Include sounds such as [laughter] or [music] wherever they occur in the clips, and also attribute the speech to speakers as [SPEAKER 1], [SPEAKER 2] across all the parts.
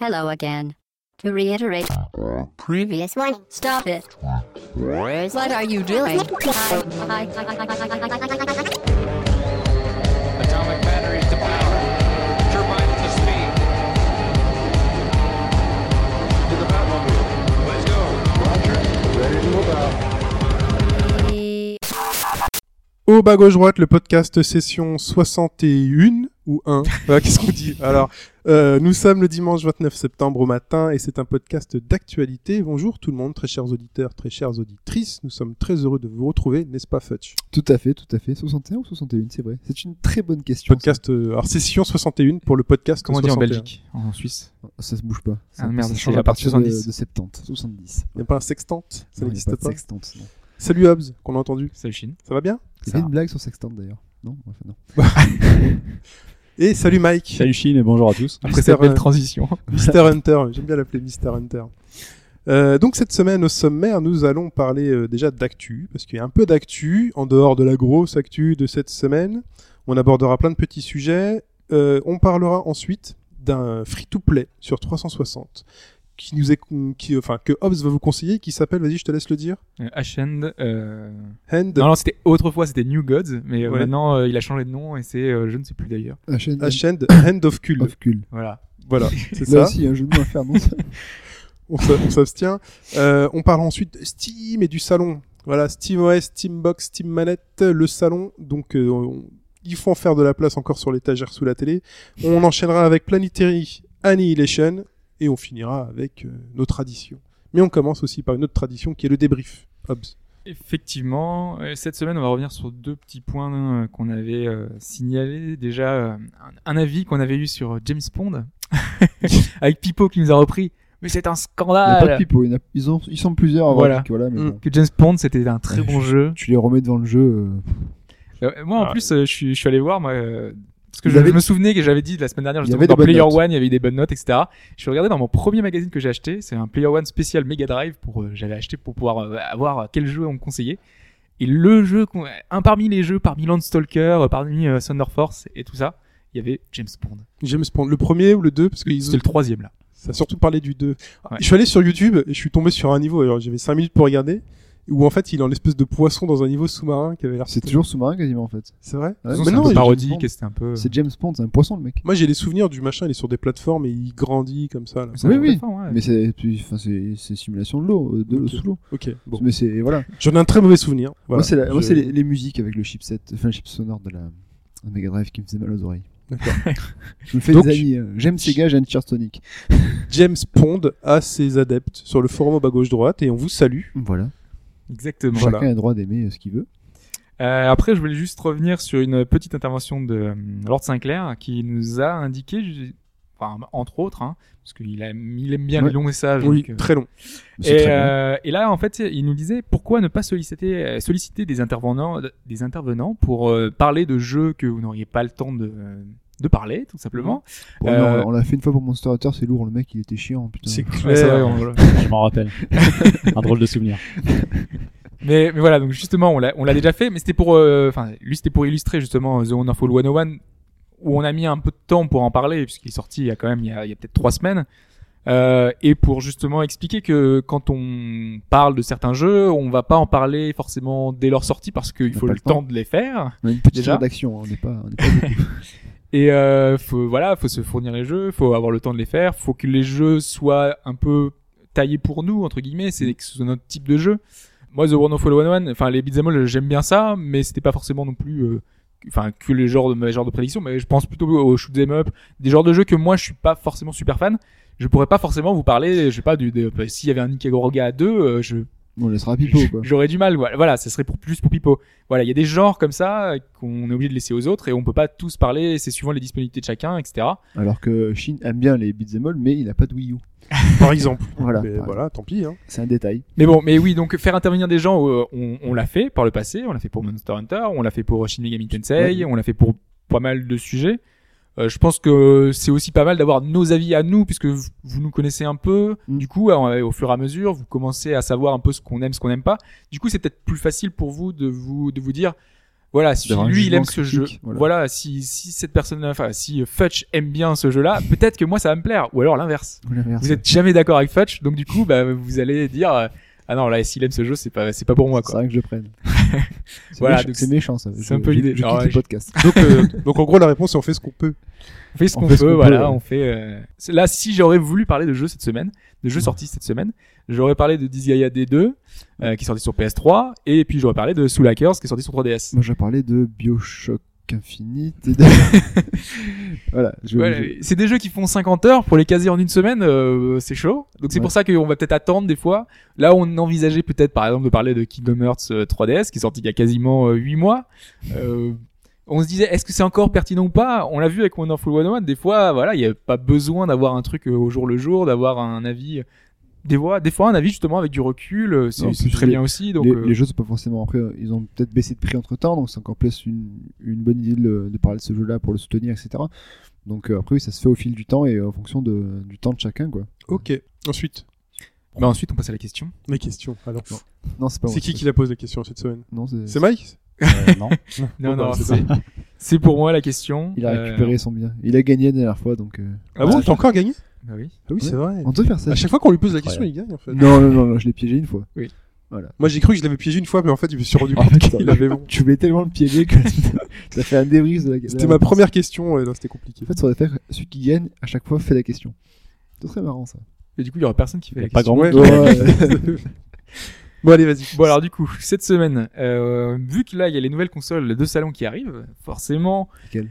[SPEAKER 1] Hello again. To reiterate, previous one, stop it. What are you doing? I- I- I-
[SPEAKER 2] Atomic batteries to power. Turbines to speed. To the Batmobile. Let's go.
[SPEAKER 3] Au bas gauche droite, le podcast session 61 ou 1. Voilà, Qu'est-ce qu'on dit Alors, euh, nous sommes le dimanche 29 septembre au matin et c'est un podcast d'actualité. Bonjour tout le monde, très chers auditeurs, très chères auditrices. Nous sommes très heureux de vous retrouver, n'est-ce pas Futch
[SPEAKER 4] Tout à fait, tout à fait. 61 ou 61, c'est vrai. C'est une très bonne question.
[SPEAKER 3] Podcast, euh, alors session 61 pour le podcast
[SPEAKER 5] Comment on dit en
[SPEAKER 3] 61.
[SPEAKER 5] Belgique En Suisse
[SPEAKER 4] ça. Ça se bouge pas.
[SPEAKER 5] Ah, merde,
[SPEAKER 4] ça
[SPEAKER 5] ça
[SPEAKER 4] change
[SPEAKER 5] va
[SPEAKER 4] à partir de,
[SPEAKER 5] 70.
[SPEAKER 4] de 70. 70.
[SPEAKER 3] Il n'y a pas un sextant Ça
[SPEAKER 4] Non, il y a
[SPEAKER 3] n'existe
[SPEAKER 4] de
[SPEAKER 3] pas,
[SPEAKER 4] Sextant, sinon.
[SPEAKER 3] Salut Hobbs, qu'on a entendu.
[SPEAKER 5] Salut Chine.
[SPEAKER 3] Ça va bien
[SPEAKER 4] Il y
[SPEAKER 5] Ça
[SPEAKER 4] avait
[SPEAKER 5] va.
[SPEAKER 4] une blague sur sextant d'ailleurs. Non, enfin, non.
[SPEAKER 3] Et salut Mike,
[SPEAKER 6] Salut Chine et bonjour à tous.
[SPEAKER 3] Après cette belle
[SPEAKER 5] [laughs] transition.
[SPEAKER 3] Mister Hunter. J'aime bien l'appeler Mister Hunter. Euh, donc cette semaine au sommaire, nous allons parler euh, déjà d'actu, parce qu'il y a un peu d'actu en dehors de la grosse actu de cette semaine. On abordera plein de petits sujets. Euh, on parlera ensuite d'un free-to-play sur 360 qui nous est, qui, enfin que Hobbs va vous conseiller, qui s'appelle, vas-y, je te laisse le dire.
[SPEAKER 5] Ashend. Euh...
[SPEAKER 3] Hand.
[SPEAKER 5] Non, non, c'était autrefois, c'était New Gods, mais euh,
[SPEAKER 3] Ouais.
[SPEAKER 5] maintenant euh, il a changé de nom et c'est, euh, je ne sais plus d'ailleurs.
[SPEAKER 3] Ah,
[SPEAKER 4] HN
[SPEAKER 3] Hand, Hand of Cul.
[SPEAKER 4] of Cul.
[SPEAKER 5] Voilà.
[SPEAKER 3] Voilà, c'est
[SPEAKER 4] Là
[SPEAKER 3] ça.
[SPEAKER 4] aussi, un jeu de mots à faire, non ça
[SPEAKER 3] on s- on s'abstient. Euh, on parle ensuite de Steam et du salon. Voilà, SteamOS, Steambox, Steam Manette, le salon. Donc, euh, on- il faut en faire de la place encore sur l'étagère sous la télé. On enchaînera avec Planetary Annihilation et on finira avec euh, nos traditions. Mais on commence aussi par une autre tradition qui est le débrief. Hobbs.
[SPEAKER 5] Effectivement, euh, cette semaine, on va revenir sur deux petits points euh, qu'on avait euh, signalés. Déjà, euh, un, un avis qu'on avait eu sur euh, James
[SPEAKER 4] [laughs]
[SPEAKER 5] Bond, avec Pipo qui nous a repris. Mais c'est
[SPEAKER 4] Il n'y
[SPEAKER 5] un
[SPEAKER 4] a
[SPEAKER 5] scandale
[SPEAKER 4] pas de pipo. il y en a- Ils, ont, ils sont plusieurs à avoir
[SPEAKER 5] Voilà.
[SPEAKER 4] dit que voilà, mais
[SPEAKER 3] Mm.
[SPEAKER 4] bon.
[SPEAKER 5] Que James Bond, c'était un
[SPEAKER 4] [laughs]
[SPEAKER 5] très
[SPEAKER 4] Ouais,
[SPEAKER 5] bon jeu.
[SPEAKER 4] Tu les remets devant le jeu. euh,
[SPEAKER 5] Euh, moi, en
[SPEAKER 3] Ah.
[SPEAKER 5] plus, euh, je suis, je suis allé voir, moi, euh, parce que
[SPEAKER 4] Il
[SPEAKER 5] je,
[SPEAKER 4] avait-
[SPEAKER 5] je me souvenais que j'avais dit la semaine dernière,
[SPEAKER 4] Il y
[SPEAKER 5] justement,
[SPEAKER 4] avait
[SPEAKER 5] dans
[SPEAKER 4] des bonnes
[SPEAKER 5] Player
[SPEAKER 4] notes.
[SPEAKER 5] One, il y avait eu des bonnes notes, etc. Je suis regardé dans mon premier magazine que j'ai acheté, c'est un Player One spécial Mega Drive pour, euh, j'avais acheté pour pouvoir euh, avoir quel jeu on me conseillait. Et le jeu, qu'on- un parmi les jeux, parmi Landstalker, euh, parmi euh, Thunder Force et tout ça, il y avait James Bond.
[SPEAKER 3] James Bond, le premier ou le deux Parce que
[SPEAKER 5] C'était le troisième, là.
[SPEAKER 3] Ça a surtout parlé du 2.
[SPEAKER 5] Ouais.
[SPEAKER 3] Je suis allé sur YouTube et je suis tombé sur un niveau, alors j'avais 5 minutes pour regarder, où en fait il est en espèce de poisson dans un niveau sous-marin qui avait l'air.
[SPEAKER 4] C'est toujours sous-marin quasiment en fait.
[SPEAKER 3] C'est vrai
[SPEAKER 4] Ouais,
[SPEAKER 3] Mais
[SPEAKER 5] c'est
[SPEAKER 4] c'est
[SPEAKER 5] un
[SPEAKER 3] non,
[SPEAKER 5] peu
[SPEAKER 3] il-
[SPEAKER 5] parodique et c'était un peu...
[SPEAKER 4] C'est James Bond, c'est un poisson le mec.
[SPEAKER 3] Moi j'ai les souvenirs du machin, il est sur des plateformes et il grandit comme ça. Là.
[SPEAKER 5] c'est un
[SPEAKER 4] Oui,
[SPEAKER 5] peu
[SPEAKER 4] oui.
[SPEAKER 5] défunt, ouais.
[SPEAKER 4] Mais c'est puis, enfin, c'est- c'est simulation de l'eau, euh, de l'eau
[SPEAKER 3] Ok.
[SPEAKER 4] sous l'eau.
[SPEAKER 3] Ok, bon.
[SPEAKER 4] Mais c'est voilà.
[SPEAKER 3] J'en ai un très mauvais souvenir. Voilà.
[SPEAKER 4] Moi, c'est la- moi,
[SPEAKER 3] Je-
[SPEAKER 4] c'est les, les musiques avec le chipset, enfin le chip sonore de la la Mega Drive qui me faisait mal aux oreilles.
[SPEAKER 3] D'accord.
[SPEAKER 4] [laughs] Je me fais
[SPEAKER 3] Donc-
[SPEAKER 4] des amis. euh, J'aime Sega, j'aime Cheers Tonic.
[SPEAKER 3] James Pond a ses adeptes sur le forum au bas gauche droite et on vous salue.
[SPEAKER 4] Voilà.
[SPEAKER 5] Exactement.
[SPEAKER 3] Voilà.
[SPEAKER 4] Chacun a le droit d'aimer euh, ce qu'il veut.
[SPEAKER 5] Euh, après, je voulais juste revenir sur une petite intervention de euh, Lord Sinclair qui nous a indiqué, ju- enfin, entre autres, hein, parce qu'il aime, il aime bien
[SPEAKER 4] Ouais.
[SPEAKER 5] les longs messages.
[SPEAKER 3] Oui,
[SPEAKER 5] donc, euh,
[SPEAKER 3] très long.
[SPEAKER 4] Mais c'est
[SPEAKER 5] et,
[SPEAKER 4] très bien.
[SPEAKER 5] euh, et là, en fait, il nous disait pourquoi ne pas solliciter, euh, solliciter des intervenants, des intervenants pour euh, parler de jeux que vous n'auriez pas le temps de, euh, de parler, tout simplement.
[SPEAKER 4] Bon, non,
[SPEAKER 5] euh,
[SPEAKER 4] on l'a fait une fois pour Monster Hunter, c'est lourd. Le mec, il était chiant. Putain.
[SPEAKER 3] C'est
[SPEAKER 5] Ouais, c'est vrai,
[SPEAKER 3] clair.
[SPEAKER 5] on- voilà.
[SPEAKER 6] Je m'en rappelle. Un drôle de souvenir.
[SPEAKER 5] Mais, mais voilà, donc justement, on l'a, on l'a déjà fait, mais c'était pour, euh, enfin, lui, c'était pour illustrer justement euh, The Wonderful 101, où on a mis un peu de temps pour en parler, puisqu'il est sorti il y a quand même, il y a, il y a peut-être trois semaines, euh, et pour justement expliquer que quand on parle de certains jeux, on va pas en parler forcément dès leur sortie, parce qu'il
[SPEAKER 4] n'a
[SPEAKER 5] faut
[SPEAKER 4] pas
[SPEAKER 5] le
[SPEAKER 4] le temps.
[SPEAKER 5] temps de les faire.
[SPEAKER 4] On a une petite
[SPEAKER 5] déjà.
[SPEAKER 4] rédaction. hein, On n'est pas. On n'est pas beaucoup.
[SPEAKER 5] Et euh, faut, voilà, faut se fournir les jeux, faut avoir le temps de les faire, faut que les jeux soient un peu taillés pour nous entre guillemets, c'est que ce soit notre type de jeu. Moi, The Wonderful 101, enfin les beat'em all, j'aime bien ça, mais c'était pas forcément non plus, euh, enfin que les genres de mes genres de prédiction, mais je pense plutôt aux shoot'em up, des genres de jeux que moi je suis pas forcément super fan. Je pourrais pas forcément vous parler, je sais pas, du, de- bah, s'il y avait un Nikagoroga à deux, euh, je
[SPEAKER 4] on laissera Pipo
[SPEAKER 5] [laughs]
[SPEAKER 4] quoi.
[SPEAKER 5] J'aurais du mal, voilà. Voilà, ça serait pour plus pour Pipo. Voilà, il y a des genres comme ça euh, qu'on est obligé de laisser aux autres et on peut pas tous parler. C'est suivant les disponibilités de chacun, etc.
[SPEAKER 4] Alors que Shin aime bien les beat'em all, mais il n'a pas de Wii U.
[SPEAKER 3] Par exemple.
[SPEAKER 4] Voilà.
[SPEAKER 3] Mais
[SPEAKER 4] Bah, par
[SPEAKER 3] voilà, tant
[SPEAKER 4] [laughs]
[SPEAKER 3] pis. Hein.
[SPEAKER 4] exemple. C'est un détail.
[SPEAKER 5] Mais bon, mais oui, donc faire intervenir des gens, euh, on, on l'a fait par le passé. On l'a fait pour Monster Hunter, on l'a fait pour Shin Megami Tensei,
[SPEAKER 4] Ouais.
[SPEAKER 5] on l'a fait pour pas mal de sujets. Euh, je pense que c'est aussi pas mal d'avoir nos avis à nous puisque vous, vous nous connaissez un peu.
[SPEAKER 4] Mm.
[SPEAKER 5] Du coup, euh, au fur et à mesure, vous commencez à savoir un peu ce qu'on aime, ce qu'on n'aime pas. Du coup, c'est peut-être plus facile pour vous de vous de vous dire Voilà, si
[SPEAKER 4] D'avoir un
[SPEAKER 5] lui il aime ce
[SPEAKER 4] jugement
[SPEAKER 5] jeu,
[SPEAKER 4] critique,
[SPEAKER 5] voilà,
[SPEAKER 4] voilà.
[SPEAKER 5] si, si cette personne, enfin si Futch aime bien ce jeu-là, peut-être que moi ça va me plaire, ou alors l'inverse.
[SPEAKER 4] Ou l'inverse.
[SPEAKER 5] Vous êtes jamais d'accord avec Futch, donc du coup bah vous allez dire euh, ah non là s'il aime ce jeu c'est pas c'est pas pour moi
[SPEAKER 4] C'est
[SPEAKER 5] quoi.
[SPEAKER 4] vrai que je le
[SPEAKER 5] [laughs]
[SPEAKER 4] prenne. C'est
[SPEAKER 5] Voilà,
[SPEAKER 4] méchant-
[SPEAKER 5] donc
[SPEAKER 4] c'est méchant ça.
[SPEAKER 5] c'est
[SPEAKER 4] Je-
[SPEAKER 5] un peu
[SPEAKER 4] je-
[SPEAKER 5] l'idée.
[SPEAKER 4] Je quitte
[SPEAKER 5] Alors,
[SPEAKER 4] le
[SPEAKER 5] je-
[SPEAKER 4] podcast.
[SPEAKER 3] Donc, euh, donc en gros, la réponse, c'est on fait ce qu'on peut.
[SPEAKER 5] On fait ce
[SPEAKER 4] On
[SPEAKER 5] qu'on
[SPEAKER 4] fait
[SPEAKER 5] peut,
[SPEAKER 4] ce qu'on peut,
[SPEAKER 5] voilà,
[SPEAKER 4] ouais.
[SPEAKER 5] on fait. euh, c'est- Là, si j'aurais voulu parler de jeux cette semaine, de
[SPEAKER 4] Mm.
[SPEAKER 5] jeux sortis cette semaine, j'aurais parlé de Disgaea D2 euh, qui est sorti sur PS3, et puis j'aurais parlé de Soul Hackers qui est sorti sur 3DS.
[SPEAKER 4] Moi, je vais parler de Bioshock Infinite. et
[SPEAKER 3] [laughs]
[SPEAKER 4] de- voilà. Je,
[SPEAKER 5] Voilà,
[SPEAKER 4] je-
[SPEAKER 5] c'est des jeux qui font 50 heures pour les caser en une semaine, euh, c'est chaud. Donc c'est
[SPEAKER 4] Ouais.
[SPEAKER 5] pour ça qu'on va peut-être attendre des fois. Là, on envisageait peut-être par exemple de parler de Kingdom Hearts euh, 3DS qui est sorti il y a quasiment 8 mois. Euh, on se disait est-ce que c'est encore pertinent ou pas On l'a vu avec Wonderful 101, des fois voilà, il n'y a pas besoin d'avoir un truc euh, au jour le jour, d'avoir un avis euh, des fois, des fois un avis justement avec du recul, euh, c'est
[SPEAKER 4] Non, en
[SPEAKER 5] c'est
[SPEAKER 4] plus,
[SPEAKER 5] très
[SPEAKER 4] les-
[SPEAKER 5] bien aussi donc
[SPEAKER 4] les,
[SPEAKER 5] euh,
[SPEAKER 4] les jeux sont pas forcément après, euh, ils ont peut-être baissé de prix entre temps, donc c'est encore plus une, une bonne idée de, le- de parler de ce jeu-là pour le soutenir, etc. Donc euh, après, oui, ça se fait au fil du temps et en fonction de, du temps de chacun, quoi.
[SPEAKER 3] Ok. Ensuite,
[SPEAKER 5] bah, ensuite on passe à la question.
[SPEAKER 3] la question. Alors, c'est
[SPEAKER 4] Non, c'est pas moi,
[SPEAKER 3] qui
[SPEAKER 4] pas-
[SPEAKER 3] qui la pose la question cette semaine
[SPEAKER 4] Non,
[SPEAKER 3] C'est Mike
[SPEAKER 6] Euh, non.
[SPEAKER 3] bah,
[SPEAKER 5] Non non,
[SPEAKER 3] c'est
[SPEAKER 5] c'est- c'est pour moi la question.
[SPEAKER 4] Il a
[SPEAKER 5] Euh,
[SPEAKER 4] récupéré son bien. Il a gagné la dernière fois, donc. euh,
[SPEAKER 3] Ah bon, t'as encore gagné
[SPEAKER 5] bah oui.
[SPEAKER 3] Ah oui, c'est vrai.
[SPEAKER 4] On peut faire ça.
[SPEAKER 3] À chaque fois qu'on lui pose la question, il gagne en fait.
[SPEAKER 4] Non, non, non, non, je l'ai piégé une fois.
[SPEAKER 3] Moi, j'ai cru que je l'avais piégé une fois, mais en fait, je me suis rendu
[SPEAKER 4] [laughs] Oh,
[SPEAKER 3] compte
[SPEAKER 4] putain.
[SPEAKER 3] qu'il avait bon.
[SPEAKER 4] Tu voulais tellement le piéger que [laughs] ça fait un débrief de la de
[SPEAKER 3] C'était
[SPEAKER 4] la-
[SPEAKER 3] ma première question, et là, c'était compliqué.
[SPEAKER 4] En fait, ça aurait faire celui qui gagne à chaque fois fait la question. C'est très marrant ça.
[SPEAKER 5] [laughs] Et du coup, il y aura personne qui fait la
[SPEAKER 6] Pas
[SPEAKER 5] question.
[SPEAKER 6] grand monde.
[SPEAKER 3] Ouais.
[SPEAKER 6] qui-
[SPEAKER 3] Bon, allez, vas-y.
[SPEAKER 5] Bon alors du coup, cette semaine, euh, vu que là il y a les nouvelles consoles de salon qui arrivent, forcément.
[SPEAKER 4] Lesquelles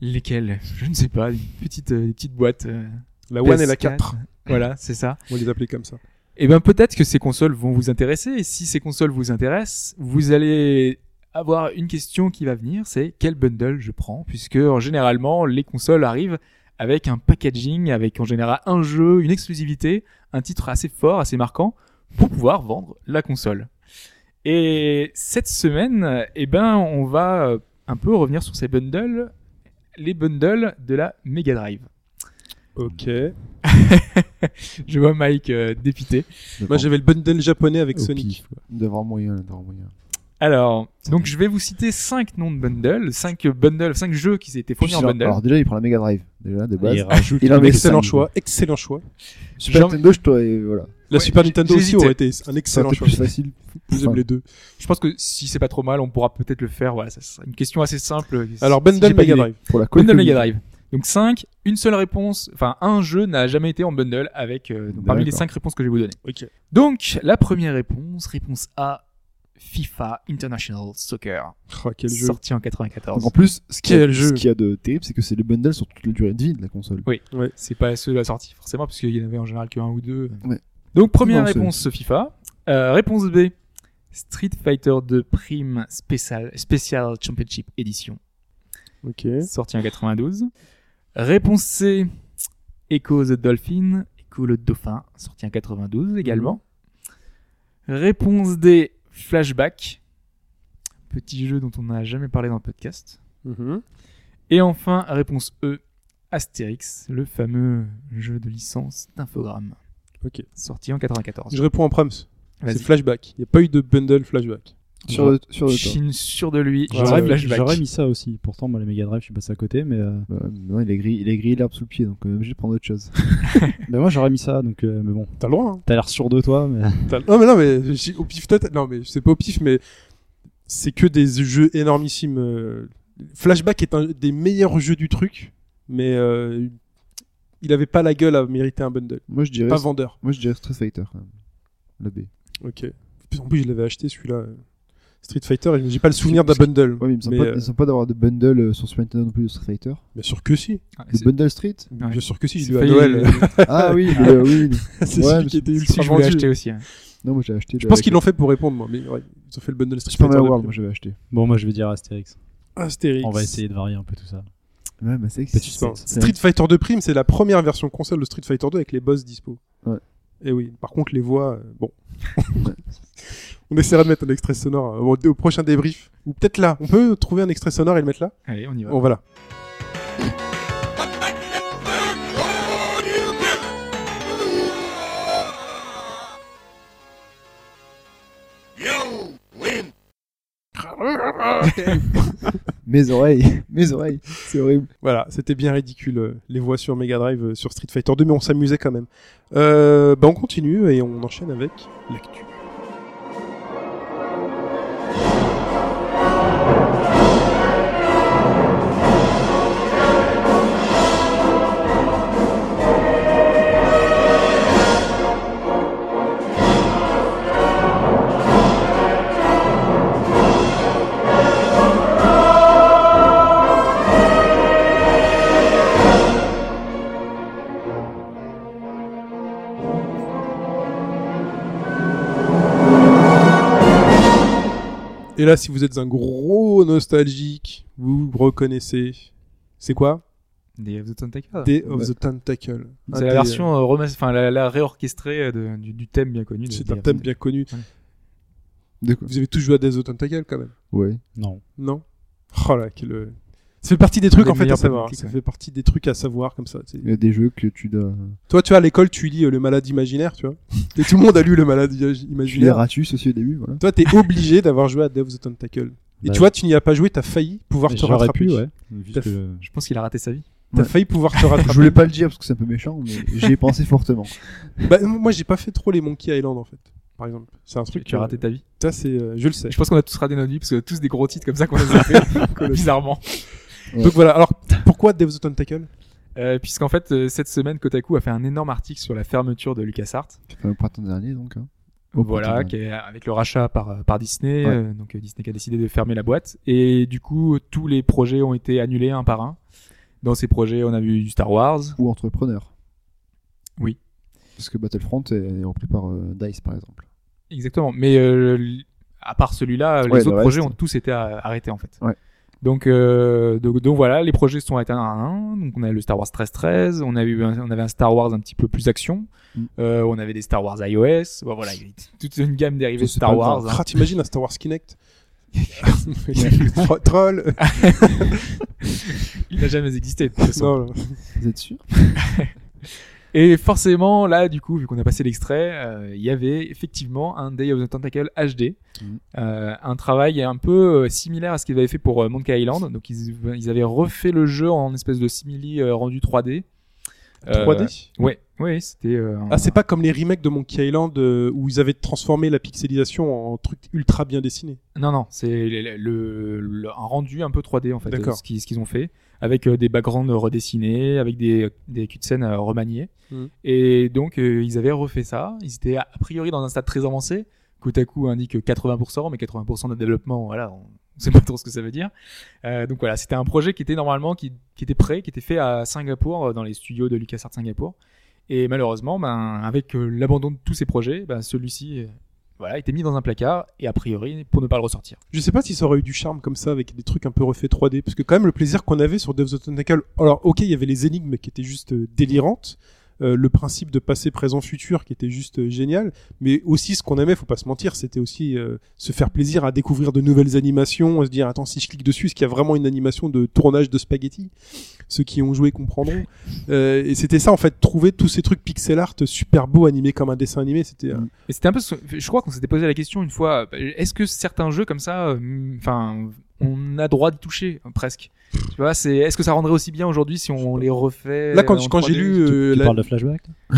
[SPEAKER 5] Lesquelles Je ne sais pas, des petites, euh, des petites boîtes. euh,
[SPEAKER 3] La 1 et la
[SPEAKER 5] PS4.
[SPEAKER 3] 4,
[SPEAKER 5] Voilà, c'est ça.
[SPEAKER 3] on les appelait comme ça.
[SPEAKER 5] Et ben peut-être que ces consoles vont vous intéresser. Et si ces consoles vous intéressent, vous allez avoir une question qui va venir, c'est quel bundle je prends Puisque euh, généralement les consoles arrivent avec un packaging, avec en général un jeu, une exclusivité, un titre assez fort, assez marquant, pour pouvoir vendre la console. Et cette semaine, eh ben on va euh, un peu revenir sur ces bundles, les bundles de la Mega Drive.
[SPEAKER 3] Ok.
[SPEAKER 5] [laughs] Je vois Mike euh, dépité.
[SPEAKER 3] Moi, j'avais le bundle japonais avec
[SPEAKER 6] Au
[SPEAKER 3] Sonic.
[SPEAKER 6] pif, quoi.
[SPEAKER 4] D'avoir moyen, d'avoir moyen.
[SPEAKER 5] Alors, donc je vais vous citer cinq noms de bundles, cinq bundles, cinq jeux qui étaient fournis en
[SPEAKER 4] Puis,
[SPEAKER 5] bundle.
[SPEAKER 4] Alors déjà, il prend la Mega Drive. Déjà,
[SPEAKER 3] Ah,
[SPEAKER 4] de base.
[SPEAKER 6] Et rajoute.
[SPEAKER 4] Ah, Il a un
[SPEAKER 3] Excellent choix, excellent choix.
[SPEAKER 4] Super
[SPEAKER 5] Jean-
[SPEAKER 4] Nintendo, je t'aurais. Voilà.
[SPEAKER 3] La
[SPEAKER 5] Ouais,
[SPEAKER 3] Super Nintendo aussi
[SPEAKER 5] j'hésitais.
[SPEAKER 3] aurait été un
[SPEAKER 4] C'est
[SPEAKER 3] excellent choix.
[SPEAKER 4] plus facile.
[SPEAKER 3] J'aime
[SPEAKER 4] Enfin,
[SPEAKER 3] les deux.
[SPEAKER 5] Je pense que si c'est pas trop mal, on pourra peut-être le faire. Voilà, ça sera une question assez simple.
[SPEAKER 3] Alors,
[SPEAKER 5] Si j'ai
[SPEAKER 3] bundle
[SPEAKER 5] pas
[SPEAKER 3] Mega
[SPEAKER 5] d'idée.
[SPEAKER 3] Drive.
[SPEAKER 4] Pour la collecte
[SPEAKER 5] Bundle Mega Drive. Donc cinq, une seule réponse, enfin un jeu n'a jamais été en bundle avec euh, donc, parmi les
[SPEAKER 4] D'accord.
[SPEAKER 5] cinq réponses que je vais vous donner.
[SPEAKER 3] Ok.
[SPEAKER 5] Donc la première réponse, réponse A, FIFA International Soccer,
[SPEAKER 3] Oh, quel jeu.
[SPEAKER 5] sorti en
[SPEAKER 4] Donc,
[SPEAKER 5] 94.
[SPEAKER 4] en plus, ce qu'il y, a-
[SPEAKER 3] Quel jeu.
[SPEAKER 4] ce qu'il y a de terrible, c'est que c'est le bundle sur toute la durée de vie de la console.
[SPEAKER 5] C'est pas ceux de la sortie, forcément, parce qu'il y en avait en général que un ou deux.
[SPEAKER 4] Ouais.
[SPEAKER 5] Donc, première
[SPEAKER 4] Non, c'est-
[SPEAKER 5] réponse, FIFA. Euh, réponse B, Street Fighter 2 Prime Special, Special Championship Edition,
[SPEAKER 3] Ok.
[SPEAKER 5] sorti en 92. Réponse C, Echo the Dolphin, Echo le Dauphin, sorti en 92 également.
[SPEAKER 4] Mhm.
[SPEAKER 5] Réponse D, Flashback, petit jeu dont on n'a jamais parlé dans le podcast.
[SPEAKER 3] Mhm.
[SPEAKER 5] Et enfin, réponse E, Astérix, le fameux jeu de licence d'Infogrames.
[SPEAKER 3] Ok.
[SPEAKER 5] Sorti en 94.
[SPEAKER 3] Je réponds en proms.
[SPEAKER 5] Vas-y.
[SPEAKER 3] C'est flashback. Il n'y a pas eu de bundle flashback.
[SPEAKER 4] Sur le, sur
[SPEAKER 5] Je
[SPEAKER 4] le temps.
[SPEAKER 5] suis sûr de lui.
[SPEAKER 3] J'aurais-
[SPEAKER 5] J'aurais
[SPEAKER 6] J'aurais
[SPEAKER 5] flashback.
[SPEAKER 6] mis ça aussi. Pourtant, moi, les Mega Drive, je suis passé à côté,
[SPEAKER 4] [laughs]
[SPEAKER 6] mais. euh,
[SPEAKER 4] Bah, non, il a grillé, il a grillé l'herbe sous le pied, donc euh, obligé de prendre autre chose.
[SPEAKER 6] Ben moi, j'aurais mis ça, donc. euh, Mais bon,
[SPEAKER 3] T'as le droit, hein.
[SPEAKER 6] t'as l'air sûr de toi,
[SPEAKER 4] [laughs]
[SPEAKER 6] mais.
[SPEAKER 3] T'as- Non, mais non, mais j'ai- au pif tête. Non, mais c'est pas au pif, mais c'est que des jeux énormissimes. euh, Flashback est un des meilleurs jeux du truc, mais euh, il avait pas la gueule à mériter un bundle.
[SPEAKER 4] Moi, je dirais.
[SPEAKER 3] Pas vendeur.
[SPEAKER 4] Moi, je dirais Street Fighter. quand même. La B.
[SPEAKER 3] Ok. En plus, je l'avais acheté celui-là. euh, Street Fighter, et j'ai pas le souvenir d'un bundle.
[SPEAKER 4] Ouais, mais il me semble
[SPEAKER 3] Mais,
[SPEAKER 4] pas, il
[SPEAKER 3] euh,
[SPEAKER 4] me semble pas d'avoir de bundle euh, sur Super Nintendo non plus de Street Fighter.
[SPEAKER 3] Bien sûr que si.
[SPEAKER 5] Ah,
[SPEAKER 4] Le
[SPEAKER 5] c'est-
[SPEAKER 4] bundle Street
[SPEAKER 5] Ouais.
[SPEAKER 3] Bien sûr que si,
[SPEAKER 5] c'est
[SPEAKER 3] je l'ai eu à
[SPEAKER 5] failli-
[SPEAKER 3] Noël.
[SPEAKER 4] Ah oui, mais, euh, oui.
[SPEAKER 3] [laughs] c'est
[SPEAKER 4] Ouais,
[SPEAKER 3] celui
[SPEAKER 4] mais
[SPEAKER 3] qui était
[SPEAKER 5] Celui
[SPEAKER 3] ultra
[SPEAKER 5] que je voulais
[SPEAKER 3] vendu.
[SPEAKER 5] acheter aussi. hein.
[SPEAKER 4] Non, moi j'ai acheté.
[SPEAKER 3] Je pense qu'ils l'ont fait pour répondre, moi. Mais ouais, ils ont fait le bundle Street
[SPEAKER 4] Super
[SPEAKER 3] Fighter.
[SPEAKER 4] Mario
[SPEAKER 3] de
[SPEAKER 4] World, moi
[SPEAKER 3] prime.
[SPEAKER 4] j'avais acheté.
[SPEAKER 6] Bon, moi, je vais dire Astérix.
[SPEAKER 3] Astérix.
[SPEAKER 6] On va essayer de varier un peu tout ça.
[SPEAKER 4] Ouais, mais c'est
[SPEAKER 6] Petit
[SPEAKER 4] c'est- c'est-
[SPEAKER 3] Street Fighter 2 Prime, c'est la première version console de Street Fighter 2 avec les boss dispo.
[SPEAKER 4] Ouais.
[SPEAKER 3] Et oui, par contre, les voix, euh, bon. [laughs] on essaiera de mettre un extrait sonore euh, au, au prochain débrief. Ou peut-être là. On peut trouver un extrait sonore et le mettre là
[SPEAKER 5] Allez, on y va.
[SPEAKER 3] On va là.
[SPEAKER 4] Mes oreilles, [laughs] mes oreilles, c'est horrible.
[SPEAKER 3] Voilà, c'était bien ridicule euh, les voix sur Mega Drive euh, sur Street Fighter 2, mais on s'amusait quand même. Euh, bah on continue et on enchaîne avec l'actu. Et là, si vous êtes un gros nostalgique, vous reconnaissez. C'est quoi
[SPEAKER 5] Des of the Tentacle.
[SPEAKER 3] Day of
[SPEAKER 4] Ouais.
[SPEAKER 3] the Tentacle. Un
[SPEAKER 5] C'est la
[SPEAKER 3] Ah, des,
[SPEAKER 5] version euh, remas- enfin la, la réorchestrée euh, de- du, du thème bien connu.
[SPEAKER 3] euh,
[SPEAKER 5] de-
[SPEAKER 3] C'est
[SPEAKER 5] des-
[SPEAKER 3] un thème bien connu.
[SPEAKER 4] De quoi
[SPEAKER 3] Vous avez tous joué à Day of the Tentacle quand même
[SPEAKER 4] Ouais.
[SPEAKER 6] Non.
[SPEAKER 3] Non Oh là, quel. Ça fait partie des trucs
[SPEAKER 5] Des
[SPEAKER 3] en fait à
[SPEAKER 5] meilleurs
[SPEAKER 3] savoir.
[SPEAKER 5] politiques,
[SPEAKER 3] Ça
[SPEAKER 5] ouais.
[SPEAKER 3] fait partie des trucs à savoir comme ça. c'est-
[SPEAKER 4] Il y a des jeux que tu dois.
[SPEAKER 3] Toi, tu vois, à l'école, tu lis euh, Le Malade Imaginaire, tu vois. Et tout le monde a lu Le Malade Imagi-
[SPEAKER 4] Tu les
[SPEAKER 3] Imaginaire.
[SPEAKER 4] ratus aussi au début, voilà.
[SPEAKER 3] Toi, t'es obligé d'avoir joué à Day of the Tentacle. Et
[SPEAKER 6] Bah,
[SPEAKER 3] tu vois, tu n'y as pas joué, t'as failli pouvoir te
[SPEAKER 6] J'aurais
[SPEAKER 3] rattraper.
[SPEAKER 6] pu, ouais. Juste
[SPEAKER 3] T'as
[SPEAKER 6] que-
[SPEAKER 5] Je pense qu'il a raté sa vie.
[SPEAKER 3] T'as
[SPEAKER 4] Ouais.
[SPEAKER 3] failli pouvoir te rattraper.
[SPEAKER 4] Je voulais pas le dire parce que c'est un peu méchant, mais j'y ai pensé fortement. [laughs]
[SPEAKER 3] Bah, moi, j'ai pas fait trop les Monkey Island en fait. Par exemple, c'est un
[SPEAKER 5] Tu,
[SPEAKER 3] truc.
[SPEAKER 5] tu as
[SPEAKER 3] euh,
[SPEAKER 5] raté ta vie.
[SPEAKER 3] Ça, c'est, euh, je le
[SPEAKER 5] [laughs]
[SPEAKER 3] sais.
[SPEAKER 5] Je pense qu'on a tous raté notre vie parce que tous des gros titres comme ça qu'on a
[SPEAKER 3] [laughs]
[SPEAKER 5] fait bizarrement.
[SPEAKER 3] Donc voilà. Alors, pourquoi Day of the Tentacle
[SPEAKER 5] Euh, Puisqu'en fait euh, cette semaine Kotaku a fait un énorme article sur la fermeture de LucasArts.
[SPEAKER 4] Enfin, au printemps dernier, donc. hein. Au
[SPEAKER 5] voilà,
[SPEAKER 4] printemps
[SPEAKER 5] qui est euh, avec le rachat par, euh, par Disney,
[SPEAKER 4] Ouais.
[SPEAKER 5] euh, donc euh, Disney qui a décidé de fermer la boîte. Et du coup, tous les projets ont été annulés un par un. Dans ces projets, on a vu du Star Wars.
[SPEAKER 4] dernier. Ou entrepreneur.
[SPEAKER 5] Oui.
[SPEAKER 4] Parce que Battlefront est repris par euh, Dice, par exemple.
[SPEAKER 5] Exactement. Mais euh, l- à part celui-là, les
[SPEAKER 4] Ouais, le
[SPEAKER 5] autres
[SPEAKER 4] reste.
[SPEAKER 5] projets ont tous été euh, arrêtés en fait.
[SPEAKER 4] Ouais.
[SPEAKER 5] Donc, euh, donc, donc voilà, les projets sont arrêtés un à un. Donc on a le Star Wars 13-13, on, a eu un- on avait un Star Wars un petit peu plus action,
[SPEAKER 4] Mm.
[SPEAKER 5] Euh, on avait des Star Wars iOS, Bon, voilà, il y a toute une gamme
[SPEAKER 4] Ça,
[SPEAKER 5] dérivée
[SPEAKER 4] c'est
[SPEAKER 5] Star
[SPEAKER 4] pas
[SPEAKER 5] Wars. hein.
[SPEAKER 3] Ah, t'imagines un Star Wars Kinect [laughs] Tro- Troll.
[SPEAKER 5] Il n'a jamais
[SPEAKER 4] [laughs]
[SPEAKER 5] existé de toute façon.
[SPEAKER 3] Non, non.
[SPEAKER 4] Vous êtes sûr
[SPEAKER 5] Et forcément, là, du coup, vu qu'on a passé l'extrait, euh, il y avait effectivement un Day of the Tentacle HD,
[SPEAKER 3] Mm.
[SPEAKER 4] Mhm.
[SPEAKER 5] Euh, un travail un peu euh, similaire à ce qu'ils avaient fait pour euh, Monkey Island. Donc, ils, ils avaient refait le jeu en espèce de simili euh, rendu 3D. Euh,
[SPEAKER 3] 3D.
[SPEAKER 5] Ouais, ouais, c'était. euh, un-
[SPEAKER 3] Ah, c'est pas comme les remakes de Monkey Island euh, où ils avaient transformé la pixelisation en truc ultra bien dessiné.
[SPEAKER 5] Non, non, c'est le, le- le- un rendu un peu 3D en fait,
[SPEAKER 3] D'accord.
[SPEAKER 5] euh, ce qu'ils ce qu'ils ont fait, avec euh, des backgrounds redessinés, avec des, des cutscenes euh, remaniées.
[SPEAKER 3] Mhm.
[SPEAKER 5] Et donc, euh, ils avaient refait ça. Ils étaient a priori dans un stade très avancé. Kotaku indique 80%, mais 80% de développement, voilà, on [laughs] ne sait pas trop ce que ça veut dire. Euh, donc voilà, c'était un projet qui était normalement, qui, qui était prêt, qui était fait à Singapour, euh, dans les studios de LucasArts Singapour. Et malheureusement, ben, avec euh, l'abandon de tous ces projets, ben, celui-ci euh, voilà, était mis dans un placard, et a priori, pour ne pas le ressortir.
[SPEAKER 3] Je sais pas si ça aurait eu du charme comme ça avec des trucs un peu refaits 3D, parce que quand même le plaisir qu'on avait sur Dev the Tentacle, alors ok, il y avait les énigmes qui étaient juste euh, délirantes, euh, le principe de passé, présent, futur qui était juste euh, génial, mais aussi ce qu'on aimait, faut pas se mentir, c'était aussi euh, se faire plaisir à découvrir de nouvelles animations, à se dire attends si je clique dessus, est-ce qu'il y a vraiment une animation de tournage de spaghetti Ceux qui ont joué comprendront. Euh, et c'était ça en fait, trouver tous ces trucs pixel art super beaux animés comme un dessin animé, c'était euh,
[SPEAKER 4] Mm.
[SPEAKER 5] Et c'était un peu, ce- je crois qu'on s'était posé la question une fois, euh, est-ce que certains jeux comme ça, euh, enfin, on a droit d'y toucher euh, presque. Tu vois, c'est, est-ce que ça rendrait aussi bien aujourd'hui si on les refait
[SPEAKER 3] Là, quand-
[SPEAKER 5] euh, en
[SPEAKER 3] quand j'ai
[SPEAKER 5] 3D?
[SPEAKER 3] lu,
[SPEAKER 6] Tu,
[SPEAKER 3] euh,
[SPEAKER 6] tu
[SPEAKER 3] la-
[SPEAKER 6] parles de flashback là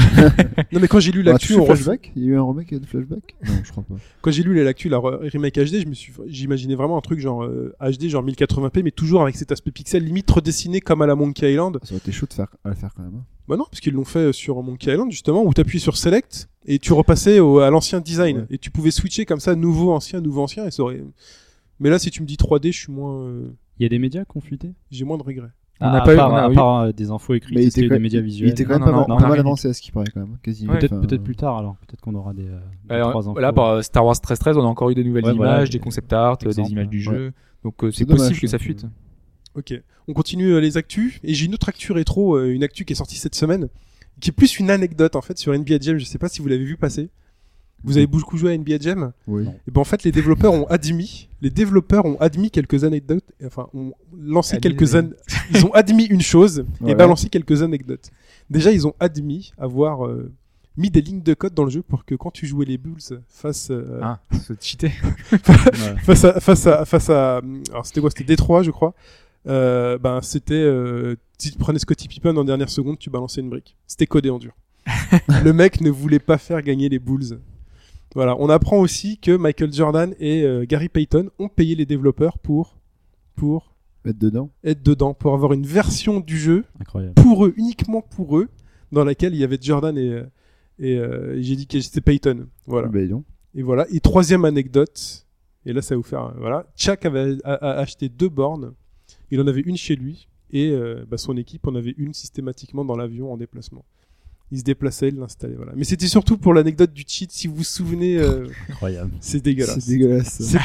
[SPEAKER 3] non mais quand j'ai lu
[SPEAKER 4] Ah,
[SPEAKER 3] l'actu,
[SPEAKER 4] tu fais
[SPEAKER 3] on refait-
[SPEAKER 4] flashback Il y a eu un remake de flashback Non, je crois pas.
[SPEAKER 3] quand j'ai lu les l'actu la re- remake HD je me suis j'imaginais vraiment un truc genre euh, HD genre 1080p mais toujours avec cet aspect pixel limite redessiné comme à la Monkey Island
[SPEAKER 4] Ça aurait été chaud de faire, à le faire quand même. hein.
[SPEAKER 3] bah non parce qu'ils l'ont fait sur Monkey Island justement où t'appuies sur Select et tu repassais au- à l'ancien design
[SPEAKER 4] Ouais.
[SPEAKER 3] et tu pouvais switcher comme ça nouveau ancien nouveau ancien et ça aurait mais là si tu me dis 3D je suis moins euh,
[SPEAKER 6] Il y a des médias qui ont fuité
[SPEAKER 3] j'ai moins de regrets
[SPEAKER 5] On
[SPEAKER 6] Ah,
[SPEAKER 5] n'a
[SPEAKER 6] à
[SPEAKER 5] pas eu-
[SPEAKER 6] part-
[SPEAKER 5] on a
[SPEAKER 6] à
[SPEAKER 5] eu-
[SPEAKER 6] part euh, des infos écrites,
[SPEAKER 4] Mais il
[SPEAKER 6] est-ce qu'il
[SPEAKER 4] était,
[SPEAKER 6] y a eu
[SPEAKER 4] quand...
[SPEAKER 6] des médias
[SPEAKER 4] il-
[SPEAKER 6] visuels.
[SPEAKER 4] il était quand même
[SPEAKER 5] Non,
[SPEAKER 4] pas,
[SPEAKER 5] non,
[SPEAKER 4] mal-
[SPEAKER 5] non,
[SPEAKER 4] pas
[SPEAKER 5] on a
[SPEAKER 4] mal
[SPEAKER 5] rien
[SPEAKER 4] avancé à ce qui paraît quand même. hein, Quasiment.
[SPEAKER 6] Peut-être
[SPEAKER 4] Enfin, euh.
[SPEAKER 6] peut-être plus tard alors, peut-être qu'on aura des, euh, des
[SPEAKER 5] Euh,
[SPEAKER 6] trois infos.
[SPEAKER 5] Là, par euh, Star Wars 13-13, on a encore eu des nouvelles
[SPEAKER 6] Ouais,
[SPEAKER 5] images,
[SPEAKER 6] voilà,
[SPEAKER 5] des
[SPEAKER 6] des-
[SPEAKER 5] concept art, euh, des
[SPEAKER 6] exemples,
[SPEAKER 5] images du
[SPEAKER 4] ouais.
[SPEAKER 5] jeu. Donc, euh, c'est
[SPEAKER 4] C'est dommage,
[SPEAKER 5] possible que
[SPEAKER 4] ça.
[SPEAKER 5] ça fuite.
[SPEAKER 3] Ok, on continue euh, les actus et j'ai une autre actu rétro, euh, une actu qui est sortie cette semaine, qui est plus une anecdote en fait sur NBA Jam. Je sais pas si vous l'avez vu passer. Vous avez beaucoup joué à NBA Jam.
[SPEAKER 4] Oui.
[SPEAKER 3] Et ben en fait les développeurs ont admis, les développeurs ont admis quelques anecdotes, enfin ont lancé
[SPEAKER 5] Admis,
[SPEAKER 3] quelques
[SPEAKER 5] oui.
[SPEAKER 3] an...
[SPEAKER 5] [laughs]
[SPEAKER 3] ils ont admis une chose et ben,
[SPEAKER 4] Voilà.
[SPEAKER 3] balancé quelques anecdotes. Déjà ils ont admis avoir euh, mis des lignes de code dans le jeu pour que quand tu jouais les Bulls face euh,
[SPEAKER 5] Ah, se cheater.
[SPEAKER 6] Ouais.
[SPEAKER 3] face à face à face à alors c'était quoi c'était Détroit je crois euh, ben c'était euh, si tu prenais Scottie Pippen en dernière seconde tu balançais une brique c'était codé en dur le mec ne voulait pas faire gagner les Bulls voilà on apprend aussi que Michael Jordan et euh, Gary Payton ont payé les développeurs pour pour
[SPEAKER 4] Mettre dedans.
[SPEAKER 3] être dedans pour avoir une version du jeu
[SPEAKER 6] Incroyable.
[SPEAKER 3] pour eux uniquement pour eux dans laquelle il y avait Jordan et euh, et euh, j'ai dit que c'était Payton voilà
[SPEAKER 4] Bah, dis donc.
[SPEAKER 3] et voilà. Et troisième anecdote, et là ça va vous faire. Voilà. Chuck avait a, a acheté deux bornes. Il en avait une chez lui et euh, bah, son équipe en avait une systématiquement dans l'avion en déplacement. Il se déplaçait, il l'installait. Voilà. Mais c'était surtout pour l'anecdote du cheat. Si vous vous souvenez,
[SPEAKER 5] [laughs]
[SPEAKER 3] euh,
[SPEAKER 6] Incroyable.
[SPEAKER 3] c'est
[SPEAKER 4] C'est
[SPEAKER 3] dégueulasse.
[SPEAKER 4] dégueulasse.
[SPEAKER 3] C'est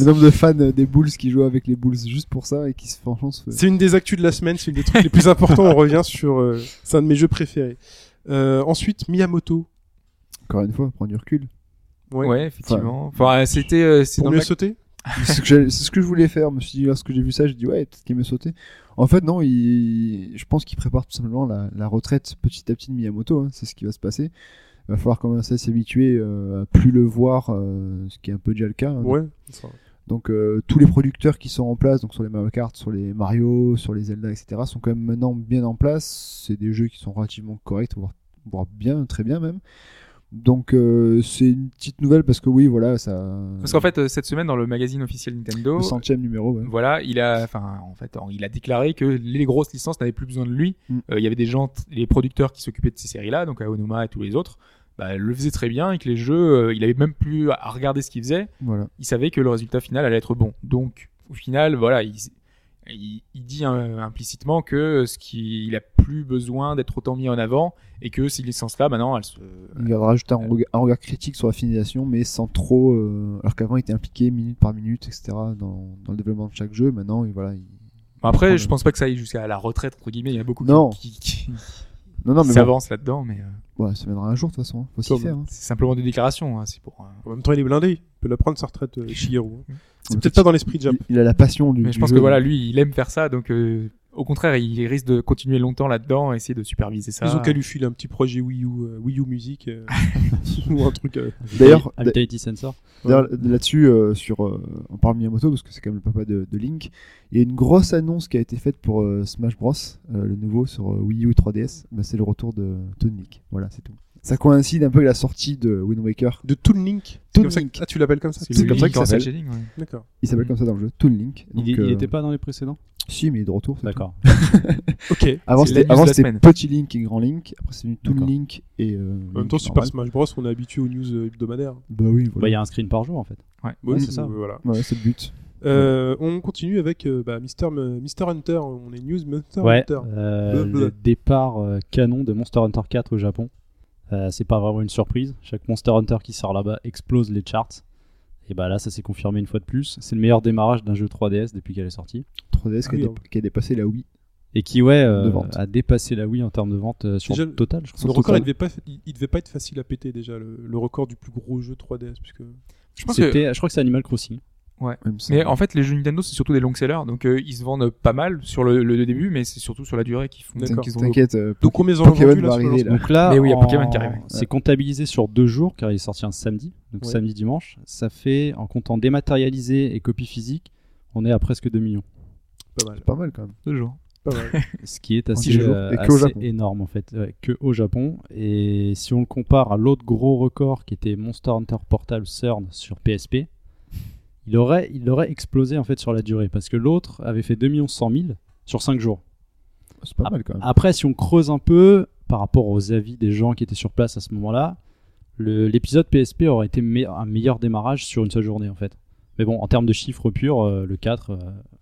[SPEAKER 4] [laughs] Le nombre de fans euh, des Bulls qui jouent avec les Bulls juste pour ça et qui se franchement se
[SPEAKER 3] C'est une des actus de la semaine, c'est une des trucs les plus importants. On revient sur. euh, c'est un de mes jeux préférés. Euh, ensuite, Miyamoto.
[SPEAKER 4] Encore une fois, prendre du
[SPEAKER 3] [laughs]
[SPEAKER 4] recul.
[SPEAKER 3] Ouais.
[SPEAKER 5] Ouais, effectivement. Enfin, euh, c'était euh, c'est
[SPEAKER 3] Pour
[SPEAKER 5] dans le
[SPEAKER 3] mieux
[SPEAKER 5] bac-
[SPEAKER 3] sauter
[SPEAKER 4] c'est ce que j'allais- c'est ce que je voulais faire. Je me suis dit, lorsque j'ai vu ça, j'ai dit, ouais, peut-être qu'il me sauté. En fait, non, il- je pense qu'il prépare tout simplement la, la retraite petit à petit de Miyamoto. hein. c'est ce qui va se passer. Il va falloir commencer à s'habituer euh, à plus le voir, euh, ce qui est un peu déjà le cas. hein.
[SPEAKER 3] Ouais.
[SPEAKER 4] Donc, euh, tous les producteurs qui sont en place, donc sur les Mario Kart, sur les Mario, sur les Zelda, etc., sont quand même maintenant bien en place. C'est des jeux qui sont relativement corrects, voire, voire bien, très bien même. Donc, euh, c'est une petite nouvelle parce que oui, voilà, ça.
[SPEAKER 5] Parce qu'en fait, euh, cette semaine, dans le magazine officiel Nintendo,
[SPEAKER 4] le centième numéro, ouais.
[SPEAKER 5] voilà, il a, enfin, en fait, en- il a déclaré que les grosses licences n'avaient plus besoin de lui.
[SPEAKER 4] Mm.
[SPEAKER 5] Euh, Il y avait des gens, t- les producteurs qui s'occupaient de ces séries-là, donc Aonuma et tous les autres, bah, le faisaient très bien et que les jeux, euh, il avait même plus à à regarder ce qu'ils faisaient.
[SPEAKER 4] voilà.
[SPEAKER 5] Il savait que le résultat final allait être bon. Donc, au final, voilà, il, il, il dit euh, implicitement que ce qu'il il a plus besoin d'être autant mis en avant et que ces licences-là, maintenant, elles se,
[SPEAKER 4] Il va rajouter
[SPEAKER 5] euh,
[SPEAKER 4] un, regard- un regard critique sur la finalisation, mais sans trop. euh, alors qu'avant, il était impliqué minute par minute, etc., dans, dans le développement de chaque jeu. Maintenant, il, voilà. il-
[SPEAKER 5] Bon, après,
[SPEAKER 4] Prendre-
[SPEAKER 5] je pense pas que ça aille jusqu'à la retraite entre guillemets. Il y a beaucoup
[SPEAKER 4] Non.
[SPEAKER 5] qui, qui, qui
[SPEAKER 4] Non, non, mais bon,
[SPEAKER 5] s'avancent là-dedans, mais euh,
[SPEAKER 4] ouais, ça viendra un jour, de toute façon. hein. Faut s'y
[SPEAKER 3] Sûrement.
[SPEAKER 4] faire. hein.
[SPEAKER 5] c'est simplement des déclarations. hein, c'est pour. euh,
[SPEAKER 4] Mm,
[SPEAKER 3] En même temps, il est blindé. Il peut la prendre sa retraite, euh, Shigeru. C'est
[SPEAKER 4] Mais
[SPEAKER 3] peut-être pas dans l'esprit de Jap.
[SPEAKER 4] Il, il a la passion du.
[SPEAKER 5] Mais
[SPEAKER 4] du
[SPEAKER 5] je pense
[SPEAKER 4] jeu,
[SPEAKER 5] que voilà,
[SPEAKER 4] donc.
[SPEAKER 5] lui, il aime faire ça, donc euh, au contraire, il risque de continuer longtemps là-dedans, essayer de superviser ça.
[SPEAKER 3] Ils ont qu'à lui filer un petit projet Wii U, euh, Wii U musique euh, [laughs] ou un truc. euh,
[SPEAKER 4] [laughs] D'ailleurs-
[SPEAKER 6] Activity Sensor.
[SPEAKER 4] D'ailleurs, là-dessus, euh, sur, euh, on parle Miyamoto parce que c'est quand même le papa de, de Link. Il y a une grosse annonce qui a été faite pour euh, Smash Bros, euh, le nouveau sur euh, Wii U 3DS. Bah, c'est le retour de Tonic. Voilà, c'est tout. Ça coïncide un peu avec la sortie de Wind Waker.
[SPEAKER 3] de Toon Link. C'est
[SPEAKER 4] Toon
[SPEAKER 3] comme ça que-
[SPEAKER 4] Link.
[SPEAKER 3] Ah, tu l'appelles comme ça.
[SPEAKER 5] C'est
[SPEAKER 4] C'est
[SPEAKER 5] lui
[SPEAKER 4] comme ça
[SPEAKER 5] qui
[SPEAKER 4] qu'il
[SPEAKER 5] lance le
[SPEAKER 4] s'appelle.
[SPEAKER 5] shading, ouais.
[SPEAKER 3] D'accord.
[SPEAKER 4] Il s'appelle comme ça dans le jeu, Toon Link.
[SPEAKER 6] Il,
[SPEAKER 4] Donc,
[SPEAKER 6] il
[SPEAKER 4] euh,
[SPEAKER 6] était pas dans les précédents
[SPEAKER 4] Si, mais il est de retour. c'est
[SPEAKER 6] D'accord.
[SPEAKER 3] Ok.
[SPEAKER 4] Avant,
[SPEAKER 5] C'est
[SPEAKER 4] c'était
[SPEAKER 5] la news de
[SPEAKER 4] avant,
[SPEAKER 5] la
[SPEAKER 4] c'était
[SPEAKER 5] semaine.
[SPEAKER 4] Petit Link et Grand Link. Après, c'est devenu Toon
[SPEAKER 6] D'accord.
[SPEAKER 4] Link et. euh,
[SPEAKER 3] En même
[SPEAKER 4] Link
[SPEAKER 3] temps, Super
[SPEAKER 4] normal.
[SPEAKER 3] Smash Bros, on est habitué aux news euh, hebdomadaires.
[SPEAKER 4] Bah oui,
[SPEAKER 6] Bah, il y
[SPEAKER 4] voilà.
[SPEAKER 6] a un screen par jour en fait.
[SPEAKER 3] Oui,
[SPEAKER 6] Ouais, c'est ça.
[SPEAKER 3] Voilà.
[SPEAKER 4] Ouais, c'est le but.
[SPEAKER 3] Euh, on continue avec euh, bah, Mister, Mister Hunter. On est news Mister
[SPEAKER 6] Ouais.
[SPEAKER 3] Hunter.
[SPEAKER 6] euh,
[SPEAKER 3] Bleu, bleu.
[SPEAKER 6] le départ euh, canon de Monster Hunter 4 au Japon. Euh, c'est pas vraiment une surprise. Chaque Monster Hunter qui sort là-bas explose les charts. Et bah là, ça s'est confirmé une fois de plus. C'est le meilleur démarrage d'un jeu 3DS depuis qu'elle est sortie.
[SPEAKER 4] 3DS qui,
[SPEAKER 3] Ah oui,
[SPEAKER 4] a,
[SPEAKER 3] hein.
[SPEAKER 4] dé- qui a dépassé la Wii.
[SPEAKER 6] Et qui, ouais, euh,
[SPEAKER 4] De vente.
[SPEAKER 6] a dépassé la Wii en termes de vente euh, sur
[SPEAKER 3] Déjà,
[SPEAKER 6] le total, je crois.
[SPEAKER 3] Le record,
[SPEAKER 6] Total.
[SPEAKER 3] il devait, pas, il, il devait pas être facile à péter déjà. Le, le record du plus gros jeu 3DS. Puisque...
[SPEAKER 5] Je pense que.
[SPEAKER 6] C'était- je crois que c'est Animal Crossing.
[SPEAKER 4] il me semble.
[SPEAKER 5] Mais en fait, les jeux Nintendo, c'est surtout des long-sellers, donc euh, ils se vendent pas mal sur le, le début, mais c'est surtout sur la durée qu'ils font.
[SPEAKER 3] D'accord.
[SPEAKER 5] qu'ils ont-
[SPEAKER 4] T'inquiète, euh,
[SPEAKER 3] Donc combien ils en ont
[SPEAKER 4] Pokémon
[SPEAKER 3] vendu
[SPEAKER 4] va
[SPEAKER 3] là, sur le
[SPEAKER 4] arriver
[SPEAKER 3] lancement
[SPEAKER 4] là.
[SPEAKER 6] Donc là,
[SPEAKER 5] Mais oui, il y a
[SPEAKER 6] en-
[SPEAKER 5] Pokémon qui arrive.
[SPEAKER 6] C'est comptabilisé sur deux jours car il est sorti un samedi, donc
[SPEAKER 3] Ouais.
[SPEAKER 6] samedi dimanche. Ça fait, en comptant dématérialisé et copie physique, on est à presque 2 millions.
[SPEAKER 3] Pas mal.
[SPEAKER 4] C'est pas mal quand même.
[SPEAKER 5] Deux jours.
[SPEAKER 3] Pas mal.
[SPEAKER 6] Ce qui est
[SPEAKER 4] dix
[SPEAKER 6] assez,
[SPEAKER 4] jours,
[SPEAKER 6] euh,
[SPEAKER 4] et que au
[SPEAKER 6] assez
[SPEAKER 4] Japon.
[SPEAKER 6] énorme en fait, ouais, que au Japon. Et si on le compare à l'autre gros record qui était Monster Hunter Portable CERN sur PSP, il aurait, il aurait explosé en fait sur la durée parce que l'autre avait fait 2 100 000 sur 5 jours.
[SPEAKER 4] C'est pas mal quand même.
[SPEAKER 6] Après, si on creuse un peu par rapport aux avis des gens qui étaient sur place à ce moment-là, le- l'épisode PSP aurait été me- un meilleur démarrage sur une seule journée en fait. Mais bon, en termes de chiffres purs, euh, le 4, euh,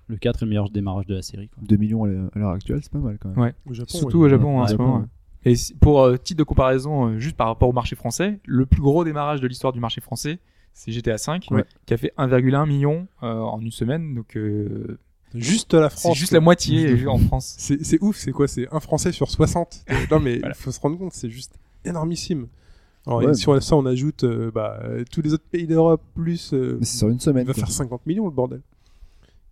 [SPEAKER 6] le 4 est le meilleur démarrage de la série. quoi.
[SPEAKER 4] 2 millions à l'heure à l'heure actuelle, c'est pas mal quand même.
[SPEAKER 5] Ouais.
[SPEAKER 3] Au Japon,
[SPEAKER 5] Surtout
[SPEAKER 3] ouais.
[SPEAKER 5] au Japon hein, en
[SPEAKER 4] Ouais,
[SPEAKER 5] ce
[SPEAKER 4] Japon,
[SPEAKER 5] moment.
[SPEAKER 4] ouais.
[SPEAKER 5] ouais. Et si- pour euh, titre de comparaison, euh, juste par rapport au marché français, le plus gros démarrage de l'histoire du marché français, c'est GTA V,
[SPEAKER 4] Ouais.
[SPEAKER 5] qui a fait 1,1 million euh, en une semaine. Donc euh,
[SPEAKER 3] Juste la
[SPEAKER 5] c'est
[SPEAKER 3] France.
[SPEAKER 5] juste la moitié en France.
[SPEAKER 3] C'est c'est ouf, c'est quoi C'est un Français sur
[SPEAKER 6] [laughs]
[SPEAKER 3] 60. Euh, non, mais il
[SPEAKER 5] Voilà.
[SPEAKER 3] faut se rendre compte, c'est juste énormissime. Alors,
[SPEAKER 4] Ouais,
[SPEAKER 3] et
[SPEAKER 4] mais-
[SPEAKER 3] si on, ça, on ajoute euh, bah, euh, tous les autres pays d'Europe, plus. euh,
[SPEAKER 4] Mais c'est sur une semaine.
[SPEAKER 3] il va
[SPEAKER 4] quoi.
[SPEAKER 3] faire 50 millions le bordel.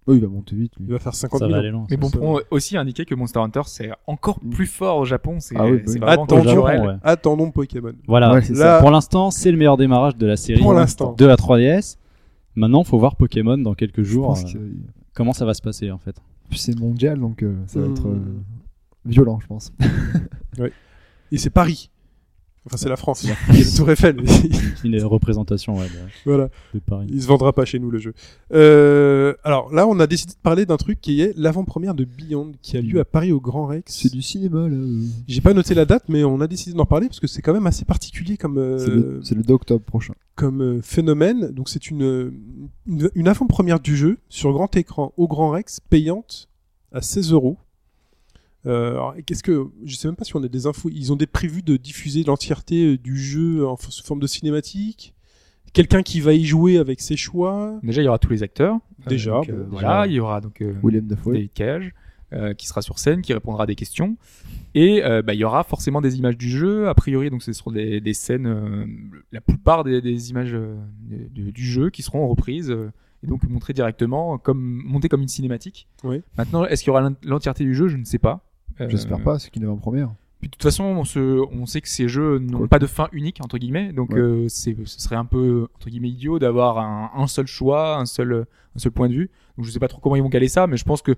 [SPEAKER 4] Oh, il va monter vite, lui.
[SPEAKER 3] Il va faire 50
[SPEAKER 6] Ça
[SPEAKER 3] 000
[SPEAKER 6] va
[SPEAKER 3] ans.
[SPEAKER 6] aller loin.
[SPEAKER 5] Mais
[SPEAKER 6] ça.
[SPEAKER 5] bon,
[SPEAKER 3] ça.
[SPEAKER 5] pour aussi indiquer que Monster Hunter, c'est encore plus fort au Japon. C'est
[SPEAKER 4] Ah oui, bah
[SPEAKER 5] c'est
[SPEAKER 4] oui.
[SPEAKER 5] vraiment
[SPEAKER 3] Attends,
[SPEAKER 5] culturel.
[SPEAKER 6] au Japon, ouais.
[SPEAKER 3] Attendons Pokémon.
[SPEAKER 6] Voilà.
[SPEAKER 4] Ouais, c'est
[SPEAKER 3] Là-
[SPEAKER 6] Pour l'instant, c'est le meilleur démarrage de la série
[SPEAKER 3] Pour l'instant.
[SPEAKER 6] de la 3DS. Maintenant, faut voir Pokémon dans quelques
[SPEAKER 4] Je
[SPEAKER 6] jours
[SPEAKER 4] pense
[SPEAKER 6] euh,
[SPEAKER 4] que-
[SPEAKER 6] comment ça va se passer
[SPEAKER 3] [laughs]
[SPEAKER 6] en fait.
[SPEAKER 4] Puis c'est mondial, donc euh, ça va
[SPEAKER 3] Hmm.
[SPEAKER 4] être euh, violent, je
[SPEAKER 3] [laughs]
[SPEAKER 4] pense.
[SPEAKER 3] Et c'est Paris. Enfin, c'est la France. Il y a le Tour Eiffel.
[SPEAKER 6] Une représentation ouais, de,
[SPEAKER 3] [laughs] voilà.
[SPEAKER 6] de Paris.
[SPEAKER 3] Il se vendra pas chez nous, le jeu. Euh, alors là, on a décidé de parler d'un truc qui est l'avant-première de Beyond, qui a lieu à Paris au Grand Rex.
[SPEAKER 4] C'est du cinéma, là. euh.
[SPEAKER 3] J'ai pas noté la date, mais on a décidé d'en parler parce que c'est quand même assez particulier comme, euh,
[SPEAKER 4] C'est le, c'est le 2 octobre prochain.
[SPEAKER 3] comme euh, phénomène. Donc c'est une, euh, une, une avant-première du jeu sur grand écran au Grand Rex, payante à 16 euros. Euh, alors, et Qu'est-ce que je sais même pas si on a des infos. Ils ont des prévus de diffuser l'entièreté euh, du jeu en f- sous forme de cinématique. Quelqu'un qui va y jouer avec ses choix.
[SPEAKER 5] Déjà, il y aura tous les acteurs.
[SPEAKER 3] Déjà,
[SPEAKER 5] donc, euh,
[SPEAKER 3] bon,
[SPEAKER 5] voilà, il y aura donc euh,
[SPEAKER 4] William Dafoe.
[SPEAKER 5] David Cage euh, qui sera sur scène, qui répondra à des questions. Et euh, bah, il y aura forcément des images du jeu. A priori, donc ce seront des, des scènes, euh, la plupart des, des images euh, du, du jeu qui seront reprises euh, et donc montrées directement, comme montées comme une cinématique.
[SPEAKER 3] Oui.
[SPEAKER 5] Maintenant, est-ce qu'il y aura l'en- l'entièreté du jeu Je ne sais pas. Euh,
[SPEAKER 4] J'espère pas, c'est qu'il est en première.
[SPEAKER 5] puis de toute façon, on, se- on sait que ces jeux n'ont
[SPEAKER 4] Quoi.
[SPEAKER 5] pas de fin unique, entre guillemets, donc
[SPEAKER 4] Ouais.
[SPEAKER 5] euh, c'est- ce serait un peu, entre guillemets, idiot d'avoir un, un seul choix, un seul, un seul point de vue. Donc je sais pas trop comment ils vont caler ça, mais je pense que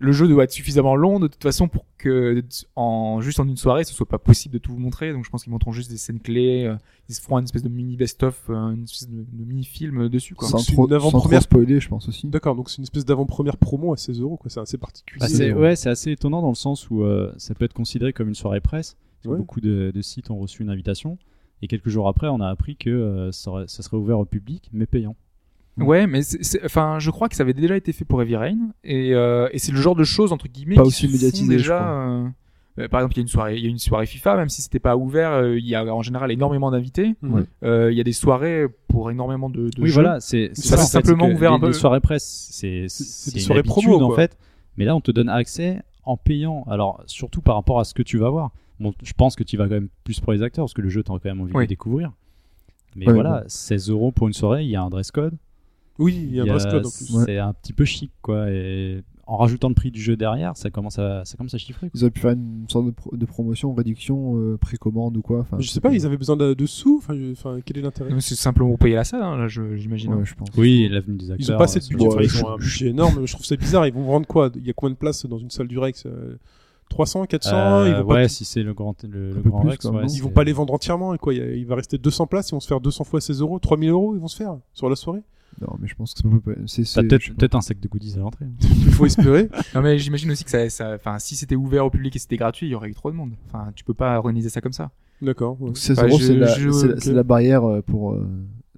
[SPEAKER 5] le jeu doit être suffisamment long de toute façon pour que, en, juste en une soirée, ce soit pas possible de tout vous montrer. Donc je pense qu'ils montreront juste des scènes clés, euh, ils se feront un espèce de mini best-of, euh, une espèce de, de mini-film euh, dessus, quoi.
[SPEAKER 4] Sans
[SPEAKER 3] C'est
[SPEAKER 4] trop,
[SPEAKER 3] une
[SPEAKER 4] sans trop
[SPEAKER 3] avant-première.
[SPEAKER 4] spoiler, je pense aussi.
[SPEAKER 3] D'accord, donc c'est une espèce d'avant-première promo à 16 euros, quoi. C'est assez particulier.
[SPEAKER 6] Bah, c'est-
[SPEAKER 4] bon.
[SPEAKER 6] ouais, c'est assez étonnant dans le sens où euh, ça peut être considéré comme une soirée presse. parce que
[SPEAKER 3] Ouais.
[SPEAKER 6] Beaucoup de, de sites ont reçu une invitation et quelques jours après, on a appris que euh, ça, aurait- ça serait ouvert au public, mais payant.
[SPEAKER 5] Ouais, mais c'est- c'est- enfin, je crois que ça avait déjà été fait pour Heavy Rain, et, euh, et c'est le genre de choses entre guillemets
[SPEAKER 4] Pas
[SPEAKER 5] qui
[SPEAKER 4] aussi
[SPEAKER 5] se font
[SPEAKER 4] médiatisé, je
[SPEAKER 5] déjà.
[SPEAKER 4] crois.
[SPEAKER 5] euh, euh, par exemple, il y a une soirée, il y a une soirée FIFA, même si c'était pas ouvert, euh, il y a en général énormément d'invités.
[SPEAKER 3] Ouais.
[SPEAKER 5] Euh, il y a des soirées pour énormément de, de
[SPEAKER 6] oui,
[SPEAKER 5] jeux.
[SPEAKER 6] voilà, c'est
[SPEAKER 5] Ça,
[SPEAKER 6] en
[SPEAKER 5] c'est
[SPEAKER 6] fait,
[SPEAKER 5] simplement
[SPEAKER 6] que
[SPEAKER 5] ouvert un
[SPEAKER 6] les-
[SPEAKER 5] peu.
[SPEAKER 6] Les soirées presse, c'est
[SPEAKER 3] c'est
[SPEAKER 6] c'est
[SPEAKER 3] des
[SPEAKER 6] une
[SPEAKER 3] soirées
[SPEAKER 6] habitude,
[SPEAKER 3] promo,
[SPEAKER 6] en
[SPEAKER 3] quoi.
[SPEAKER 6] fait. Mais là, on te donne accès en payant. Alors, surtout par rapport à ce que tu vas voir. Bon, je pense que tu vas quand même plus pour les acteurs parce que le jeu, t'as quand même envie
[SPEAKER 5] Oui.
[SPEAKER 6] de découvrir. Mais
[SPEAKER 4] Ouais,
[SPEAKER 6] voilà, 16 euros pour une soirée, il y a un dress code.
[SPEAKER 3] Oui, il y a un
[SPEAKER 6] Il y a-
[SPEAKER 3] dress code en plus.
[SPEAKER 6] C'est un petit peu chic, quoi. Et en rajoutant le prix du jeu derrière, ça commence à, ça commence à chiffrer. quoi.
[SPEAKER 4] Ils auraient pu faire une sorte de, pro- de promotion, réduction, euh, précommande ou quoi. enfin,
[SPEAKER 3] Je sais pas, ils avaient besoin de, de sous. Enfin, je- enfin, quel est l'intérêt
[SPEAKER 5] Non, C'est simplement pour payer la salle, hein, là, je- j'imagine.
[SPEAKER 4] Ouais, je pense.
[SPEAKER 6] Oui, et l'avenue des acteurs.
[SPEAKER 3] Ils ont pas assez de
[SPEAKER 6] euh,
[SPEAKER 3] budget.
[SPEAKER 4] Ouais,
[SPEAKER 3] Enfin, ils
[SPEAKER 4] je-
[SPEAKER 3] ont un budget énorme. Je trouve ça bizarre. Ils vont vendre quoi Il y a combien de places dans une salle du Rex Euh, 300, 400
[SPEAKER 6] euh,
[SPEAKER 3] Ils vont
[SPEAKER 6] ouais,
[SPEAKER 3] pas.
[SPEAKER 6] si c'est le grand, le, le
[SPEAKER 4] peu
[SPEAKER 6] grand
[SPEAKER 4] plus,
[SPEAKER 6] Rex,
[SPEAKER 4] quand
[SPEAKER 6] ouais,
[SPEAKER 4] même.
[SPEAKER 3] Ils
[SPEAKER 6] c'est-
[SPEAKER 3] vont pas les vendre entièrement, quoi. Il y a- Il va rester 200 places, ils vont se faire 200 fois 16 euros, 3000 euros, ils vont se faire sur la soirée.
[SPEAKER 4] Non, mais je pense que ça peut pas.
[SPEAKER 3] Bah,
[SPEAKER 4] C'est c'est- je
[SPEAKER 6] T'as
[SPEAKER 4] sais
[SPEAKER 6] peut-être
[SPEAKER 4] pas.
[SPEAKER 6] peut-être un sac de goodies à l'entrée. hein.
[SPEAKER 3] Il faut espérer.
[SPEAKER 5] Non, mais j'imagine aussi que ça, ça- enfin, si c'était ouvert au public et c'était gratuit, il y aurait eu trop de monde. Enfin, tu peux pas organiser ça comme ça.
[SPEAKER 3] [laughs] D'accord. ouais.
[SPEAKER 4] Donc, 16
[SPEAKER 5] Bah,
[SPEAKER 4] euros,
[SPEAKER 5] je-
[SPEAKER 4] c'est la,
[SPEAKER 5] je-
[SPEAKER 4] c'est la-
[SPEAKER 5] ok.
[SPEAKER 4] c'est la barrière euh, pour, euh,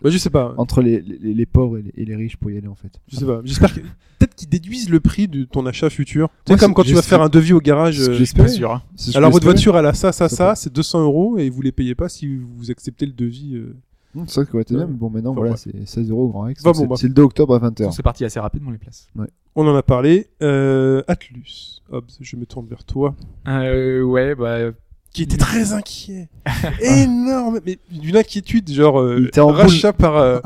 [SPEAKER 3] Bah, je sais pas.
[SPEAKER 4] entre les, les, les pauvres et les, et les riches pour y aller en fait.
[SPEAKER 3] Je sais pas. J'espère que peut-être qu'ils déduisent le prix de ton achat futur. C'est
[SPEAKER 4] Ouais,
[SPEAKER 3] comme
[SPEAKER 4] c'est-
[SPEAKER 3] quand tu vas
[SPEAKER 4] j'espère-
[SPEAKER 3] faire un devis au garage.
[SPEAKER 4] c'est ce que
[SPEAKER 3] euh,
[SPEAKER 4] j'espère. Ouais.
[SPEAKER 5] sûr. hein.
[SPEAKER 4] C'est ce
[SPEAKER 3] Alors
[SPEAKER 4] que
[SPEAKER 3] votre
[SPEAKER 4] j'espérais.
[SPEAKER 3] voiture elle a ça, ça,
[SPEAKER 4] Ça
[SPEAKER 3] ça,
[SPEAKER 4] peut.
[SPEAKER 3] c'est 200 euros et vous les payez pas si vous acceptez le devis. euh.
[SPEAKER 4] Mmh, C'est ça qui aurait été bien, mais bon, maintenant,
[SPEAKER 3] Enfin,
[SPEAKER 4] voilà,
[SPEAKER 3] ouais.
[SPEAKER 4] c'est 16 euros au Grand Rex.
[SPEAKER 3] Bah,
[SPEAKER 4] donc
[SPEAKER 3] bon,
[SPEAKER 4] c'est-
[SPEAKER 3] bah.
[SPEAKER 4] C'est le 2 octobre à 20h.
[SPEAKER 5] C'est parti assez rapidement les places.
[SPEAKER 3] On en a parlé. Euh, Atlus, Hobbs, je me tourne vers toi.
[SPEAKER 5] Euh, ouais, bah,
[SPEAKER 3] Qui était très inquiet, [laughs] énorme, mais d'une inquiétude genre euh,
[SPEAKER 4] Il était en
[SPEAKER 3] rachat par euh,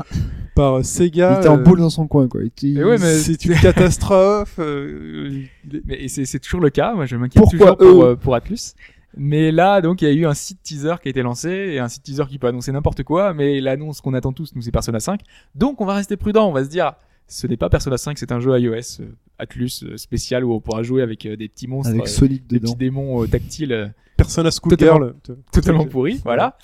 [SPEAKER 3] par euh,
[SPEAKER 4] Il
[SPEAKER 3] Sega.
[SPEAKER 4] était en
[SPEAKER 3] euh,
[SPEAKER 4] boule dans son coin, quoi. Il était-
[SPEAKER 5] Et ouais, mais-
[SPEAKER 3] C'est une catastrophe. euh, il est-
[SPEAKER 5] Mais et c'est c'est toujours le cas. Moi, je m'inquiète
[SPEAKER 4] Pourquoi
[SPEAKER 5] toujours pour,
[SPEAKER 4] eux
[SPEAKER 5] euh, pour Atlus. Mais là, donc, il y a eu un site teaser qui a été lancé et un site teaser qui peut annoncer n'importe quoi. Mais l'annonce qu'on attend tous, nous, c'est Persona 5. Donc, on va rester prudent. On va se dire, ce n'est pas Persona 5, c'est un jeu iOS euh, Atlus euh, spécial où on pourra jouer avec euh, des petits monstres,
[SPEAKER 4] Avec
[SPEAKER 5] euh,
[SPEAKER 4] Sonic
[SPEAKER 5] des
[SPEAKER 4] dedans.
[SPEAKER 5] petits démons euh, tactiles euh,
[SPEAKER 3] Persona
[SPEAKER 5] Totalement-
[SPEAKER 3] Schoolgirl.
[SPEAKER 5] totalement pourris. Voilà.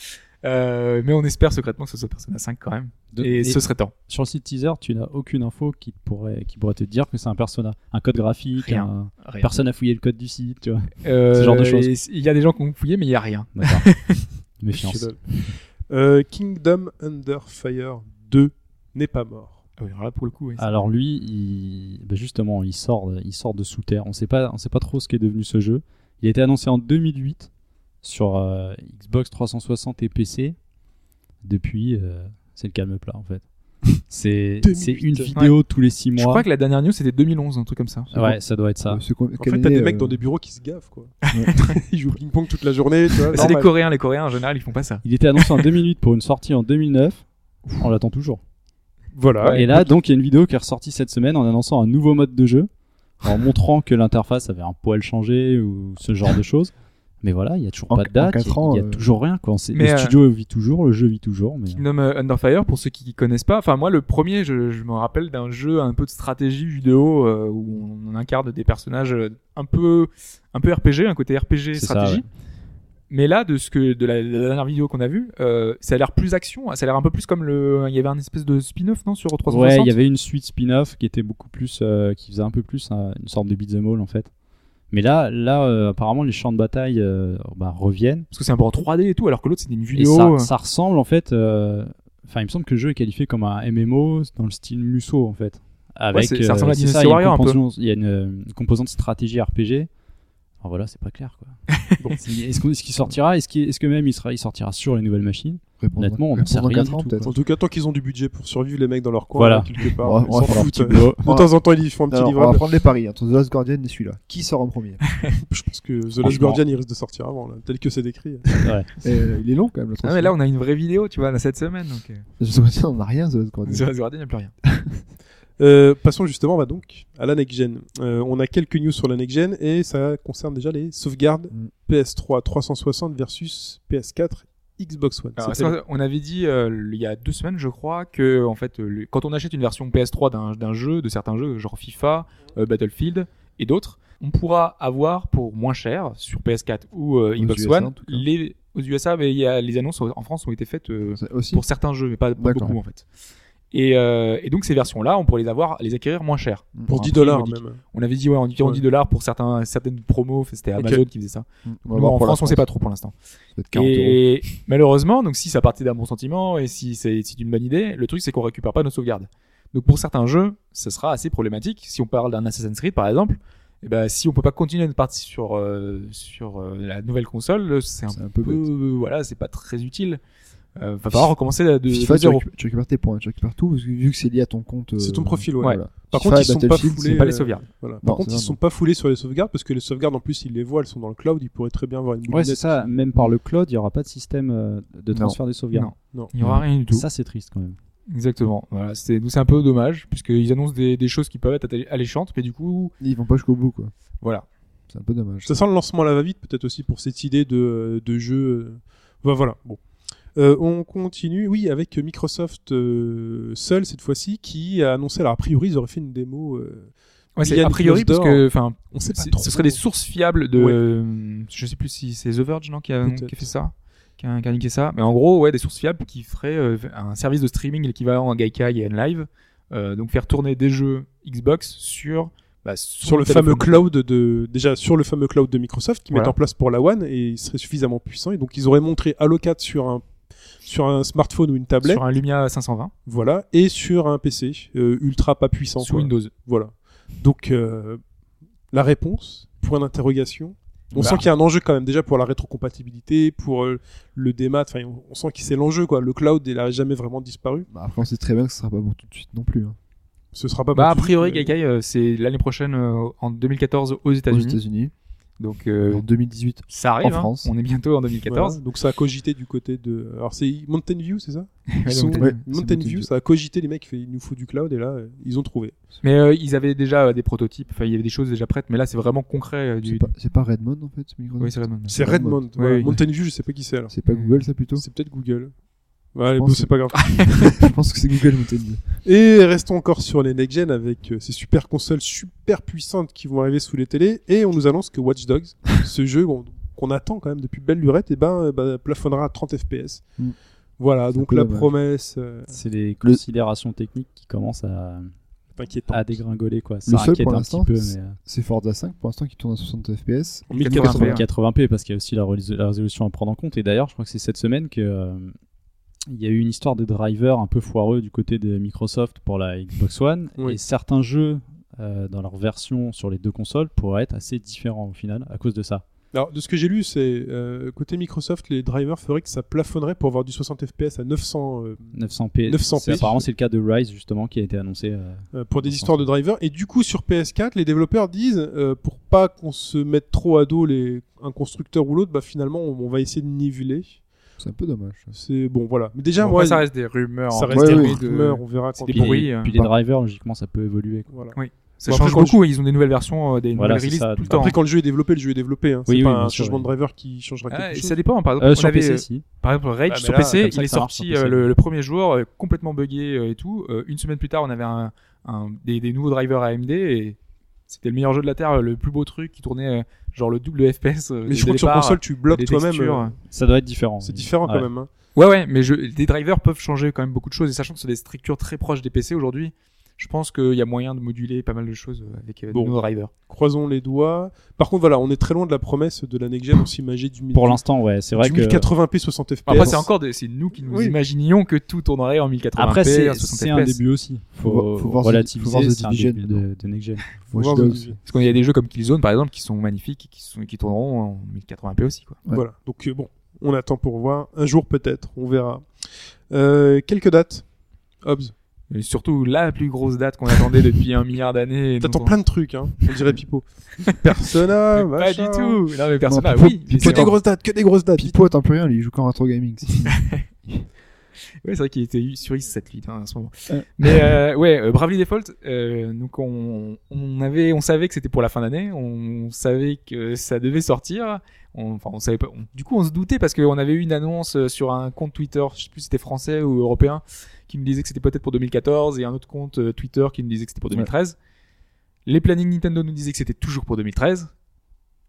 [SPEAKER 5] Euh, mais on espère secrètement que ce soit Persona 5 quand même.
[SPEAKER 6] De-
[SPEAKER 5] et
[SPEAKER 6] et
[SPEAKER 5] ce serait temps.
[SPEAKER 6] Sur le site teaser, tu n'as aucune info qui te pourrait, qui pourrait te dire que c'est un persona, un code graphique,
[SPEAKER 5] Rien.
[SPEAKER 6] un-
[SPEAKER 5] Rien.
[SPEAKER 6] personne n'a fouillé le code du site, tu vois.
[SPEAKER 5] Euh,
[SPEAKER 6] ce genre de choses.
[SPEAKER 5] et c- Il y a des gens qui ont fouillé, mais il y a rien.
[SPEAKER 6] D'accord. Méfiance.
[SPEAKER 3] Euh, Kingdom Under Fire 2 n'est pas mort.
[SPEAKER 5] Ah oui, Alors là, pour le coup, ouais, c'est-
[SPEAKER 6] Alors lui, il... bah, justement, il sort, il sort de sous terre. On sait pas, on sait pas trop ce qu'est devenu ce jeu. Il a été annoncé en 2008 sur euh, Xbox 360 et PC. Depuis, euh, c'est le calme plat en fait. C'est
[SPEAKER 3] 2008.
[SPEAKER 6] c'est une vidéo tous les six
[SPEAKER 5] je
[SPEAKER 6] mois.
[SPEAKER 5] crois que la dernière news, c'était 2011, un truc comme ça.
[SPEAKER 6] Ouais, ça doit être ça.
[SPEAKER 4] Euh, c'est quoi-
[SPEAKER 3] En
[SPEAKER 4] quelle
[SPEAKER 3] fait, t'as
[SPEAKER 4] année,
[SPEAKER 3] des mecs
[SPEAKER 4] euh,
[SPEAKER 3] dans des bureaux qui se gavent, quoi.
[SPEAKER 4] Ouais.
[SPEAKER 3] [laughs] Ils jouent au ping-pong toute la journée, tu vois.
[SPEAKER 5] C'est les
[SPEAKER 3] normal.
[SPEAKER 5] Coréens, les Coréens en général, ils font pas ça.
[SPEAKER 6] Il était annoncé en 2008 pour une sortie en 2009. On l'attend toujours.
[SPEAKER 3] Voilà.
[SPEAKER 6] Et là, donc, il y a une vidéo qui est ressortie cette semaine en annonçant un nouveau mode de jeu,
[SPEAKER 4] [laughs]
[SPEAKER 6] en montrant que l'interface avait un poil changé ou ce genre de choses. Mais voilà, il y a toujours
[SPEAKER 4] En-
[SPEAKER 6] pas de
[SPEAKER 4] en
[SPEAKER 6] date, il
[SPEAKER 4] quatre
[SPEAKER 6] y a-
[SPEAKER 4] ans,
[SPEAKER 6] il y a
[SPEAKER 4] euh,
[SPEAKER 6] toujours rien. Quoi. C'est-
[SPEAKER 5] Mais,
[SPEAKER 6] le
[SPEAKER 5] euh,
[SPEAKER 6] studio vit toujours, le jeu vit toujours. Mais...
[SPEAKER 5] Kingdom euh, Under Fire, pour ceux qui ne connaissent pas, enfin moi le premier, je, je me rappelle d'un jeu un peu de stratégie vidéo euh, où on incarne des personnages euh, un peu, un peu RPG, un côté RPG
[SPEAKER 6] C'est ça,
[SPEAKER 5] stratégie.
[SPEAKER 6] ouais.
[SPEAKER 5] Mais là, de ce que de la, de la dernière vidéo qu'on a vue, euh, ça a l'air plus action, ça a l'air un peu plus comme le, il y avait un espèce de spin-off non sur 360.
[SPEAKER 6] Ouais, il y avait une suite spin-off qui était beaucoup plus, euh, qui faisait un peu plus euh, une sorte de beat'em all en fait. Mais là, là, euh, apparemment, les champs de bataille euh, bah, reviennent.
[SPEAKER 5] parce que c'est un peu en 3D et tout, alors que l'autre c'était une
[SPEAKER 6] Et
[SPEAKER 5] vidéo.
[SPEAKER 6] ça,
[SPEAKER 5] euh,
[SPEAKER 6] ça ressemble en fait. euh, Enfin, il me semble que le jeu est qualifié comme un MMO dans le style Musso en fait. Avec, euh,
[SPEAKER 5] c'est- ça ressemble à
[SPEAKER 6] c'est
[SPEAKER 5] Dynasty
[SPEAKER 6] il y a une
[SPEAKER 5] Warrior, un peu.
[SPEAKER 6] composante- Il y a une, euh, une composante stratégie RPG. Alors voilà, c'est pas clair quoi.
[SPEAKER 5] [laughs]
[SPEAKER 6] Bon, c'est- Est-ce qu'on- est-ce qu'il sortira Est-ce qu'il- est-ce que même il, sera, il sortira sur les nouvelles machines
[SPEAKER 4] Répondre-
[SPEAKER 6] Honnêtement, on en
[SPEAKER 4] répondre
[SPEAKER 6] sait
[SPEAKER 4] dans
[SPEAKER 6] rien
[SPEAKER 4] quatre
[SPEAKER 6] du
[SPEAKER 4] ans,
[SPEAKER 6] tout,
[SPEAKER 4] peut-être.
[SPEAKER 3] En tout cas, tant qu'ils ont du budget pour survivre, les mecs dans leur coin,
[SPEAKER 6] Voilà.
[SPEAKER 3] là, quelque part,
[SPEAKER 4] On va-
[SPEAKER 3] ils
[SPEAKER 4] on va
[SPEAKER 3] s'en
[SPEAKER 4] faire un
[SPEAKER 3] foutent.
[SPEAKER 6] Euh,
[SPEAKER 4] petit
[SPEAKER 3] De
[SPEAKER 4] on va-
[SPEAKER 3] temps en temps, ils font un petit
[SPEAKER 4] Alors, on va
[SPEAKER 3] livrable.
[SPEAKER 4] prendre les paris entre The Last Guardian et celui-là. Qui sort en premier
[SPEAKER 3] Je pense que The Last
[SPEAKER 6] Franchement.
[SPEAKER 3] Guardian, il risque de sortir avant, là, tel que c'est décrit.
[SPEAKER 4] Euh, Il est long quand même. le
[SPEAKER 5] Ah, mais là on a une vraie vidéo, tu vois, cette semaine. Donc, euh,
[SPEAKER 4] The Last Guardian, on n'a rien The Last
[SPEAKER 5] [laughs]
[SPEAKER 4] Guardian.
[SPEAKER 5] The Last Guardian, il n'y a plus rien.
[SPEAKER 3] Euh, passons justement bah donc à la next gen. Euh, on a quelques news sur la next gen et ça concerne déjà les sauvegardes
[SPEAKER 4] Mm.
[SPEAKER 3] PS3 360 versus PS4 Xbox One.
[SPEAKER 5] Alors,
[SPEAKER 3] C'était
[SPEAKER 5] Ah, ça, on avait dit euh, il y a deux semaines, je crois, que en fait, euh, le- quand on achète une version PS3 d'un- d'un jeu, de certains jeux, genre FIFA, euh, Battlefield et d'autres, on pourra avoir pour moins cher sur PS4 ou euh, Xbox
[SPEAKER 4] USA, en
[SPEAKER 5] One
[SPEAKER 4] tout cas.
[SPEAKER 5] les aux USA, mais il y a, les annonces en en France ont été faites euh,
[SPEAKER 4] C'est Aussi.
[SPEAKER 5] pour certains jeux, mais pas, pas
[SPEAKER 4] D'accord.
[SPEAKER 5] beaucoup en fait. Et, euh, et donc ces versions-là, on pourrait les avoir, les acquérir moins cher.
[SPEAKER 3] pour
[SPEAKER 5] un
[SPEAKER 3] 10
[SPEAKER 5] prix
[SPEAKER 3] dollars
[SPEAKER 5] modique.
[SPEAKER 3] même.
[SPEAKER 5] On avait dit ouais, en environ
[SPEAKER 3] Ouais.
[SPEAKER 5] 10 dollars pour certains, certaines promos, c'était
[SPEAKER 3] Ok.
[SPEAKER 5] Amazon qui faisait ça.
[SPEAKER 4] Mm. On va
[SPEAKER 5] Nous,
[SPEAKER 4] voir
[SPEAKER 5] en
[SPEAKER 4] pour la
[SPEAKER 5] France, on sait pas trop pour l'instant.
[SPEAKER 4] Ça doit être 40 euros.
[SPEAKER 5] Et malheureusement, donc si ça partait d'un bon sentiment et si c'est c'est une bonne idée, le truc c'est qu'on récupère pas nos sauvegardes. Donc pour certains jeux, ça sera assez problématique. Si on parle d'un Assassin's Creed par exemple, eh ben si on peut pas continuer notre partie sur euh, sur euh, la nouvelle console, c'est un
[SPEAKER 4] C'est un peu
[SPEAKER 5] peu
[SPEAKER 4] bête.
[SPEAKER 5] euh, voilà, c'est pas très utile. Euh, va falloir recommencer de, de,
[SPEAKER 4] FIFA,
[SPEAKER 5] de
[SPEAKER 4] tu,
[SPEAKER 5] zéro.
[SPEAKER 4] récup- tu récupères tes points, tu récupères tout, parce que vu que c'est lié à ton compte.
[SPEAKER 3] C'est
[SPEAKER 4] euh,
[SPEAKER 3] ton profil, ouais.
[SPEAKER 5] ouais.
[SPEAKER 4] voilà.
[SPEAKER 3] Par
[SPEAKER 4] FIFA
[SPEAKER 3] contre,
[SPEAKER 4] et
[SPEAKER 3] ils sont pas
[SPEAKER 4] Battlefield,
[SPEAKER 3] foulés.
[SPEAKER 5] Pas les
[SPEAKER 3] euh,
[SPEAKER 5] sauvegardes.
[SPEAKER 3] Voilà. Par
[SPEAKER 4] Non,
[SPEAKER 3] contre,
[SPEAKER 4] c'est
[SPEAKER 3] ils
[SPEAKER 4] ça,
[SPEAKER 3] sont
[SPEAKER 4] non.
[SPEAKER 3] pas foulés sur les sauvegardes parce que les sauvegardes, en plus, ils les voient, elles sont dans le cloud. Ils pourraient très bien voir une
[SPEAKER 6] Ouais,
[SPEAKER 3] boulinette.
[SPEAKER 6] c'est ça. Même par le cloud, il n'y aura pas de système euh, de
[SPEAKER 4] Non.
[SPEAKER 6] transfert des sauvegardes.
[SPEAKER 5] Non. Il y aura rien du tout.
[SPEAKER 6] Ça, c'est triste quand même.
[SPEAKER 5] Exactement. Voilà, c'est donc c'est un peu dommage puisqu'ils annoncent des, des choses qui peuvent être atta- alléchantes, mais du coup,
[SPEAKER 4] Ils vont pas jusqu'au bout, quoi.
[SPEAKER 5] voilà.
[SPEAKER 4] C'est un peu dommage.
[SPEAKER 3] Ça sent le lancement à la va-vite, peut-être aussi pour cette idée de, de jeu. Bah, voilà, bon. Euh, on continue, oui, avec Microsoft euh, seul cette fois-ci, qui a annoncé, alors a priori, ils auraient fait une démo. euh,
[SPEAKER 5] Ouais, c'est
[SPEAKER 3] Yann
[SPEAKER 5] a priori parce
[SPEAKER 3] Clousdor,
[SPEAKER 5] que enfin
[SPEAKER 3] on sait pas
[SPEAKER 5] c'est-
[SPEAKER 3] trop.
[SPEAKER 5] ce serait des sources fiables de
[SPEAKER 3] Ouais.
[SPEAKER 5] euh, je sais plus si c'est The Verge non qui a,
[SPEAKER 3] Peut-être.
[SPEAKER 5] qui a fait ça qui a, qui a niqué ça mais en gros ouais des sources fiables qui feraient euh, un service de streaming équivalent à Gaikai et Enlive euh, donc faire tourner des jeux Xbox sur bah, sur,
[SPEAKER 3] sur le fameux
[SPEAKER 5] téléphone.
[SPEAKER 3] cloud de déjà sur le fameux cloud de Microsoft qui
[SPEAKER 5] Voilà.
[SPEAKER 3] mettent en place pour la One et il serait suffisamment puissant et donc ils auraient montré Halo 4 sur un sur un smartphone ou une tablette
[SPEAKER 5] sur un Lumia 520
[SPEAKER 3] voilà et sur un PC euh, ultra pas puissant
[SPEAKER 5] sous
[SPEAKER 3] quoi.
[SPEAKER 5] Windows
[SPEAKER 3] voilà donc euh, la réponse point d'interrogation on
[SPEAKER 5] Bah.
[SPEAKER 3] sent qu'il y a un enjeu quand même déjà pour la rétrocompatibilité pour euh, le démat enfin on, on sent que c'est l'enjeu quoi le cloud il a jamais vraiment disparu
[SPEAKER 4] Bah, après, on sait très bien que ce sera pas bon tout de suite non plus. hein.
[SPEAKER 3] ce sera pas
[SPEAKER 5] bah a
[SPEAKER 3] pour tout de
[SPEAKER 5] priori
[SPEAKER 3] suite, mais-
[SPEAKER 5] Gaikai euh, c'est l'année prochaine euh, en 2014 aux
[SPEAKER 4] Aux
[SPEAKER 5] États-Unis
[SPEAKER 4] États-Unis,
[SPEAKER 5] donc euh,
[SPEAKER 4] en 2018.
[SPEAKER 5] ça arrive
[SPEAKER 4] en
[SPEAKER 5] hein.
[SPEAKER 4] France.
[SPEAKER 5] on est bientôt en
[SPEAKER 3] Voilà,
[SPEAKER 5] 2014
[SPEAKER 3] donc ça a cogité du côté de alors c'est Mountain View c'est ça Ils sont-
[SPEAKER 5] [laughs] donc, euh,
[SPEAKER 4] ouais.
[SPEAKER 3] Mountain,
[SPEAKER 4] Mountain
[SPEAKER 3] View,
[SPEAKER 4] View.
[SPEAKER 3] ça a cogité les mecs, fait, il nous faut du cloud et là euh, ils ont trouvé.
[SPEAKER 5] mais euh, ils avaient déjà euh, des prototypes enfin il y avait des choses déjà prêtes mais là c'est vraiment concret euh, du
[SPEAKER 4] C'est pas, c'est pas Redmond en fait, ce micro
[SPEAKER 5] Oui, c'est Redmond. Mm.
[SPEAKER 3] C'est
[SPEAKER 4] Redmond.
[SPEAKER 3] Redmond. voilà.
[SPEAKER 5] oui.
[SPEAKER 3] Mountain View, je sais pas qui c'est alors.
[SPEAKER 4] C'est pas Google ça plutôt
[SPEAKER 3] C'est peut-être Google. Ouais, allez,
[SPEAKER 4] pense
[SPEAKER 3] bon,
[SPEAKER 4] que- Ah.
[SPEAKER 3] c'est pas
[SPEAKER 4] [laughs]
[SPEAKER 3] grave.
[SPEAKER 4] Je pense que c'est Google Mountain View.
[SPEAKER 3] Et restons encore sur les next gen avec euh, ces super consoles super puissantes qui vont arriver sous les télés et on nous annonce que Watch Dogs, [laughs] ce jeu qu'on qu'on attend quand même depuis belle lurette, et ben euh, bah, plafonnera à 30 FPS.
[SPEAKER 4] Mm. C'est
[SPEAKER 3] Voilà,
[SPEAKER 4] un
[SPEAKER 3] donc
[SPEAKER 4] peu
[SPEAKER 3] la
[SPEAKER 4] dommage.
[SPEAKER 3] promesse euh,
[SPEAKER 6] C'est des considérations techniques qui commencent à,
[SPEAKER 3] est inquiétante.
[SPEAKER 4] Ah,
[SPEAKER 6] à dégringoler quoi. Ça
[SPEAKER 4] Le seul
[SPEAKER 6] inquiète
[SPEAKER 4] pour
[SPEAKER 6] un
[SPEAKER 4] l'instant,
[SPEAKER 6] petit peu,
[SPEAKER 4] c'est-
[SPEAKER 6] mais euh,
[SPEAKER 4] C'est Forza 5 pour l'instant qui tourne à 60 FPS.
[SPEAKER 3] En
[SPEAKER 5] 1080p,
[SPEAKER 3] 1080p.
[SPEAKER 6] 80p parce qu'il y a aussi la, rés- la résolution à prendre en compte. Et d'ailleurs, je crois que c'est cette semaine que euh, il y a eu une histoire de drivers un peu foireux du côté de Microsoft pour la Xbox One
[SPEAKER 3] Oui.
[SPEAKER 6] et certains jeux. euh, dans leur version sur les deux consoles pourraient être assez différents au final à cause de ça.
[SPEAKER 3] Alors, de ce que j'ai lu, c'est euh, côté Microsoft, les drivers feraient que ça plafonnerait pour avoir du 60 FPS à 900 euh,
[SPEAKER 6] 900p,
[SPEAKER 3] 900p.
[SPEAKER 6] c'est- apparemment c'est le cas de Rise justement qui a été annoncé. euh,
[SPEAKER 3] euh, pour des
[SPEAKER 6] Dans ce
[SPEAKER 3] histoires de drivers. Et du coup, sur PS4, les développeurs disent, euh, pour pas qu'on se mette trop à dos les, un constructeur ou l'autre, bah, finalement, on, on va essayer de niveler.
[SPEAKER 4] C'est un peu dommage.
[SPEAKER 3] C'est bon, voilà. Mais déjà,
[SPEAKER 5] Bon,
[SPEAKER 3] moi,
[SPEAKER 5] après, ça reste des rumeurs.
[SPEAKER 3] ça
[SPEAKER 5] hein.
[SPEAKER 3] reste
[SPEAKER 4] Ouais,
[SPEAKER 3] des
[SPEAKER 4] ouais.
[SPEAKER 3] rumeurs, on verra
[SPEAKER 5] C'est
[SPEAKER 3] quand
[SPEAKER 5] des
[SPEAKER 6] Puis
[SPEAKER 3] il-
[SPEAKER 6] les-
[SPEAKER 5] bruits, euh.
[SPEAKER 6] Puis les drivers, logiquement, ça peut évoluer. quoi.
[SPEAKER 3] Voilà.
[SPEAKER 5] Oui. Ça
[SPEAKER 3] Bon,
[SPEAKER 5] change
[SPEAKER 3] après, quand
[SPEAKER 5] beaucoup. Ils ont des nouvelles versions, euh, des
[SPEAKER 6] Voilà,
[SPEAKER 5] nouvelles
[SPEAKER 6] c'est
[SPEAKER 5] releases
[SPEAKER 6] ça.
[SPEAKER 5] tout le temps.
[SPEAKER 3] Après, quand le jeu est développé, le jeu est développé. hein. C'est
[SPEAKER 6] Oui, oui,
[SPEAKER 3] pas
[SPEAKER 6] bien
[SPEAKER 3] un
[SPEAKER 6] sûr,
[SPEAKER 3] changement
[SPEAKER 6] oui.
[SPEAKER 3] de driver qui changera
[SPEAKER 5] Ah,
[SPEAKER 3] quelque
[SPEAKER 5] et
[SPEAKER 3] chose.
[SPEAKER 5] ça dépend. Par exemple,
[SPEAKER 6] Euh,
[SPEAKER 5] on
[SPEAKER 6] sur
[SPEAKER 5] avait,
[SPEAKER 6] PC,
[SPEAKER 5] euh,
[SPEAKER 6] si.
[SPEAKER 5] par exemple, Rage
[SPEAKER 3] Ah, mais
[SPEAKER 5] sur
[SPEAKER 3] là,
[SPEAKER 5] PC,
[SPEAKER 6] comme ça,
[SPEAKER 5] il est
[SPEAKER 6] ça marche sur
[SPEAKER 5] sorti
[SPEAKER 6] PC.
[SPEAKER 5] euh, le, le premier jour euh, complètement buggé euh, et tout. Euh, une semaine plus tard, on avait un, un- des, des nouveaux drivers AMD et c'était le meilleur jeu de la terre, le plus beau truc qui tournait euh, genre le double FPS. euh,
[SPEAKER 3] Mais je crois
[SPEAKER 5] dès le
[SPEAKER 3] que sur
[SPEAKER 5] départ,
[SPEAKER 3] console, tu bloques
[SPEAKER 5] des
[SPEAKER 3] toi-même.
[SPEAKER 5] textures.
[SPEAKER 3] euh,
[SPEAKER 6] Ça doit être différent.
[SPEAKER 3] C'est différent quand
[SPEAKER 6] Ouais.
[SPEAKER 3] même. hein.
[SPEAKER 5] Ouais, ouais, mais je, les drivers peuvent changer quand même beaucoup de choses. Et sachant que c'est des structures très proches des PC aujourd'hui, je pense qu'il y a moyen de moduler pas mal de choses euh, avec euh,
[SPEAKER 3] Bon.
[SPEAKER 5] de nouveaux drivers.
[SPEAKER 3] Croisons les doigts. Par contre, voilà, on est très loin de la promesse de la next gen. On s'imaginait du, mille-
[SPEAKER 6] Pour l'instant, ouais, c'est vrai
[SPEAKER 3] du
[SPEAKER 6] que.
[SPEAKER 3] 1080p 60 fps.
[SPEAKER 5] Après, c'est encore des- c'est nous qui nous
[SPEAKER 3] Oui.
[SPEAKER 5] imaginions que tout tournerait en 1080p.
[SPEAKER 6] Après, c'est
[SPEAKER 5] en 60
[SPEAKER 6] c'est un
[SPEAKER 5] FPS.
[SPEAKER 6] début aussi.
[SPEAKER 4] Faut
[SPEAKER 6] Faut,
[SPEAKER 4] voir- faut voir The-
[SPEAKER 6] relativiser.
[SPEAKER 4] faut voir The
[SPEAKER 6] c'est un
[SPEAKER 4] Division
[SPEAKER 6] début
[SPEAKER 4] maintenant.
[SPEAKER 6] de, de [laughs] next gen.
[SPEAKER 3] Watch
[SPEAKER 4] Watch
[SPEAKER 3] Dogs.
[SPEAKER 4] Dogs.
[SPEAKER 5] Parce qu'on y a des jeux comme Killzone, par exemple, qui sont magnifiques et qui, sont, qui tourneront en 1080p aussi. Quoi.
[SPEAKER 4] Ouais.
[SPEAKER 3] Voilà. Donc euh, bon, on attend pour voir. Un jour peut-être, on verra. Euh, quelques dates. Hobbs.
[SPEAKER 5] Et surtout, la plus grosse date qu'on attendait depuis un milliard d'années. et
[SPEAKER 3] T'attends
[SPEAKER 5] dont on-
[SPEAKER 3] plein de trucs, hein. On dirait Pipo. [laughs] Persona,
[SPEAKER 5] Mais
[SPEAKER 3] machin.
[SPEAKER 5] Pas du tout Non mais Persona,
[SPEAKER 4] Pipo-
[SPEAKER 5] oui mais
[SPEAKER 3] Que
[SPEAKER 5] c'est
[SPEAKER 3] des
[SPEAKER 5] vrai.
[SPEAKER 3] grosses dates, que des grosses dates.
[SPEAKER 4] Pipo attend plus rien, lui, il joue qu'en rétro gaming. c'est fini.
[SPEAKER 5] Ouais, c'est vrai qu'il était sur X78 hein, à ce moment.
[SPEAKER 4] Ouais.
[SPEAKER 5] Mais euh, ouais, euh, Bravely Default, euh, donc on, on avait, on savait que c'était pour la fin d'année, on savait que ça devait sortir. On, enfin, on savait pas. on- du coup, on se doutait parce qu'on avait eu une annonce euh, sur un compte Twitter, je sais plus si c'était français ou européen, qui nous disait que c'était peut-être pour 2014 et un autre compte euh, Twitter qui nous disait que c'était pour 2013. Les plannings Nintendo nous disaient que c'était toujours pour 2013.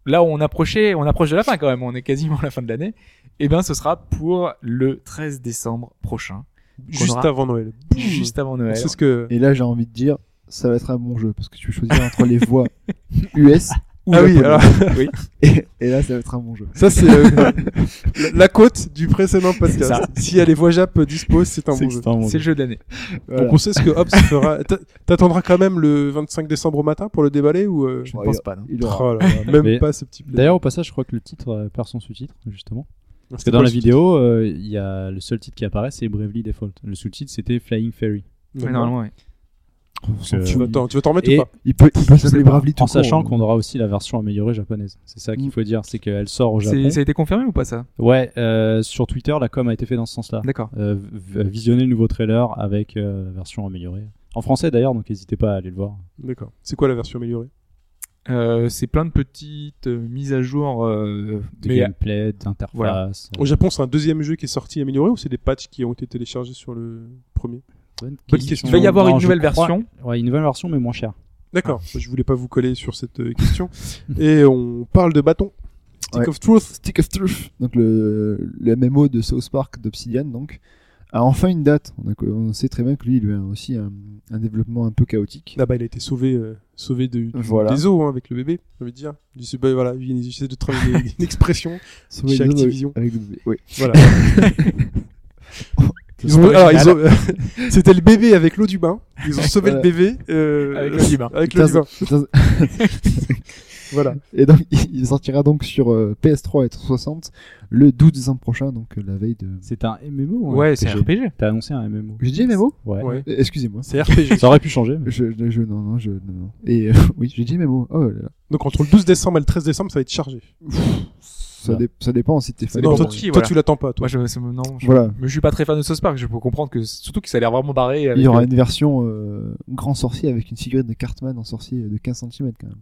[SPEAKER 5] Là, on approchait, on approche de la fin quand même, on est quasiment à la fin de l'année. Et bien, ce sera pour le 13 décembre prochain
[SPEAKER 3] Juste
[SPEAKER 5] aura-
[SPEAKER 3] avant Noël.
[SPEAKER 5] juste avant Noël.
[SPEAKER 3] C'est ce que.
[SPEAKER 4] [laughs] Et là, j'ai envie de dire, ça va être un bon jeu parce que tu peux choisir entre les [laughs] voix US ou
[SPEAKER 3] Ah oui,
[SPEAKER 4] japonaises.
[SPEAKER 3] alors,
[SPEAKER 4] Et, et là, ça va être un bon jeu.
[SPEAKER 3] ça c'est euh, la- la côte du précédent
[SPEAKER 5] C'est ça.
[SPEAKER 3] podcast. Si elle est voix Jap dispo, c'est un
[SPEAKER 6] C'est
[SPEAKER 3] bon
[SPEAKER 6] que
[SPEAKER 3] jeu.
[SPEAKER 6] c'est un bon
[SPEAKER 5] C'est
[SPEAKER 6] jeu.
[SPEAKER 5] le jeu de l'année.
[SPEAKER 4] Voilà.
[SPEAKER 3] Donc on sait ce que Hobbs fera. T'a- T'attendras quand même le 25 décembre au matin pour le déballer ou euh,
[SPEAKER 5] Je ne
[SPEAKER 4] Ouais,
[SPEAKER 5] pense pas. non.
[SPEAKER 4] Il aura.
[SPEAKER 3] oh là là, même
[SPEAKER 6] Mais-
[SPEAKER 3] pas ce petit. plaisir.
[SPEAKER 6] D'ailleurs, au passage, je crois que le titre euh, perd son sous-titre, justement. Parce que
[SPEAKER 3] C'est
[SPEAKER 6] dans
[SPEAKER 3] quoi
[SPEAKER 6] la
[SPEAKER 3] ce
[SPEAKER 6] vidéo, euh, il y a le seul titre qui apparaît, c'est Bravely Default. Le sous-titre, c'était Flying Fairy.
[SPEAKER 3] truc
[SPEAKER 5] Ouais, normalement, ouais.
[SPEAKER 6] euh,
[SPEAKER 3] Tu vas t'en tu vas t'en remettre
[SPEAKER 6] Et [laughs]
[SPEAKER 3] ou pas
[SPEAKER 5] Oh.
[SPEAKER 4] Il peut, il peut
[SPEAKER 6] Je sais
[SPEAKER 4] s'appeler
[SPEAKER 6] pas.
[SPEAKER 4] Bravely tout
[SPEAKER 6] en sachant
[SPEAKER 4] court, hein.
[SPEAKER 6] qu'on aura aussi la version améliorée japonaise. C'est ça qu'il
[SPEAKER 4] Mm.
[SPEAKER 6] faut dire, c'est qu'elle sort au Japon.
[SPEAKER 5] C'est- Ça a été confirmé ou pas ça
[SPEAKER 6] Ouais, euh, sur Twitter, la com a été faite dans ce sens-là.
[SPEAKER 5] D'accord.
[SPEAKER 6] Euh, v- visionner le nouveau trailer avec euh, la version améliorée. En français d'ailleurs, donc n'hésitez pas à aller le voir.
[SPEAKER 3] D'accord. C'est quoi la version améliorée
[SPEAKER 5] Euh, c'est plein de petites euh, mises à jour. euh,
[SPEAKER 6] De
[SPEAKER 5] mais,
[SPEAKER 6] gameplay, d'interface. euh,
[SPEAKER 3] Au Japon, c'est un deuxième jeu qui est sorti amélioré ou c'est des patchs qui ont été téléchargés sur le premier
[SPEAKER 6] Bonne
[SPEAKER 3] Bonne
[SPEAKER 5] il
[SPEAKER 3] question.
[SPEAKER 5] va y avoir
[SPEAKER 6] Non,
[SPEAKER 5] une
[SPEAKER 6] je
[SPEAKER 5] nouvelle
[SPEAKER 6] crois-
[SPEAKER 5] version.
[SPEAKER 6] Ouais, une nouvelle version mais moins chère.
[SPEAKER 3] D'accord. Je voulais pas vous coller sur cette euh, question. Et on parle de bâton. Stick
[SPEAKER 4] Ouais.
[SPEAKER 3] of Truth.
[SPEAKER 4] Stick of Truth, donc le, le MMO de South Park d'Obsidian, donc, a enfin une date. On, a- on sait très bien que lui, il a aussi un, un développement un peu chaotique.
[SPEAKER 3] Là-bas, il a été sauvé, euh, sauvé de, du-
[SPEAKER 4] Voilà.
[SPEAKER 3] des eaux hein, avec le bébé. J'ai envie de dire. Je sais pas, voilà, il essaie de trouver une, une expression.
[SPEAKER 4] Sauf avec-
[SPEAKER 3] Chez Activision.
[SPEAKER 4] avec le- oui.
[SPEAKER 3] Voilà. Ils ont-
[SPEAKER 4] [laughs]
[SPEAKER 3] alors, ils ont- [laughs] C'était le bébé avec l'eau du bain. Ils ont sauvé
[SPEAKER 4] Voilà.
[SPEAKER 3] le bébé euh,
[SPEAKER 5] Avec l'eau du bain.
[SPEAKER 3] Avec l'eau du bain. Voilà.
[SPEAKER 4] Et donc, [laughs] il sortira donc sur euh, PS3 et 360 le 12 décembre prochain, donc euh, la veille de.
[SPEAKER 6] C'est un MMO. hein,
[SPEAKER 5] Ouais, c'est un
[SPEAKER 6] RPG.
[SPEAKER 5] RPG.
[SPEAKER 6] T'as annoncé un MMO.
[SPEAKER 4] J'ai dit MMO
[SPEAKER 6] Ouais.
[SPEAKER 3] Ouais.
[SPEAKER 4] Euh, Excusez-moi.
[SPEAKER 3] C'est [laughs] RPG.
[SPEAKER 6] Ça aurait pu changer. mais-
[SPEAKER 4] Je, je, non, non, je, non, non. Et euh, [laughs] oui, j'ai dit MMO. Oh là là.
[SPEAKER 3] Donc entre le 12 décembre et le 13 décembre, ça va être chargé.
[SPEAKER 4] Ça, dé- ça dépend si t'es fan.
[SPEAKER 5] dépend
[SPEAKER 3] Non, toi,
[SPEAKER 5] pour qui,
[SPEAKER 3] tu- toi,
[SPEAKER 5] voilà.
[SPEAKER 3] tu l'attends pas, toi.
[SPEAKER 5] Moi, je, c'est- non, je,
[SPEAKER 4] Voilà.
[SPEAKER 5] mais je suis pas très fan de South Park. Je peux comprendre que surtout que ça a l'air vraiment barré.
[SPEAKER 4] Il
[SPEAKER 5] avec-
[SPEAKER 4] y aura une version euh, grand sorcier avec une figurine de Cartman en sorcier de 15 cm quand même.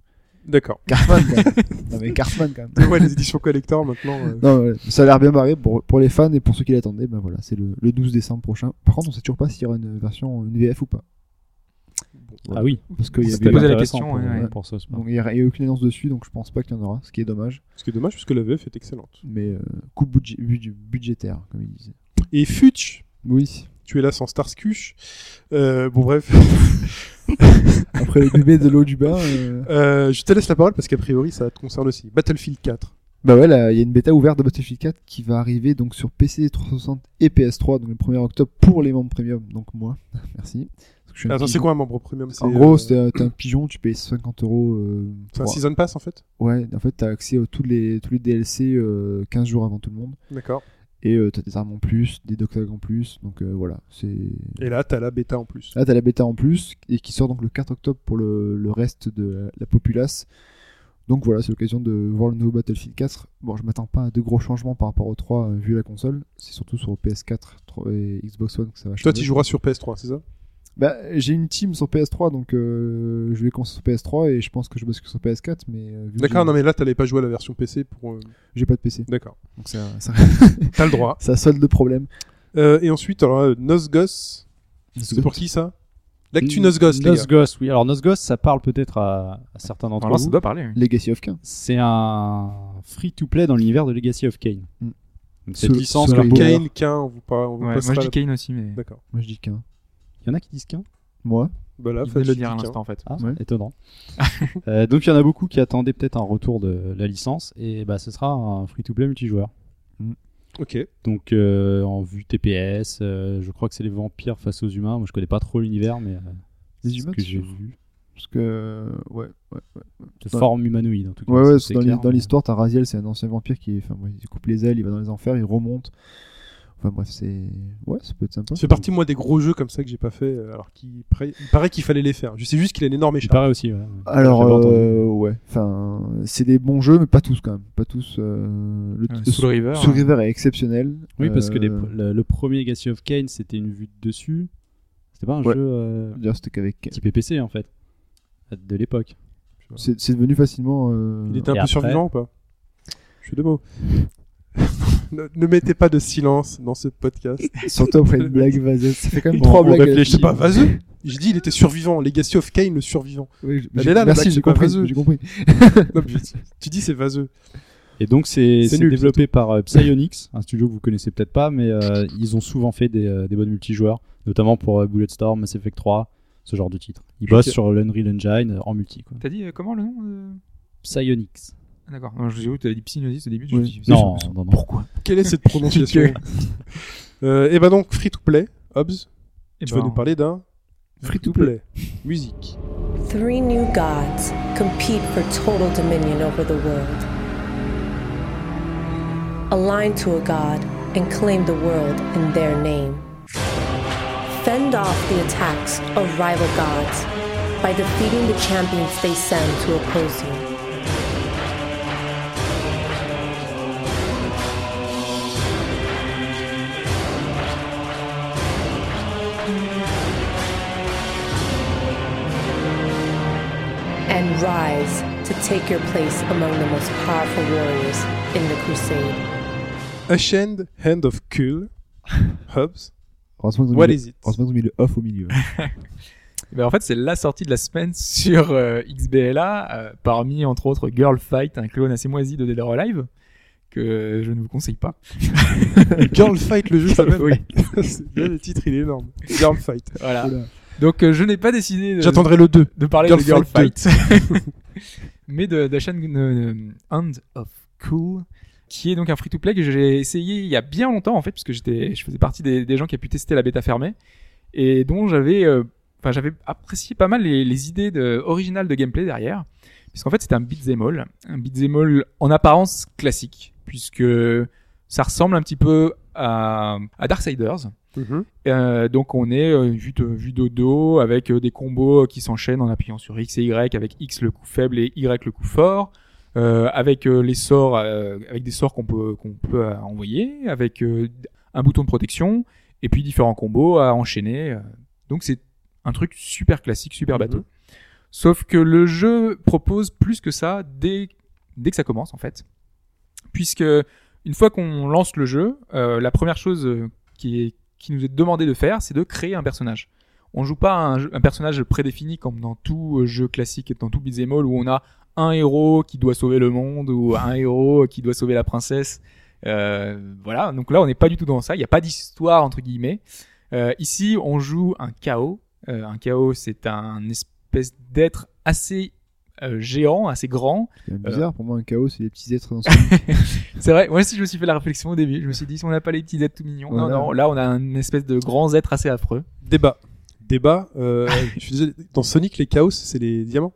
[SPEAKER 3] D'accord.
[SPEAKER 4] [laughs] Cartman quand même. non, mais Cartman [laughs] quand même.
[SPEAKER 3] Ouais, les éditions collector maintenant. euh,
[SPEAKER 4] Non, ouais, ça a l'air bien barré pour, pour les fans et pour ceux qui l'attendaient. Ben voilà, c'est le, le 12 décembre prochain. Par contre, on sait toujours pas s'il y aura une version une VF ou pas.
[SPEAKER 6] Ah oui.
[SPEAKER 4] Parce qu'il y,
[SPEAKER 5] C'est
[SPEAKER 4] avait-
[SPEAKER 5] posé la
[SPEAKER 6] intéressant
[SPEAKER 5] question,
[SPEAKER 6] pour, euh,
[SPEAKER 5] ouais, ouais.
[SPEAKER 6] pour ça, c'est pas-
[SPEAKER 4] donc, il y a- il y a aucune annonce dessus, donc je pense pas qu'il y en aura, ce qui est dommage.
[SPEAKER 3] Ce qui est dommage, parce que la VF est excellente.
[SPEAKER 4] Mais euh, coupe budgé- budg- budgétaire, comme ils disaient.
[SPEAKER 3] Et Futch,
[SPEAKER 4] Oui.
[SPEAKER 3] tu es là sans Starscush. Euh, bon, bref.
[SPEAKER 4] Après le bébé de l'eau du bain. euh,
[SPEAKER 3] Euh, je te laisse la parole parce qu'a priori, ça te concerne aussi. Battlefield 4.
[SPEAKER 4] Bah ouais, là, il y a une bêta ouverte de Battlefield 4 qui va arriver donc sur PC 360 et PS3 donc le 1er octobre pour les membres premium, donc moi. [laughs] Merci. Parce que je suis un
[SPEAKER 3] Attends, c'est
[SPEAKER 4] pigeon.
[SPEAKER 3] quoi un membre premium C'est,
[SPEAKER 4] En
[SPEAKER 3] euh,
[SPEAKER 4] gros, c'est un- t'es un pigeon, tu payes 50 euros. euh,
[SPEAKER 3] c'est un
[SPEAKER 4] pour-
[SPEAKER 3] season pass en fait
[SPEAKER 4] Ouais, en fait, t'as accès à tous les, tous les DLC euh, 15 jours avant tout le monde.
[SPEAKER 3] D'accord.
[SPEAKER 4] Et euh, t'as des armes en plus, des doctags en plus, donc euh, voilà. c'est
[SPEAKER 3] Et là, t'as la bêta en
[SPEAKER 5] Ah,
[SPEAKER 3] plus.
[SPEAKER 4] Là, Ah, t'as la bêta en plus et qui sort donc le 4 octobre pour le, le reste de la, la populace. Donc voilà, c'est l'occasion de voir le nouveau Battlefield 4. Bon, je m'attends pas à de gros changements par rapport au 3 euh, vu la console. C'est surtout sur PS4 3 et Xbox One que ça va changer.
[SPEAKER 3] Toi, tu joueras sur PS3, c'est ça
[SPEAKER 4] Bah, j'ai une team sur PS3, donc euh, je vais commencer sur PS3 et je pense que je bascule sur PS4, mais euh, vu que
[SPEAKER 3] D'accord,
[SPEAKER 4] j'ai-
[SPEAKER 3] non mais là, t'allais pas jouer à la version PC pour. euh,
[SPEAKER 4] j'ai pas de PC,
[SPEAKER 3] D'accord.
[SPEAKER 4] donc ça, ça,
[SPEAKER 3] [laughs] T'as le droit.
[SPEAKER 4] ça solde le problème.
[SPEAKER 3] Euh, et ensuite, alors, euh, Nosgoss. C'est pour qui ça L'actu Nosgoss, les gars.
[SPEAKER 6] Nosgoss, oui. Alors Nosgoss, ça parle peut-être à, à certains d'entre
[SPEAKER 5] Normalement, ça
[SPEAKER 6] vous.
[SPEAKER 5] doit parler. hein.
[SPEAKER 4] Legacy of Kain.
[SPEAKER 6] C'est un free-to-play dans l'univers de Legacy of Kane.
[SPEAKER 4] Mm.
[SPEAKER 5] Hmm.
[SPEAKER 6] Donc, Cette
[SPEAKER 4] Sous-
[SPEAKER 6] licence,
[SPEAKER 4] sous la
[SPEAKER 6] le
[SPEAKER 4] boule.
[SPEAKER 6] Kane-
[SPEAKER 3] Kane, Kain, on vous, parle, on vous
[SPEAKER 5] Ouais, moi
[SPEAKER 3] passera
[SPEAKER 5] je dis
[SPEAKER 3] la-
[SPEAKER 5] Kane aussi, mais
[SPEAKER 3] D'accord.
[SPEAKER 4] Moi je dis qu'un.
[SPEAKER 6] Il y en a qui disent Kane.
[SPEAKER 4] Moi
[SPEAKER 3] Bah là,
[SPEAKER 5] il venait de le
[SPEAKER 3] facile,
[SPEAKER 5] dire à
[SPEAKER 3] Kain.
[SPEAKER 5] l'instant en fait.
[SPEAKER 6] Ah,
[SPEAKER 4] Ouais.
[SPEAKER 5] [laughs]
[SPEAKER 6] étonnant. Euh, donc il y en a beaucoup qui attendaient peut-être un retour de la licence et bah ce sera un free-to-play multijoueur.
[SPEAKER 3] Ok.
[SPEAKER 6] Donc euh, en vue TPS, euh, je crois que c'est les vampires face aux humains. Moi je connais pas trop l'univers mais euh,
[SPEAKER 4] Les
[SPEAKER 6] c'est ce
[SPEAKER 4] humains,
[SPEAKER 6] que
[SPEAKER 4] tu
[SPEAKER 6] j'ai
[SPEAKER 4] vois.
[SPEAKER 6] vu
[SPEAKER 4] Parce que. euh, Ouais, ouais.
[SPEAKER 6] de
[SPEAKER 4] Ouais.
[SPEAKER 6] forme humanoïde en tout cas.
[SPEAKER 4] Ouais,
[SPEAKER 6] ça,
[SPEAKER 4] ouais,
[SPEAKER 6] c'est
[SPEAKER 4] dans l'hi-
[SPEAKER 6] clair,
[SPEAKER 4] dans
[SPEAKER 6] mais-
[SPEAKER 4] l'histoire, t'as Raziel, c'est un ancien vampire qui enfin, bon, il coupe les ailes, il va dans les enfers, il remonte. Enfin bref, c'est. Ouais, ça peut être sympa.
[SPEAKER 3] C'est parti moi des gros jeux comme ça que j'ai pas fait euh, alors qu'il pra- il paraît qu'il fallait les faire. Je sais juste qu'il a une énorme
[SPEAKER 6] Il
[SPEAKER 3] écharpe.
[SPEAKER 6] paraît aussi. ouais, ouais.
[SPEAKER 4] Alors,
[SPEAKER 6] J'avais entendu.
[SPEAKER 4] euh, ouais, enfin, c'est des bons jeux, mais pas tous quand même. Pas tous. euh, le,
[SPEAKER 3] Ah,
[SPEAKER 5] Euh,
[SPEAKER 4] le-
[SPEAKER 5] Soul
[SPEAKER 3] hein.
[SPEAKER 5] River.
[SPEAKER 4] Soul River est exceptionnel.
[SPEAKER 6] Oui, parce que les-
[SPEAKER 4] Euh,
[SPEAKER 6] le, le premier Legacy of Kane c'était une vue de dessus. C'était pas un
[SPEAKER 4] Ouais.
[SPEAKER 6] jeu euh,
[SPEAKER 4] D'ailleurs, c'était qu'avec.
[SPEAKER 6] type PPC en fait de l'époque.
[SPEAKER 4] C'est c'est devenu facilement. euh,
[SPEAKER 3] Il était un
[SPEAKER 6] Et
[SPEAKER 3] peu
[SPEAKER 6] après-
[SPEAKER 3] survivant ou pas Je suis de mots. [laughs] ne, ne mettez pas de silence dans ce podcast.
[SPEAKER 4] Surtout après
[SPEAKER 3] [laughs]
[SPEAKER 4] une blague vaseuse. Ça fait quand même [laughs]
[SPEAKER 3] Bon,
[SPEAKER 4] trois
[SPEAKER 3] on
[SPEAKER 4] blagues.
[SPEAKER 3] réfléchit pas, vaseux. J'ai dit il était survivant, Legacy of Kane
[SPEAKER 4] [laughs]
[SPEAKER 3] le survivant.
[SPEAKER 4] Oui,
[SPEAKER 3] Elle
[SPEAKER 4] j'ai-
[SPEAKER 3] est là, la blague,
[SPEAKER 4] Merci,
[SPEAKER 3] c'est
[SPEAKER 4] j'ai
[SPEAKER 3] pas
[SPEAKER 4] compris.
[SPEAKER 3] vaseux.
[SPEAKER 4] J'ai compris.
[SPEAKER 3] Non, mais tu- tu dis c'est vaseux.
[SPEAKER 6] Et donc c'est
[SPEAKER 3] C'est
[SPEAKER 6] c'est
[SPEAKER 3] nul,
[SPEAKER 6] développé par euh, Psyonix, un studio que vous connaissez peut-être pas, mais euh, ils ont souvent fait des, euh, des bonnes multijoueurs, notamment pour euh, Bulletstorm, Mass Effect 3, ce genre de titres. Ils bossent
[SPEAKER 3] Ok.
[SPEAKER 6] Bah, sur l'Unreal Engine euh, en multi. Quoi.
[SPEAKER 5] T'as dit euh, comment le nom euh
[SPEAKER 6] Psyonix.
[SPEAKER 5] Ah, D'accord. Non, je dis, t'as dit Psygnosis au début. je
[SPEAKER 4] Oui.
[SPEAKER 5] me suis dit,
[SPEAKER 6] Non, non, non.
[SPEAKER 4] Pourquoi
[SPEAKER 3] Quelle
[SPEAKER 4] [laughs]
[SPEAKER 3] est cette prononciation [laughs] euh, Et ben donc free to play, Hobbs,
[SPEAKER 5] Eh
[SPEAKER 3] tu
[SPEAKER 5] ben,
[SPEAKER 3] veux nous parler d'un
[SPEAKER 4] Free to play.
[SPEAKER 3] musique.
[SPEAKER 7] Three new gods compete for total dominion over the world. Align to a god and claim the world in their name. Fend off the attacks of rival gods by defeating the champions they send to oppose you. and rise to take your place among the most powerful warriors in the crusade.
[SPEAKER 3] Ascend Hand of
[SPEAKER 4] [laughs]
[SPEAKER 3] Cool. Hobbs,
[SPEAKER 4] Heureusement qu'ils ont
[SPEAKER 3] what
[SPEAKER 4] mis le-
[SPEAKER 3] is it
[SPEAKER 4] heureusement qu'ils ont mis le off au milieu.
[SPEAKER 5] Ben, en fait, c'est la sortie de la semaine [laughs] sur euh, XBLA, euh, parmi entre autres Girl Fight, un clone assez moisi de Dead or Alive, que je ne vous conseille pas.
[SPEAKER 3] Girl Fight, le jeu s'appelle.
[SPEAKER 5] Oui,
[SPEAKER 3] [laughs] C'est- Là, le titre, il est énorme. Girl Fight.
[SPEAKER 5] voilà.
[SPEAKER 4] Oula.
[SPEAKER 5] Donc, euh, je n'ai pas décidé de,
[SPEAKER 3] J'attendrai le 2.
[SPEAKER 5] de parler
[SPEAKER 3] Girl
[SPEAKER 5] de Girl
[SPEAKER 3] Fight
[SPEAKER 5] Fight, [laughs] mais de d'Ashen euh, Hand of Cool, qui est donc un free-to-play que j'ai essayé il y a bien longtemps, en fait, puisque j'étais, je faisais partie des, des gens qui a pu tester la bêta fermée, et dont j'avais... euh, Enfin, j'avais apprécié pas mal les, les idées de, originales de gameplay derrière, puisqu'en fait c'est un beat'em all, un beat'em all en apparence classique, puisque ça ressemble un petit peu à, à Darksiders,
[SPEAKER 3] Mhm.
[SPEAKER 5] euh, donc on est euh, vue de, vue de dos avec euh, des combos euh, qui s'enchaînent en appuyant sur X et Y avec X le coup faible et Y le coup fort. euh, avec euh, les sorts, euh, avec des sorts qu'on peut qu'on peut euh, envoyer, avec euh, un bouton de protection et puis différents combos à enchaîner. euh. Donc c'est un truc super classique, super bateau.
[SPEAKER 3] Mhm.
[SPEAKER 5] Sauf que le jeu propose plus que ça dès dès que ça commence en fait, puisque une fois qu'on lance le jeu, euh, la première chose euh, qui, est- qui nous est demandé de faire, c'est de créer un personnage. On joue pas un, jeu- un personnage prédéfini comme dans tout euh, jeu classique et dans tout beat'em all où on a un héros qui doit sauver le monde ou un héros qui doit sauver la princesse. Euh, voilà, donc là on n'est pas du tout dans ça, il n'y a pas d'histoire entre guillemets. Euh, ici on joue un chaos. Euh, un chaos c'est un espèce d'être assez euh, géant, assez grand,
[SPEAKER 4] C'est bizarre, pour moi, un chaos, c'est les petits êtres
[SPEAKER 3] [laughs]
[SPEAKER 4] dans ce
[SPEAKER 5] c'est vrai, moi aussi je me suis fait la réflexion au début. Je me suis dit, si on n'a pas les petits êtres tout mignons,
[SPEAKER 4] Voilà.
[SPEAKER 5] non, non, là on a un espèce de grands êtres assez affreux.
[SPEAKER 3] Débat. Débat. euh, je suis désolé, dans Sonic, les chaos, c'est les diamants.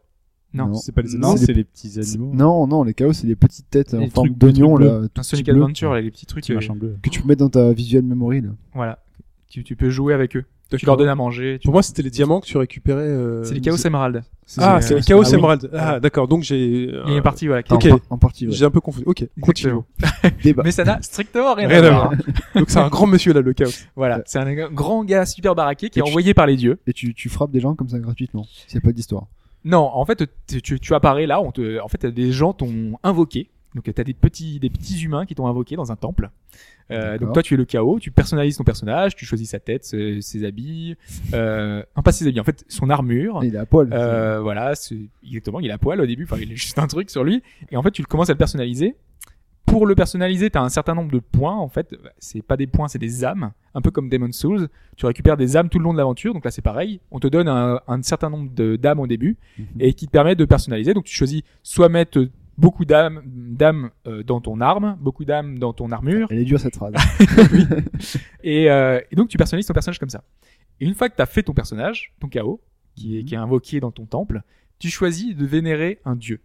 [SPEAKER 5] Non.
[SPEAKER 3] C'est pas les
[SPEAKER 6] Non,
[SPEAKER 3] animaux.
[SPEAKER 6] c'est les petits
[SPEAKER 4] C'est-
[SPEAKER 6] animaux.
[SPEAKER 4] Non, non, les chaos, c'est les petites têtes
[SPEAKER 6] Les
[SPEAKER 4] en forme
[SPEAKER 6] trucs- les
[SPEAKER 4] d'oignon,
[SPEAKER 6] trucs
[SPEAKER 4] là. tout
[SPEAKER 5] Un
[SPEAKER 4] petit
[SPEAKER 5] Sonic
[SPEAKER 4] bleu,
[SPEAKER 5] Adventure, là, les petits trucs,
[SPEAKER 6] Petit
[SPEAKER 5] euh,
[SPEAKER 6] machin bleu.
[SPEAKER 4] Que tu peux mettre dans ta visual memory, là.
[SPEAKER 5] voilà. Tu, tu peux jouer avec eux. Tu leur donnes à manger. tu-
[SPEAKER 3] Pour moi, c'était les diamants que tu récupérais. euh,
[SPEAKER 5] C'est les Chaos Emerald.
[SPEAKER 3] Ah, c'est Chaos
[SPEAKER 6] ah oui.
[SPEAKER 3] Emerald. Ah, d'accord. Donc j'ai.
[SPEAKER 5] Il y a une partie, voilà. qui est-
[SPEAKER 3] Ok.
[SPEAKER 4] En, par- en partie, ouais.
[SPEAKER 3] J'ai un peu confondu. Ok. Continue.
[SPEAKER 5] Exactement.
[SPEAKER 4] [laughs] Débat.
[SPEAKER 5] Mais ça n'a strictement rien,
[SPEAKER 3] Rien à
[SPEAKER 5] à voir.
[SPEAKER 3] Donc c'est un grand monsieur là, le Chaos.
[SPEAKER 5] [laughs] Voilà, c'est un grand gars super baraqué qui
[SPEAKER 4] Et
[SPEAKER 5] est
[SPEAKER 4] tu-
[SPEAKER 5] envoyé par les dieux.
[SPEAKER 4] Et tu, tu frappes des gens comme ça gratuitement. S'il n'y a pas d'histoire.
[SPEAKER 5] Non, en fait, tu, tu- tu apparais là. On te, en fait, t'as des gens t'ont invoqué. Donc, t'as des petits, des petits humains qui t'ont invoqué dans un temple. Euh,
[SPEAKER 4] D'accord.
[SPEAKER 5] donc toi, tu es le chaos. Tu personnalises ton personnage. Tu choisis sa tête, ses, ses habits. Euh, non, pas ses habits. En fait, son armure.
[SPEAKER 4] Et il est à poil.
[SPEAKER 5] Euh, voilà, c'est- exactement. Il a poil au début. Enfin, il a [laughs] juste un truc sur lui. Et en fait, tu le commences à le personnaliser. Pour le personnaliser, t'as un certain nombre de points. En fait, c'est pas des points, c'est des âmes. Un peu comme Demon's Souls. Tu récupères des âmes tout le long de l'aventure. Donc là, c'est pareil. On te donne un, un certain nombre de- d'âmes au début et qui te permet de personnaliser. Donc tu choisis soit mettre beaucoup d'âmes d'âmes euh, dans ton arme, beaucoup d'âmes dans ton armure,
[SPEAKER 4] Elle est dure
[SPEAKER 5] [laughs]
[SPEAKER 4] cette phrase.
[SPEAKER 5] et, euh, et donc tu personnalises ton personnage comme ça. Et une fois que tu as fait ton personnage, ton chaos, qui est, qui est invoqué dans ton temple, tu choisis de vénérer un dieu.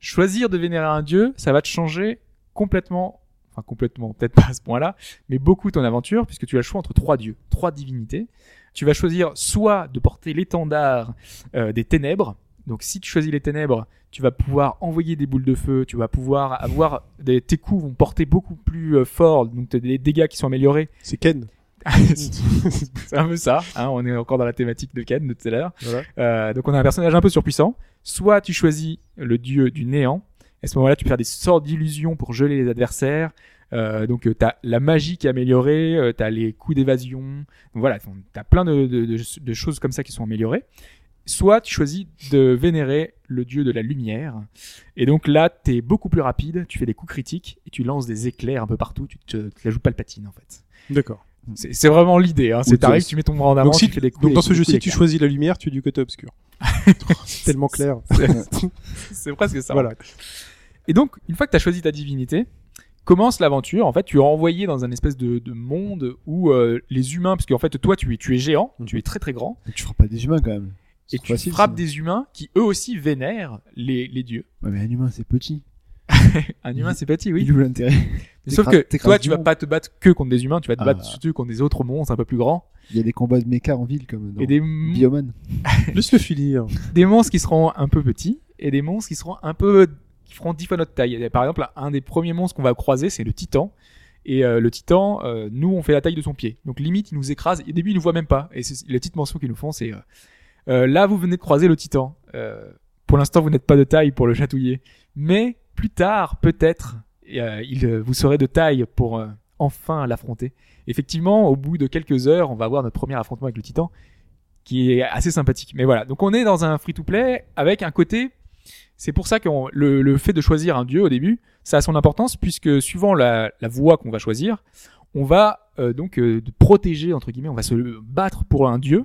[SPEAKER 5] Choisir de vénérer un dieu, ça va te changer complètement, enfin complètement, peut-être pas à ce point-là, mais beaucoup ton aventure, puisque tu as le choix entre trois dieux, trois divinités. Tu vas choisir soit de porter l'étendard euh, des ténèbres. Donc si tu choisis les ténèbres, tu vas pouvoir envoyer des boules de feu, tu vas pouvoir avoir des, tes coups vont porter beaucoup plus euh, fort, donc t'as des dégâts qui sont améliorés.
[SPEAKER 3] C'est Ken.
[SPEAKER 5] [laughs] c'est un peu ça. hein, on est encore dans la thématique de Ken de tout à l'heure. Euh, donc on a un personnage un peu surpuissant. Soit tu choisis le dieu du néant. À ce moment-là, tu peux faire des sorts d'illusions pour geler les adversaires. Euh, donc euh, t'as la magie qui est améliorée, euh, t'as les coups d'évasion. Donc Voilà, t'en- t'as plein de, de- de- de choses comme ça qui sont améliorées. Soit tu choisis de vénérer le dieu de la lumière. Et donc là, t'es beaucoup plus rapide, tu fais des coups critiques et tu lances des éclairs un peu partout. Tu te, te la joues pas le patine en fait.
[SPEAKER 3] D'accord.
[SPEAKER 5] C'est c'est vraiment l'idée. Hein. C'est
[SPEAKER 4] Zeus.
[SPEAKER 5] t'arrives, tu mets ton bras en avant,
[SPEAKER 3] Donc si
[SPEAKER 5] tu fais des coups.
[SPEAKER 3] Donc
[SPEAKER 5] et
[SPEAKER 3] dans
[SPEAKER 5] tu
[SPEAKER 3] ce
[SPEAKER 5] fais des
[SPEAKER 3] jeu-ci,
[SPEAKER 5] coups
[SPEAKER 3] tu
[SPEAKER 5] d'éclair.
[SPEAKER 3] choisis la lumière, tu es du côté
[SPEAKER 5] [laughs]
[SPEAKER 3] obscur. C'est tellement clair.
[SPEAKER 5] C'est presque ça.
[SPEAKER 3] Voilà.
[SPEAKER 5] en fait. Et donc, une fois que tu as choisi ta divinité, commence l'aventure. En fait, tu es envoyé dans un espèce de, de monde où euh, les humains, parce qu'en fait, toi, tu es, tu es géant,
[SPEAKER 4] Mhm.
[SPEAKER 5] tu es très très grand,
[SPEAKER 4] Tu frappes pas des humains quand même.
[SPEAKER 5] et
[SPEAKER 4] C'est
[SPEAKER 5] tu
[SPEAKER 4] facile,
[SPEAKER 5] frappes
[SPEAKER 4] sinon.
[SPEAKER 5] des humains qui eux aussi vénèrent les, les dieux.
[SPEAKER 4] Ouais, mais un humain c'est petit.
[SPEAKER 5] Un humain, c'est petit,
[SPEAKER 4] Il
[SPEAKER 5] oui.
[SPEAKER 4] ouvre l'intérêt.
[SPEAKER 5] Mais Sauf
[SPEAKER 4] t'écras-
[SPEAKER 5] que
[SPEAKER 4] t'écrases
[SPEAKER 5] toi,
[SPEAKER 4] du
[SPEAKER 5] tu vas
[SPEAKER 4] monde.
[SPEAKER 5] pas te battre que contre des humains, tu vas te
[SPEAKER 4] Ah.
[SPEAKER 5] battre surtout contre des autres monstres un peu plus grands
[SPEAKER 4] [laughs] Il y a des combats de méca en ville comme dans
[SPEAKER 5] et des,
[SPEAKER 4] Bioman.
[SPEAKER 3] Laisse-le finir.
[SPEAKER 5] des monstres qui seront un peu petits et des monstres qui seront un peu qui feront dix fois notre taille. Par exemple, un des premiers monstres qu'on va croiser, c'est le Titan. Et euh, le Titan, euh, nous, on fait la taille de son pied. Donc limite, il nous écrase. Et au début, il nous voit même pas. Et c'est- les petites mentions qu'ils nous font, c'est euh, euh, là, vous venez de croiser le Titan. Euh, pour l'instant, vous n'êtes pas de taille pour le chatouiller, mais plus tard, peut-être, euh, il euh, vous serez de taille pour euh, enfin l'affronter. Effectivement, au bout de quelques heures, on va avoir notre premier affrontement avec le Titan qui est assez sympathique. Mais voilà, donc on est dans un free-to-play avec un côté. C'est pour ça que on- le, le fait de choisir un dieu au début, ça a son importance puisque suivant la, la voie qu'on va choisir, on va euh, donc euh, de protéger entre guillemets, on va se battre pour un dieu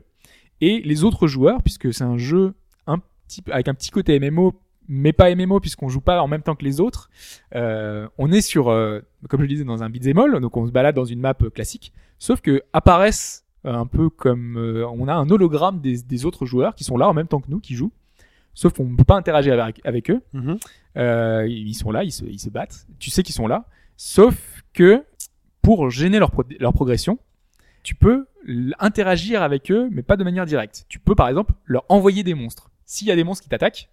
[SPEAKER 5] et les autres joueurs puisque c'est un jeu un petit peu- avec un petit côté MMO mais pas MMO puisqu'on joue pas en même temps que les autres. Euh, on est sur, euh, comme je le disais, dans un beat'em all, donc on se balade dans une map euh, classique. Sauf que apparaissent euh, un peu comme euh, on a un hologramme des, des autres joueurs qui sont là en même temps que nous qui jouent. Sauf qu'on ne peut pas interagir avec, avec eux. Euh, ils sont là, ils se, ils se battent. Tu sais qu'ils sont là. Sauf que pour gêner leur, pro- leur progression, tu peux l- interagir avec eux, mais pas de manière directe. Tu peux, par exemple, leur envoyer des monstres. S'il y a des monstres qui t'attaquent,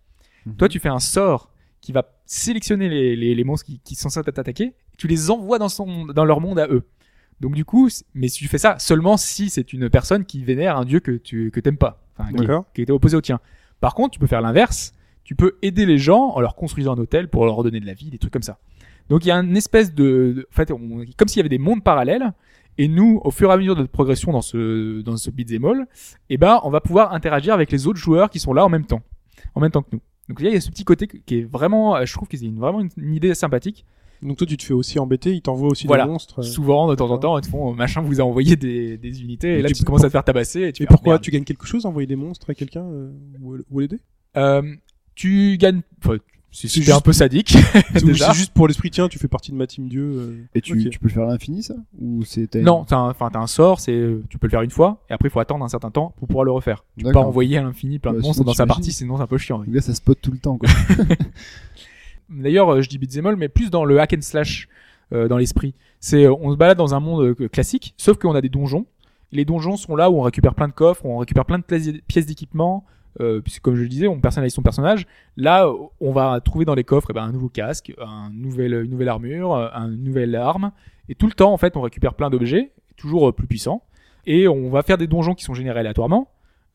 [SPEAKER 4] Mhm.
[SPEAKER 5] toi, tu fais un sort qui va sélectionner les, les, les monstres qui, qui sont censés t'attaquer. Tu les envoies dans, son, dans leur monde à eux. Donc, du coup, c- mais tu fais ça seulement si c'est une personne qui vénère un dieu que tu que t'aimes pas, enfin, qui,
[SPEAKER 3] D'accord.
[SPEAKER 5] qui était opposé au tien. Par contre, tu peux faire l'inverse. Tu peux aider les gens en leur construisant un hôtel pour leur donner de la vie, des trucs comme ça. Donc il y a une espèce de, de- en fait, on- comme s'il y avait des mondes parallèles. Et nous, au fur et à mesure de notre progression dans ce dans ce beat'em all, eh ben, on va pouvoir interagir avec les autres joueurs qui sont là en même temps, en même temps que nous. Donc là, il y a ce petit côté que- qui est vraiment, euh, je trouve que c'est une- vraiment une, une idée sympathique.
[SPEAKER 3] Donc toi, tu te fais aussi embêter. Il t'envoie aussi
[SPEAKER 5] Voilà.
[SPEAKER 3] des monstres. euh.
[SPEAKER 5] Souvent, de temps en temps, ils te font, euh, machin, vous a envoyé des, des unités, et,
[SPEAKER 3] Et
[SPEAKER 5] là,
[SPEAKER 3] tu
[SPEAKER 5] tu,
[SPEAKER 3] peux-
[SPEAKER 5] commences à te faire tabasser. Et tu
[SPEAKER 3] Mais
[SPEAKER 5] fais, Ah,
[SPEAKER 3] pourquoi
[SPEAKER 5] merde.
[SPEAKER 3] Tu gagnes quelque chose à envoyer des monstres à quelqu'un euh, ou, ou l'aider
[SPEAKER 5] Euh, tu gagnes, enfin, c'est
[SPEAKER 3] C'est
[SPEAKER 5] c'est
[SPEAKER 3] juste-
[SPEAKER 5] un peu sadique.
[SPEAKER 3] [laughs]
[SPEAKER 5] [laughs]
[SPEAKER 3] C'est ou
[SPEAKER 5] Déjà.
[SPEAKER 3] c'est juste pour l'esprit, tiens, tu fais partie de ma team dieu. euh,
[SPEAKER 4] Et tu,
[SPEAKER 3] ok.
[SPEAKER 4] tu peux le faire à l'infini ça Ou c'est t'as une-
[SPEAKER 5] Non, t'as un, enfin, t'as un sort, c'est, euh, tu peux le faire une fois, et après, il faut attendre un certain temps pour pouvoir le refaire. Tu peux pas
[SPEAKER 4] D'accord.
[SPEAKER 5] envoyer à l'infini plein de
[SPEAKER 3] Bah,
[SPEAKER 4] Ouais,
[SPEAKER 5] monstres
[SPEAKER 4] sinon,
[SPEAKER 5] dans sa
[SPEAKER 4] t'imagines.
[SPEAKER 5] partie, sinon c'est un peu chiant. oui.
[SPEAKER 4] Donc là ça spot tout le temps
[SPEAKER 5] [laughs]
[SPEAKER 4] quoi.
[SPEAKER 5] D'ailleurs, euh, je dis beat'em all, mais plus dans le hack and slash, euh, dans l'esprit. C'est, euh, on se balade dans un monde euh, classique, sauf qu'on a des donjons. Les donjons sont là où on récupère plein de coffres, où on récupère plein de pla- pièces d'équipement, euh, puisque comme je le disais, on personnalise son personnage. Là, on va trouver dans les coffres eh ben, un nouveau casque, un nouvel, une nouvelle armure, euh, une nouvelle arme. Et tout le temps, en fait, on récupère plein d'objets, toujours euh, plus puissants. Et on va faire des donjons qui sont générés aléatoirement.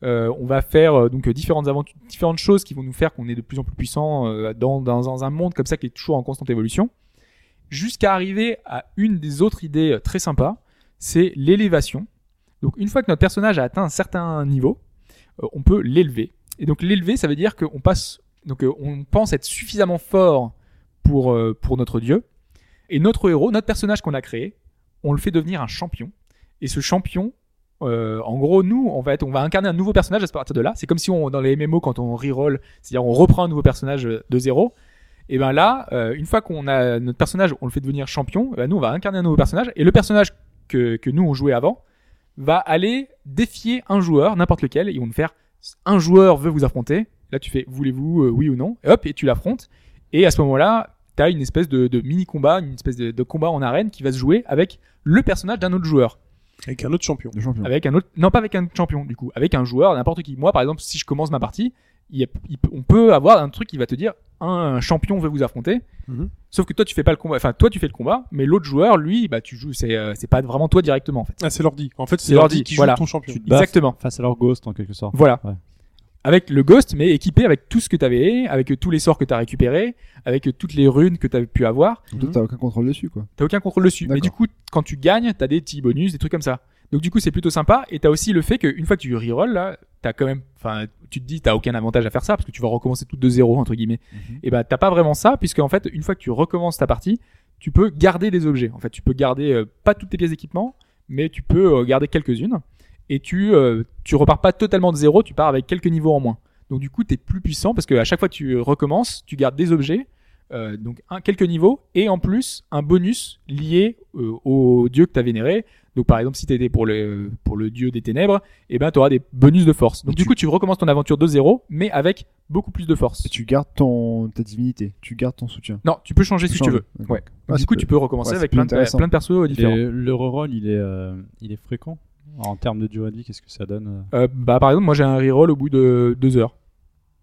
[SPEAKER 5] Euh, on va faire euh, donc euh, différentes aventures, différentes choses qui vont nous faire qu'on est de plus en plus puissant euh, dans, dans, dans un monde comme ça qui est toujours en constante évolution. Jusqu'à arriver à une des autres idées euh, très sympas, c'est l'élévation. Donc une fois que notre personnage a atteint un certain niveau, euh, on peut l'élever. Et donc l'élever, ça veut dire qu'on passe, donc euh, on pense être suffisamment fort pour euh, pour notre dieu. Et notre héros, notre personnage qu'on a créé, on le fait devenir un champion. Et ce champion, euh, en gros, nous, on va être, on va incarner un nouveau personnage à partir de là. C'est comme si on dans les MMO quand on reroll, c'est-à-dire on reprend un nouveau personnage euh, de zéro. Et ben là, euh, une fois qu'on a notre personnage, on le fait devenir champion. eh ben nous, on va incarner un nouveau personnage. Et le personnage que que nous on jouait avant va aller défier un joueur, n'importe lequel, ils vont nous faire un joueur veut vous affronter. Là, tu fais voulez-vous, euh, oui ou non, et hop, et tu l'affrontes. Et à ce moment-là, t'as une espèce de, de mini combat, une espèce de, de combat en arène qui va se jouer avec le personnage d'un autre joueur,
[SPEAKER 3] Avec un autre champion.
[SPEAKER 4] de champion.
[SPEAKER 5] avec un autre, non pas avec un champion du coup, avec un joueur n'importe qui. Moi, par exemple, si je commence ma partie, il y a- il peut- on peut avoir un truc qui va te dire un champion veut vous affronter.
[SPEAKER 3] Mhm.
[SPEAKER 5] Sauf que toi, tu fais pas le combat. Enfin, toi, tu fais le combat, mais l'autre joueur, lui, bah, tu joues. C'est euh, c'est pas vraiment toi directement en fait.
[SPEAKER 3] Ah, c'est l'ordi. En fait, c'est
[SPEAKER 5] C'est l'ordi,
[SPEAKER 3] l'ordi qui joue
[SPEAKER 5] voilà.
[SPEAKER 3] ton champion.
[SPEAKER 6] Tu te bats
[SPEAKER 5] Exactement.
[SPEAKER 6] face à leur ghost en quelque sorte.
[SPEAKER 5] Voilà.
[SPEAKER 6] Ouais.
[SPEAKER 5] Avec le ghost, mais équipé avec tout ce que t'avais, avec tous les sorts que t'as récupérés, avec toutes les runes que t'avais pu avoir.
[SPEAKER 4] Donc toi, t'as aucun contrôle dessus, quoi.
[SPEAKER 5] T'as aucun contrôle dessus. Mais
[SPEAKER 4] D'accord.
[SPEAKER 5] du coup, quand tu gagnes, t'as des petits bonus, des trucs comme ça. Donc du coup, c'est plutôt sympa. Et t'as aussi le fait qu'une fois que tu reroll, là, t'as quand même, enfin, tu te dis, t'as aucun avantage à faire ça parce que tu vas recommencer tout de zéro entre guillemets. Et bah, t'as pas vraiment ça puisque en fait, une fois que tu recommences ta partie, tu peux garder des objets. En fait, tu peux garder euh, pas toutes tes pièces d'équipement, mais tu peux euh, garder quelques-unes. Et tu, euh, tu repars pas totalement de zéro, tu pars avec quelques niveaux en moins. Donc du coup, t'es plus puissant parce que à chaque fois que tu recommences, tu gardes des objets, euh, donc un, quelques niveaux, et en plus un bonus lié euh, au dieu que t'as vénéré. Donc par exemple, si t'étais pour le pour le dieu des ténèbres, eh ben t'auras des bonus de force. Donc
[SPEAKER 4] Et
[SPEAKER 5] du
[SPEAKER 4] tu-
[SPEAKER 5] coup, tu recommences ton aventure de zéro, mais avec beaucoup plus de force.
[SPEAKER 4] Et tu gardes ton, ta divinité, tu gardes ton soutien.
[SPEAKER 5] Non, tu peux changer si tu
[SPEAKER 4] Change.
[SPEAKER 5] veux.
[SPEAKER 4] D'accord.
[SPEAKER 5] Ouais. Bah,
[SPEAKER 4] Ah,
[SPEAKER 5] du
[SPEAKER 4] c'est
[SPEAKER 5] coup,
[SPEAKER 4] peu-
[SPEAKER 5] tu peux recommencer
[SPEAKER 4] ouais, c'est
[SPEAKER 5] avec
[SPEAKER 4] plus
[SPEAKER 5] plein de,
[SPEAKER 4] intéressant.
[SPEAKER 5] plein de persos différents.
[SPEAKER 6] Le, le reroll, il est, euh, il est fréquent. En termes de durée de vie, qu'est-ce que ça donne euh
[SPEAKER 5] Euh, bah, par exemple, moi j'ai un reroll au bout de deux heures.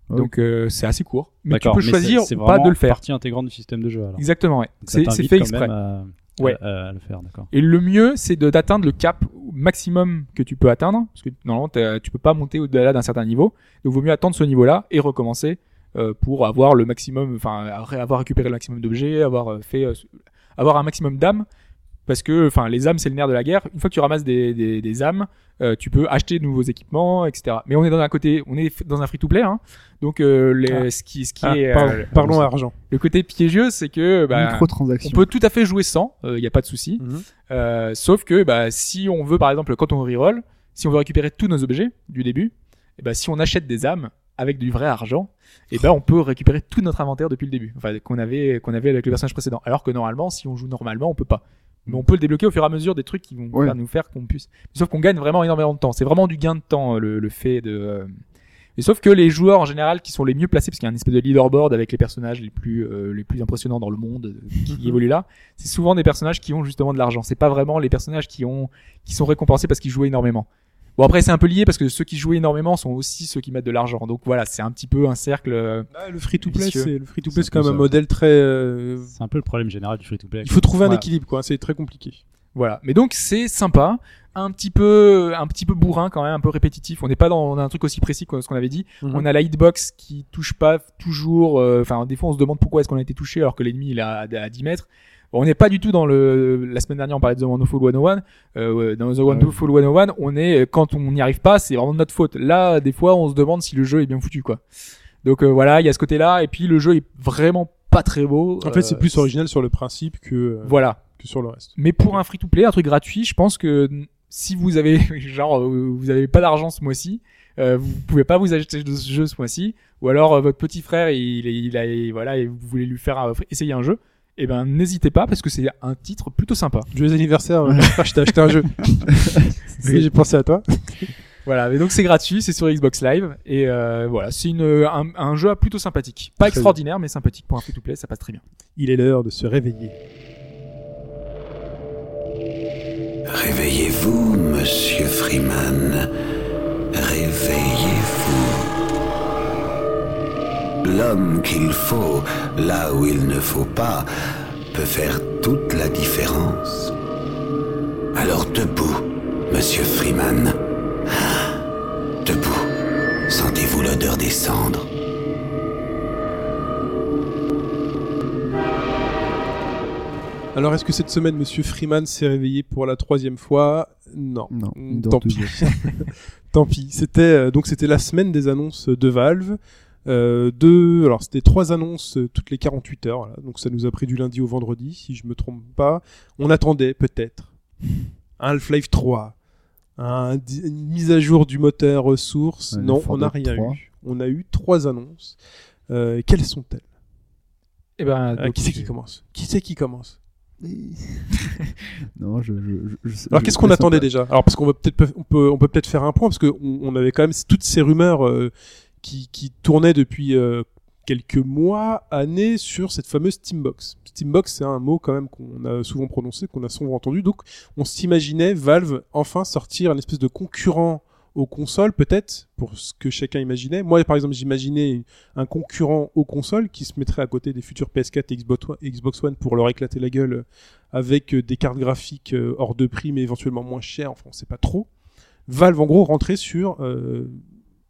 [SPEAKER 4] Ah oui.
[SPEAKER 5] Donc euh, c'est assez court. Mais tu
[SPEAKER 6] D'accord,
[SPEAKER 5] peux
[SPEAKER 6] c'est-
[SPEAKER 5] choisir
[SPEAKER 6] c'est
[SPEAKER 5] ou pas
[SPEAKER 6] vraiment
[SPEAKER 5] de le faire.
[SPEAKER 6] partie intégrante du système de jeu. Alors.
[SPEAKER 5] Exactement, ouais.
[SPEAKER 6] Donc ça
[SPEAKER 5] C'est c'est
[SPEAKER 6] t'invite
[SPEAKER 5] fait
[SPEAKER 6] quand
[SPEAKER 5] exprès.
[SPEAKER 6] même à-
[SPEAKER 5] Ouais.
[SPEAKER 6] à- à le faire, d'accord.
[SPEAKER 5] Et le mieux, c'est de- d'atteindre le cap maximum que tu peux atteindre, parce que normalement, t'as- tu peux pas monter au-delà d'un certain niveau. Donc, vaut mieux attendre ce niveau-là et recommencer euh, pour avoir le maximum, enfin, après avoir récupéré le maximum d'objets, avoir euh, fait, euh, avoir un maximum d'âmes, parce que, enfin, les âmes, c'est le nerf de la guerre. Une fois que tu ramasses des, des, des âmes, euh, tu peux acheter de nouveaux équipements, etc. Mais on est dans un côté, on est dans un free-to-play, hein. donc euh, les- ce qui, ce qui
[SPEAKER 3] Ah,
[SPEAKER 5] est
[SPEAKER 3] parlons-
[SPEAKER 5] euh,
[SPEAKER 3] parlons argent.
[SPEAKER 5] le côté piégeux, c'est que bah, on
[SPEAKER 4] Microtransaction.
[SPEAKER 5] peut tout à fait jouer sans, il n'y a pas de souci.
[SPEAKER 3] Mhm.
[SPEAKER 5] Euh, sauf que bah, si on veut, par exemple, quand on reroll, si on veut récupérer tous nos objets du début, et bah, si on achète des âmes avec du vrai argent, et ben on peut récupérer tout notre inventaire depuis le début, enfin, qu'on avait, qu'on avait avec le personnage précédent. Alors que normalement, si on joue normalement, on peut pas. Mais on peut le débloquer au fur et à mesure des trucs qui vont
[SPEAKER 4] Ouais.
[SPEAKER 5] faire- nous faire qu'on puisse. Sauf qu'on gagne vraiment énormément de temps. C'est vraiment du gain de temps euh, le, le fait de. euh, Et sauf que les joueurs en général qui sont les mieux placés, parce qu'il y a une espèce de leaderboard avec les personnages les plus euh, les plus impressionnants dans le monde euh, qui évoluent là, c'est souvent des personnages qui ont justement de l'argent. C'est pas vraiment les personnages qui ont qui sont récompensés parce qu'ils jouaient énormément. Bon après c'est un peu lié parce que ceux qui jouent énormément sont aussi ceux qui mettent de l'argent. Donc voilà, c'est un petit peu un cercle. euh,
[SPEAKER 3] Ah, le free to play,
[SPEAKER 5] Vicieux.
[SPEAKER 3] c'est le free to play,
[SPEAKER 6] C'est
[SPEAKER 3] c'est quand
[SPEAKER 6] un peu
[SPEAKER 3] même un
[SPEAKER 6] ça.
[SPEAKER 3] modèle très. euh,
[SPEAKER 6] C'est un peu le problème général du free-to-play.
[SPEAKER 3] Il faut trouver un
[SPEAKER 5] Voilà.
[SPEAKER 3] équilibre, quoi. C'est très compliqué.
[SPEAKER 5] Voilà. Mais donc c'est sympa, un petit peu, un petit peu bourrin quand même, un peu répétitif. On n'est pas dans on a un truc aussi précis que ce qu'on avait dit.
[SPEAKER 3] Mhm.
[SPEAKER 5] On a la hitbox qui touche pas toujours. euh, Enfin, des fois on se demande pourquoi est-ce qu'on a été touché alors que l'ennemi il est à, à 10 mètres. Bon, on n'est pas du tout dans le. La semaine dernière, on parlait de The Wonderful 101. Euh, ouais, dans The Wonderful 101, on est quand on n'y arrive pas, c'est vraiment de notre faute. Là, des fois, on se demande si le jeu est bien foutu, quoi. Donc euh, voilà, il y a ce côté-là. Et puis le jeu est vraiment pas très beau.
[SPEAKER 3] En fait,
[SPEAKER 5] Euh,
[SPEAKER 3] c'est plus original sur le principe que, euh,
[SPEAKER 5] Voilà.
[SPEAKER 3] que sur le reste.
[SPEAKER 5] Mais pour un free-to-play, un truc gratuit, je pense que n- si vous avez [laughs] genre euh, vous avez pas d'argent ce mois-ci, euh, vous pouvez pas vous acheter de ce jeu ce mois-ci, ou alors euh, votre petit frère il, est- il a et voilà et vous voulez lui faire euh, essayer un jeu, et ben n'hésitez pas parce que c'est un titre plutôt
[SPEAKER 3] [laughs]
[SPEAKER 5] sympa.
[SPEAKER 3] Joyeux anniversaire, euh, frère, je t'ai acheté un jeu. Oui, J'ai pensé à toi.
[SPEAKER 5] Voilà, mais donc c'est gratuit, c'est sur Xbox Live et euh, voilà c'est une un, un jeu plutôt sympathique, pas
[SPEAKER 3] Très
[SPEAKER 5] extraordinaire mais sympathique pour un free-to-play, ça passe très bien.
[SPEAKER 3] Il est l'heure de se réveiller.
[SPEAKER 8] Réveillez-vous, monsieur Freeman. Réveillez-vous. l'homme qu'il faut là où il ne faut pas peut faire toute la différence. Alors debout, monsieur Freeman. Debout, sentez-vous l'odeur des cendres
[SPEAKER 3] Alors, est-ce que cette semaine, Monsieur Freeman s'est réveillé pour la troisième fois Non.
[SPEAKER 4] Non,
[SPEAKER 3] Mm,
[SPEAKER 4] il dort
[SPEAKER 3] Tant pis. [laughs]
[SPEAKER 4] toujours.
[SPEAKER 3] Tant pis. C'était euh, donc c'était la semaine des annonces de Valve. Euh, deux, alors c'était trois annonces euh, toutes les 48 heures. voilà. Donc ça nous a pris du lundi au vendredi, si je me trompe pas. On attendait peut-être un Half-Life 3, un di- une mise à jour du moteur euh, source.
[SPEAKER 4] Ouais,
[SPEAKER 3] non,
[SPEAKER 4] Fort
[SPEAKER 3] on n'a
[SPEAKER 4] Dead
[SPEAKER 3] rien
[SPEAKER 4] 3.
[SPEAKER 3] eu. On a eu trois annonces. Euh, et quelles sont-elles
[SPEAKER 5] Et ben,
[SPEAKER 3] Euh,
[SPEAKER 5] donc,
[SPEAKER 3] Qui c'est qui commence Qui c'est qui commence
[SPEAKER 4] [laughs] non, je. je, je- je-
[SPEAKER 3] Alors
[SPEAKER 4] je-
[SPEAKER 3] qu'est-ce qu'on
[SPEAKER 4] je-
[SPEAKER 3] attendait déjà Alors parce qu'on va peut-être on peut on peut peut-être faire un point parce que on, on avait quand même toutes ces rumeurs euh, qui qui tournaient depuis euh, quelques mois, années sur cette fameuse Steambox. Steambox c'est un mot quand même qu'on a souvent prononcé, qu'on a souvent entendu. Donc on s'imaginait Valve enfin sortir un espèce de concurrent aux consoles peut-être pour ce que chacun imaginait. Moi par exemple, j'imaginais un concurrent aux consoles qui se mettrait à côté des futurs PS4 et Xbox One- Xbox One pour leur éclater la gueule avec euh, des cartes graphiques euh, hors de prix mais éventuellement moins chères, enfin on sait pas trop. Valve en gros rentrait sur euh,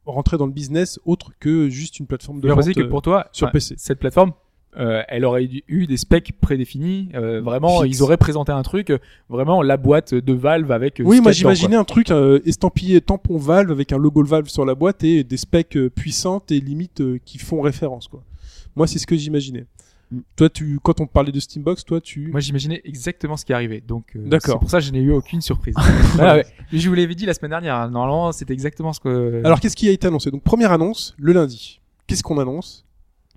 [SPEAKER 3] rentrait dans le business autre que juste une plateforme de
[SPEAKER 5] je
[SPEAKER 3] vente.
[SPEAKER 5] pensais que
[SPEAKER 3] euh,
[SPEAKER 5] pour toi, ah,
[SPEAKER 3] sur
[SPEAKER 5] enfin,
[SPEAKER 3] PC.
[SPEAKER 5] cette plateforme, euh, elle aurait dû- eu des specs prédéfinis. euh, vraiment,
[SPEAKER 3] Fixe.
[SPEAKER 5] ils auraient présenté un truc, euh, vraiment la boîte de Valve avec. euh,
[SPEAKER 3] Oui,
[SPEAKER 5] ce
[SPEAKER 3] moi
[SPEAKER 5] qu'il y a dedans,
[SPEAKER 3] j'imaginais un truc euh, estampillé tampon Valve avec un logo Valve sur la boîte et des specs euh, puissantes et limites euh, qui font référence quoi. Moi c'est ce que j'imaginais.
[SPEAKER 4] Mm.
[SPEAKER 3] Toi tu quand on parlait de Steambox, toi tu
[SPEAKER 5] Moi, j'imaginais exactement ce qui arrivait. Donc, euh,
[SPEAKER 3] D'accord.
[SPEAKER 5] c'est pour ça que je n'ai eu
[SPEAKER 3] [laughs]
[SPEAKER 5] aucune surprise. Voilà, ouais. Mais Je vous l'avais dit la semaine dernière. hein. Normalement, c'était exactement ce que.
[SPEAKER 3] Alors qu'est-ce qui a été annoncé Donc première annonce le lundi. Qu'est-ce qu'on annonce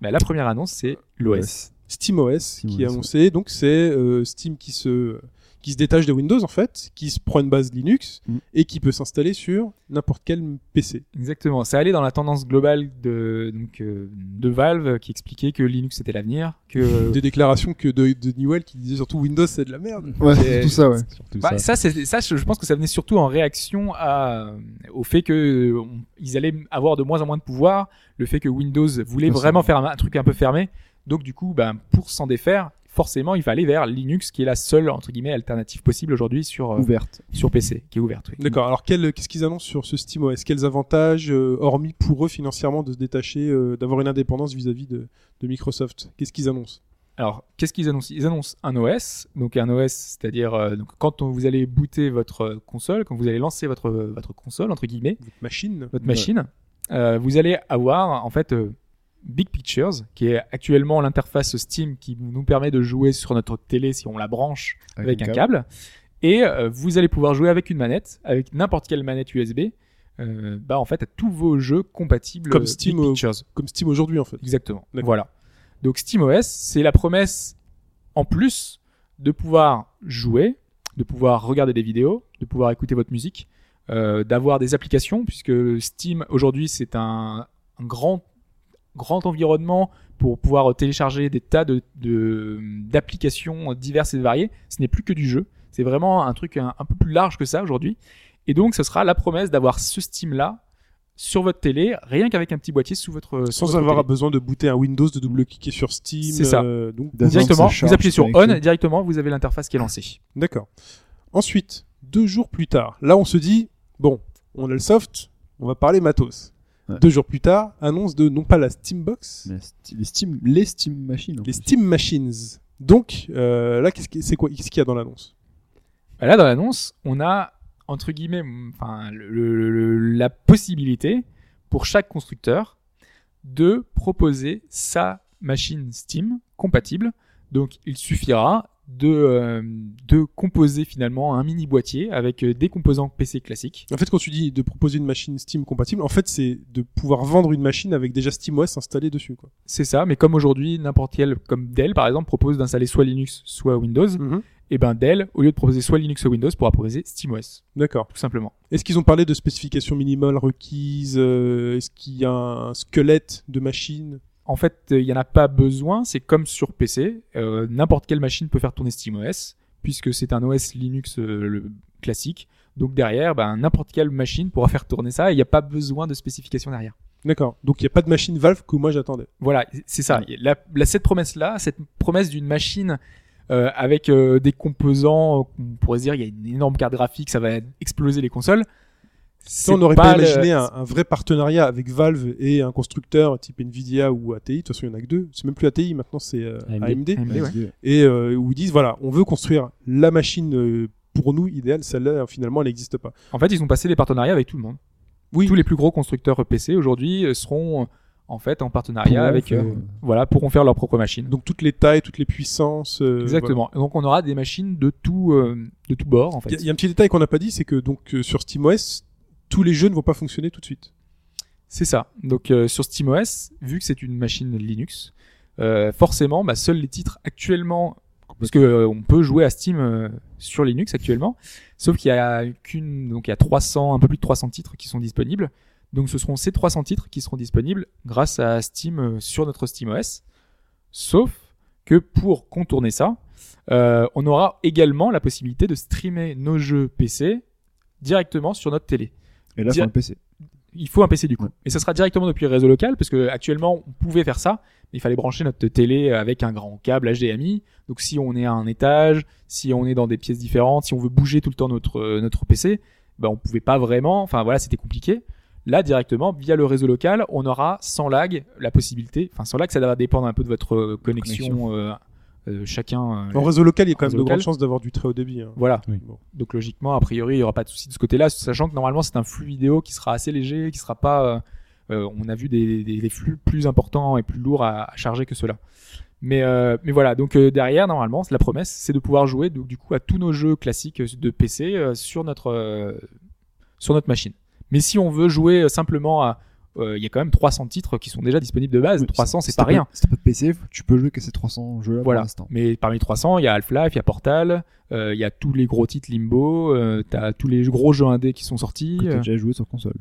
[SPEAKER 5] Bah, la première annonce, c'est l'OS.
[SPEAKER 3] SteamOS qui est
[SPEAKER 4] SteamOS, ouais.
[SPEAKER 3] annoncé. Donc c'est euh, Steam qui se qui se détache de Windows en fait, qui se prend une base Linux
[SPEAKER 4] Mm.
[SPEAKER 3] et qui peut s'installer sur n'importe quel PC.
[SPEAKER 5] Euh, Exactement. Ça allait dans la tendance globale de donc euh, de Valve euh, qui expliquait que Linux était l'avenir,
[SPEAKER 3] [laughs]
[SPEAKER 5] que
[SPEAKER 3] Des déclarations que de, de Newell qui disait surtout Windows c'est de la merde.
[SPEAKER 4] Ouais,
[SPEAKER 5] C'est-
[SPEAKER 4] c'est [laughs] tout ça, ouais.
[SPEAKER 6] surtout
[SPEAKER 5] Bah, ça,
[SPEAKER 6] ça.
[SPEAKER 5] c'est- ça, je je pense que ça venait surtout en réaction à, au fait que euh, on- ils allaient avoir de moins en moins de pouvoir, le fait que Windows voulait
[SPEAKER 4] Forcément.
[SPEAKER 5] vraiment faire un, un truc un peu fermé. Donc du coup, ben, pour s'en défaire, forcément, il fallait vers Linux, qui est la seule entre guillemets alternative possible aujourd'hui sur euh,
[SPEAKER 4] Ouverte.
[SPEAKER 5] sur PC, qui est ouverte. oui.
[SPEAKER 3] D'accord. Alors quel- qu'est-ce qu'ils annoncent sur ce SteamOS Quels avantages euh, hormis pour eux financièrement de se détacher, euh, d'avoir une indépendance vis-à-vis de, de Microsoft Qu'est-ce qu'ils annoncent
[SPEAKER 5] Alors, qu'est-ce qu'ils annoncent Ils annoncent un OS, donc un OS, c'est-à-dire euh, donc quand on- vous allez booter votre euh, console, quand vous allez lancer votre votre console entre guillemets.
[SPEAKER 3] Votre machine.
[SPEAKER 5] votre machine, euh, vous allez avoir en fait euh, Big Pictures, qui est actuellement l'interface Steam qui nous permet de jouer sur notre télé si on la branche avec, un câble. Et euh, vous allez pouvoir jouer avec une manette, avec n'importe quelle manette USB, euh, bah en fait à tous vos jeux compatibles
[SPEAKER 3] Comme
[SPEAKER 5] euh,
[SPEAKER 3] Steam
[SPEAKER 5] Big
[SPEAKER 3] au-
[SPEAKER 5] Pictures.
[SPEAKER 3] Comme Steam aujourd'hui en fait.
[SPEAKER 5] Exactement.
[SPEAKER 3] D'accord.
[SPEAKER 5] Voilà. Donc SteamOS, c'est la promesse en plus de pouvoir jouer, de pouvoir regarder des vidéos, de pouvoir écouter votre musique, euh, d'avoir des applications, puisque Steam aujourd'hui c'est un, un grand grand environnement pour pouvoir télécharger des tas de de- d'applications diverses et variées. Ce n'est plus que du jeu, c'est vraiment un truc un, un peu plus large que ça aujourd'hui. Et donc ce sera la promesse d'avoir ce Steam là sur votre télé, rien qu'avec un petit boîtier sous votre sur
[SPEAKER 3] Sans
[SPEAKER 5] votre
[SPEAKER 3] avoir
[SPEAKER 5] télé.
[SPEAKER 3] besoin de booter un Windows, de double-cliquer sur Steam.
[SPEAKER 5] C'est ça.
[SPEAKER 3] euh, donc,
[SPEAKER 4] D'attendre
[SPEAKER 5] Directement,
[SPEAKER 4] que ça
[SPEAKER 5] vous appuyez sur
[SPEAKER 4] charge,
[SPEAKER 5] on,
[SPEAKER 4] connecté.
[SPEAKER 5] directement, vous avez l'interface qui est lancée.
[SPEAKER 3] D'accord. Ensuite, deux jours plus tard, là on se dit, bon, on a le soft, on va parler matos.
[SPEAKER 4] Ouais.
[SPEAKER 3] Deux jours plus tard, annonce de non pas la Steambox,
[SPEAKER 4] Mais sti- Les Steam, les Steam Machines. hein. en
[SPEAKER 3] les
[SPEAKER 4] fait.
[SPEAKER 3] Steam Machines. Donc euh, là, qu'est-ce qui- c'est quoi, qu'est-ce qu'il y a dans l'annonce
[SPEAKER 5] Bah Là, dans l'annonce, on a, entre guillemets, m- enfin, le- le- le- la possibilité pour chaque constructeur de proposer sa machine Steam compatible. Donc, il suffira de, euh, de composer finalement un mini boîtier avec euh, des composants PC classiques.
[SPEAKER 3] En fait, quand tu dis de proposer une machine Steam compatible, en fait, c'est de pouvoir vendre une machine avec déjà SteamOS installé dessus. Quoi.
[SPEAKER 5] C'est ça, mais comme aujourd'hui, n'importe quel, comme Dell par exemple, propose d'installer soit Linux, soit Windows, et ben Dell, au lieu de proposer soit Linux, soit Windows, pourra proposer SteamOS,
[SPEAKER 3] D'accord.
[SPEAKER 5] tout simplement.
[SPEAKER 3] Est-ce qu'ils ont parlé de spécifications minimales requises euh, Est-ce qu'il y a un squelette de machine
[SPEAKER 5] En fait, euh, il n'y en a pas besoin. C'est comme sur PC. euh, N'importe quelle machine peut faire tourner SteamOS, puisque c'est un OS Linux euh, le [laughs] classique. Donc derrière, ben, n'importe quelle machine pourra faire tourner ça. et Il n'y a pas besoin de spécification derrière.
[SPEAKER 3] D'accord. Donc il n'y a pas de machine Valve que moi j'attendais.
[SPEAKER 5] Voilà, c'est ça. La, la- cette promesse-là, cette promesse d'une machine euh, avec euh, des composants, euh, on pourrait se dire, il y a une énorme carte graphique, ça va exploser les consoles.
[SPEAKER 3] Ça,
[SPEAKER 5] C'est
[SPEAKER 3] on n'aurait pas,
[SPEAKER 5] le-
[SPEAKER 3] imaginé un, un vrai partenariat avec Valve et un constructeur type Nvidia ou ATI. De toute façon, il n'y en a que deux. C'est même plus ATI, maintenant c'est euh, AMD.
[SPEAKER 6] AMD.
[SPEAKER 5] AMD, ouais.
[SPEAKER 3] Et euh, où ils disent voilà, on veut construire la machine euh, pour nous idéale. Celle-là, finalement, elle n'existe pas.
[SPEAKER 5] En fait, ils ont passé les partenariats avec tout le monde.
[SPEAKER 3] Oui.
[SPEAKER 5] Tous les plus gros constructeurs PC aujourd'hui euh, seront euh, en fait en partenariat
[SPEAKER 4] Pourront
[SPEAKER 5] avec,
[SPEAKER 4] faire,
[SPEAKER 5] euh,
[SPEAKER 4] euh,
[SPEAKER 5] voilà, pourront faire leur propre machine.
[SPEAKER 3] Donc toutes les tailles, toutes les puissances. euh, voilà.
[SPEAKER 5] Exactement. Donc on aura des machines de tout, euh, de tout bord en
[SPEAKER 3] Il y a-
[SPEAKER 5] fait.
[SPEAKER 3] il y, a un petit détail qu'on n'a pas dit, c'est que donc euh, sur SteamOS, tous les jeux ne vont pas fonctionner tout de suite.
[SPEAKER 5] C'est ça. Donc euh, sur SteamOS, vu que c'est une machine Linux, euh, forcément, bah, seuls les titres actuellement, parce que euh, on peut jouer à Steam euh, sur Linux actuellement, sauf qu'il y a qu'une, donc il y a 300, un peu plus de 300 titres qui sont disponibles. Donc ce seront ces 300 titres qui seront disponibles grâce à Steam euh, sur notre SteamOS. Sauf que pour contourner ça, euh, on aura également la possibilité de streamer nos jeux PC directement sur notre télé
[SPEAKER 4] Et là,
[SPEAKER 5] Dire-
[SPEAKER 4] sur le PC.
[SPEAKER 5] il faut un PC du coup.
[SPEAKER 4] Ouais.
[SPEAKER 5] Et ça sera directement depuis le réseau local, parce que actuellement, on pouvait faire ça, mais il fallait brancher notre télé euh, avec un grand câble HDMI. Donc si on est à un étage, si on est dans des pièces différentes, si on veut bouger tout le temps notre, euh, notre PC, ben on pouvait pas vraiment. Enfin voilà, c'était compliqué. Là, directement, via le réseau local, on aura sans lag la possibilité. Enfin, sans lag, ça va dépendre un peu de votre euh, connexion, euh, euh, chacun. euh,
[SPEAKER 3] En réseau local, il y a quand même
[SPEAKER 5] réseau
[SPEAKER 3] de grandes
[SPEAKER 5] local.
[SPEAKER 3] chances d'avoir du très haut débit. hein.
[SPEAKER 5] voilà.
[SPEAKER 6] Oui.
[SPEAKER 5] Bon. Donc logiquement, a priori, il n'y aura pas de souci de ce côté-là, sachant que normalement, c'est un flux vidéo qui sera assez léger, qui sera pas. euh, euh, on a vu des, des- des flux plus importants et plus lourds à, à charger que cela. Mais, euh, mais voilà, donc euh, derrière, normalement, la promesse, c'est de pouvoir jouer donc, du coup à tous nos jeux classiques de PC euh, sur, notre, euh, sur notre machine. Mais si on veut jouer euh, simplement à. euh, Il y a quand même 300 titres qui sont déjà disponibles de base.
[SPEAKER 4] Oui,
[SPEAKER 5] 300,
[SPEAKER 4] si
[SPEAKER 5] c'est
[SPEAKER 4] t'as
[SPEAKER 5] pas rien.
[SPEAKER 4] Si t'as pas de PC, faut- tu peux jouer que ces 300 jeux-là
[SPEAKER 5] Voilà.
[SPEAKER 4] pour l'instant.
[SPEAKER 5] Mais parmi les 300, il y a Half-Life, il y a Portal, euh, il y a tous les gros titres Limbo, euh, t'as tous les gros jeux indés qui sont sortis.
[SPEAKER 4] Que t'as
[SPEAKER 5] euh,
[SPEAKER 4] déjà joué sur console.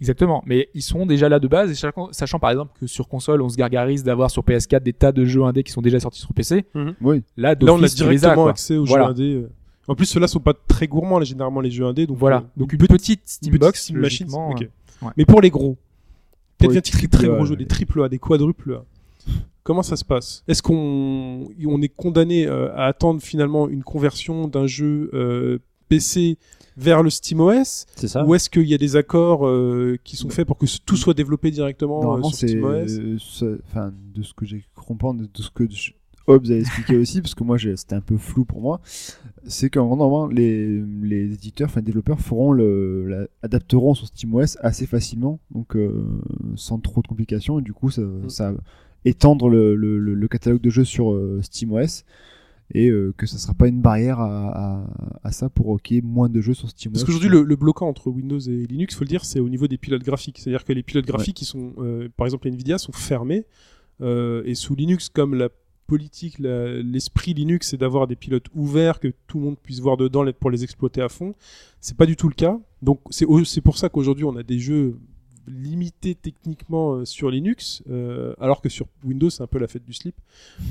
[SPEAKER 5] Exactement. Mais ils sont déjà là de base, et sachant, sachant par exemple que sur console, on se gargarise d'avoir sur PS4 des tas de jeux indés qui sont déjà sortis sur PC.
[SPEAKER 4] Oui.
[SPEAKER 5] Là,
[SPEAKER 3] Mhm. Là, on a
[SPEAKER 5] d'office, tu les as,
[SPEAKER 3] directement
[SPEAKER 5] quoi.
[SPEAKER 3] accès aux
[SPEAKER 5] Voilà.
[SPEAKER 3] jeux indés. euh. En plus, ceux-là sont pas très gourmands, là, généralement, les jeux indés. Donc
[SPEAKER 5] Voilà.
[SPEAKER 3] euh,
[SPEAKER 5] Donc une petite
[SPEAKER 3] Steam
[SPEAKER 5] Steambox,
[SPEAKER 3] Steam Machines,
[SPEAKER 5] logiquement,
[SPEAKER 3] ok.
[SPEAKER 5] euh, ouais.
[SPEAKER 3] Mais pour les gros,
[SPEAKER 4] Pour
[SPEAKER 3] peut-être
[SPEAKER 4] les
[SPEAKER 3] un très, très
[SPEAKER 4] triple A,
[SPEAKER 3] gros jeux,
[SPEAKER 4] ouais.
[SPEAKER 3] des triple A, des quadruples A. Comment ça se passe Est-ce qu'on on est condamné euh, à attendre finalement une conversion d'un jeu euh, PC vers le SteamOS
[SPEAKER 6] C'est ça
[SPEAKER 3] ou est-ce qu'il y a des accords euh, qui sont faits pour que ce- tout soit développé directement euh,
[SPEAKER 4] Normalement,
[SPEAKER 3] sur
[SPEAKER 4] c'est.
[SPEAKER 3] SteamOS
[SPEAKER 4] euh, ça- Enfin, de ce que j'ai compris, de de ce que je- Hobbes a
[SPEAKER 3] [laughs]
[SPEAKER 4] expliqué aussi, parce que moi, j'ai- c'était un peu flou pour moi. C'est qu'en gros, normalement, les, les éditeurs, enfin, les développeurs feront le, la- adapteront sur SteamOS assez facilement, donc euh, sans trop de complications, et du coup, ça,
[SPEAKER 3] Mm.
[SPEAKER 4] ça va étendre le, le- le- le catalogue de jeux sur euh, SteamOS. Et euh, que ça sera pas une barrière à, à- à ça pour qu'il y ait moins de jeux sur SteamOS.
[SPEAKER 3] Parce qu'aujourd'hui, le, le bloquant entre Windows et Linux, faut le dire, c'est au niveau des pilotes graphiques. C'est-à-dire que les pilotes graphiques, qui sont, euh, par exemple, Nvidia, sont fermés. euh, et sous Linux, comme la politique, la- l'esprit Linux, c'est d'avoir des pilotes ouverts que tout le monde puisse voir dedans les- pour les exploiter à fond. C'est pas du tout le cas. Donc, c'est au- c'est pour ça qu'aujourd'hui, on a des jeux limités techniquement euh, sur Linux, euh, alors que sur Windows, c'est un peu la fête du slip.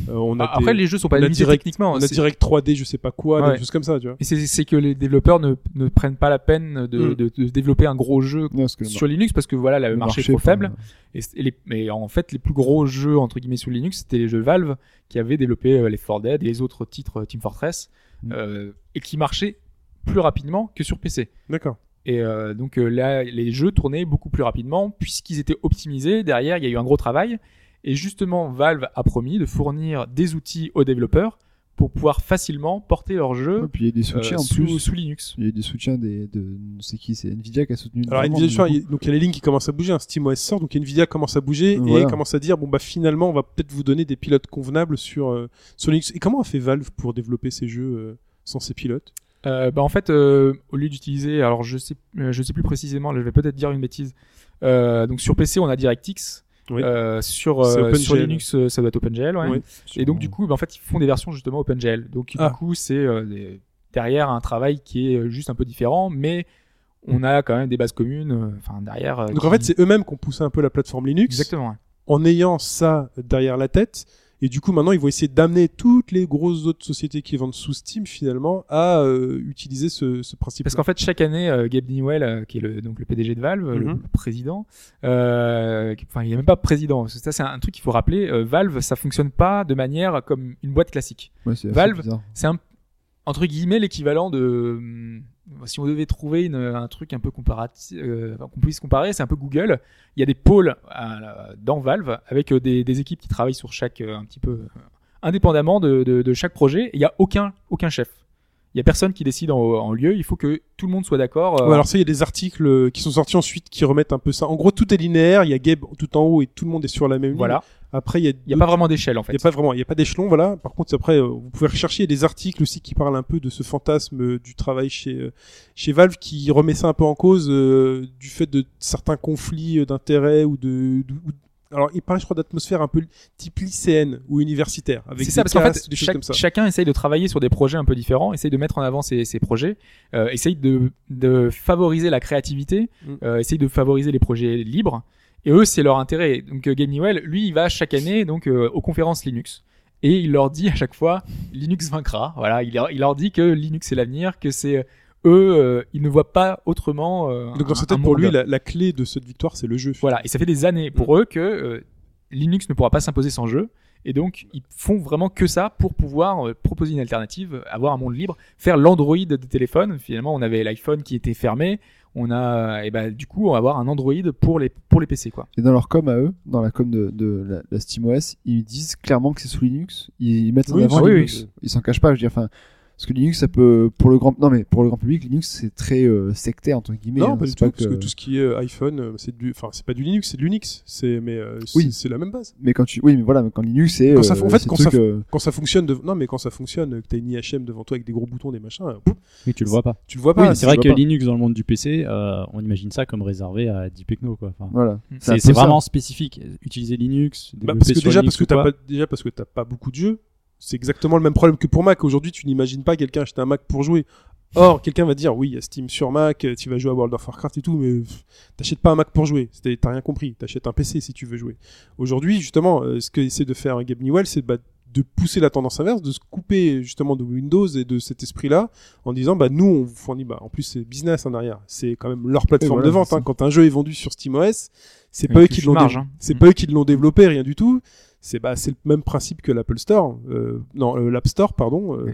[SPEAKER 3] Euh, on a
[SPEAKER 5] Bah, Après,
[SPEAKER 3] des-
[SPEAKER 5] les jeux sont pas
[SPEAKER 3] on a
[SPEAKER 5] limités
[SPEAKER 3] direct-
[SPEAKER 5] techniquement. hein,
[SPEAKER 3] on a
[SPEAKER 5] c'est-
[SPEAKER 3] direct 3D, je sais pas quoi,
[SPEAKER 5] Ouais.
[SPEAKER 3] des choses comme ça, tu vois.
[SPEAKER 5] Mais c'est c'est que les développeurs ne, ne prennent pas la peine de,
[SPEAKER 3] Mm.
[SPEAKER 5] de- de développer un gros jeu
[SPEAKER 4] Non, parce que le mar-
[SPEAKER 5] sur Linux parce que voilà, le
[SPEAKER 4] le
[SPEAKER 5] marché est trop
[SPEAKER 4] enfin,
[SPEAKER 5] faible. Et, c- et les, mais en fait, les plus gros jeux entre guillemets sous Linux, c'était les jeux Valve qui avaient développé euh, les 4 Dead et les autres titres euh, Team Fortress
[SPEAKER 4] Mm.
[SPEAKER 5] euh, et qui marchaient plus rapidement que sur PC.
[SPEAKER 3] D'accord.
[SPEAKER 5] Et euh, donc euh, là, les jeux tournaient beaucoup plus rapidement puisqu'ils étaient optimisés. Derrière, il y a eu un gros travail. Et justement, Valve a promis de fournir des outils aux développeurs pour pouvoir facilement porter leurs jeux
[SPEAKER 4] Ouais, puis il y a des
[SPEAKER 5] euh,
[SPEAKER 4] soutiens en
[SPEAKER 5] sous,
[SPEAKER 4] plus.
[SPEAKER 5] sous Linux.
[SPEAKER 4] Il y a eu des soutiens des, de. C'est qui C'est Nvidia qui a soutenu.
[SPEAKER 3] Alors
[SPEAKER 4] vraiment,
[SPEAKER 3] Nvidia,
[SPEAKER 4] du
[SPEAKER 3] je crois,
[SPEAKER 4] coup.
[SPEAKER 3] il- donc il y a les lignes qui commencent à bouger, hein. un SteamOS sort, donc Nvidia commence à bouger
[SPEAKER 4] Voilà.
[SPEAKER 3] et commence à dire bon bah finalement on va peut-être vous donner des pilotes convenables sur, euh, sur Linux. Et comment a fait Valve pour développer ces jeux euh, sans ces pilotes
[SPEAKER 5] Euh, bah en fait, euh, au lieu d'utiliser, alors je sais, euh, je sais plus précisément, là, je vais peut-être dire une bêtise. Euh, donc sur PC, on a DirectX.
[SPEAKER 3] Oui.
[SPEAKER 5] Euh, sur
[SPEAKER 3] C'est
[SPEAKER 5] euh, sur
[SPEAKER 3] OpenGL.
[SPEAKER 5] Linux, euh, ça doit être OpenGL. Ouais.
[SPEAKER 3] Oui.
[SPEAKER 5] Et donc du coup, bah, en fait, ils font des versions justement OpenGL. Donc
[SPEAKER 3] Ah.
[SPEAKER 5] du coup, c'est euh, des- derrière un travail qui est euh, juste un peu différent, mais on a quand même des bases communes. euh, Enfin derrière. euh,
[SPEAKER 3] Donc
[SPEAKER 5] qui-
[SPEAKER 3] en fait c'est eux-mêmes qui ont poussé un peu la plateforme Linux
[SPEAKER 5] exactement. ouais.
[SPEAKER 3] en ayant ça derrière la tête. Et du coup, maintenant, ils vont essayer d'amener toutes les grosses autres sociétés qui vendent sous Steam, finalement, à euh, utiliser ce, ce principe.
[SPEAKER 5] Parce qu'en fait, chaque année, euh, Gabe Newell, euh, qui est le, donc le PDG de Valve, le-
[SPEAKER 3] Mhm.
[SPEAKER 5] le président, euh, qui- enfin, il n'est même pas président. parce que Ça, c'est un, un truc qu'il faut rappeler. euh, Valve, ça fonctionne pas de manière comme une boîte classique.
[SPEAKER 4] Ouais, c'est assez
[SPEAKER 5] Valve,
[SPEAKER 4] bizarre.
[SPEAKER 5] C'est un, entre guillemets, l'équivalent de, hum, si on devait trouver une- un truc un peu comparatif, euh, qu'on puisse comparer, c'est un peu Google. Il y a des pôles à- dans Valve avec euh, des, des équipes qui travaillent sur chaque, euh, un petit peu, euh, indépendamment de, de- de chaque projet. Et Il n'y a aucun, aucun chef. Il n'y a personne qui décide en, en lieu. Il faut que tout le monde soit d'accord. euh,
[SPEAKER 3] Ouais, alors ça, il y a des articles euh, qui sont sortis ensuite qui remettent un peu ça. En gros, tout est linéaire. Il y a Gabe tout en haut et tout le monde est sur la même ligne.
[SPEAKER 5] voilà.
[SPEAKER 3] Après, il y a,
[SPEAKER 5] Il n'y a pas vraiment d'échelle, en fait.
[SPEAKER 3] Il n'y a pas vraiment, il n'y a pas d'échelon, voilà. Par contre, après, euh, vous pouvez rechercher il y a des articles aussi qui parlent un peu de ce fantasme euh, du travail chez euh, chez Valve, qui remet ça un peu en cause euh, du fait de certains conflits euh, d'intérêts ou de, de- ou- alors il parle, je crois, d'atmosphère un peu type lycéenne ou universitaire, avec
[SPEAKER 5] C'est ça,
[SPEAKER 3] des
[SPEAKER 5] parce qu'en
[SPEAKER 3] classes,
[SPEAKER 5] fait,
[SPEAKER 3] des choses
[SPEAKER 5] chaque-
[SPEAKER 3] comme ça.
[SPEAKER 5] chacun essaye de travailler sur des projets un peu différents, essaye de mettre en avant ses, ses projets, euh, essaye de, de favoriser la créativité,
[SPEAKER 3] Mm.
[SPEAKER 5] euh, essaye de favoriser les projets libres. Et eux, c'est leur intérêt. Donc, euh, Gabe Newell, lui, il va chaque année donc euh, aux conférences Linux. Et il leur dit à chaque fois, Linux vaincra. Voilà, il leur, il leur dit que Linux c'est l'avenir, que c'est eux, euh, ils ne voient pas autrement. euh,
[SPEAKER 3] Donc dans sa
[SPEAKER 5] un-
[SPEAKER 3] tête,
[SPEAKER 5] un
[SPEAKER 3] pour lui,
[SPEAKER 5] monde.
[SPEAKER 3] la, la clé de cette victoire, c'est le jeu.
[SPEAKER 5] Voilà, et ça fait des années pour eux que euh, Linux ne pourra pas s'imposer sans jeu. Et donc, ils font vraiment que ça pour pouvoir euh, proposer une alternative, avoir un monde libre, faire l'Android des téléphones. Finalement, on avait l'iPhone qui était fermé. On a, et ben, du coup, on va avoir un Android pour les, pour les PC, quoi.
[SPEAKER 4] Et dans leur com à eux, dans la com de, de la, la SteamOS, ils disent clairement que c'est sous Linux. Ils, ils mettent
[SPEAKER 3] Oui,
[SPEAKER 4] en avant
[SPEAKER 5] oui,
[SPEAKER 4] Linux.
[SPEAKER 3] oui.
[SPEAKER 4] Ils s'en cachent pas. Je veux dire, enfin, parce que Linux, ça peut pour le grand, non mais pour le grand public, Linux c'est très euh, sectaire entre guillemets.
[SPEAKER 3] non,
[SPEAKER 4] hein.
[SPEAKER 3] pas du
[SPEAKER 4] C'est
[SPEAKER 3] tout, parce
[SPEAKER 4] que-
[SPEAKER 3] que tout ce qui est euh, iPhone, euh, c'est du, enfin, c'est pas du Linux, c'est de l'Unix, c'est, mais euh, c'est-
[SPEAKER 4] Oui.
[SPEAKER 3] c'est la même base.
[SPEAKER 4] Mais quand tu, oui, mais voilà, mais quand Linux c'est,
[SPEAKER 3] Quand ça-
[SPEAKER 4] euh,
[SPEAKER 3] en fait,
[SPEAKER 4] c'est
[SPEAKER 3] quand
[SPEAKER 4] le
[SPEAKER 3] ça-
[SPEAKER 4] truc, euh,
[SPEAKER 3] Quand ça fonctionne, de- non, mais quand ça fonctionne, euh, que t'as une IHM devant toi avec des gros boutons, des machins, euh, pouf,
[SPEAKER 6] Oui, tu le vois pas.
[SPEAKER 3] tu le vois
[SPEAKER 6] Oui,
[SPEAKER 3] pas.
[SPEAKER 6] c'est
[SPEAKER 3] Ah,
[SPEAKER 6] vrai
[SPEAKER 3] tu
[SPEAKER 6] que
[SPEAKER 3] le vois pas.
[SPEAKER 6] Linux dans le monde du PC, euh, on imagine ça comme réservé à Deep Techno, quoi. Enfin,
[SPEAKER 3] Mm.
[SPEAKER 4] voilà.
[SPEAKER 5] C'est-
[SPEAKER 4] un
[SPEAKER 6] c'est
[SPEAKER 4] peu
[SPEAKER 6] c'est
[SPEAKER 4] ça.
[SPEAKER 6] vraiment spécifique. Utiliser Linux,
[SPEAKER 3] Bah,
[SPEAKER 6] développer
[SPEAKER 3] parce que
[SPEAKER 6] sur
[SPEAKER 3] déjà parce
[SPEAKER 6] Linux
[SPEAKER 3] que
[SPEAKER 6] ou
[SPEAKER 3] t'as
[SPEAKER 6] quoi.
[SPEAKER 3] pas déjà parce que t'as pas beaucoup de jeux c'est exactement le même problème que pour Mac aujourd'hui tu n'imagines pas quelqu'un acheter un Mac pour jouer or quelqu'un va dire oui il y a Steam sur Mac euh, tu vas jouer à World of Warcraft et tout mais pff, t'achètes pas un Mac pour jouer C'était- t'as rien compris t'achètes un PC si tu veux jouer aujourd'hui justement euh, ce que essaie de faire Gabe Newell c'est bah, de pousser la tendance inverse, de se couper justement de Windows et de cet esprit-là, en disant bah nous on vous fournit bah en plus c'est business en arrière, c'est quand même leur plateforme
[SPEAKER 4] voilà,
[SPEAKER 3] de vente.
[SPEAKER 4] c'est
[SPEAKER 3] hein. Quand un jeu est vendu sur SteamOS, c'est
[SPEAKER 5] Avec
[SPEAKER 3] pas eux
[SPEAKER 5] une
[SPEAKER 3] qui
[SPEAKER 5] fiche
[SPEAKER 3] l'ont dé-
[SPEAKER 5] marge, hein.
[SPEAKER 3] c'est
[SPEAKER 5] Mm.
[SPEAKER 3] pas eux qui l'ont développé, rien du tout. C'est bah c'est le même principe que l'Apple Store, euh, non euh, l'App Store pardon, euh,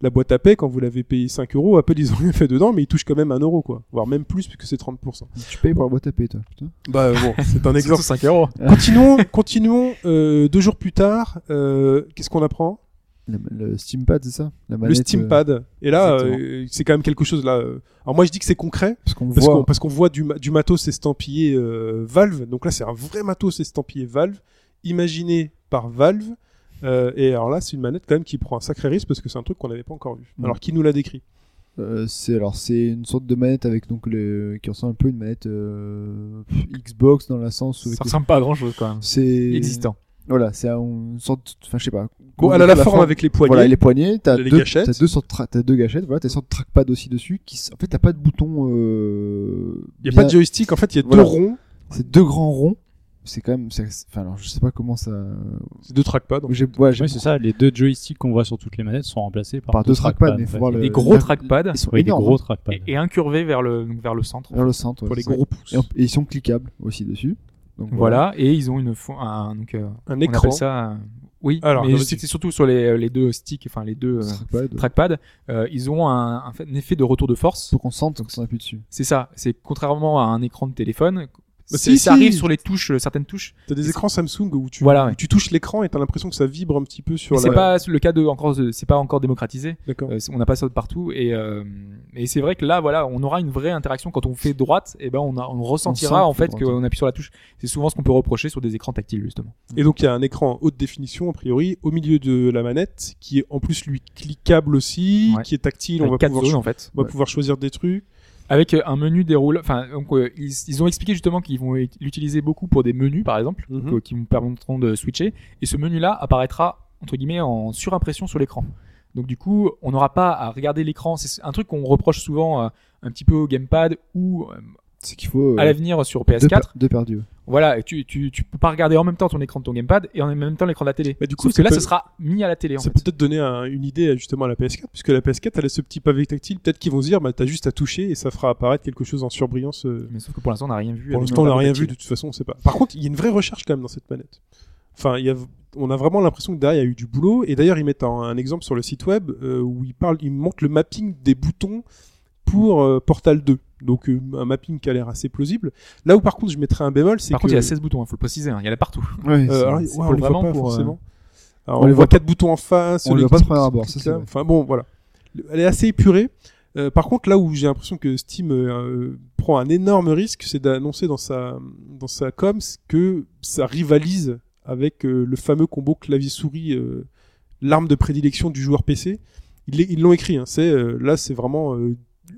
[SPEAKER 3] la boîte à paix quand vous l'avez payé 5 euros, Apple ils ont rien fait dedans, mais ils touchent quand même un euro quoi, voire même plus puisque c'est 30%.
[SPEAKER 4] Tu payes pour la boîte à paix, toi. Putain.
[SPEAKER 3] Bah euh, [laughs] bon, c'est un exemple.
[SPEAKER 5] Surtout 5 euros.
[SPEAKER 3] continuons, continuons. euh, deux jours plus tard, euh, qu'est-ce qu'on apprend
[SPEAKER 4] Le, le Steampad, c'est ça La
[SPEAKER 3] le
[SPEAKER 4] manette, euh,
[SPEAKER 3] steampad. Et là,
[SPEAKER 4] Exactement.
[SPEAKER 3] euh, c'est quand même quelque chose là. euh. Alors moi, je dis que c'est concret
[SPEAKER 4] parce qu'on
[SPEAKER 3] parce qu'on
[SPEAKER 4] voit.
[SPEAKER 3] parce qu'on voit du, ma- du matos estampillé euh, Valve. Donc là, c'est un vrai matos estampillé Valve, imaginé par Valve. Euh, et alors là, c'est une manette quand même qui prend un sacré risque parce que c'est un truc qu'on n'avait pas encore vu.
[SPEAKER 4] Mm.
[SPEAKER 3] Alors qui nous l'a décrit
[SPEAKER 4] euh, c'est alors c'est une sorte de manette avec donc le qui ressemble un peu à une manette euh, Xbox dans la sens où avec
[SPEAKER 5] Ça
[SPEAKER 4] les-
[SPEAKER 5] ressemble pas à grand chose, quand même.
[SPEAKER 4] c'est
[SPEAKER 5] Existant.
[SPEAKER 4] Voilà, c'est une sorte, enfin je sais pas.
[SPEAKER 3] Bon,
[SPEAKER 4] Comment
[SPEAKER 3] elle a
[SPEAKER 4] dire
[SPEAKER 3] la forme avec les poignets.
[SPEAKER 4] Voilà, les poignets, t'as
[SPEAKER 3] les
[SPEAKER 4] deux,
[SPEAKER 3] gâchettes.
[SPEAKER 4] t'as deux sortes, de tra- t'as deux gâchettes, voilà, t'as une sorte de trackpad aussi dessus. Qui, s- en fait, t'as pas de bouton. Euh,
[SPEAKER 3] Il n'y a
[SPEAKER 4] bien-
[SPEAKER 3] pas de joystick. En fait, il y a
[SPEAKER 4] Voilà.
[SPEAKER 3] deux ronds,
[SPEAKER 4] C'est deux grands ronds. C'est quand même, c'est- enfin alors je sais pas comment ça.
[SPEAKER 3] c'est deux trackpads.
[SPEAKER 4] J'ai, ouais, j'ai
[SPEAKER 6] Oui, c'est ça. Les deux joysticks qu'on voit sur toutes les manettes sont remplacés par,
[SPEAKER 4] Par deux trackpads, mais
[SPEAKER 6] en
[SPEAKER 4] faut
[SPEAKER 6] fait.
[SPEAKER 4] voir le-
[SPEAKER 5] Des gros
[SPEAKER 4] la-
[SPEAKER 5] trackpads
[SPEAKER 4] Ils sont
[SPEAKER 6] Oui, des
[SPEAKER 4] énormes. hein,
[SPEAKER 6] gros trackpads.
[SPEAKER 5] et, et incurvés vers le, donc vers le centre.
[SPEAKER 4] vers le centre. ouais,
[SPEAKER 3] pour les
[SPEAKER 4] c'est ça.
[SPEAKER 3] gros pouces.
[SPEAKER 4] Et, en- et ils sont cliquables aussi dessus. Donc,
[SPEAKER 5] Voilà. Et ils ont une, fo- un, donc, euh,
[SPEAKER 3] Un
[SPEAKER 5] on
[SPEAKER 3] écran.
[SPEAKER 5] appelle ça, euh, oui.
[SPEAKER 3] Alors,
[SPEAKER 5] Alors,
[SPEAKER 3] non,
[SPEAKER 5] mais
[SPEAKER 3] vas-y.
[SPEAKER 5] c'était surtout sur les, les deux sticks, enfin, les deux,
[SPEAKER 4] Ce
[SPEAKER 3] [laughs]
[SPEAKER 5] euh,
[SPEAKER 4] trackpad,
[SPEAKER 5] trackpad, euh, ils ont un, un fait- un effet de retour de force.
[SPEAKER 4] faut qu'on sente quand on appuie dessus.
[SPEAKER 5] C'est ça. C'est contrairement à un écran de téléphone. c'est-
[SPEAKER 3] Bah, si,
[SPEAKER 5] ça
[SPEAKER 3] si.
[SPEAKER 5] arrive sur les touches, euh, certaines touches.
[SPEAKER 3] T'as des écrans Samsung où tu,
[SPEAKER 5] Voilà,
[SPEAKER 3] où
[SPEAKER 5] ouais.
[SPEAKER 3] tu touches l'écran et t'as l'impression que ça vibre un petit peu sur. la...
[SPEAKER 5] Mais c'est pas le cas de encore, de- c'est pas encore démocratisé.
[SPEAKER 3] D'accord.
[SPEAKER 5] Euh, c'est- on n'a pas ça de partout. Et, euh, et c'est vrai que là, voilà, on aura une vraie interaction quand on fait droite. Et ben, on, a- on
[SPEAKER 4] sent
[SPEAKER 5] ressentira
[SPEAKER 4] qu'on
[SPEAKER 5] en
[SPEAKER 4] fait
[SPEAKER 5] fait
[SPEAKER 4] droite.
[SPEAKER 5] qu'on appuie sur la touche. C'est souvent ce qu'on peut reprocher sur des écrans tactiles justement.
[SPEAKER 3] Et donc il y a un écran en haute définition a priori au milieu de la manette qui est en plus lui cliquable aussi,
[SPEAKER 5] Ouais.
[SPEAKER 3] qui est tactile, on
[SPEAKER 5] Avec
[SPEAKER 3] va,
[SPEAKER 5] quatre
[SPEAKER 3] pouvoir,
[SPEAKER 5] zones
[SPEAKER 3] cho-
[SPEAKER 5] en fait.
[SPEAKER 3] on va
[SPEAKER 4] Ouais.
[SPEAKER 3] pouvoir choisir des trucs.
[SPEAKER 5] Avec euh, un menu déroule. Enfin, donc euh, ils, ils ont expliqué justement qu'ils vont e- l'utiliser beaucoup pour des menus par exemple.
[SPEAKER 3] Mhm.
[SPEAKER 5] donc, euh, qui vous permettront de switcher. Et ce menu-là apparaîtra entre guillemets en surimpression sur l'écran. Donc du coup, on n'aura pas à regarder l'écran. C'est un truc qu'on reproche souvent euh, un petit peu au gamepad ou euh,
[SPEAKER 4] C'est qu'il faut.
[SPEAKER 5] à
[SPEAKER 4] euh,
[SPEAKER 5] l'avenir sur
[SPEAKER 4] deux,
[SPEAKER 5] PS4.
[SPEAKER 4] per- deux perdus.
[SPEAKER 5] Voilà, et tu, tu, tu peux pas regarder en même temps ton écran de ton gamepad et en même temps l'écran de la télé.
[SPEAKER 3] Bah, du coup,
[SPEAKER 5] Sauf
[SPEAKER 3] ça
[SPEAKER 5] que là,
[SPEAKER 3] peut-
[SPEAKER 5] ce sera mis à la télé. En
[SPEAKER 3] Ça
[SPEAKER 5] fait.
[SPEAKER 3] peut peut-être donner un- une idée justement à la PS4, puisque la PS4 elle a ce petit pavé tactile, peut-être qu'ils vont se dire bah t'as juste à toucher et ça fera apparaître quelque chose en surbrillance. euh,
[SPEAKER 5] Mais sauf que pour l'instant, on n'a rien vu.
[SPEAKER 3] Pour
[SPEAKER 5] avec
[SPEAKER 3] l'instant on
[SPEAKER 5] le
[SPEAKER 3] n'a rien
[SPEAKER 5] tactile.
[SPEAKER 3] vu, de toute façon on sait pas. Par contre il y a une vraie recherche quand même dans cette manette. Enfin il y a, on a vraiment l'impression que derrière il y a eu du boulot, et d'ailleurs ils mettent un, un exemple sur le site web euh, où ils parlent, ils montrent le mapping des boutons pour euh, Portal 2. Donc euh, un mapping qui a l'air assez plausible. Là où par contre je mettrais un bémol, c'est
[SPEAKER 5] Par
[SPEAKER 3] que
[SPEAKER 5] contre, il y a 16 boutons, il faut le préciser, hein, il y en a partout.
[SPEAKER 4] Ouais,
[SPEAKER 3] Euh,
[SPEAKER 4] c'est-
[SPEAKER 3] alors, ouais,
[SPEAKER 5] c'est
[SPEAKER 3] on
[SPEAKER 5] pour
[SPEAKER 3] les voit
[SPEAKER 5] vraiment
[SPEAKER 3] pas
[SPEAKER 5] pour, euh,
[SPEAKER 3] forcément. Alors,
[SPEAKER 4] on
[SPEAKER 3] on,
[SPEAKER 4] les
[SPEAKER 3] voit
[SPEAKER 4] voit
[SPEAKER 3] quatre boutons en face.
[SPEAKER 4] on les
[SPEAKER 3] le
[SPEAKER 4] voit pas
[SPEAKER 3] petit-
[SPEAKER 4] de premier abord, ça,
[SPEAKER 3] petit-
[SPEAKER 4] c'est vrai.
[SPEAKER 3] Enfin bon, voilà. Le- Elle est assez épurée. Euh, par contre, là où j'ai l'impression que Steam euh, prend un énorme risque, c'est d'annoncer dans sa dans sa com que ça rivalise avec euh, le fameux combo clavier-souris, euh, l'arme de prédilection du joueur PC. Ils l'é- ils l'ont écrit. hein. C'est euh, là, c'est vraiment euh,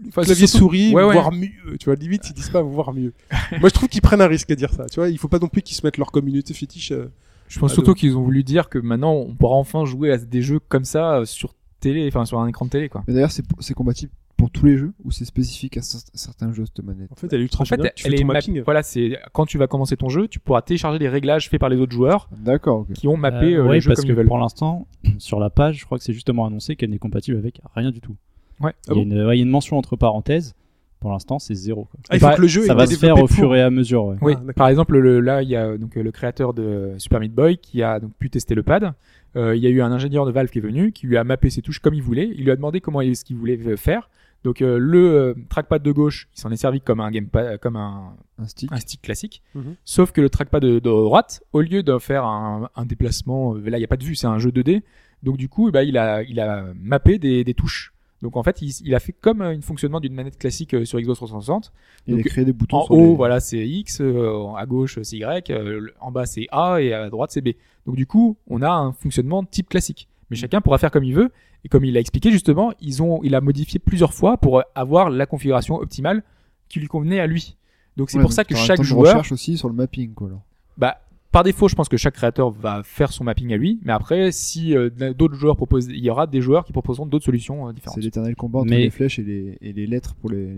[SPEAKER 5] Enfin, c'est surtout-
[SPEAKER 3] clavier-souris,
[SPEAKER 5] Ouais, ouais.
[SPEAKER 3] voire mieux. Euh, Tu vois, limite, ils disent pas voire mieux. Moi, je trouve qu'ils prennent un risque à dire ça. Tu vois, il faut pas non plus qu'ils se mettent leur communauté fétiche. euh,
[SPEAKER 5] Je pense
[SPEAKER 3] Ah,
[SPEAKER 5] surtout
[SPEAKER 3] de-
[SPEAKER 5] qu'ils ont voulu dire que maintenant, on pourra enfin jouer à des jeux comme ça euh, sur télé, enfin sur un écran de télé, quoi.
[SPEAKER 4] Mais d'ailleurs, c'est c'est compatible pour tous les jeux ou c'est spécifique à cer- certains jeux cette manette
[SPEAKER 3] En fait, elle est ultra
[SPEAKER 5] En fait,
[SPEAKER 3] géniale. Tu
[SPEAKER 5] elle
[SPEAKER 3] fais
[SPEAKER 5] est
[SPEAKER 3] ton
[SPEAKER 5] map-
[SPEAKER 3] mapping.
[SPEAKER 5] Voilà, c'est quand tu vas commencer ton jeu, tu pourras télécharger les réglages faits par les autres joueurs
[SPEAKER 4] D'accord, ok.
[SPEAKER 5] qui ont mappé
[SPEAKER 6] Euh,
[SPEAKER 5] euh,
[SPEAKER 6] oui,
[SPEAKER 5] le jeu
[SPEAKER 6] parce
[SPEAKER 5] comme
[SPEAKER 6] que
[SPEAKER 5] ils veulent.
[SPEAKER 6] pour l'instant, [clears throat] sur la page, je crois que c'est justement annoncé qu'elle n'est compatible avec rien du tout.
[SPEAKER 5] Ouais.
[SPEAKER 6] il, y a une, ouais, il y a une mention entre parenthèses. Pour l'instant, c'est zéro. quoi.
[SPEAKER 3] Ah, il faut
[SPEAKER 5] Bah,
[SPEAKER 3] que le jeu
[SPEAKER 6] Ça
[SPEAKER 3] ait
[SPEAKER 6] va
[SPEAKER 3] été
[SPEAKER 6] se faire
[SPEAKER 3] développé
[SPEAKER 6] au
[SPEAKER 3] pour.
[SPEAKER 6] fur et à mesure. ouais.
[SPEAKER 5] Oui,
[SPEAKER 3] Ah, d'accord.
[SPEAKER 5] par exemple, le, là, il y a donc euh, le créateur de euh, Super Meat Boy qui a donc pu tester le pad. Euh, il y a eu un ingénieur de Valve qui est venu, qui lui a mappé ses touches comme il voulait. Il lui a demandé comment est ce qu'il voulait euh, faire. Donc euh, le euh, trackpad de gauche, il s'en est servi comme un gamepad, comme un,
[SPEAKER 4] Un stick.
[SPEAKER 5] un stick classique.
[SPEAKER 3] Mhm.
[SPEAKER 5] Sauf que le trackpad de, de droite, au lieu de faire un, un déplacement, euh, là il n'y a pas de vue, c'est un jeu 2D. Donc du coup, eh ben, il, a, il a mappé des, des touches. Donc en fait, il, il a fait comme euh, un fonctionnement d'une manette classique euh, sur Xbox 360.
[SPEAKER 4] Il a
[SPEAKER 5] Donc,
[SPEAKER 4] créé des boutons
[SPEAKER 5] En
[SPEAKER 4] sur
[SPEAKER 5] haut,
[SPEAKER 4] les-
[SPEAKER 5] voilà, c'est X, euh, à gauche c'est Y, euh, le- en bas c'est A et à droite c'est B. Donc du coup, on a un fonctionnement type classique.
[SPEAKER 4] Mm.
[SPEAKER 5] Mais chacun pourra faire comme il veut. Et comme il l'a expliqué justement, ils ont, il a modifié plusieurs fois pour avoir la configuration optimale qui lui convenait à lui. Donc c'est
[SPEAKER 4] Ouais,
[SPEAKER 5] pour
[SPEAKER 4] donc
[SPEAKER 5] ça que
[SPEAKER 4] t'auras le
[SPEAKER 5] chaque
[SPEAKER 4] temps de
[SPEAKER 5] joueur
[SPEAKER 4] recherche aussi sur le mapping, quoi. alors.
[SPEAKER 5] bah, par défaut, je pense que chaque créateur va faire son mapping à lui, mais après, si euh, d'autres joueurs proposent, il y aura des joueurs qui proposeront d'autres solutions euh, différentes.
[SPEAKER 4] C'est l'éternel combat entre
[SPEAKER 6] Mais-
[SPEAKER 4] les flèches et les, et les lettres pour les,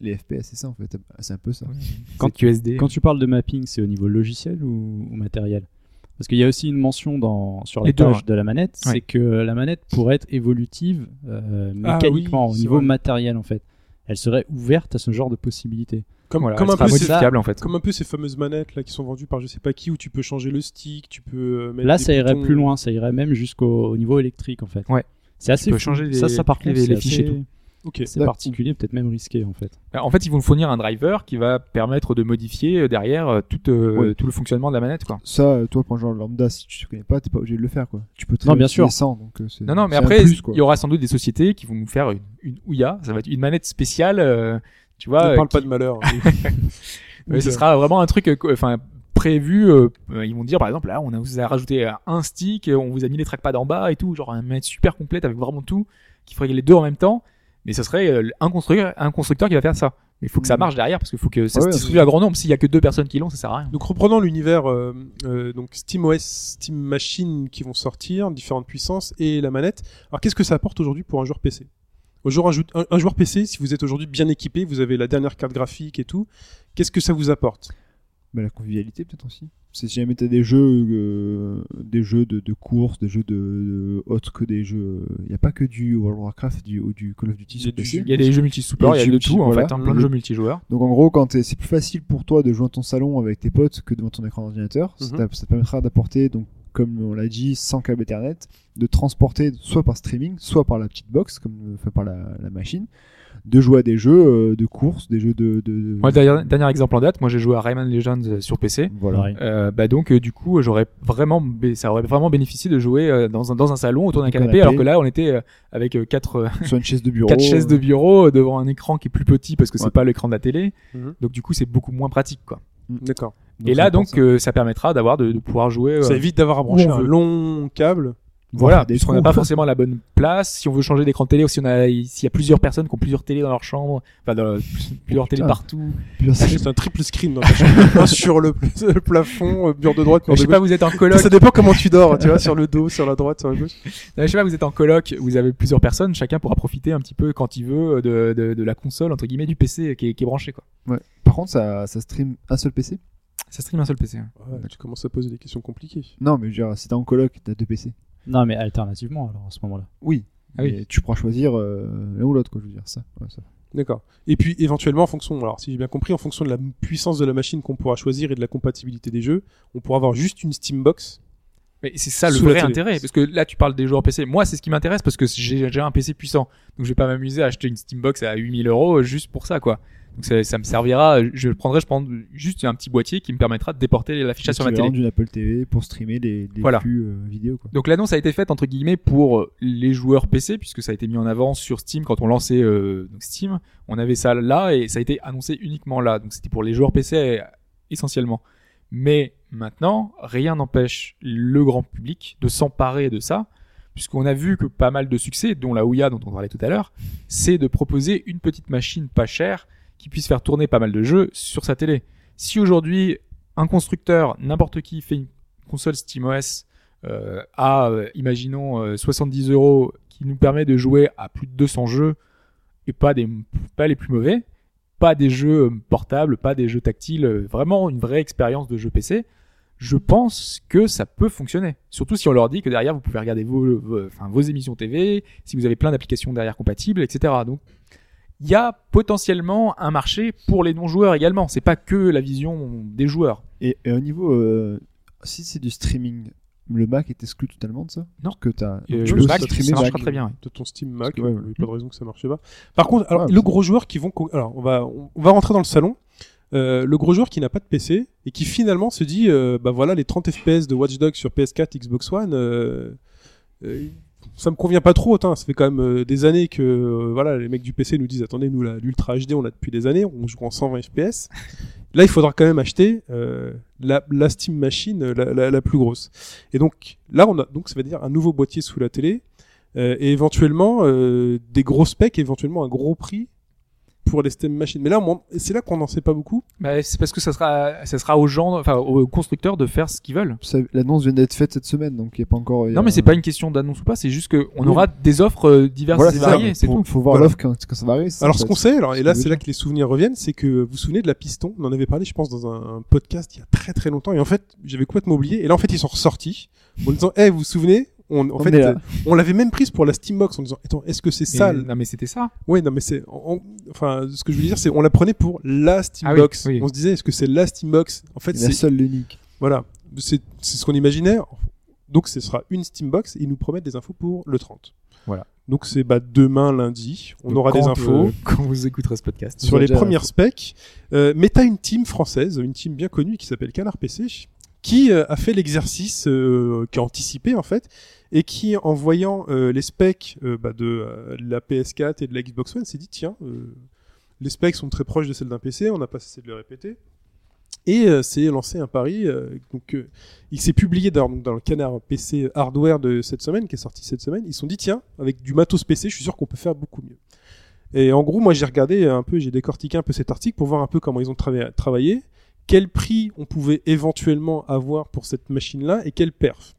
[SPEAKER 4] les, les FPS, c'est ça en fait. C'est un peu ça.
[SPEAKER 5] Quand QSD.
[SPEAKER 6] Quand tu parles de mapping, c'est au niveau logiciel ou, ou matériel Parce qu'il y a aussi une mention dans, sur
[SPEAKER 5] Les
[SPEAKER 6] la
[SPEAKER 5] deux,
[SPEAKER 6] page
[SPEAKER 5] ouais.
[SPEAKER 6] de la manette,
[SPEAKER 5] Ouais.
[SPEAKER 6] c'est que la manette pourrait être évolutive euh,
[SPEAKER 3] Ah
[SPEAKER 6] mécaniquement
[SPEAKER 3] oui,
[SPEAKER 6] au
[SPEAKER 3] c'est
[SPEAKER 6] niveau
[SPEAKER 3] vrai.
[SPEAKER 6] matériel en fait. Elle serait ouverte à ce genre de possibilités.
[SPEAKER 3] Comme,
[SPEAKER 5] Voilà,
[SPEAKER 3] comme
[SPEAKER 5] elle
[SPEAKER 3] un
[SPEAKER 5] sera
[SPEAKER 3] peu ces,
[SPEAKER 5] modifiable en fait.
[SPEAKER 3] comme un peu ces fameuses manettes là qui sont vendues par je sais pas qui où tu peux changer le stick, tu peux euh, mettre
[SPEAKER 6] Là,
[SPEAKER 3] des
[SPEAKER 6] ça irait
[SPEAKER 3] boutons.
[SPEAKER 6] plus loin, ça irait même jusqu'au au niveau électrique en fait.
[SPEAKER 5] Ouais.
[SPEAKER 6] C'est assez
[SPEAKER 5] peux
[SPEAKER 6] fou.
[SPEAKER 5] changer les-
[SPEAKER 6] ça, ça par
[SPEAKER 5] les-
[SPEAKER 6] contre, c'est
[SPEAKER 5] les fiches et
[SPEAKER 6] assez-
[SPEAKER 5] tout.
[SPEAKER 3] Ok.
[SPEAKER 6] C'est
[SPEAKER 4] D'accord.
[SPEAKER 6] particulier, peut-être même risqué en fait.
[SPEAKER 5] Bah, En fait, ils vont fournir un driver qui va permettre de modifier euh, derrière euh, tout, euh,
[SPEAKER 4] Ouais.
[SPEAKER 5] tout le fonctionnement de la manette. Quoi.
[SPEAKER 4] Ça, euh, toi, pour un genre lambda, si tu ne connais pas, t'es pas obligé de le faire, quoi. Tu peux très
[SPEAKER 6] Non,
[SPEAKER 4] bien
[SPEAKER 6] bien
[SPEAKER 4] sûr
[SPEAKER 6] sûr.
[SPEAKER 4] sans, donc euh, c'est-
[SPEAKER 5] Non, non, mais
[SPEAKER 4] c'est un
[SPEAKER 5] après,
[SPEAKER 4] plus, quoi.
[SPEAKER 5] il y aura sans doute des sociétés qui vont nous faire une, une Ouya, ça va être une manette spéciale, euh, tu vois.
[SPEAKER 3] ne
[SPEAKER 5] euh,
[SPEAKER 3] parle pas
[SPEAKER 5] qui-
[SPEAKER 3] de malheur. hein.
[SPEAKER 5] [laughs] Ouais, ce sera vraiment un truc, euh, co- enfin prévu. euh, euh, ils vont dire par exemple, là, on a, vous a rajouté euh, un stick, euh, on vous a mis les trackpads en bas et tout, genre un manette super complète avec vraiment tout, qui ferait les deux en même temps. Mais ce serait euh, un constructeur, un constructeur qui va faire ça. Mais il faut que ça
[SPEAKER 4] Mm.
[SPEAKER 5] marche derrière parce qu'il faut que ça
[SPEAKER 4] Ouais,
[SPEAKER 5] se
[SPEAKER 4] ouais,
[SPEAKER 5] distribue à grand nombre. S'il y a que deux personnes qui l'ont, ça sert à rien.
[SPEAKER 3] Donc reprenons l'univers euh, euh, donc SteamOS, Steam Machine qui vont sortir, différentes puissances et la manette. Alors qu'est-ce que ça apporte aujourd'hui pour un joueur PC Au jour- un, jou- un- un joueur PC, si vous êtes aujourd'hui bien équipé, vous avez la dernière carte graphique et tout, qu'est-ce que ça vous apporte
[SPEAKER 4] Mais la convivialité, peut-être aussi. C'est si jamais t'as des jeux, euh, des jeux de, de course, des jeux de, de- autres que des jeux. Il n'y a pas que du World of Warcraft, du, ou du Call of Duty.
[SPEAKER 5] Il y
[SPEAKER 4] sur
[SPEAKER 5] a, du-
[SPEAKER 4] PC.
[SPEAKER 5] il y a des jeux multi-support, il y a
[SPEAKER 4] jeux
[SPEAKER 5] de tout en
[SPEAKER 4] multi-
[SPEAKER 5] fait, hein,
[SPEAKER 4] voilà. Mmh.
[SPEAKER 5] plein de jeux multijoueurs.
[SPEAKER 4] Donc en gros, quand t'es- c'est plus facile pour toi de jouer dans ton salon avec tes potes que devant ton écran d'ordinateur, ça
[SPEAKER 3] Mhm.
[SPEAKER 4] t'a- ça te permettra d'apporter, donc comme on l'a dit, sans câble Ethernet, de transporter soit par streaming, soit par la petite box, comme enfin, par la, la machine, de jouer à des jeux euh, de course, des jeux de. de, de-
[SPEAKER 5] Moi, dernier, dernier exemple en date, moi j'ai joué à Rayman Legends euh, sur PC.
[SPEAKER 4] Voilà. [laughs]
[SPEAKER 6] Pareil.
[SPEAKER 5] Euh, bah donc euh, du coup euh, j'aurais vraiment bé- ça aurait vraiment bénéficié de jouer euh, dans un dans un salon autour d'un
[SPEAKER 4] Un
[SPEAKER 5] canapé,
[SPEAKER 4] canapé.
[SPEAKER 5] alors que là on était euh, avec euh, quatre euh,
[SPEAKER 4] Sur une chaise de bureau.
[SPEAKER 5] quatre chaises de bureau euh, devant un écran qui est plus petit parce que c'est
[SPEAKER 4] Ouais.
[SPEAKER 5] pas l'écran de la télé
[SPEAKER 3] Mhm.
[SPEAKER 5] donc du coup c'est beaucoup moins pratique quoi
[SPEAKER 3] D'accord.
[SPEAKER 5] et là
[SPEAKER 4] ça
[SPEAKER 5] donc
[SPEAKER 4] apporte ça.
[SPEAKER 5] euh, ça permettra d'avoir de, de pouvoir jouer euh,
[SPEAKER 3] Ça évite d'avoir à brancher
[SPEAKER 5] Où on
[SPEAKER 3] un
[SPEAKER 5] veut.
[SPEAKER 3] long câble.
[SPEAKER 5] voilà
[SPEAKER 4] faire des
[SPEAKER 5] parce qu'on
[SPEAKER 4] trous.
[SPEAKER 5] n'a pas forcément la bonne place si on veut changer d'écran de télé ou si on a s'il y a plusieurs personnes qui ont plusieurs télés dans leur chambre enfin dans- plusieurs télés
[SPEAKER 4] Oh, Putain.
[SPEAKER 5] partout
[SPEAKER 4] Puis
[SPEAKER 3] [laughs]
[SPEAKER 4] ça-
[SPEAKER 3] C'est un triple screen dans ta chambre. Un sur le, [laughs] le plafond, euh, mur de droite, mur
[SPEAKER 5] je sais
[SPEAKER 3] de
[SPEAKER 5] pas
[SPEAKER 3] gauche.
[SPEAKER 5] vous êtes en
[SPEAKER 3] Ça,
[SPEAKER 5] coloc
[SPEAKER 3] ça dépend comment tu dors, tu vois, sur le dos, sur la droite, sur la gauche.
[SPEAKER 5] Non, mais je sais pas, vous êtes en coloc, vous avez plusieurs personnes, chacun pourra profiter un petit peu quand il veut euh, de, de, de la console, entre guillemets, du PC qui est, qui est branché, quoi.
[SPEAKER 4] Par contre, ça, ça stream un seul PC
[SPEAKER 5] Ça stream un seul PC. hein.
[SPEAKER 3] Ouais, tu commences à poser des questions compliquées.
[SPEAKER 4] Non, mais genre, si t'es en coloc, t'as deux PC.
[SPEAKER 6] [laughs] Non, mais alternativement, alors, à ce moment-là.
[SPEAKER 4] Oui.
[SPEAKER 5] Ah oui.
[SPEAKER 4] Mais tu pourras choisir euh, l'un ou l'autre, quoi, je veux dire. Ça. Ouais, ça.
[SPEAKER 3] D'accord. Et puis éventuellement en fonction, alors si j'ai bien compris, en fonction de la puissance de la machine qu'on pourra choisir et de la compatibilité des jeux, on pourra avoir juste une Steam Box.
[SPEAKER 5] Mais c'est ça le
[SPEAKER 3] Sous la
[SPEAKER 5] vrai
[SPEAKER 3] télé.
[SPEAKER 5] intérêt, parce que là tu parles des joueurs PC. Moi, c'est ce qui m'intéresse parce que j'ai déjà un PC puissant, donc je vais pas m'amuser à acheter une Steambox à 8000 euros euh, juste pour ça, quoi. Donc ça, ça me servira. Je le prendrai, je prends juste un petit boîtier qui me permettra de déporter l'affichage sur ma télé.
[SPEAKER 4] L'équivalent d'une Apple TV pour streamer les, les
[SPEAKER 5] Voilà.
[SPEAKER 4] flux euh, vidéo, quoi.
[SPEAKER 5] Donc l'annonce a été faite entre guillemets pour euh, les joueurs PC puisque ça a été mis en avant sur Steam quand on lançait euh, donc Steam, on avait ça là et ça a été annoncé uniquement là. Donc c'était pour les joueurs PC euh, essentiellement. Mais maintenant, rien n'empêche le grand public de s'emparer de ça puisqu'on a vu que pas mal de succès dont la Ouya dont on parlait tout à l'heure, c'est de proposer une petite machine pas chère qui puisse faire tourner pas mal de jeux sur sa télé. Si aujourd'hui un constructeur, n'importe qui fait une console SteamOS euh, à, euh, imaginons, euh, 70 euros, qui nous permet de jouer à plus de 200 jeux, et pas, des, pas les plus mauvais, pas des jeux euh, portables, pas des jeux tactiles, euh, vraiment une vraie expérience de jeu PC, je pense que ça peut fonctionner. Surtout si on leur dit que derrière, vous pouvez regarder vos, vos, enfin, vos émissions TV, si vous avez plein d'applications derrière compatibles, etc. Donc, il y a potentiellement un marché pour les non-joueurs également. C'est pas que la vision des joueurs.
[SPEAKER 4] Et, et au niveau. euh, si c'est du streaming, le Mac est exclu totalement de ça
[SPEAKER 5] Non.
[SPEAKER 4] Parce que t'as.
[SPEAKER 5] Euh,
[SPEAKER 4] tu
[SPEAKER 5] le
[SPEAKER 4] peux
[SPEAKER 5] Mac,
[SPEAKER 4] streamer
[SPEAKER 5] ça marchera
[SPEAKER 4] Mac.
[SPEAKER 5] très bien. oui.
[SPEAKER 3] de ton Steam Mac.
[SPEAKER 4] que, ouais,
[SPEAKER 3] il
[SPEAKER 4] ouais.
[SPEAKER 3] n'y a pas de raison que ça marchait pas. Par contre, alors,
[SPEAKER 4] Ouais,
[SPEAKER 3] le
[SPEAKER 4] c'est-
[SPEAKER 3] gros joueur qui vont, co- alors on va, on on va rentrer dans le salon. Euh, le gros joueur qui n'a pas de PC et qui finalement se dit, euh, bah voilà, les 30 FPS de Watch Dogs sur PS4, Xbox One, euh, euh, ça me convient pas trop. Autant, ça fait quand même euh, des années que euh, voilà, les mecs du PC nous disent, attendez, nous la- l'Ultra HD, on l'a depuis des années, on joue en 120 FPS. Là, il faudra quand même acheter euh, la, la Steam Machine, euh, la, la- la plus grosse. Et donc là, on a donc ça veut dire un nouveau boîtier sous la télé. Euh, et éventuellement euh, des gros specs, et éventuellement un gros prix pour les STEM machines. Mais là, on- c'est là qu'on n'en sait pas beaucoup.
[SPEAKER 5] Bah, c'est parce que ça sera, ça sera aux gens, enfin aux constructeurs de faire ce qu'ils veulent.
[SPEAKER 4] Ça- L'annonce vient d'être faite cette semaine, donc il n'y a pas encore. il y a-
[SPEAKER 5] Non, mais c'est pas une question d'annonce ou pas, c'est juste qu'on
[SPEAKER 4] Oui.
[SPEAKER 5] aura des offres euh, diverses
[SPEAKER 4] Voilà,
[SPEAKER 5] et
[SPEAKER 4] c'est ça.
[SPEAKER 5] variées, c'est
[SPEAKER 4] faut,
[SPEAKER 5] tout.
[SPEAKER 4] faut voir
[SPEAKER 3] Voilà.
[SPEAKER 4] l'offre quand, quand ça va arriver. c'est ça,
[SPEAKER 3] alors
[SPEAKER 4] en
[SPEAKER 3] ce
[SPEAKER 4] fait.
[SPEAKER 3] qu'on sait, alors, et là
[SPEAKER 4] c'est
[SPEAKER 3] c'est là que les souvenirs reviennent, c'est que vous vous souvenez de la piston, on en avait parlé je pense dans un, un podcast il y a très très longtemps, et en fait j'avais complètement oublié, et là en fait ils sont ressortis en disant, Eh, vous vous souvenez on, en
[SPEAKER 4] On
[SPEAKER 3] fait,
[SPEAKER 4] est là.
[SPEAKER 3] euh, on l'avait même prise pour la Steambox en disant, attends, est-ce que c'est
[SPEAKER 5] Mais-
[SPEAKER 3] ça
[SPEAKER 5] Non, mais c'était ça.
[SPEAKER 3] Ouais, non, mais c'est, on- enfin, ce que je veux dire, c'est, on la prenait pour la Steambox.
[SPEAKER 5] oui.
[SPEAKER 3] On se disait, est-ce que c'est la Steambox En fait,
[SPEAKER 4] Ah La
[SPEAKER 3] c'est
[SPEAKER 4] seule, l'unique.
[SPEAKER 3] Voilà, c'est c'est ce qu'on imaginait. Donc ce sera une Steambox et ils nous promettent des infos pour le 30.
[SPEAKER 5] Voilà.
[SPEAKER 3] Donc c'est bah, demain lundi, on
[SPEAKER 5] Donc,
[SPEAKER 3] aura des
[SPEAKER 5] quand,
[SPEAKER 3] infos
[SPEAKER 5] euh, quand vous écouterez ce podcast.
[SPEAKER 3] sur
[SPEAKER 4] aurez
[SPEAKER 3] les
[SPEAKER 4] déjà
[SPEAKER 3] premières specs. Euh, mais t'as une team française, une team bien connue qui s'appelle Canard PC, qui euh, a fait l'exercice, euh, qui a anticipé en fait, et qui en voyant euh, les specs euh, bah, de euh, la PS4 et de la Xbox One s'est dit tiens, euh, les specs sont très proches de celles d'un PC, on n'a pas cessé de le répéter. Et euh, c'est lancé un pari. euh, donc, euh, il s'est publié dans, dans le canard PC hardware de cette semaine, qui est sorti cette semaine. Ils se sont dit, tiens, avec du matos PC, je suis sûr qu'on peut faire beaucoup mieux. Et en gros, moi, j'ai regardé un peu, j'ai décortiqué un peu cet article pour voir un peu comment ils ont trava- travaillé, quel prix on pouvait éventuellement avoir pour cette machine-là et quelle perf.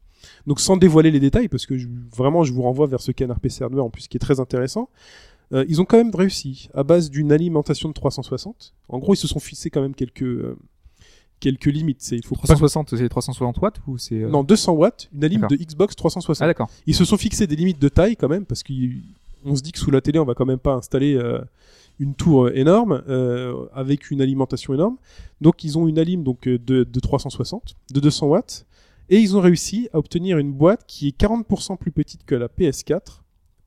[SPEAKER 3] Donc, sans dévoiler les détails, parce que je- vraiment, je vous renvoie vers ce canard PC hardware en plus qui est très intéressant. Euh, ils ont quand même réussi à base d'une alimentation de 360. En gros, ils se sont fixés quand même quelques euh, quelques limites. C'est il faut pas
[SPEAKER 5] 360, c'est 360 watts ou c'est. euh,
[SPEAKER 3] non, 200 watts, une alim de
[SPEAKER 5] D'accord.
[SPEAKER 3] Xbox 360.
[SPEAKER 5] Ah, d'accord.
[SPEAKER 3] Ils se sont fixés des limites de taille quand même, parce qu'on se dit que sous la télé, on va quand même pas installer euh, une tour euh, énorme euh, avec une alimentation énorme. Donc ils ont une alim donc euh, de, de 360, de 200 watts, et ils ont réussi à obtenir une boîte qui est 40% plus petite que la PS4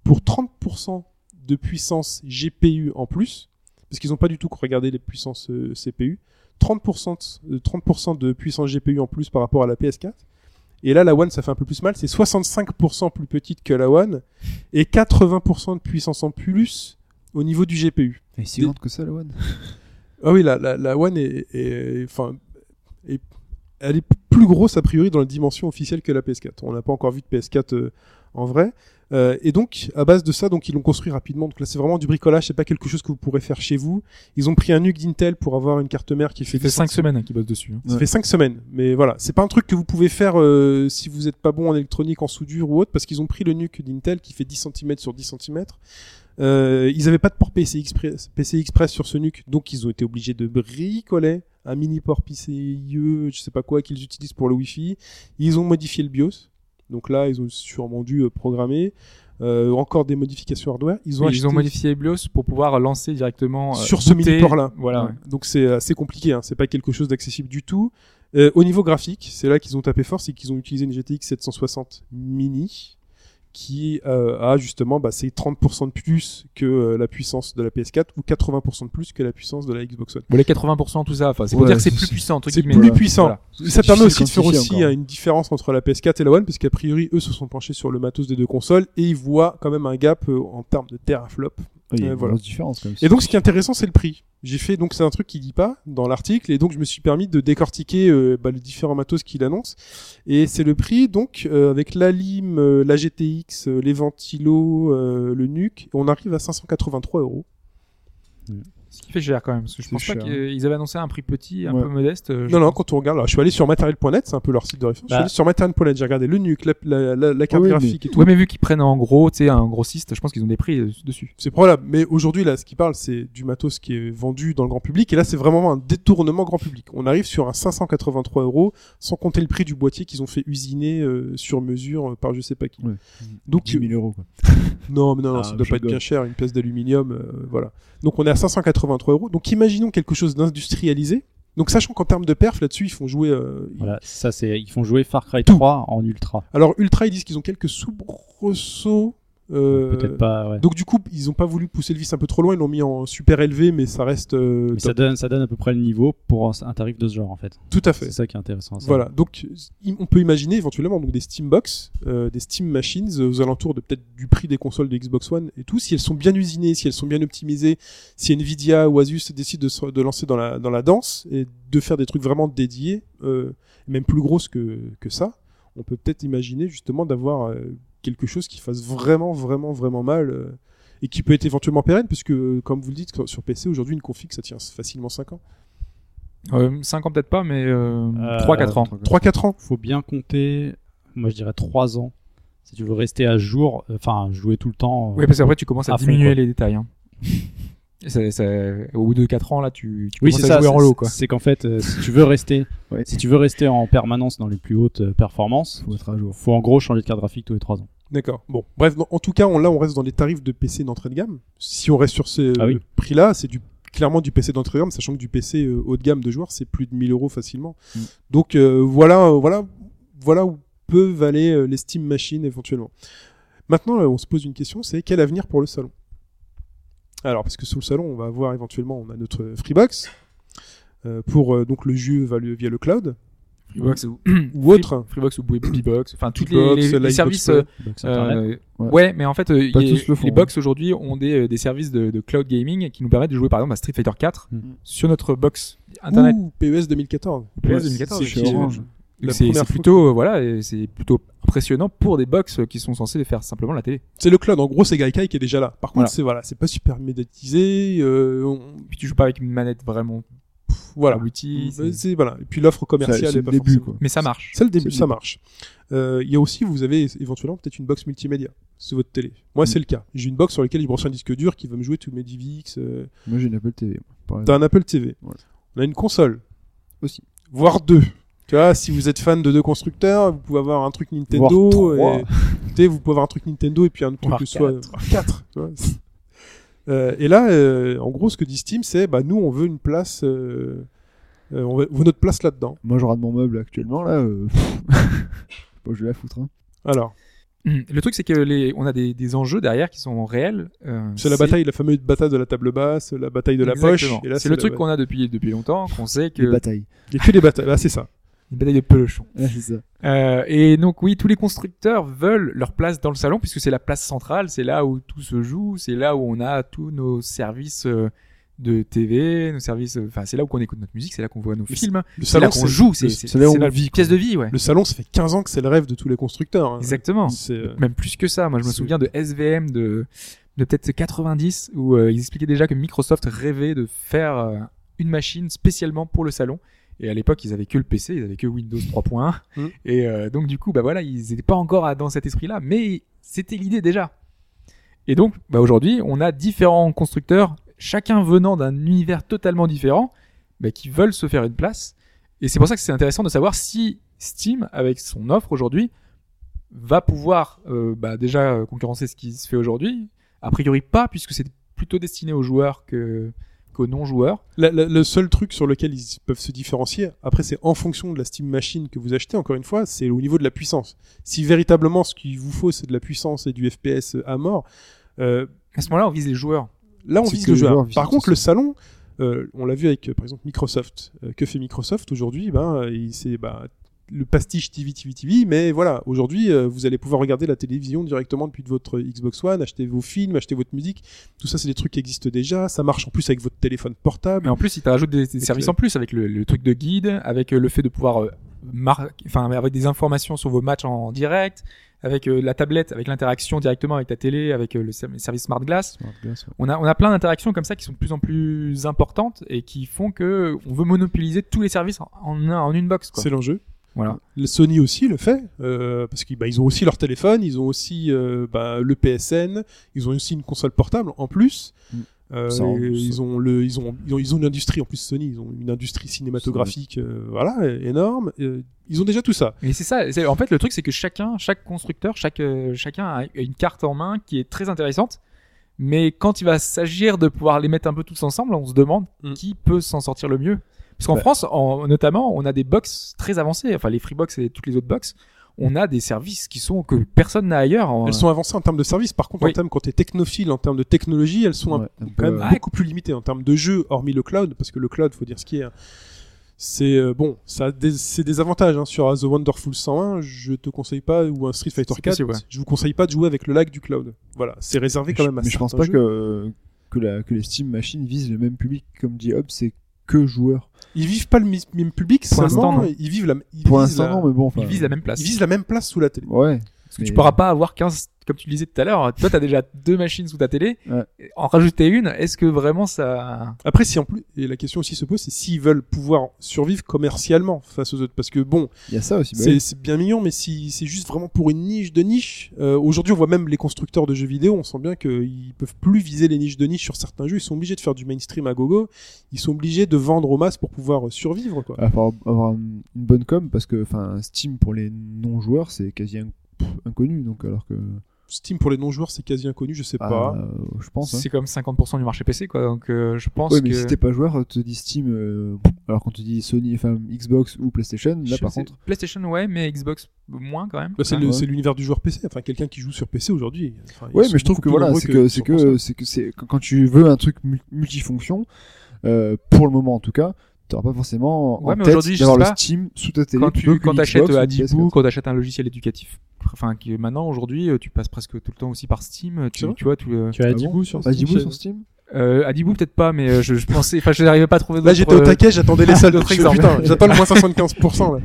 [SPEAKER 3] pour 30% de puissance GPU en plus, parce qu'ils n'ont pas du tout regardé les puissances euh, CPU. 30%, euh, 30% de puissance GPU en plus par rapport à la PS4. Et là, la One, ça fait un peu plus mal. C'est 65% plus petite que la One et 80% de puissance en plus au niveau du GPU.
[SPEAKER 4] Et si grande que ça, la One
[SPEAKER 3] Ah oui, la, la, la One est, est- enfin, est- elle est plus grosse a priori dans la dimension officielle que la PS4. On n'a pas encore vu de PS4 euh, en vrai. Euh, et donc, à base de ça, donc ils l'ont construit rapidement. Donc là, c'est vraiment du bricolage. C'est pas quelque chose que vous pourrez faire chez vous. Ils ont pris un NUC d'Intel pour avoir une carte mère qui fait
[SPEAKER 5] Ça fait
[SPEAKER 3] 5
[SPEAKER 5] 5 semaines hein, qu'ils bossent dessus. hein.
[SPEAKER 3] ça
[SPEAKER 4] Ouais.
[SPEAKER 3] fait 5 semaines, mais voilà, c'est pas un truc que vous pouvez faire euh, si vous êtes pas bon en électronique, en soudure ou autre, parce qu'ils ont pris le nuke d'Intel qui fait 10 cm sur 10 cm. Euh, ils avaient pas de port PCI Express, PCI Express sur ce NUC, donc ils ont été obligés de bricoler un mini port PCIe, E, je sais pas quoi, qu'ils utilisent pour le Wi-Fi. Ils ont modifié le BIOS, donc là ils ont sûrement dû euh, programmer. Euh, encore des modifications hardware. Ils ont,
[SPEAKER 5] ils ont
[SPEAKER 3] acheté-
[SPEAKER 5] modifié BIOS pour pouvoir lancer directement euh,
[SPEAKER 3] sur ce
[SPEAKER 5] booter,
[SPEAKER 3] mini port là.
[SPEAKER 5] Voilà.
[SPEAKER 3] Donc c'est assez compliqué, hein. c'est pas quelque chose d'accessible du tout. Euh, au niveau graphique, c'est là qu'ils ont tapé fort, c'est qu'ils ont utilisé une GTX 760 mini qui euh, a justement bah, c'est 30% de plus que euh, la puissance de la PS4 ou 80% de plus que la puissance de la Xbox One.
[SPEAKER 5] Bon, les 80%, tout ça. Enfin, c'est pour
[SPEAKER 4] Ouais,
[SPEAKER 5] dire que c'est
[SPEAKER 4] c'est-
[SPEAKER 5] plus puissant, entre
[SPEAKER 3] C'est
[SPEAKER 5] guillemets. hein.
[SPEAKER 3] plus puissant.
[SPEAKER 5] Voilà.
[SPEAKER 3] Ça
[SPEAKER 4] difficile
[SPEAKER 3] permet aussi de faire
[SPEAKER 4] quantifier
[SPEAKER 3] aussi
[SPEAKER 4] encore.
[SPEAKER 3] hein, une différence entre la PS4 et la One, parce qu'a priori eux se sont penchés sur le matos des deux consoles et ils voient quand même un gap euh, en termes de teraflop
[SPEAKER 4] Il y a
[SPEAKER 3] Euh,
[SPEAKER 4] une
[SPEAKER 3] voilà.
[SPEAKER 4] grosse différence quand même.
[SPEAKER 3] Et donc, ce qui est intéressant, c'est le prix. J'ai fait, donc, c'est un truc qu'il dit pas dans l'article, et donc, je me suis permis de décortiquer euh, bah, les différents matos qu'il annonce. Et c'est le prix, donc, euh, avec la lime, euh, la GTX, euh, les ventilos, euh, le nuc, on arrive à 583 euros.
[SPEAKER 5] Ce qui fait cher quand même. Parce que je
[SPEAKER 4] C'est
[SPEAKER 5] pense pas
[SPEAKER 4] cher.
[SPEAKER 5] qu'ils avaient annoncé un prix petit, un
[SPEAKER 4] Ouais.
[SPEAKER 5] peu modeste. euh, je-
[SPEAKER 3] Non, non, quand on regarde, alors, je suis allé sur matériel.net, c'est un peu leur site de référence. Je
[SPEAKER 6] Bah.
[SPEAKER 3] suis allé sur matériel.net, j'ai regardé le nuc, la, la, la- la carte
[SPEAKER 4] Oui, mais-
[SPEAKER 3] graphique et tout.
[SPEAKER 5] Ouais, mais vu qu'ils prennent en gros, tu sais, un grossiste, je pense qu'ils ont des prix euh, dessus.
[SPEAKER 3] C'est probable, mais aujourd'hui, là, ce qu'il parle, c'est du matos qui est vendu dans le grand public, et là, c'est vraiment un détournement grand public. On arrive sur un 583 euros, sans compter le prix du boîtier qu'ils ont fait usiner euh, sur mesure euh, par je sais pas qui.
[SPEAKER 4] Ouais.
[SPEAKER 3] Donc,
[SPEAKER 4] 10 000 euros quoi.
[SPEAKER 3] non, mais non, non,
[SPEAKER 4] Ah,
[SPEAKER 3] ça doit
[SPEAKER 4] je
[SPEAKER 3] pas être
[SPEAKER 4] rigole.
[SPEAKER 3] bien cher, une pièce d'aluminium, euh, voilà. Donc, on est à 583 euros. Donc, imaginons quelque chose d'industrialisé. Donc, sachant qu'en termes de perf, là-dessus, ils font jouer. euh, ils-
[SPEAKER 6] Voilà, ça c'est ils font jouer Far Cry
[SPEAKER 3] Tout.
[SPEAKER 6] 3 en ultra.
[SPEAKER 3] Alors, Ultra, ils disent qu'ils ont quelques soubresauts. euh,
[SPEAKER 6] Peut-être pas ouais.
[SPEAKER 3] Donc du coup, ils ont pas voulu pousser le vice un peu trop loin, ils l'ont mis en super élevé, mais ça reste euh,
[SPEAKER 6] Mais
[SPEAKER 3] top.
[SPEAKER 6] ça donne ça donne à peu près le niveau pour un, un tarif de ce genre en fait.
[SPEAKER 3] Tout à fait.
[SPEAKER 6] C'est ça qui est intéressant. ça.
[SPEAKER 3] Voilà, donc i- on peut imaginer éventuellement donc des Steam Box, euh, des Steam Machines euh, aux alentours de peut-être du prix des consoles de Xbox One et tout, si elles sont bien usinées, si elles sont bien optimisées, si Nvidia ou Asus décident de, se- de lancer dans la, dans la danse et de faire des trucs vraiment dédiés, euh, même plus grosses que, que ça, on peut peut-être imaginer justement d'avoir euh, quelque chose qui fasse vraiment, vraiment, vraiment mal euh, et qui peut être éventuellement pérenne, puisque euh, comme vous le dites, quand- sur PC aujourd'hui, une config ça tient facilement 5 ans.
[SPEAKER 5] Euh, 5 ans peut-être pas, mais euh,
[SPEAKER 6] Euh,
[SPEAKER 5] 3-4 ans.
[SPEAKER 3] 3-4 ans
[SPEAKER 6] faut bien compter, moi je dirais 3 ans, si tu veux rester à jour, euh, enfin jouer tout le temps. euh,
[SPEAKER 5] Oui, parce qu'après, tu commences à,
[SPEAKER 6] à fond,
[SPEAKER 5] diminuer
[SPEAKER 6] quoi.
[SPEAKER 5] les détails. hein. Ça- ça- au bout de 4 ans, là, tu, tu
[SPEAKER 6] oui,
[SPEAKER 5] commences
[SPEAKER 6] c'est
[SPEAKER 5] à
[SPEAKER 6] ça.
[SPEAKER 5] jouer en
[SPEAKER 6] c'est-
[SPEAKER 5] lot, quoi.
[SPEAKER 6] C'est qu'en fait, euh, si tu veux rester, [laughs]
[SPEAKER 4] Ouais.
[SPEAKER 6] si tu veux rester en permanence dans les plus hautes euh, performances,
[SPEAKER 4] Faut être à jour.
[SPEAKER 6] faut en gros changer de carte graphique tous les 3 ans.
[SPEAKER 3] D'accord. Bon, bref, non, en tout cas, on, là, on reste dans les tarifs de PC d'entrée de gamme. Si on reste sur ce euh,
[SPEAKER 6] Ah oui.
[SPEAKER 3] prix-là, c'est du clairement du PC d'entrée de gamme, sachant que du PC euh, haut de gamme de joueurs, c'est plus de 1000 euros facilement.
[SPEAKER 4] Mm.
[SPEAKER 3] Donc euh, voilà, euh, voilà, voilà où peuvent aller euh, les Steam Machines éventuellement. Maintenant, là, on se pose une question, c'est quel avenir pour le salon Alors, parce que sous le salon, on va avoir éventuellement, on a notre Freebox euh, pour euh, donc le jeu va le- via le cloud
[SPEAKER 5] Freebox ou, hein.
[SPEAKER 3] ou autre.
[SPEAKER 5] Freebox ou Bbox. Enfin, tous les,
[SPEAKER 3] Box,
[SPEAKER 5] les- les
[SPEAKER 3] Lightbox
[SPEAKER 5] services.
[SPEAKER 3] Play.
[SPEAKER 5] euh,
[SPEAKER 6] Box Internet.
[SPEAKER 5] euh,
[SPEAKER 4] Ouais.
[SPEAKER 5] ouais. mais en fait, euh,
[SPEAKER 4] Pas
[SPEAKER 5] y-
[SPEAKER 4] tous le font,
[SPEAKER 5] les box aujourd'hui ont des, euh, des services de, de cloud gaming qui nous permettent de jouer par exemple à Street Fighter 4
[SPEAKER 6] Mm.
[SPEAKER 5] sur notre box internet.
[SPEAKER 3] Ou E PES 2014.
[SPEAKER 5] PES 2014,
[SPEAKER 4] C'est
[SPEAKER 5] qui-
[SPEAKER 4] chez Orange.
[SPEAKER 5] Donc
[SPEAKER 3] La
[SPEAKER 5] C'est
[SPEAKER 3] première
[SPEAKER 5] c'est
[SPEAKER 3] fois
[SPEAKER 5] plutôt, euh, voilà, et c'est plutôt impressionnant pour des box euh, qui sont censés faire simplement la télé.
[SPEAKER 3] C'est le cloud. En gros, c'est Gaikai qui est déjà là. Par contre,
[SPEAKER 5] Voilà.
[SPEAKER 3] c'est voilà, c'est pas super médiatisé. euh, on-
[SPEAKER 5] Puis tu joues pas avec une manette vraiment
[SPEAKER 3] voilà.
[SPEAKER 5] aboutie. c'est-
[SPEAKER 3] Euh, C'est voilà. Et puis l'offre
[SPEAKER 4] C'est
[SPEAKER 3] commerciale
[SPEAKER 4] c'est
[SPEAKER 3] est
[SPEAKER 4] le
[SPEAKER 3] pas
[SPEAKER 4] début
[SPEAKER 3] forcément-
[SPEAKER 4] quoi.
[SPEAKER 5] Mais ça marche.
[SPEAKER 3] C'est le début,
[SPEAKER 4] C'est le
[SPEAKER 3] ça
[SPEAKER 4] début.
[SPEAKER 3] marche. Euh, Il y a aussi, vous avez éventuellement peut-être une box multimédia sur votre télé. Moi,
[SPEAKER 4] Mm.
[SPEAKER 3] c'est le cas. J'ai une box sur laquelle je branche un disque dur qui va me jouer tous mes DivX. euh,
[SPEAKER 4] Moi j'ai une Apple TV. moi, par exemple.
[SPEAKER 3] T'as un Apple TV.
[SPEAKER 4] Voilà.
[SPEAKER 3] On a une console.
[SPEAKER 4] Aussi.
[SPEAKER 3] Voire deux. Tu vois, si vous êtes fan de deux constructeurs, vous pouvez avoir un truc
[SPEAKER 4] Voire
[SPEAKER 3] Nintendo.
[SPEAKER 4] trois.
[SPEAKER 3] et- tu sais, vous pouvez avoir un truc Nintendo et puis un truc
[SPEAKER 5] Voire
[SPEAKER 3] que ce soit [laughs] quatre. tu vois. Euh, et là, euh, en gros, ce que dit Steam, c'est bah nous, on veut une place. euh, euh, on veut on veut notre place là-dedans.
[SPEAKER 4] Moi je rate mon meuble actuellement là. euh, [laughs] pff. bon, je vais la foutre. Hein.
[SPEAKER 3] Alors,
[SPEAKER 5] Mm. Le truc, c'est que les, on a des, des enjeux derrière qui sont réels. euh,
[SPEAKER 3] c'est la bataille, la fameuse bataille de la table basse, la bataille de la
[SPEAKER 5] Exactement.
[SPEAKER 3] poche. et là,
[SPEAKER 5] C'est le
[SPEAKER 3] la-
[SPEAKER 5] truc qu'on a depuis, depuis longtemps, qu'on sait que.
[SPEAKER 4] Les
[SPEAKER 3] [laughs]
[SPEAKER 4] batailles.
[SPEAKER 3] Il n'y a que des batailles. Bah, c'est ça.
[SPEAKER 5] Une bataille de pelochons.
[SPEAKER 4] Ouais, c'est ça.
[SPEAKER 5] Euh, et donc, oui, tous les constructeurs veulent leur place dans le salon, puisque c'est la place centrale, c'est là où tout se joue, c'est là où on a tous nos services euh, de TV, nos services. euh, Enfin, c'est là où on écoute notre musique, c'est là qu'on voit nos
[SPEAKER 3] Le
[SPEAKER 5] films,
[SPEAKER 3] Le
[SPEAKER 5] c'est là
[SPEAKER 3] salon,
[SPEAKER 5] qu'on
[SPEAKER 3] c'est-
[SPEAKER 5] joue, c'est
[SPEAKER 4] le-
[SPEAKER 5] c'est-
[SPEAKER 4] c'est là où
[SPEAKER 5] c'est
[SPEAKER 4] on
[SPEAKER 5] notre
[SPEAKER 4] vit, quoi.
[SPEAKER 5] pièce de vie, ouais.
[SPEAKER 3] le salon, ça fait 15 ans que c'est le rêve de tous les constructeurs. hein.
[SPEAKER 5] Exactement.
[SPEAKER 3] C'est, euh,
[SPEAKER 5] Même plus que ça. Moi, je me
[SPEAKER 3] c'est-
[SPEAKER 5] souviens de SVM de, de peut-être 90 où euh, ils expliquaient déjà que Microsoft rêvait de faire euh, une machine spécialement pour le salon. Et à l'époque, ils avaient que le PC, ils avaient que Windows 3.1.
[SPEAKER 3] Mm.
[SPEAKER 5] Et euh, donc, du coup, bah voilà, ils n'étaient pas encore à- dans cet esprit-là, mais c'était l'idée déjà. Et donc, bah, aujourd'hui, on a différents constructeurs, chacun venant d'un univers totalement différent, bah, qui veulent se faire une place. Et c'est pour ça que c'est intéressant de savoir si Steam, avec son offre aujourd'hui, va pouvoir euh, bah, déjà euh, concurrencer ce qui se fait aujourd'hui. A priori pas, puisque c'est plutôt destiné aux joueurs que qu'aux non-joueurs.
[SPEAKER 3] La- la- le seul truc sur lequel ils peuvent se différencier, après c'est en fonction de la Steam Machine que vous achetez, encore une fois, c'est au niveau de la puissance. Si véritablement ce qu'il vous faut c'est de la puissance et du FPS à mort, euh,
[SPEAKER 5] À ce moment-là, on vise les joueurs.
[SPEAKER 3] là on
[SPEAKER 4] C'est
[SPEAKER 3] vise
[SPEAKER 4] que
[SPEAKER 3] le
[SPEAKER 4] les
[SPEAKER 3] joueur.
[SPEAKER 4] joueurs visent
[SPEAKER 3] Par
[SPEAKER 4] tout
[SPEAKER 3] contre
[SPEAKER 4] ça.
[SPEAKER 3] le salon, euh, on l'a vu avec euh, par exemple Microsoft. Euh, que fait Microsoft aujourd'hui ben, euh, il- C'est ben, le pastiche TV TV TV, mais voilà, aujourd'hui euh, vous allez pouvoir regarder la télévision directement depuis de votre Xbox One, acheter vos films, acheter votre musique, tout ça c'est des trucs qui existent déjà, ça marche en plus avec votre téléphone portable.
[SPEAKER 5] Mais en plus, ils t'ajoutent des, des
[SPEAKER 3] Avec
[SPEAKER 5] services
[SPEAKER 3] le-
[SPEAKER 5] en plus, avec le, le truc de guide, avec euh, le fait de pouvoir, euh, mar- enfin, avec des informations sur vos matchs en direct, avec euh, la tablette, avec l'interaction directement avec ta télé, avec euh, le ser- le service Smart Glass. On a, on a plein d'interactions comme ça qui sont de plus en plus importantes et qui font que on veut monopoliser tous les services en, en un- en une box. Quoi.
[SPEAKER 3] C'est l'enjeu.
[SPEAKER 5] Voilà.
[SPEAKER 3] Le Sony aussi le fait, euh, parce qu'ils bah, ils ont aussi leur téléphone, ils ont aussi euh, bah, le PSN, ils ont aussi une console portable en plus.
[SPEAKER 4] Mm.
[SPEAKER 3] Euh,
[SPEAKER 4] Ça, on-
[SPEAKER 3] et ils ont le, ils ont, ils ont, ils ont une industrie en plus Sony, ils ont une industrie cinématographique, euh, voilà, é- énorme. Euh, ils ont déjà tout ça.
[SPEAKER 5] Et c'est ça. c'est- En fait, le truc, c'est que chacun, chaque constructeur, chaque, euh, chacun a une carte en main qui est très intéressante. Mais quand il va s'agir de pouvoir les mettre un peu tous ensemble, on se demande
[SPEAKER 3] Mm.
[SPEAKER 5] qui peut s'en sortir le mieux. Parce qu'en
[SPEAKER 3] Bah.
[SPEAKER 5] France, en- notamment, on a des box très avancées. Enfin, les Freebox et toutes les autres box. On a des services qui sont que personne n'a ailleurs. En-
[SPEAKER 3] Elles sont avancées en termes de services, par contre
[SPEAKER 5] Oui.
[SPEAKER 3] en termes quand t'es technophile, en termes de technologie, elles sont un-
[SPEAKER 4] Ouais, un peu,
[SPEAKER 3] quand même
[SPEAKER 4] euh,
[SPEAKER 5] Ouais.
[SPEAKER 3] beaucoup plus limitées en termes de jeux, hormis le cloud, parce que le cloud, faut dire ce qui est. hein, C'est euh, bon, ça a des, c'est des avantages hein, sur The Wonderful 101. Je te conseille pas ou un Street Fighter
[SPEAKER 5] C'est
[SPEAKER 3] 4.
[SPEAKER 5] possible, ouais.
[SPEAKER 3] Je vous conseille pas de jouer avec le lag du cloud. Voilà, c'est réservé
[SPEAKER 4] Mais
[SPEAKER 3] quand
[SPEAKER 4] je-
[SPEAKER 3] même à
[SPEAKER 4] Mais je pense
[SPEAKER 3] certains
[SPEAKER 4] pas
[SPEAKER 3] jeux.
[SPEAKER 4] que, que, la, que les Steam Machines visent le même public, comme dit Hobbs, c'est que joueurs.
[SPEAKER 3] Ils vivent pas le mi- même public
[SPEAKER 5] Pour l'instant,
[SPEAKER 3] seulement.
[SPEAKER 5] non.
[SPEAKER 3] Ils vivent la, ils
[SPEAKER 4] Pour
[SPEAKER 3] visent
[SPEAKER 4] l'instant,
[SPEAKER 3] la-
[SPEAKER 4] non, mais bon. enfin,
[SPEAKER 5] Ils visent la même place.
[SPEAKER 3] ils visent la même place sous la télé.
[SPEAKER 4] Ouais. Parce
[SPEAKER 5] Tu pourras pas avoir 15, comme tu le disais tout à l'heure, toi t'as déjà deux machines sous ta télé,
[SPEAKER 4] Ouais.
[SPEAKER 5] en rajouter une, est-ce que vraiment ça...
[SPEAKER 3] Après, si en plus, et la question aussi se pose, c'est s'ils veulent pouvoir survivre commercialement face aux autres, parce que bon,
[SPEAKER 4] Il y a ça aussi. bah
[SPEAKER 3] C'est
[SPEAKER 4] oui.
[SPEAKER 3] c'est bien mignon, mais si c'est juste vraiment pour une niche de niche, euh, aujourd'hui on voit même les constructeurs de jeux vidéo, on sent bien qu'ils peuvent plus viser les niches de niche sur certains jeux, ils sont obligés de faire du mainstream à gogo, ils sont obligés de vendre aux masses pour pouvoir euh, survivre. Quoi.
[SPEAKER 4] Il va falloir avoir une une bonne com parce que enfin Steam pour les non-joueurs c'est quasi inc- pff, inconnu donc alors que
[SPEAKER 3] Steam pour les non-joueurs c'est quasi inconnu, je sais
[SPEAKER 4] Ah,
[SPEAKER 3] pas.
[SPEAKER 4] euh, je pense hein.
[SPEAKER 5] C'est comme 50% du marché PC, quoi. Donc euh, je pense
[SPEAKER 4] Ouais, mais
[SPEAKER 5] que...
[SPEAKER 4] si t'es pas joueur, on te dit Steam, euh, pff, alors quand tu dis Sony, enfin Xbox ou PlayStation, là
[SPEAKER 5] je
[SPEAKER 4] par
[SPEAKER 5] sais-
[SPEAKER 4] contre,
[SPEAKER 5] PlayStation, ouais, mais Xbox, moins quand même.
[SPEAKER 3] Bah,
[SPEAKER 6] ah,
[SPEAKER 3] c'est
[SPEAKER 5] Hein.
[SPEAKER 3] le-
[SPEAKER 4] ouais.
[SPEAKER 3] c'est l'univers du joueur PC, enfin quelqu'un qui joue sur PC aujourd'hui. enfin, ils
[SPEAKER 4] ouais,
[SPEAKER 3] sont
[SPEAKER 4] mais je trouve
[SPEAKER 3] beaucoup
[SPEAKER 4] que
[SPEAKER 3] plus
[SPEAKER 4] voilà,
[SPEAKER 3] nombreux
[SPEAKER 4] c'est que c'est
[SPEAKER 3] sur console.
[SPEAKER 4] que euh, c'est que c'est quand- quand tu veux un truc mul- multifonction, euh, pour le moment en tout cas, t'auras pas forcément
[SPEAKER 5] Ouais,
[SPEAKER 4] en
[SPEAKER 5] mais
[SPEAKER 4] tête
[SPEAKER 5] aujourd'hui, je
[SPEAKER 4] d'avoir
[SPEAKER 5] sais
[SPEAKER 4] le
[SPEAKER 5] pas,
[SPEAKER 4] Steam sous ta télé.
[SPEAKER 5] Quand
[SPEAKER 4] plutôt
[SPEAKER 5] tu
[SPEAKER 4] que
[SPEAKER 5] quand
[SPEAKER 4] une
[SPEAKER 5] t'achètes
[SPEAKER 4] Xbox
[SPEAKER 5] euh,
[SPEAKER 4] ou une
[SPEAKER 5] Adibou,
[SPEAKER 4] PS4.
[SPEAKER 5] quand t'achètes un logiciel éducatif, enfin qui maintenant aujourd'hui euh, tu passes presque tout le temps aussi par Steam, euh,
[SPEAKER 3] C'est
[SPEAKER 5] tu,
[SPEAKER 3] vrai
[SPEAKER 5] tu vois, tout le...
[SPEAKER 6] Tu as
[SPEAKER 4] Ah
[SPEAKER 6] dit
[SPEAKER 4] bon
[SPEAKER 6] goût Bah, sur
[SPEAKER 4] Adibou
[SPEAKER 6] Steam,
[SPEAKER 4] sur Steam.
[SPEAKER 5] Euh, Adibou peut-être pas, mais euh, je, je pensais, enfin je n'arrivais pas à trouver
[SPEAKER 3] Là
[SPEAKER 5] d'autres,
[SPEAKER 3] j'étais au
[SPEAKER 5] euh,
[SPEAKER 3] taquet, j'attendais
[SPEAKER 4] [laughs]
[SPEAKER 3] les salles de
[SPEAKER 5] D'autres
[SPEAKER 3] trucs.
[SPEAKER 5] exemples.
[SPEAKER 3] Putain, j'attends le moins 75% là.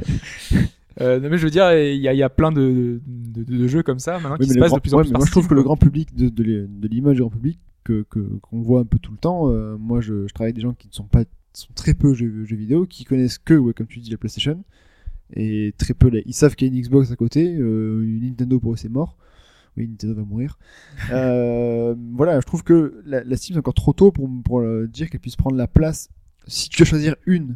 [SPEAKER 5] Euh, non, mais je veux dire, il y a, il y a plein de, de, de- de jeux comme ça maintenant
[SPEAKER 4] Oui,
[SPEAKER 5] qui
[SPEAKER 4] mais
[SPEAKER 5] se
[SPEAKER 4] le
[SPEAKER 5] passent
[SPEAKER 4] grand-
[SPEAKER 5] de plus en
[SPEAKER 4] ouais,
[SPEAKER 5] plus
[SPEAKER 4] mais
[SPEAKER 5] par
[SPEAKER 4] moi, je trouve
[SPEAKER 5] Steam,
[SPEAKER 4] que le
[SPEAKER 5] quoi.
[SPEAKER 4] grand public de, de l'é- de l'image du grand public que que- qu'on voit un peu tout le temps, euh, moi je, je travaille avec des gens qui ne sont pas sont très peu jeux, jeux vidéo, qui connaissent que ouais, comme tu dis la PlayStation et très peu la- ils savent qu'il y a une Xbox à côté, euh, une Nintendo pour eux c'est mort. Oui, Nintendo va mourir. Euh, [laughs] voilà, je trouve que la, la Steam c'est encore trop tôt pour pour euh, dire qu'elle puisse prendre la place si tu veux choisir une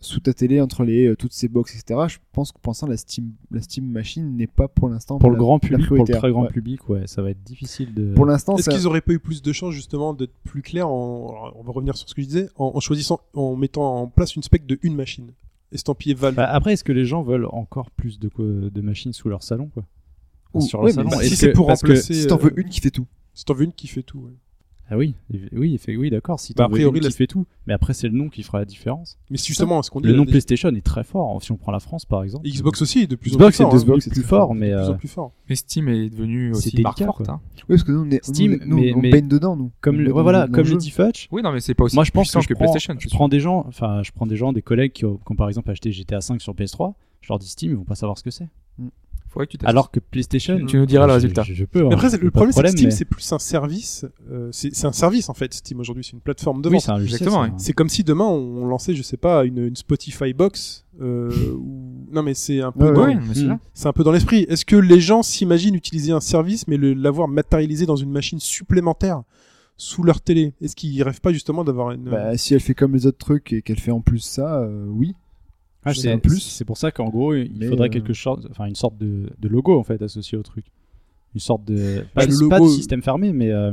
[SPEAKER 4] sous ta télé entre les euh, toutes ces box etc. Je pense que pour l'instant la Steam la Steam machine n'est pas pour l'instant
[SPEAKER 6] Pour le
[SPEAKER 4] la-
[SPEAKER 6] grand
[SPEAKER 4] la
[SPEAKER 6] public, pour le
[SPEAKER 4] prioritaire.
[SPEAKER 6] très grand
[SPEAKER 4] Ouais.
[SPEAKER 6] public, ouais, ça va être difficile de.
[SPEAKER 4] Pour l'instant,
[SPEAKER 3] Est-ce
[SPEAKER 4] c'est
[SPEAKER 3] qu'ils auraient pas eu plus de chance justement d'être plus clairs en, alors, on va revenir sur ce que je disais, en, en choisissant, en mettant en place une spec de une machine, estampillée Valve.
[SPEAKER 6] Bah, après, est-ce que les gens veulent encore plus de, quoi- de machines sous leur salon, quoi Enfin,
[SPEAKER 4] Ouh,
[SPEAKER 6] Sur
[SPEAKER 4] ouais,
[SPEAKER 6] leur
[SPEAKER 4] mais
[SPEAKER 6] salon.
[SPEAKER 3] bah, si
[SPEAKER 6] est-ce
[SPEAKER 3] c'est
[SPEAKER 6] que-
[SPEAKER 3] pour
[SPEAKER 6] parce que-
[SPEAKER 3] remplacer,
[SPEAKER 4] si t'en veux
[SPEAKER 3] euh,
[SPEAKER 4] une qui fait tout.
[SPEAKER 3] si t'en veux une qui fait tout. ouais.
[SPEAKER 6] Ah oui, oui, il fait- oui, d'accord. Si
[SPEAKER 3] Bah,
[SPEAKER 6] t'en
[SPEAKER 3] a
[SPEAKER 6] veux
[SPEAKER 3] priori,
[SPEAKER 6] une
[SPEAKER 3] la-
[SPEAKER 6] qui fait tout, mais après c'est le nom qui fera la différence.
[SPEAKER 3] Mais c'est justement ce qu'on dit.
[SPEAKER 6] Le
[SPEAKER 3] là,
[SPEAKER 6] nom
[SPEAKER 3] des-
[SPEAKER 6] PlayStation est très fort. hein, Si on prend la France par exemple,
[SPEAKER 3] Xbox aussi est de plus
[SPEAKER 6] Xbox
[SPEAKER 3] en
[SPEAKER 6] et
[SPEAKER 3] plus fort. hein.
[SPEAKER 6] Xbox c'est plus fort, mais
[SPEAKER 3] De plus
[SPEAKER 6] euh,
[SPEAKER 3] en plus fort.
[SPEAKER 5] Mais Steam est devenu
[SPEAKER 6] C'est
[SPEAKER 5] aussi une marque
[SPEAKER 6] délicat,
[SPEAKER 5] forte.
[SPEAKER 6] quoi.
[SPEAKER 5] hein.
[SPEAKER 4] Oui, parce que nous, on, est,
[SPEAKER 6] Steam,
[SPEAKER 4] nous, nous,
[SPEAKER 6] mais-
[SPEAKER 4] on
[SPEAKER 6] mais-
[SPEAKER 4] baigne dedans, nous.
[SPEAKER 6] comme
[SPEAKER 4] On
[SPEAKER 6] le-
[SPEAKER 4] baigne
[SPEAKER 6] voilà,
[SPEAKER 4] dans
[SPEAKER 6] comme
[SPEAKER 4] le
[SPEAKER 6] le
[SPEAKER 4] jeu.
[SPEAKER 6] dit Fudge,
[SPEAKER 5] Oui, non, mais c'est pas aussi
[SPEAKER 6] moi je pense
[SPEAKER 5] puissant
[SPEAKER 6] que
[SPEAKER 5] que,
[SPEAKER 6] je prends,
[SPEAKER 5] PlayStation.
[SPEAKER 6] je prends des gens, enfin je prends des gens, des collègues qui ont, qui ont, par exemple acheté GTA 5 sur PS3, je leur dis Steam, ils vont pas savoir ce que c'est.
[SPEAKER 5] Faudrait que tu testes.
[SPEAKER 6] Alors que PlayStation,
[SPEAKER 5] Tu- tu nous diras le
[SPEAKER 6] je-
[SPEAKER 5] résultat.
[SPEAKER 6] Je, je peux. hein,
[SPEAKER 3] Mais après,
[SPEAKER 6] j'ai
[SPEAKER 3] c'est- le
[SPEAKER 6] pas de
[SPEAKER 3] problème, c'est que Steam,
[SPEAKER 6] mais-
[SPEAKER 3] c'est plus un service. euh, c'est c'est un service en fait, Steam aujourd'hui, c'est une plateforme de
[SPEAKER 6] Oui,
[SPEAKER 3] vente.
[SPEAKER 6] c'est un logiciel,
[SPEAKER 5] Exactement,
[SPEAKER 6] ça.
[SPEAKER 3] c'est comme si demain on lançait, je sais pas, une, une Spotify box euh, ou Non, mais c'est un peu.
[SPEAKER 4] Ouais,
[SPEAKER 3] dans-
[SPEAKER 4] ouais.
[SPEAKER 5] mais c'est
[SPEAKER 6] Mm.
[SPEAKER 5] ça.
[SPEAKER 3] C'est un peu dans l'esprit. Est-ce que les gens s'imaginent utiliser un service, mais le- l'avoir matérialisé dans une machine supplémentaire sous leur télé Est-ce qu'ils rêvent pas justement d'avoir une.
[SPEAKER 4] Bah, si elle fait comme les autres trucs et qu'elle fait en plus ça, euh, oui.
[SPEAKER 6] Ah,
[SPEAKER 4] Je
[SPEAKER 6] c'est-
[SPEAKER 4] sais pas plus.
[SPEAKER 6] C'est pour ça qu'en gros, il
[SPEAKER 4] Mais,
[SPEAKER 6] faudrait
[SPEAKER 4] euh,
[SPEAKER 6] quelque chose, enfin une sorte de, de logo en fait associé au truc, une sorte de
[SPEAKER 3] Bah,
[SPEAKER 6] pas,
[SPEAKER 3] le
[SPEAKER 6] de- pas
[SPEAKER 3] logo-
[SPEAKER 6] de système fermé, mais euh,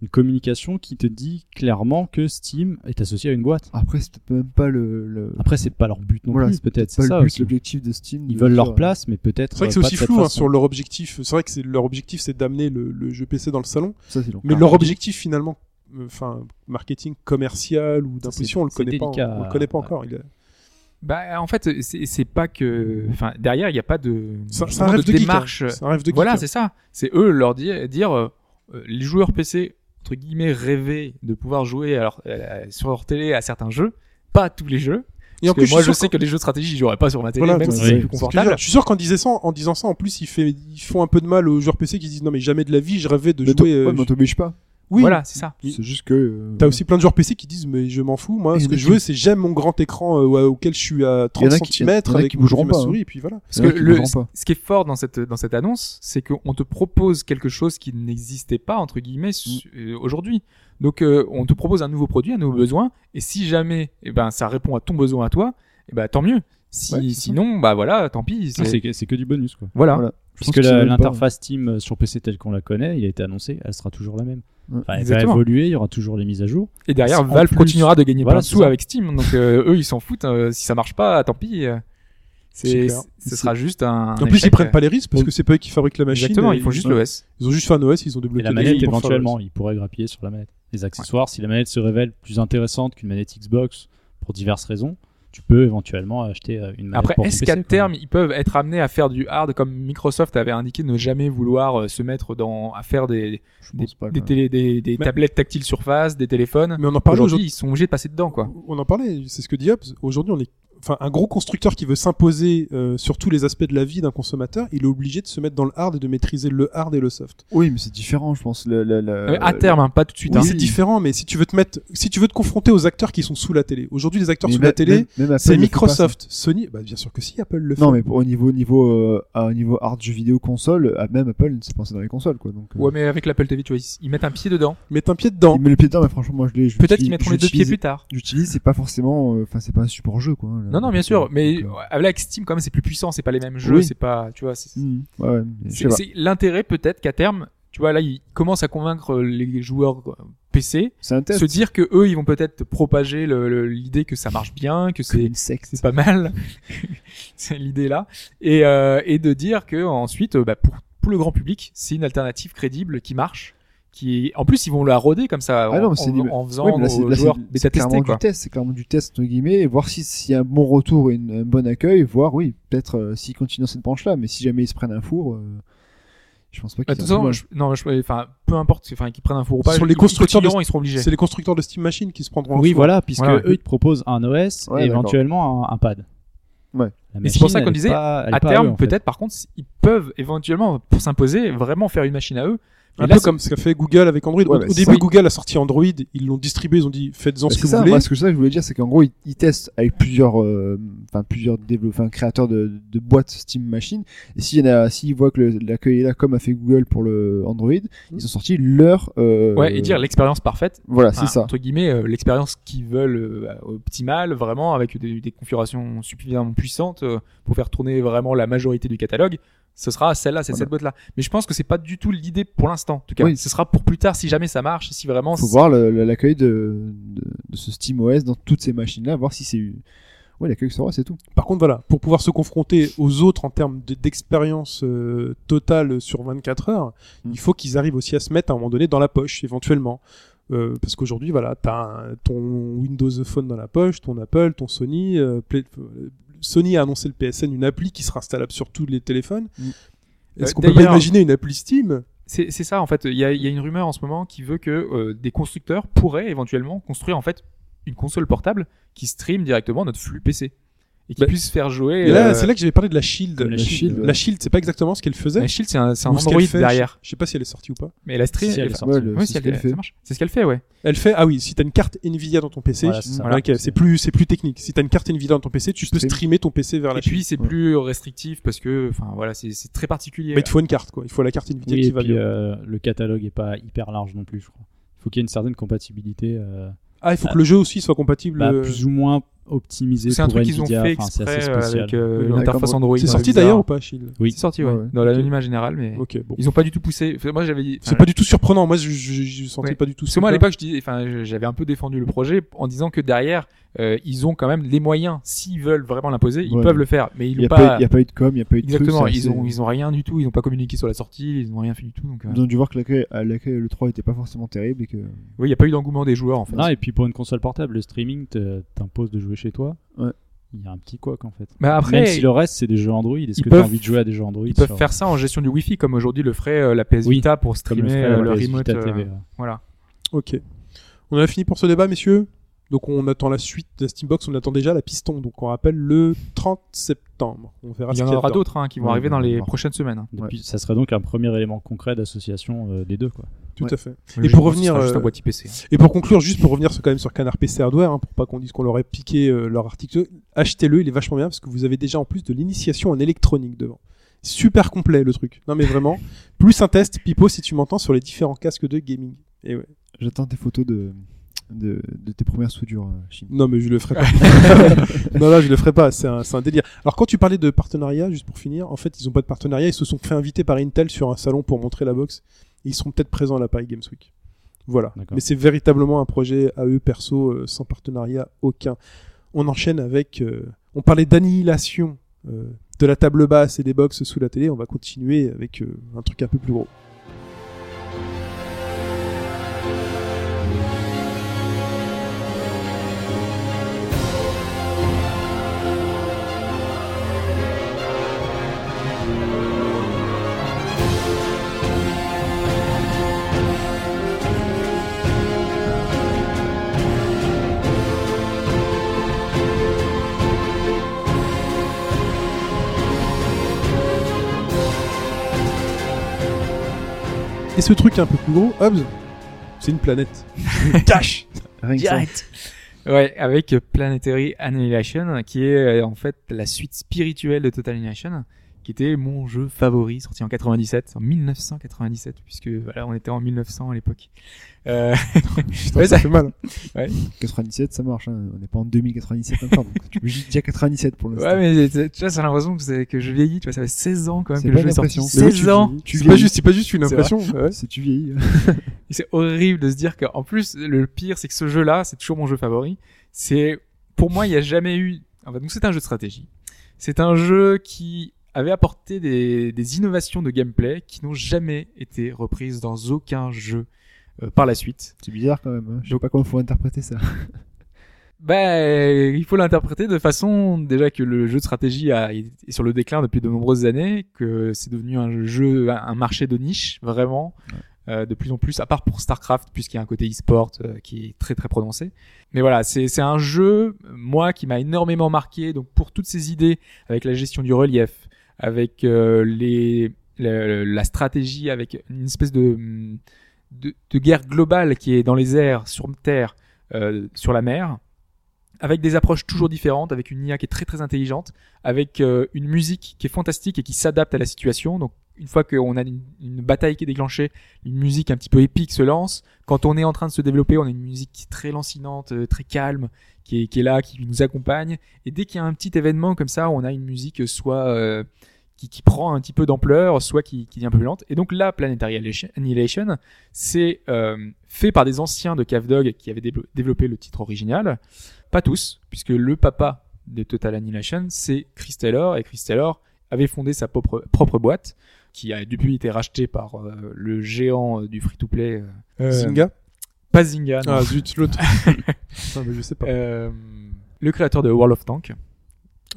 [SPEAKER 6] une communication qui te dit clairement que Steam est associé à une boîte.
[SPEAKER 4] Après, c'est peut-être même pas le. le...
[SPEAKER 6] Après, c'est pas leur but non
[SPEAKER 4] Voilà,
[SPEAKER 6] plus, peut-être
[SPEAKER 4] pas
[SPEAKER 6] Ah, c'est
[SPEAKER 4] le
[SPEAKER 6] ça.
[SPEAKER 4] but,
[SPEAKER 6] aussi.
[SPEAKER 4] l'objectif de Steam. de
[SPEAKER 6] Ils
[SPEAKER 4] euh,
[SPEAKER 6] veulent
[SPEAKER 4] faire,
[SPEAKER 6] leur place, mais peut-être.
[SPEAKER 3] C'est vrai que c'est
[SPEAKER 6] euh, pas
[SPEAKER 3] aussi
[SPEAKER 6] de cette
[SPEAKER 3] flou hein,
[SPEAKER 6] façon.
[SPEAKER 3] sur leur objectif. C'est vrai que c'est- leur objectif, c'est d'amener le, le jeu PC dans le salon.
[SPEAKER 4] euh, Ça, c'est long.
[SPEAKER 3] Mais
[SPEAKER 6] Ah,
[SPEAKER 3] leur
[SPEAKER 6] oui.
[SPEAKER 3] objectif finalement, euh, enfin marketing commercial ou d'imposition, on le
[SPEAKER 6] c'est
[SPEAKER 3] connaît
[SPEAKER 6] délicat.
[SPEAKER 3] pas. On le connaît pas encore. Il est-
[SPEAKER 5] Bah, en fait, c'est c'est pas que. Enfin, derrière, il n'y a pas de.
[SPEAKER 3] C'est c'est un
[SPEAKER 5] justement,
[SPEAKER 3] rêve
[SPEAKER 5] de
[SPEAKER 3] de, geek, hein.
[SPEAKER 5] démarche.
[SPEAKER 3] C'est un rêve de geek,
[SPEAKER 5] Voilà,
[SPEAKER 3] hein.
[SPEAKER 5] c'est ça. C'est eux leur dire, dire euh, euh, les joueurs PC entre guillemets rêvaient de pouvoir jouer alors euh, sur leur télé à certains jeux, pas à tous les jeux.
[SPEAKER 3] Et en
[SPEAKER 5] parce
[SPEAKER 3] plus,
[SPEAKER 5] que moi, je
[SPEAKER 3] suis sûr
[SPEAKER 5] sais que les jeux de stratégie, j'y jouerais pas sur ma télé,
[SPEAKER 3] Voilà,
[SPEAKER 5] même
[SPEAKER 3] donc,
[SPEAKER 5] si
[SPEAKER 6] oui.
[SPEAKER 5] c'est plus
[SPEAKER 3] qu'en- c'est ce que je veux dire.
[SPEAKER 5] confortable.
[SPEAKER 3] Je suis sûr qu'en disant ça, en disant ça, en plus, ils, fait, ils font un peu de mal aux joueurs PC qui se disent non mais jamais de la vie, je rêvais de
[SPEAKER 4] Mais t'o-
[SPEAKER 3] jouer. euh,
[SPEAKER 4] ouais, mais on t'oblige pas.
[SPEAKER 3] Oui,
[SPEAKER 5] Voilà, c'est ça.
[SPEAKER 4] C'est juste que. euh,
[SPEAKER 3] T'as aussi plein de joueurs PC qui disent mais je m'en fous moi
[SPEAKER 4] Et il
[SPEAKER 3] ce
[SPEAKER 4] y en
[SPEAKER 3] que
[SPEAKER 4] a
[SPEAKER 3] je
[SPEAKER 4] qui-
[SPEAKER 3] veux c'est j'aime mon grand écran euh, ouais, auquel je suis à
[SPEAKER 4] Il
[SPEAKER 3] 30
[SPEAKER 4] y en a qui-
[SPEAKER 3] cm
[SPEAKER 4] il y en a
[SPEAKER 3] avec
[SPEAKER 4] qui
[SPEAKER 3] mon
[SPEAKER 4] bougeront
[SPEAKER 3] ma
[SPEAKER 4] pas, hein.
[SPEAKER 3] souris et puis voilà.
[SPEAKER 5] Parce que
[SPEAKER 4] qui
[SPEAKER 5] le,
[SPEAKER 4] bougeront pas.
[SPEAKER 5] ce qui est fort dans cette, dans cette annonce, c'est qu'on te propose quelque chose qui n'existait pas, entre
[SPEAKER 3] Mm.
[SPEAKER 5] guillemets, su- euh, aujourd'hui. Donc, euh, on te propose un nouveau produit, un nouveau besoin, et si jamais, eh ben, ça répond à ton besoin à toi, eh ben, tant mieux. Si,
[SPEAKER 4] Ouais, c'est ça.
[SPEAKER 5] sinon, bah voilà, tant pis.
[SPEAKER 6] Ah,
[SPEAKER 5] c'est-
[SPEAKER 6] C'est que, c'est que du bonus quoi.
[SPEAKER 5] Voilà.
[SPEAKER 4] Voilà. Je pense
[SPEAKER 6] Puisque
[SPEAKER 4] c'est
[SPEAKER 6] la-
[SPEAKER 4] même pas-
[SPEAKER 6] l'interface Steam euh, sur PC telle qu'on la connaît, il a été annoncé, elle sera toujours la même.
[SPEAKER 4] Ouais,
[SPEAKER 6] Enfin, elle va
[SPEAKER 5] exactement.
[SPEAKER 6] évoluer, il y aura toujours les mises à jour.
[SPEAKER 5] Et derrière,
[SPEAKER 6] En
[SPEAKER 5] Valve
[SPEAKER 6] plus-
[SPEAKER 5] continuera de gagner
[SPEAKER 6] Voilà,
[SPEAKER 5] plein de
[SPEAKER 6] c'est
[SPEAKER 5] sous
[SPEAKER 6] ça.
[SPEAKER 5] avec Steam. Donc, euh, eux, ils s'en foutent. euh, si ça marche pas, tant pis. euh, C'est,
[SPEAKER 3] C'est clair.
[SPEAKER 5] ce sera juste un.
[SPEAKER 3] en plus ils
[SPEAKER 5] échec,
[SPEAKER 3] prennent
[SPEAKER 5] euh,
[SPEAKER 3] pas les risques parce que c'est pas eux qui fabriquent la machine.
[SPEAKER 5] Exactement,
[SPEAKER 3] et
[SPEAKER 5] ils font juste
[SPEAKER 3] ouais.
[SPEAKER 5] l'OS.
[SPEAKER 3] Ils ont juste fait un OS, ils ont débloqué
[SPEAKER 6] Et la
[SPEAKER 3] des
[SPEAKER 6] manette
[SPEAKER 3] trucs pour faire
[SPEAKER 6] éventuellement, il pourrait grappiller sur la manette. Les accessoires, si la manette se révèle plus intéressante qu'une manette Xbox pour diverses raisons, tu peux éventuellement acheter euh, une manette
[SPEAKER 5] Après,
[SPEAKER 6] pour ton
[SPEAKER 5] est-ce
[SPEAKER 6] PC,
[SPEAKER 5] qu'à
[SPEAKER 6] quoi.
[SPEAKER 5] terme, ils peuvent être amenés à faire du hard comme Microsoft avait indiqué ne jamais vouloir euh, se mettre dans, à faire des,
[SPEAKER 4] Je
[SPEAKER 5] des,
[SPEAKER 4] pense pas.
[SPEAKER 5] des
[SPEAKER 4] quoi.
[SPEAKER 5] télé- des- des
[SPEAKER 3] Mais-
[SPEAKER 5] tablettes tactiles surface, des téléphones.
[SPEAKER 3] Mais on en parlait
[SPEAKER 5] Aujourd'hui,
[SPEAKER 3] aujourd'hui.
[SPEAKER 5] ils sont obligés de passer dedans, quoi.
[SPEAKER 3] On en parlait, c'est ce que dit Hobbes. Aujourd'hui, on est, enfin, un gros constructeur qui veut s'imposer euh, sur tous les aspects de la vie d'un consommateur, il est obligé de se mettre dans le hard et de maîtriser le hard et le soft.
[SPEAKER 4] Oui, mais c'est différent, je pense. La, la, la-
[SPEAKER 5] Mais à terme, hein, pas tout de suite.
[SPEAKER 3] Euh, Oui,
[SPEAKER 5] hein.
[SPEAKER 3] c'est différent, mais si tu veux te mettre, si tu veux te confronter aux acteurs qui sont sous la télé. Aujourd'hui, les acteurs
[SPEAKER 4] Mais
[SPEAKER 3] sous
[SPEAKER 4] même-
[SPEAKER 3] la télé,
[SPEAKER 4] même- même Apple
[SPEAKER 3] c'est
[SPEAKER 4] le fait pas, ça.
[SPEAKER 3] Microsoft, Sony. Bah, bien sûr que si, Apple le fait.
[SPEAKER 4] Non, mais pour- au niveau, niveau, euh, à un niveau hard jeu vidéo console, euh, même Apple ne s'est pensé dans les consoles, quoi. Donc, euh,
[SPEAKER 5] Ouais, mais avec l'Apple TV, tu vois, ils, ils mettent un pied dedans.
[SPEAKER 3] Mets un pied dedans.
[SPEAKER 4] il met le pied dedans, mais franchement, moi, je l'ai. je
[SPEAKER 5] Peut-être
[SPEAKER 4] l'utilise-
[SPEAKER 5] qu'ils
[SPEAKER 4] je
[SPEAKER 5] mettront les deux pieds
[SPEAKER 4] l'utilise-
[SPEAKER 5] plus tard.
[SPEAKER 4] J'utilise, c'est pas forcément, euh, enfin, c'est pas un support jeu, quoi. hein,
[SPEAKER 5] Non, non, bien sûr. Mais
[SPEAKER 4] Donc,
[SPEAKER 5] euh, avec Steam, quand même, c'est plus puissant. C'est pas les mêmes jeux.
[SPEAKER 4] Oui.
[SPEAKER 5] C'est pas, tu vois. c'est-
[SPEAKER 4] euh, hmm, ouais, ouais, mais je sais
[SPEAKER 5] C'est
[SPEAKER 4] pas.
[SPEAKER 5] c'est l'intérêt peut-être qu'à terme, tu vois, là, ils commencent à convaincre euh, les joueurs euh, PC,
[SPEAKER 4] C'est un test.
[SPEAKER 5] se dire que eux, ils vont peut-être propager le- le- l'idée que ça marche bien, que
[SPEAKER 4] Comme
[SPEAKER 5] c'est
[SPEAKER 4] une secte.
[SPEAKER 5] c'est pas mal, [laughs] c'est l'idée là, et euh, et de dire que ensuite, euh, bah, pour pour le grand public, c'est une alternative crédible qui marche, qui est- en plus ils vont la roder comme ça
[SPEAKER 4] Ah
[SPEAKER 5] en,
[SPEAKER 4] non, mais c'est
[SPEAKER 5] en-
[SPEAKER 4] du-
[SPEAKER 5] en faisant
[SPEAKER 4] Ouais, mais là, c'est-
[SPEAKER 5] aux
[SPEAKER 4] là,
[SPEAKER 5] joueurs
[SPEAKER 4] c'est-
[SPEAKER 5] bêta
[SPEAKER 4] c'est
[SPEAKER 5] testés
[SPEAKER 4] clairement
[SPEAKER 5] quoi.
[SPEAKER 4] du test, c'est clairement du test entre guillemets, et voir si s'il y a un bon retour et une- un bon accueil, voir oui, peut-être euh, s'ils continuent dans cette branche-là, mais si jamais ils se prennent un four, euh, je pense pas
[SPEAKER 5] Bah,
[SPEAKER 4] qu'ils.
[SPEAKER 5] de toute
[SPEAKER 4] en-
[SPEAKER 5] façon, je- non, je- enfin, peu importe, enfin, qu'ils prennent un four ou pas,
[SPEAKER 3] Sur
[SPEAKER 5] ils-
[SPEAKER 3] les
[SPEAKER 5] ils
[SPEAKER 3] constructeurs de-
[SPEAKER 5] continueront, ils seront obligés.
[SPEAKER 3] C'est les constructeurs de Steam Machine qui se prendront. en
[SPEAKER 6] Oui,
[SPEAKER 3] fou.
[SPEAKER 6] voilà, puisque
[SPEAKER 5] Voilà.
[SPEAKER 6] eux ils te proposent un OS
[SPEAKER 4] Ouais,
[SPEAKER 6] et
[SPEAKER 4] d'accord.
[SPEAKER 6] éventuellement un, un pad.
[SPEAKER 4] Ouais.
[SPEAKER 6] La
[SPEAKER 5] Et c'est pour ça
[SPEAKER 6] machine,
[SPEAKER 5] qu'on
[SPEAKER 6] elle est
[SPEAKER 5] disait,
[SPEAKER 6] pas- elle est
[SPEAKER 5] à
[SPEAKER 6] pas eux,
[SPEAKER 5] terme,
[SPEAKER 6] en fait.
[SPEAKER 5] peut-être, par contre, ils peuvent éventuellement, pour s'imposer, vraiment faire une machine à eux.
[SPEAKER 3] Un
[SPEAKER 5] Mais là,
[SPEAKER 3] peu
[SPEAKER 5] c'est-
[SPEAKER 3] comme ce qu'a fait Google avec Android. Au-
[SPEAKER 4] Ouais, bah,
[SPEAKER 3] Au
[SPEAKER 4] c'est
[SPEAKER 3] début,
[SPEAKER 4] ça.
[SPEAKER 3] Google a sorti Android, ils l'ont distribué, ils ont dit faites-en
[SPEAKER 4] Bah,
[SPEAKER 3] ce que
[SPEAKER 4] c'est
[SPEAKER 3] vous
[SPEAKER 4] ça,
[SPEAKER 3] voulez.
[SPEAKER 4] moi, ce que je voulais dire, c'est qu'en gros, ils, ils testent avec plusieurs, euh, enfin, plusieurs dévelop- enfin, créateurs de, de boîtes Steam Machine. Et s'il y en a, s'ils voient que le- l'accueil est là, comme a fait Google pour le Android, ils ont sorti leur, euh,
[SPEAKER 5] Hmm. ouais, et dire l'expérience parfaite,
[SPEAKER 4] Voilà, c'est
[SPEAKER 5] enfin,
[SPEAKER 4] ça.
[SPEAKER 5] entre guillemets, euh, l'expérience qu'ils veulent euh, optimale, vraiment, avec des, des configurations suffisamment puissantes euh, pour faire tourner vraiment la majorité du catalogue. Ce sera celle-là, c'est
[SPEAKER 4] Voilà.
[SPEAKER 5] cette boîte-là. Mais je pense que c'est pas du tout l'idée pour l'instant. En tout cas,
[SPEAKER 4] Oui.
[SPEAKER 5] ce sera pour plus tard si jamais ça marche, si vraiment.
[SPEAKER 4] Faut
[SPEAKER 5] c'est-
[SPEAKER 4] voir le- le- l'accueil de, de, de ce Steam OS dans toutes ces machines-là, voir si c'est, ouais, l'accueil que ça aura, c'est tout.
[SPEAKER 3] Par contre, voilà, pour pouvoir se confronter aux autres en termes de- d'expérience euh, totale sur 24 heures,
[SPEAKER 4] Mm.
[SPEAKER 3] il faut qu'ils arrivent aussi à se mettre à un moment donné dans la poche, éventuellement. Euh, parce qu'aujourd'hui, voilà, t'as un- ton Windows Phone dans la poche, ton Apple, ton Sony. euh, Play- euh, Sony a annoncé le PSN, une appli qui sera installable sur tous les téléphones.
[SPEAKER 4] Mm.
[SPEAKER 3] Est-ce
[SPEAKER 5] Euh,
[SPEAKER 3] qu'on peut pas
[SPEAKER 5] d'ailleurs-
[SPEAKER 3] imaginer une appli Steam
[SPEAKER 5] C'est c'est ça en fait. Il y a, il y a une rumeur en ce moment qui veut que euh, des constructeurs pourraient éventuellement construire en fait une console portable qui stream directement notre flux PC. et qui
[SPEAKER 3] Bah,
[SPEAKER 5] puisse faire jouer.
[SPEAKER 3] Et là,
[SPEAKER 5] euh,
[SPEAKER 3] c'est là que j'avais parlé de la Shield.
[SPEAKER 6] Comme la La Shield, Shield, ouais.
[SPEAKER 3] La Shield, c'est pas exactement ce qu'elle faisait.
[SPEAKER 5] la Shield, c'est un, c'est un
[SPEAKER 3] ou ce qu'elle
[SPEAKER 5] Android
[SPEAKER 3] fait,
[SPEAKER 5] derrière.
[SPEAKER 3] Je sais pas si elle est sortie ou pas.
[SPEAKER 5] Mais la stream,
[SPEAKER 6] Si elle est sortie.
[SPEAKER 4] Ouais, le-
[SPEAKER 5] oui,
[SPEAKER 4] c'est
[SPEAKER 5] si
[SPEAKER 4] ce
[SPEAKER 5] elle-
[SPEAKER 4] qu'elle fait.
[SPEAKER 5] ça marche. C'est ce qu'elle fait, ouais.
[SPEAKER 3] Elle fait, ah oui, si t'as une carte Nvidia dans ton PC,
[SPEAKER 6] Voilà, c'est ça.
[SPEAKER 3] voilà, ok, c'est plus, c'est plus technique. Si t'as une carte Nvidia dans ton PC, tu peux
[SPEAKER 4] Stream.
[SPEAKER 3] streamer ton PC vers la
[SPEAKER 5] Et puis c'est
[SPEAKER 4] Ouais.
[SPEAKER 5] plus restrictif parce que, enfin voilà, c'est c'est très particulier.
[SPEAKER 3] Mais il te faut une carte, quoi. Il faut la carte Nvidia
[SPEAKER 6] Oui,
[SPEAKER 3] qui
[SPEAKER 6] et
[SPEAKER 3] va
[SPEAKER 6] puis
[SPEAKER 3] bien.
[SPEAKER 6] euh, le catalogue est pas hyper large non plus, je crois. Il faut qu'il y ait une certaine compatibilité, euh,
[SPEAKER 3] Ah, il faut
[SPEAKER 5] bah,
[SPEAKER 3] que le jeu aussi soit compatible.
[SPEAKER 6] bah,
[SPEAKER 3] euh,
[SPEAKER 6] plus ou moins optimisée
[SPEAKER 5] C'est un
[SPEAKER 6] pour
[SPEAKER 5] truc qu'ils ont
[SPEAKER 6] Nvidia,
[SPEAKER 5] fait
[SPEAKER 6] enfin, c'est
[SPEAKER 5] exprès
[SPEAKER 6] assez
[SPEAKER 5] euh,
[SPEAKER 6] spécial.
[SPEAKER 5] avec euh,
[SPEAKER 4] Oui,
[SPEAKER 5] une
[SPEAKER 4] d'accord,
[SPEAKER 5] interface
[SPEAKER 4] bon.
[SPEAKER 5] Android.
[SPEAKER 3] C'est
[SPEAKER 5] ouais,
[SPEAKER 3] sorti
[SPEAKER 5] bizarre.
[SPEAKER 3] d'ailleurs ou pas, Shield
[SPEAKER 6] Oui.
[SPEAKER 5] C'est sorti, ouais.
[SPEAKER 4] Ouais.
[SPEAKER 5] Dans la
[SPEAKER 3] Ok.
[SPEAKER 5] l'anonymat général, mais
[SPEAKER 3] Ok, bon.
[SPEAKER 5] ils ont pas du tout poussé. Enfin, Moi, j'avais.
[SPEAKER 3] C'est pas du tout surprenant. Moi, je, je, je sentais
[SPEAKER 5] Ouais.
[SPEAKER 3] pas du tout.
[SPEAKER 5] Parce
[SPEAKER 3] ce
[SPEAKER 5] que moi à
[SPEAKER 3] truc-là.
[SPEAKER 5] l'époque, je dis, enfin, je- j'avais un peu défendu le projet en disant que derrière, euh, ils ont quand même les moyens. S'ils veulent vraiment l'imposer, ils
[SPEAKER 4] Ouais.
[SPEAKER 5] peuvent le faire. Mais ils
[SPEAKER 4] Il n'y
[SPEAKER 5] n'ont
[SPEAKER 4] a,
[SPEAKER 5] pas.
[SPEAKER 4] pas eu- y a pas eu de com, il n'y a pas eu de truc,
[SPEAKER 5] Exactement.
[SPEAKER 4] c'est
[SPEAKER 5] ils
[SPEAKER 4] assez-
[SPEAKER 5] ont, ils ont rien du tout. Ils n'ont pas communiqué sur la sortie. Ils n'ont rien fait du tout. Donc, euh,
[SPEAKER 4] Ils ont dû voir que l'accueil, à l'accueil le 3 était pas forcément terrible et que.
[SPEAKER 5] oui, il n'y a pas eu d'engouement des joueurs en fait.
[SPEAKER 6] Ah, et puis pour une console portable, le streaming te- t'impose de jouer chez toi.
[SPEAKER 4] Ouais.
[SPEAKER 6] Il y a un petit couac en fait.
[SPEAKER 5] Mais après,
[SPEAKER 6] Même si le reste, c'est des jeux Android. Est-ce
[SPEAKER 5] ils
[SPEAKER 6] que tu as
[SPEAKER 5] peuvent-
[SPEAKER 6] envie de jouer à des jeux Android
[SPEAKER 5] ils peuvent
[SPEAKER 6] sur-
[SPEAKER 5] faire ça en gestion du Wi-Fi comme aujourd'hui le ferait euh, la PS
[SPEAKER 6] Oui,
[SPEAKER 5] Vita pour
[SPEAKER 6] comme le
[SPEAKER 5] streamer
[SPEAKER 6] ferait
[SPEAKER 5] euh,
[SPEAKER 6] la
[SPEAKER 5] le
[SPEAKER 6] PS Vita
[SPEAKER 5] remote. euh,
[SPEAKER 6] TV, ouais.
[SPEAKER 5] Voilà.
[SPEAKER 3] Ok. On a fini pour ce débat, messieurs. Donc on attend la suite de la Steambox, on attend déjà la piston. Donc on rappelle le 30 septembre. On verra
[SPEAKER 5] Il
[SPEAKER 3] ce
[SPEAKER 5] y en
[SPEAKER 3] qu'il
[SPEAKER 5] aura
[SPEAKER 3] dedans.
[SPEAKER 5] d'autres hein, qui vont
[SPEAKER 4] Ouais,
[SPEAKER 5] arriver
[SPEAKER 4] il y en
[SPEAKER 5] dans
[SPEAKER 4] aura
[SPEAKER 5] les
[SPEAKER 4] encore.
[SPEAKER 5] prochaines semaines. hein.
[SPEAKER 6] Et puis, ça serait donc un premier élément concret d'association euh, des deux. Quoi.
[SPEAKER 3] Tout
[SPEAKER 4] Ouais.
[SPEAKER 3] à fait.
[SPEAKER 5] Logiquement,
[SPEAKER 3] pour
[SPEAKER 5] ce
[SPEAKER 3] revenir,
[SPEAKER 5] sera juste
[SPEAKER 3] euh,
[SPEAKER 5] un boîtier PC.
[SPEAKER 3] [laughs]
[SPEAKER 5] [laughs]
[SPEAKER 3] Et pour conclure, juste pour revenir sur, quand même sur Canard PC Hardware, hein, pour pas qu'on dise qu'on leur ait piqué euh, leur article, achetez-le, il est vachement bien parce que vous avez déjà en plus de l'initiation en électronique devant. Super complet le truc. Non mais vraiment. [laughs] plus un test, Pipo, si tu m'entends, sur les différents casques de gaming. Et ouais.
[SPEAKER 4] J'attends tes photos de, de, de tes premières soudures, euh, Chine.
[SPEAKER 3] Non mais je le ferai pas. non là je le ferai pas, c'est un, c'est un délire. Alors quand tu parlais de partenariat, juste pour finir, en fait ils ont pas de partenariat, ils se sont fait inviter par Intel sur un salon pour montrer la box. Ils seront peut-être présents à la Paris Games Week. Voilà.
[SPEAKER 6] D'accord.
[SPEAKER 3] Mais c'est véritablement un projet à eux perso euh, sans partenariat aucun. On enchaîne avec. euh, on parlait d'annihilation euh, de la table basse et des box sous la télé. On va continuer avec euh, un truc un peu plus gros. Et ce truc un peu plus gros, Hobbs, c'est une planète. Cache.
[SPEAKER 4] Rien que ça.
[SPEAKER 5] Ouais, avec Planetary Annihilation, qui est euh, en fait la suite spirituelle de Total Annihilation, qui était mon jeu favori, sorti en 97, en 1997, puisque voilà, on était en 1900 à l'époque. Euh,
[SPEAKER 3] Putain,
[SPEAKER 5] [laughs] Ouais,
[SPEAKER 3] ça
[SPEAKER 5] ça-
[SPEAKER 3] fait mal.
[SPEAKER 4] 97, ça marche. hein. On n'est pas en 2097 encore. donc tu me dis déjà 97 pour l'instant.
[SPEAKER 5] ouais, mais c'est- tu vois, c'est l'impression que, c'est- que je vieillis, tu vois, ça fait 16 ans quand même
[SPEAKER 4] C'est
[SPEAKER 5] que
[SPEAKER 4] pas
[SPEAKER 5] le jeu est sorti.
[SPEAKER 4] l'impression. Mais oui, tu
[SPEAKER 5] 16 ans!
[SPEAKER 4] vieillis.
[SPEAKER 5] Tu
[SPEAKER 3] C'est pas juste, c'est pas juste une
[SPEAKER 5] C'est
[SPEAKER 3] impression. ouais.
[SPEAKER 4] Si tu vieillis. hein.
[SPEAKER 5] Et C'est horrible de se dire qu'en plus, le pire, c'est que ce jeu-là, c'est toujours mon jeu favori. C'est, pour moi, il n'y a jamais eu, en fait, donc c'est un jeu de stratégie. C'est un jeu qui avait apporté des, des innovations de gameplay qui n'ont jamais été reprises dans aucun jeu euh, par la suite.
[SPEAKER 4] C'est bizarre quand même. hein. Je sais pas comment faut interpréter ça.
[SPEAKER 5] Ben, il faut l'interpréter de façon déjà que le jeu de stratégie a, est sur le déclin depuis de nombreuses années, que c'est devenu un jeu, un marché de niche vraiment, euh, de plus en plus. À part pour Starcraft, puisqu'il y a un côté e-sport euh, qui est très très prononcé. Mais voilà, c'est c'est un jeu moi qui m'a énormément marqué. Donc pour toutes ces idées avec la gestion du relief, avec euh, les la, la stratégie, avec une espèce de, de de guerre globale qui est dans les airs, sur terre, euh, sur la mer avec des approches toujours différentes, avec une IA qui est très très intelligente, avec euh, une musique qui est fantastique et qui s'adapte à la situation. Donc une fois qu'on a une, une bataille qui est déclenchée, une musique un petit peu épique se lance. Quand on est en train de se développer, on a une musique qui est très lancinante, euh, très calme, qui est, qui est là, qui nous accompagne. Et dès qu'il y a un petit événement comme ça, on a une musique soit euh, qui, qui prend un petit peu d'ampleur, soit qui, qui est un peu plus lente. Et donc là, Planetary Annihilation, c'est euh, fait par des anciens de Cave Dog qui avaient déblo- développé le titre original pas tous, puisque le papa de Total Annihilation, c'est Chris Taylor, et Chris Taylor avait fondé sa propre, propre boîte, qui a depuis été rachetée par euh, le géant euh, du free-to-play. euh,
[SPEAKER 3] Zynga.
[SPEAKER 5] Pas Zynga, non. [laughs]
[SPEAKER 3] Ah zut, l'autre. Putain, mais je sais pas.
[SPEAKER 5] Euh, le créateur de World of Tanks,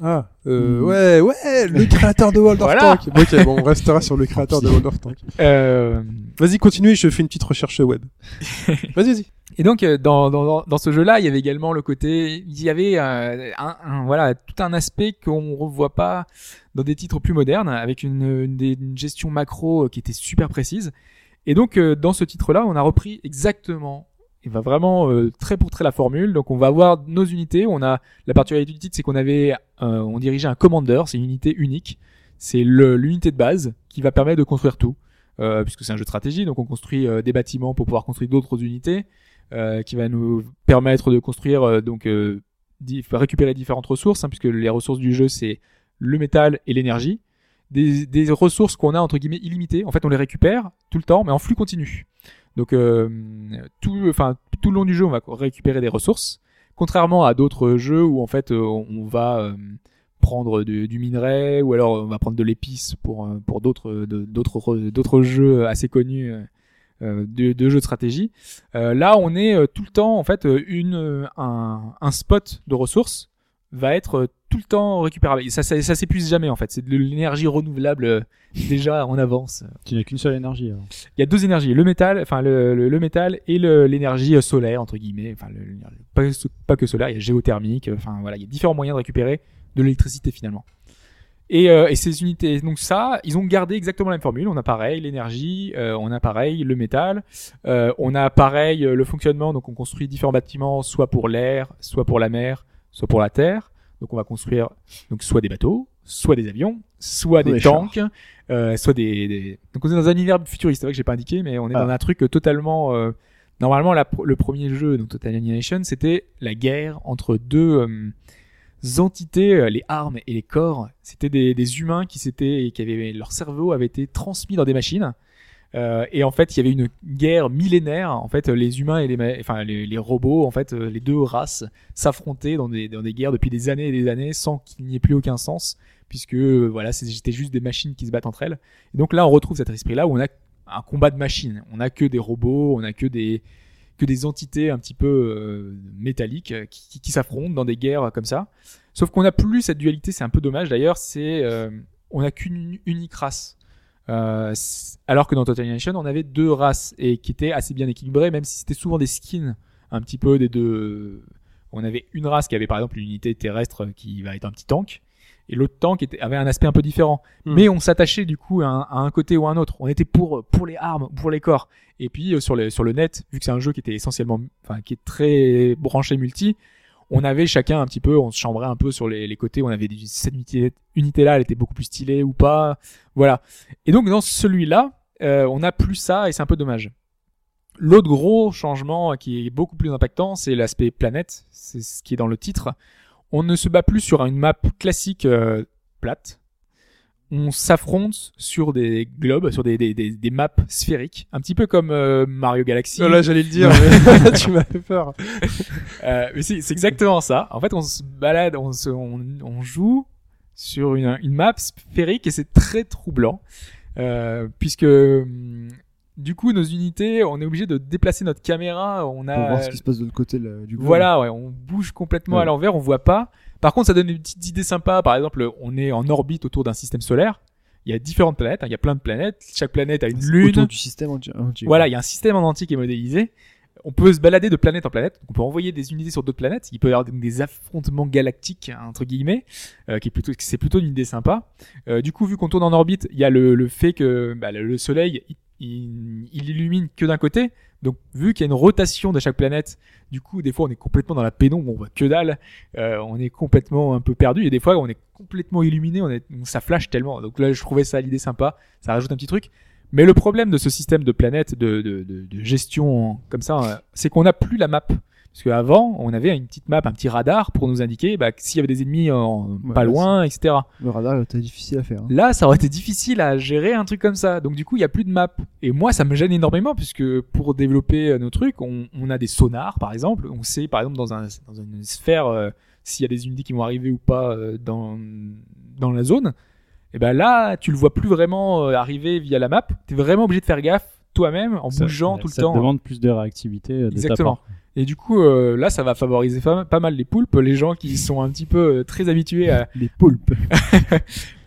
[SPEAKER 3] Ah, euh, ouais, ouais, le créateur de World of
[SPEAKER 5] Voilà.
[SPEAKER 3] Tanks. Ok, bon, on restera sur le créateur
[SPEAKER 5] [laughs]
[SPEAKER 3] de World of Tanks.
[SPEAKER 5] Euh,
[SPEAKER 3] Vas-y, continue, je fais une petite recherche
[SPEAKER 5] [laughs]
[SPEAKER 3] web. Vas-y, vas-y.
[SPEAKER 5] Et donc euh, dans, dans, dans- dans ce jeu-là, il y avait également le côté, il y avait euh, un, un- voilà tout un aspect qu'on revoit pas dans des titres plus modernes, avec une, une des- une gestion macro euh, qui était super précise. Et donc euh, dans ce titre-là, on a repris exactement, il va vraiment euh, trait pour trait la formule. Donc on va avoir nos unités. On a la particularité du titre, c'est qu'on avait, euh, on dirigeait un commander, c'est une unité unique, c'est le- l'unité de base qui va permettre de construire tout. Euh, puisque c'est un jeu de stratégie, donc on construit euh, des bâtiments pour pouvoir construire d'autres unités euh, qui va nous permettre de construire euh, donc euh, di- récupérer différentes ressources hein, puisque les ressources du jeu c'est le métal et l'énergie des, des ressources qu'on a entre guillemets illimitées en fait on les récupère tout le temps mais en flux continu donc euh, tout enfin tout le long du jeu on va récupérer des ressources contrairement à d'autres jeux où en fait euh, on va euh, prendre du, du minerai ou alors on va prendre de l'épice pour euh, pour d'autres de- d'autres d'autres jeux assez connus euh, euh, de, de jeux de stratégie euh, là, on est euh, tout le temps, en fait, euh, une, euh, un, un spot de ressources va être euh, tout le temps récupérable. Et ça, ça, ça s'épuise jamais, en fait. C'est de l'énergie renouvelable euh, [laughs] déjà en avance.
[SPEAKER 6] Tu n'as qu'une seule énergie. alors.
[SPEAKER 5] Il y a deux énergies, le métal, enfin le, le, le métal et le- l'énergie euh, solaire entre guillemets, enfin le- le- pas, pas que solaire, il y a géothermique, euh, enfin voilà, il y a différents moyens de récupérer de l'électricité finalement. Et, euh, et ces unités, donc ça, ils ont gardé exactement la même formule. On a pareil l'énergie, euh, on a pareil le métal, euh, on a pareil euh, le fonctionnement. Donc on construit différents bâtiments, soit pour l'air, soit pour la mer, soit pour la terre. Donc on va construire donc soit des bateaux, soit des avions, soit des,
[SPEAKER 4] Des chars.
[SPEAKER 5] tanks, euh, soit des, des- Donc on est dans un univers futuriste. C'est vrai que j'ai pas indiqué, mais on est
[SPEAKER 4] Ah.
[SPEAKER 5] dans un truc totalement. euh, normalement, la pr- le premier jeu, donc Total Annihilation, c'était la guerre entre deux. euh, entités, euh, les armes et les corps, c'était des, des humains qui s'étaient, qui avaient leur cerveau avait été transmis dans des machines. Euh, et en fait, il y avait une guerre millénaire. En fait, les humains et les, ma- enfin les, les robots, en fait, euh, les deux races s'affrontaient dans des, dans des guerres depuis des années et des années sans qu'il n'y ait plus aucun sens, puisque euh, voilà, c'est- c'était juste des machines qui se battent entre elles. Et donc là, on retrouve cet esprit-là où on a un combat de machines. On a que des robots, on a que des que des entités un petit peu euh, métalliques euh, qui, qui- qui s'affrontent dans des guerres comme ça. Sauf qu'on n'a plus cette dualité, c'est un peu dommage d'ailleurs, c'est euh, on n'a qu'une unique race. Euh, c- alors que dans Total Annihilation, on avait deux races et qui étaient assez bien équilibrées, même si c'était souvent des skins un petit peu des deux. euh, On avait une race qui avait par exemple une unité terrestre qui va être un petit tank, et l'autre tank était, avait un aspect un peu différent.
[SPEAKER 3] Hmm.
[SPEAKER 5] Mais on s'attachait du coup à un, à un côté ou à un autre. On était pour pour les armes, pour les corps. Et puis euh, sur le sur le net, vu que c'est un jeu qui était essentiellement, enfin qui est très branché multi, on avait chacun un petit peu, on se chambrait un peu sur les, les côtés, on avait des, cette unité- unité-là, elle était beaucoup plus stylée ou pas, voilà. Et donc dans celui-là, euh, on n'a plus ça et c'est un peu dommage. L'autre gros changement qui est beaucoup plus impactant, c'est l'aspect planète, c'est ce qui est dans le titre. On ne se bat plus sur une map classique euh, plate, on s'affronte sur des globes, sur des, des, des, des maps sphériques, un petit peu comme euh, Mario Galaxy.
[SPEAKER 3] Oh là, j'allais le
[SPEAKER 5] [laughs]
[SPEAKER 3] dire, mais [laughs] tu m'as fait peur.
[SPEAKER 5] Euh, mais c'est c'est exactement ça. En fait, on se balade, on, se, on, on joue sur une, une map sphérique et c'est très troublant. Euh, puisque hum, du coup, nos unités, on est obligé de déplacer notre caméra. On a
[SPEAKER 4] Pour voir ce qui se passe de l'autre côté là, du globe.
[SPEAKER 5] Ah, euh, voilà, ouais, on bouge complètement à
[SPEAKER 4] Ouais.
[SPEAKER 5] l'envers, on voit pas. Par contre, ça donne des petites idées sympas. Par exemple, on est en orbite autour d'un système solaire. Il y a différentes planètes, hein, il y a plein de planètes. Chaque planète a une lune.
[SPEAKER 4] Autour du système entier. entier.
[SPEAKER 5] Voilà, il y a un système en entier qui est modélisé. On peut se balader de planète en planète. On peut envoyer des unités sur d'autres planètes. Il peut y avoir donc des affrontements galactiques hein, entre guillemets, euh, qui est plutôt, c'est plutôt une idée sympa. Euh, du coup, vu qu'on tourne en orbite, il y a le, le fait que bah, le le Soleil il, il- il illumine que d'un côté. Donc, vu qu'il y a une rotation de chaque planète, du coup, des fois, on est complètement dans la pénombre, on voit que dalle, euh, on est complètement un peu perdu, et des fois, on est complètement illuminé, on est, ça flash tellement. Donc là, je trouvais ça l'idée sympa, ça rajoute un petit truc. Mais le problème de ce système de planètes, de, de, de, de gestion comme ça, euh, c'est qu'on n'a plus la map. Parce qu'avant, on avait une petite map, un petit radar pour nous indiquer bah, que s'il y avait des ennemis en-
[SPEAKER 4] Ouais,
[SPEAKER 5] pas
[SPEAKER 4] là,
[SPEAKER 5] loin, etc.
[SPEAKER 4] Le radar, là, t'as difficile à faire. hein.
[SPEAKER 5] Là, ça aurait été difficile à gérer un truc comme ça. Donc du coup, il y a plus de map. Et moi, ça me gêne énormément puisque pour développer euh, nos trucs, on, on a des sonars, par exemple. On sait, par exemple, dans, un, dans une sphère, euh, s'il y a des unités qui vont arriver ou pas euh, dans, dans la zone. Et ben là, tu le vois plus vraiment euh, arriver via la map. T'es vraiment obligé de faire gaffe toi-même en
[SPEAKER 6] Ça-
[SPEAKER 5] bougeant tout le
[SPEAKER 6] ça te
[SPEAKER 5] temps. hein.
[SPEAKER 6] demande plus de réactivité euh, de ta
[SPEAKER 5] Exactement.
[SPEAKER 6] part.
[SPEAKER 5] Et du coup, euh, là, ça va favoriser fa- pas mal les poulpes, les gens qui sont un petit peu euh, très habitués à.
[SPEAKER 4] Les poulpes.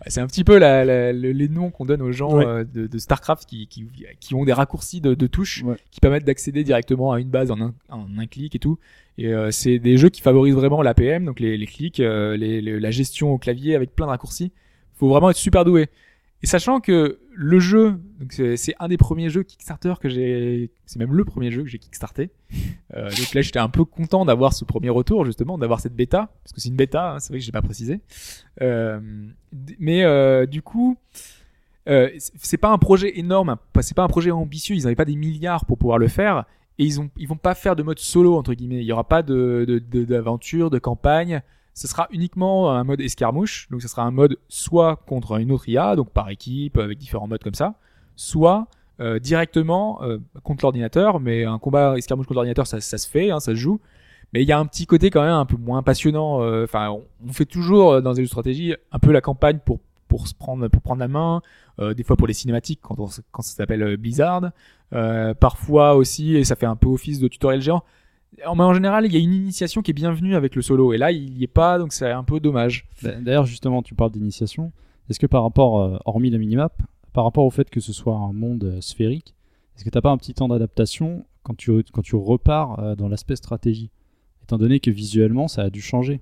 [SPEAKER 5] C'est un petit peu la, la- le- les noms qu'on donne aux gens
[SPEAKER 3] Ouais.
[SPEAKER 5] euh, de, de StarCraft qui, qui, qui ont des raccourcis de, de touches
[SPEAKER 4] Ouais.
[SPEAKER 5] qui permettent d'accéder directement à une base en un, en un clic et tout. Et euh, c'est des jeux qui favorisent vraiment l'APM, donc les, les clics, euh, les- les- la gestion au clavier avec plein de raccourcis. Faut vraiment être super doué. Et sachant que le jeu, donc c'est c'est un des premiers jeux Kickstarter que j'ai, c'est même le premier jeu que j'ai kickstarté. Euh, donc là, j'étais un peu content d'avoir ce premier retour justement, d'avoir cette bêta, parce que c'est une bêta, hein, c'est vrai que j'ai pas précisé. Euh, d- mais euh, du coup, euh, c'est- c'est pas un projet énorme, hein, pas- c'est pas un projet ambitieux. Ils n'avaient pas des milliards pour pouvoir le faire, et ils ont, ils vont pas faire de mode solo entre guillemets. Il y aura pas de de- de- d'aventure, de campagne. Ce sera uniquement un mode escarmouche, donc ce sera un mode soit contre une autre IA, donc par équipe avec différents modes comme ça, soit euh, directement euh, contre l'ordinateur. Mais un combat escarmouche contre l'ordinateur, ça, ça se fait, hein, ça se joue. Mais il y a un petit côté quand même un peu moins passionnant. euh, Enfin, on, on fait toujours euh, dans les jeux de stratégie un peu la campagne pour pour se prendre pour prendre la main, euh, des fois pour les cinématiques quand on s- quand ça s'appelle euh, Blizzard, euh, parfois aussi et ça fait un peu office de tutoriel géant. En, mais en général, il y a une initiation qui est bienvenue avec le solo et là il y est pas donc c'est un peu dommage.
[SPEAKER 6] D'a- D'ailleurs, justement, tu parles d'initiation. Est-ce que par rapport, euh, hormis la minimap, par rapport au fait que ce soit un monde euh, sphérique, est-ce que t'as pas un petit temps d'adaptation quand tu, quand tu repars euh, dans l'aspect stratégie Étant donné que visuellement, ça a dû changer.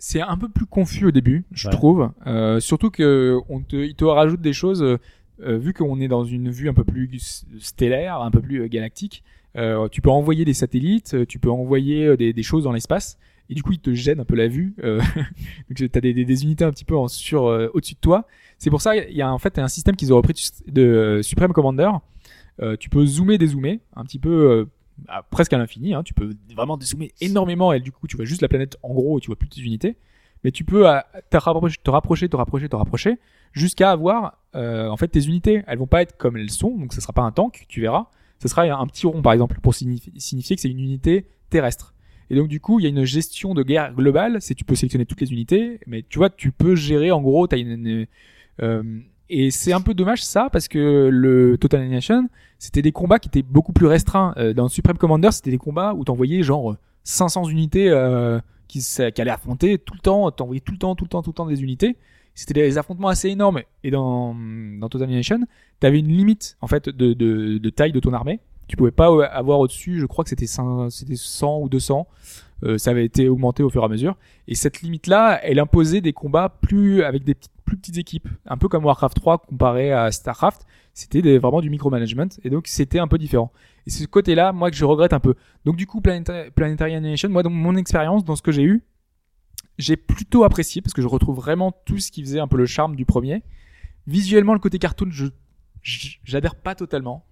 [SPEAKER 5] c'est un peu plus confus au début, je
[SPEAKER 6] Ouais.
[SPEAKER 5] trouve. Euh, surtout que on te, il te rajoute des choses. euh, euh, vu qu'on est dans une vue un peu plus s- stellaire, un peu plus euh, galactique, euh, tu peux envoyer des satellites, euh, tu peux envoyer euh, des, des choses dans l'espace, et du coup il te gêne un peu la vue. euh, [laughs] donc t'as des, des, des unités un petit peu en sur euh, au-dessus de toi. C'est pour ça il y a en fait un système qu'ils ont repris de, de, euh, Supreme Commander. Euh, tu peux zoomer, dézoomer, un petit peu euh, à- presque à l'infini. hein. Tu peux vraiment dézoomer énormément et du coup tu vois juste la planète en gros et tu vois plus tes unités. Mais tu peux à- te rapprocher, te rapprocher, te rapprocher, te rapprocher jusqu'à avoir euh, en fait tes unités. Elles vont pas être comme elles sont, donc ce sera pas un tank, tu verras. Ce sera un petit rond par exemple pour signifi- signifier que c'est une unité terrestre. Et donc du coup, il y a une gestion de guerre globale. C'est tu peux sélectionner toutes les unités, mais tu vois, tu peux gérer en gros. T'as une, une- euh, et c'est un peu dommage ça parce que le Total Annihilation, c'était des combats qui étaient beaucoup plus restreints. Euh, dans Supreme Commander, c'était des combats où t'envoyais genre 500 unités euh, qui, s- qui allaient affronter tout le temps, t'envoyais tout le temps, tout le temps, tout le temps des unités. C'était des affrontements assez énormes. Et dans, dans Total Annihilation, t'avais une limite en fait de, de, de taille de ton armée. Tu pouvais pas euh, avoir au-dessus, je crois que c'était 5 c'était 100 ou 200. Euh, ça avait été augmenté au fur et à mesure. Et cette limite-là, elle imposait des combats plus avec des petites- plus petites équipes, un peu comme Warcraft 3 comparé à Starcraft c'était des- vraiment du micromanagement et donc c'était un peu différent. Et c'est ce côté-là, moi, que je regrette un peu. Donc du coup, Planeta- Planetary Animation, moi, dans mon expérience, dans ce que j'ai eu, j'ai plutôt apprécié parce que je retrouve vraiment tout ce qui faisait un peu le charme du premier. Visuellement, le côté cartoon, je j- j'adhère pas totalement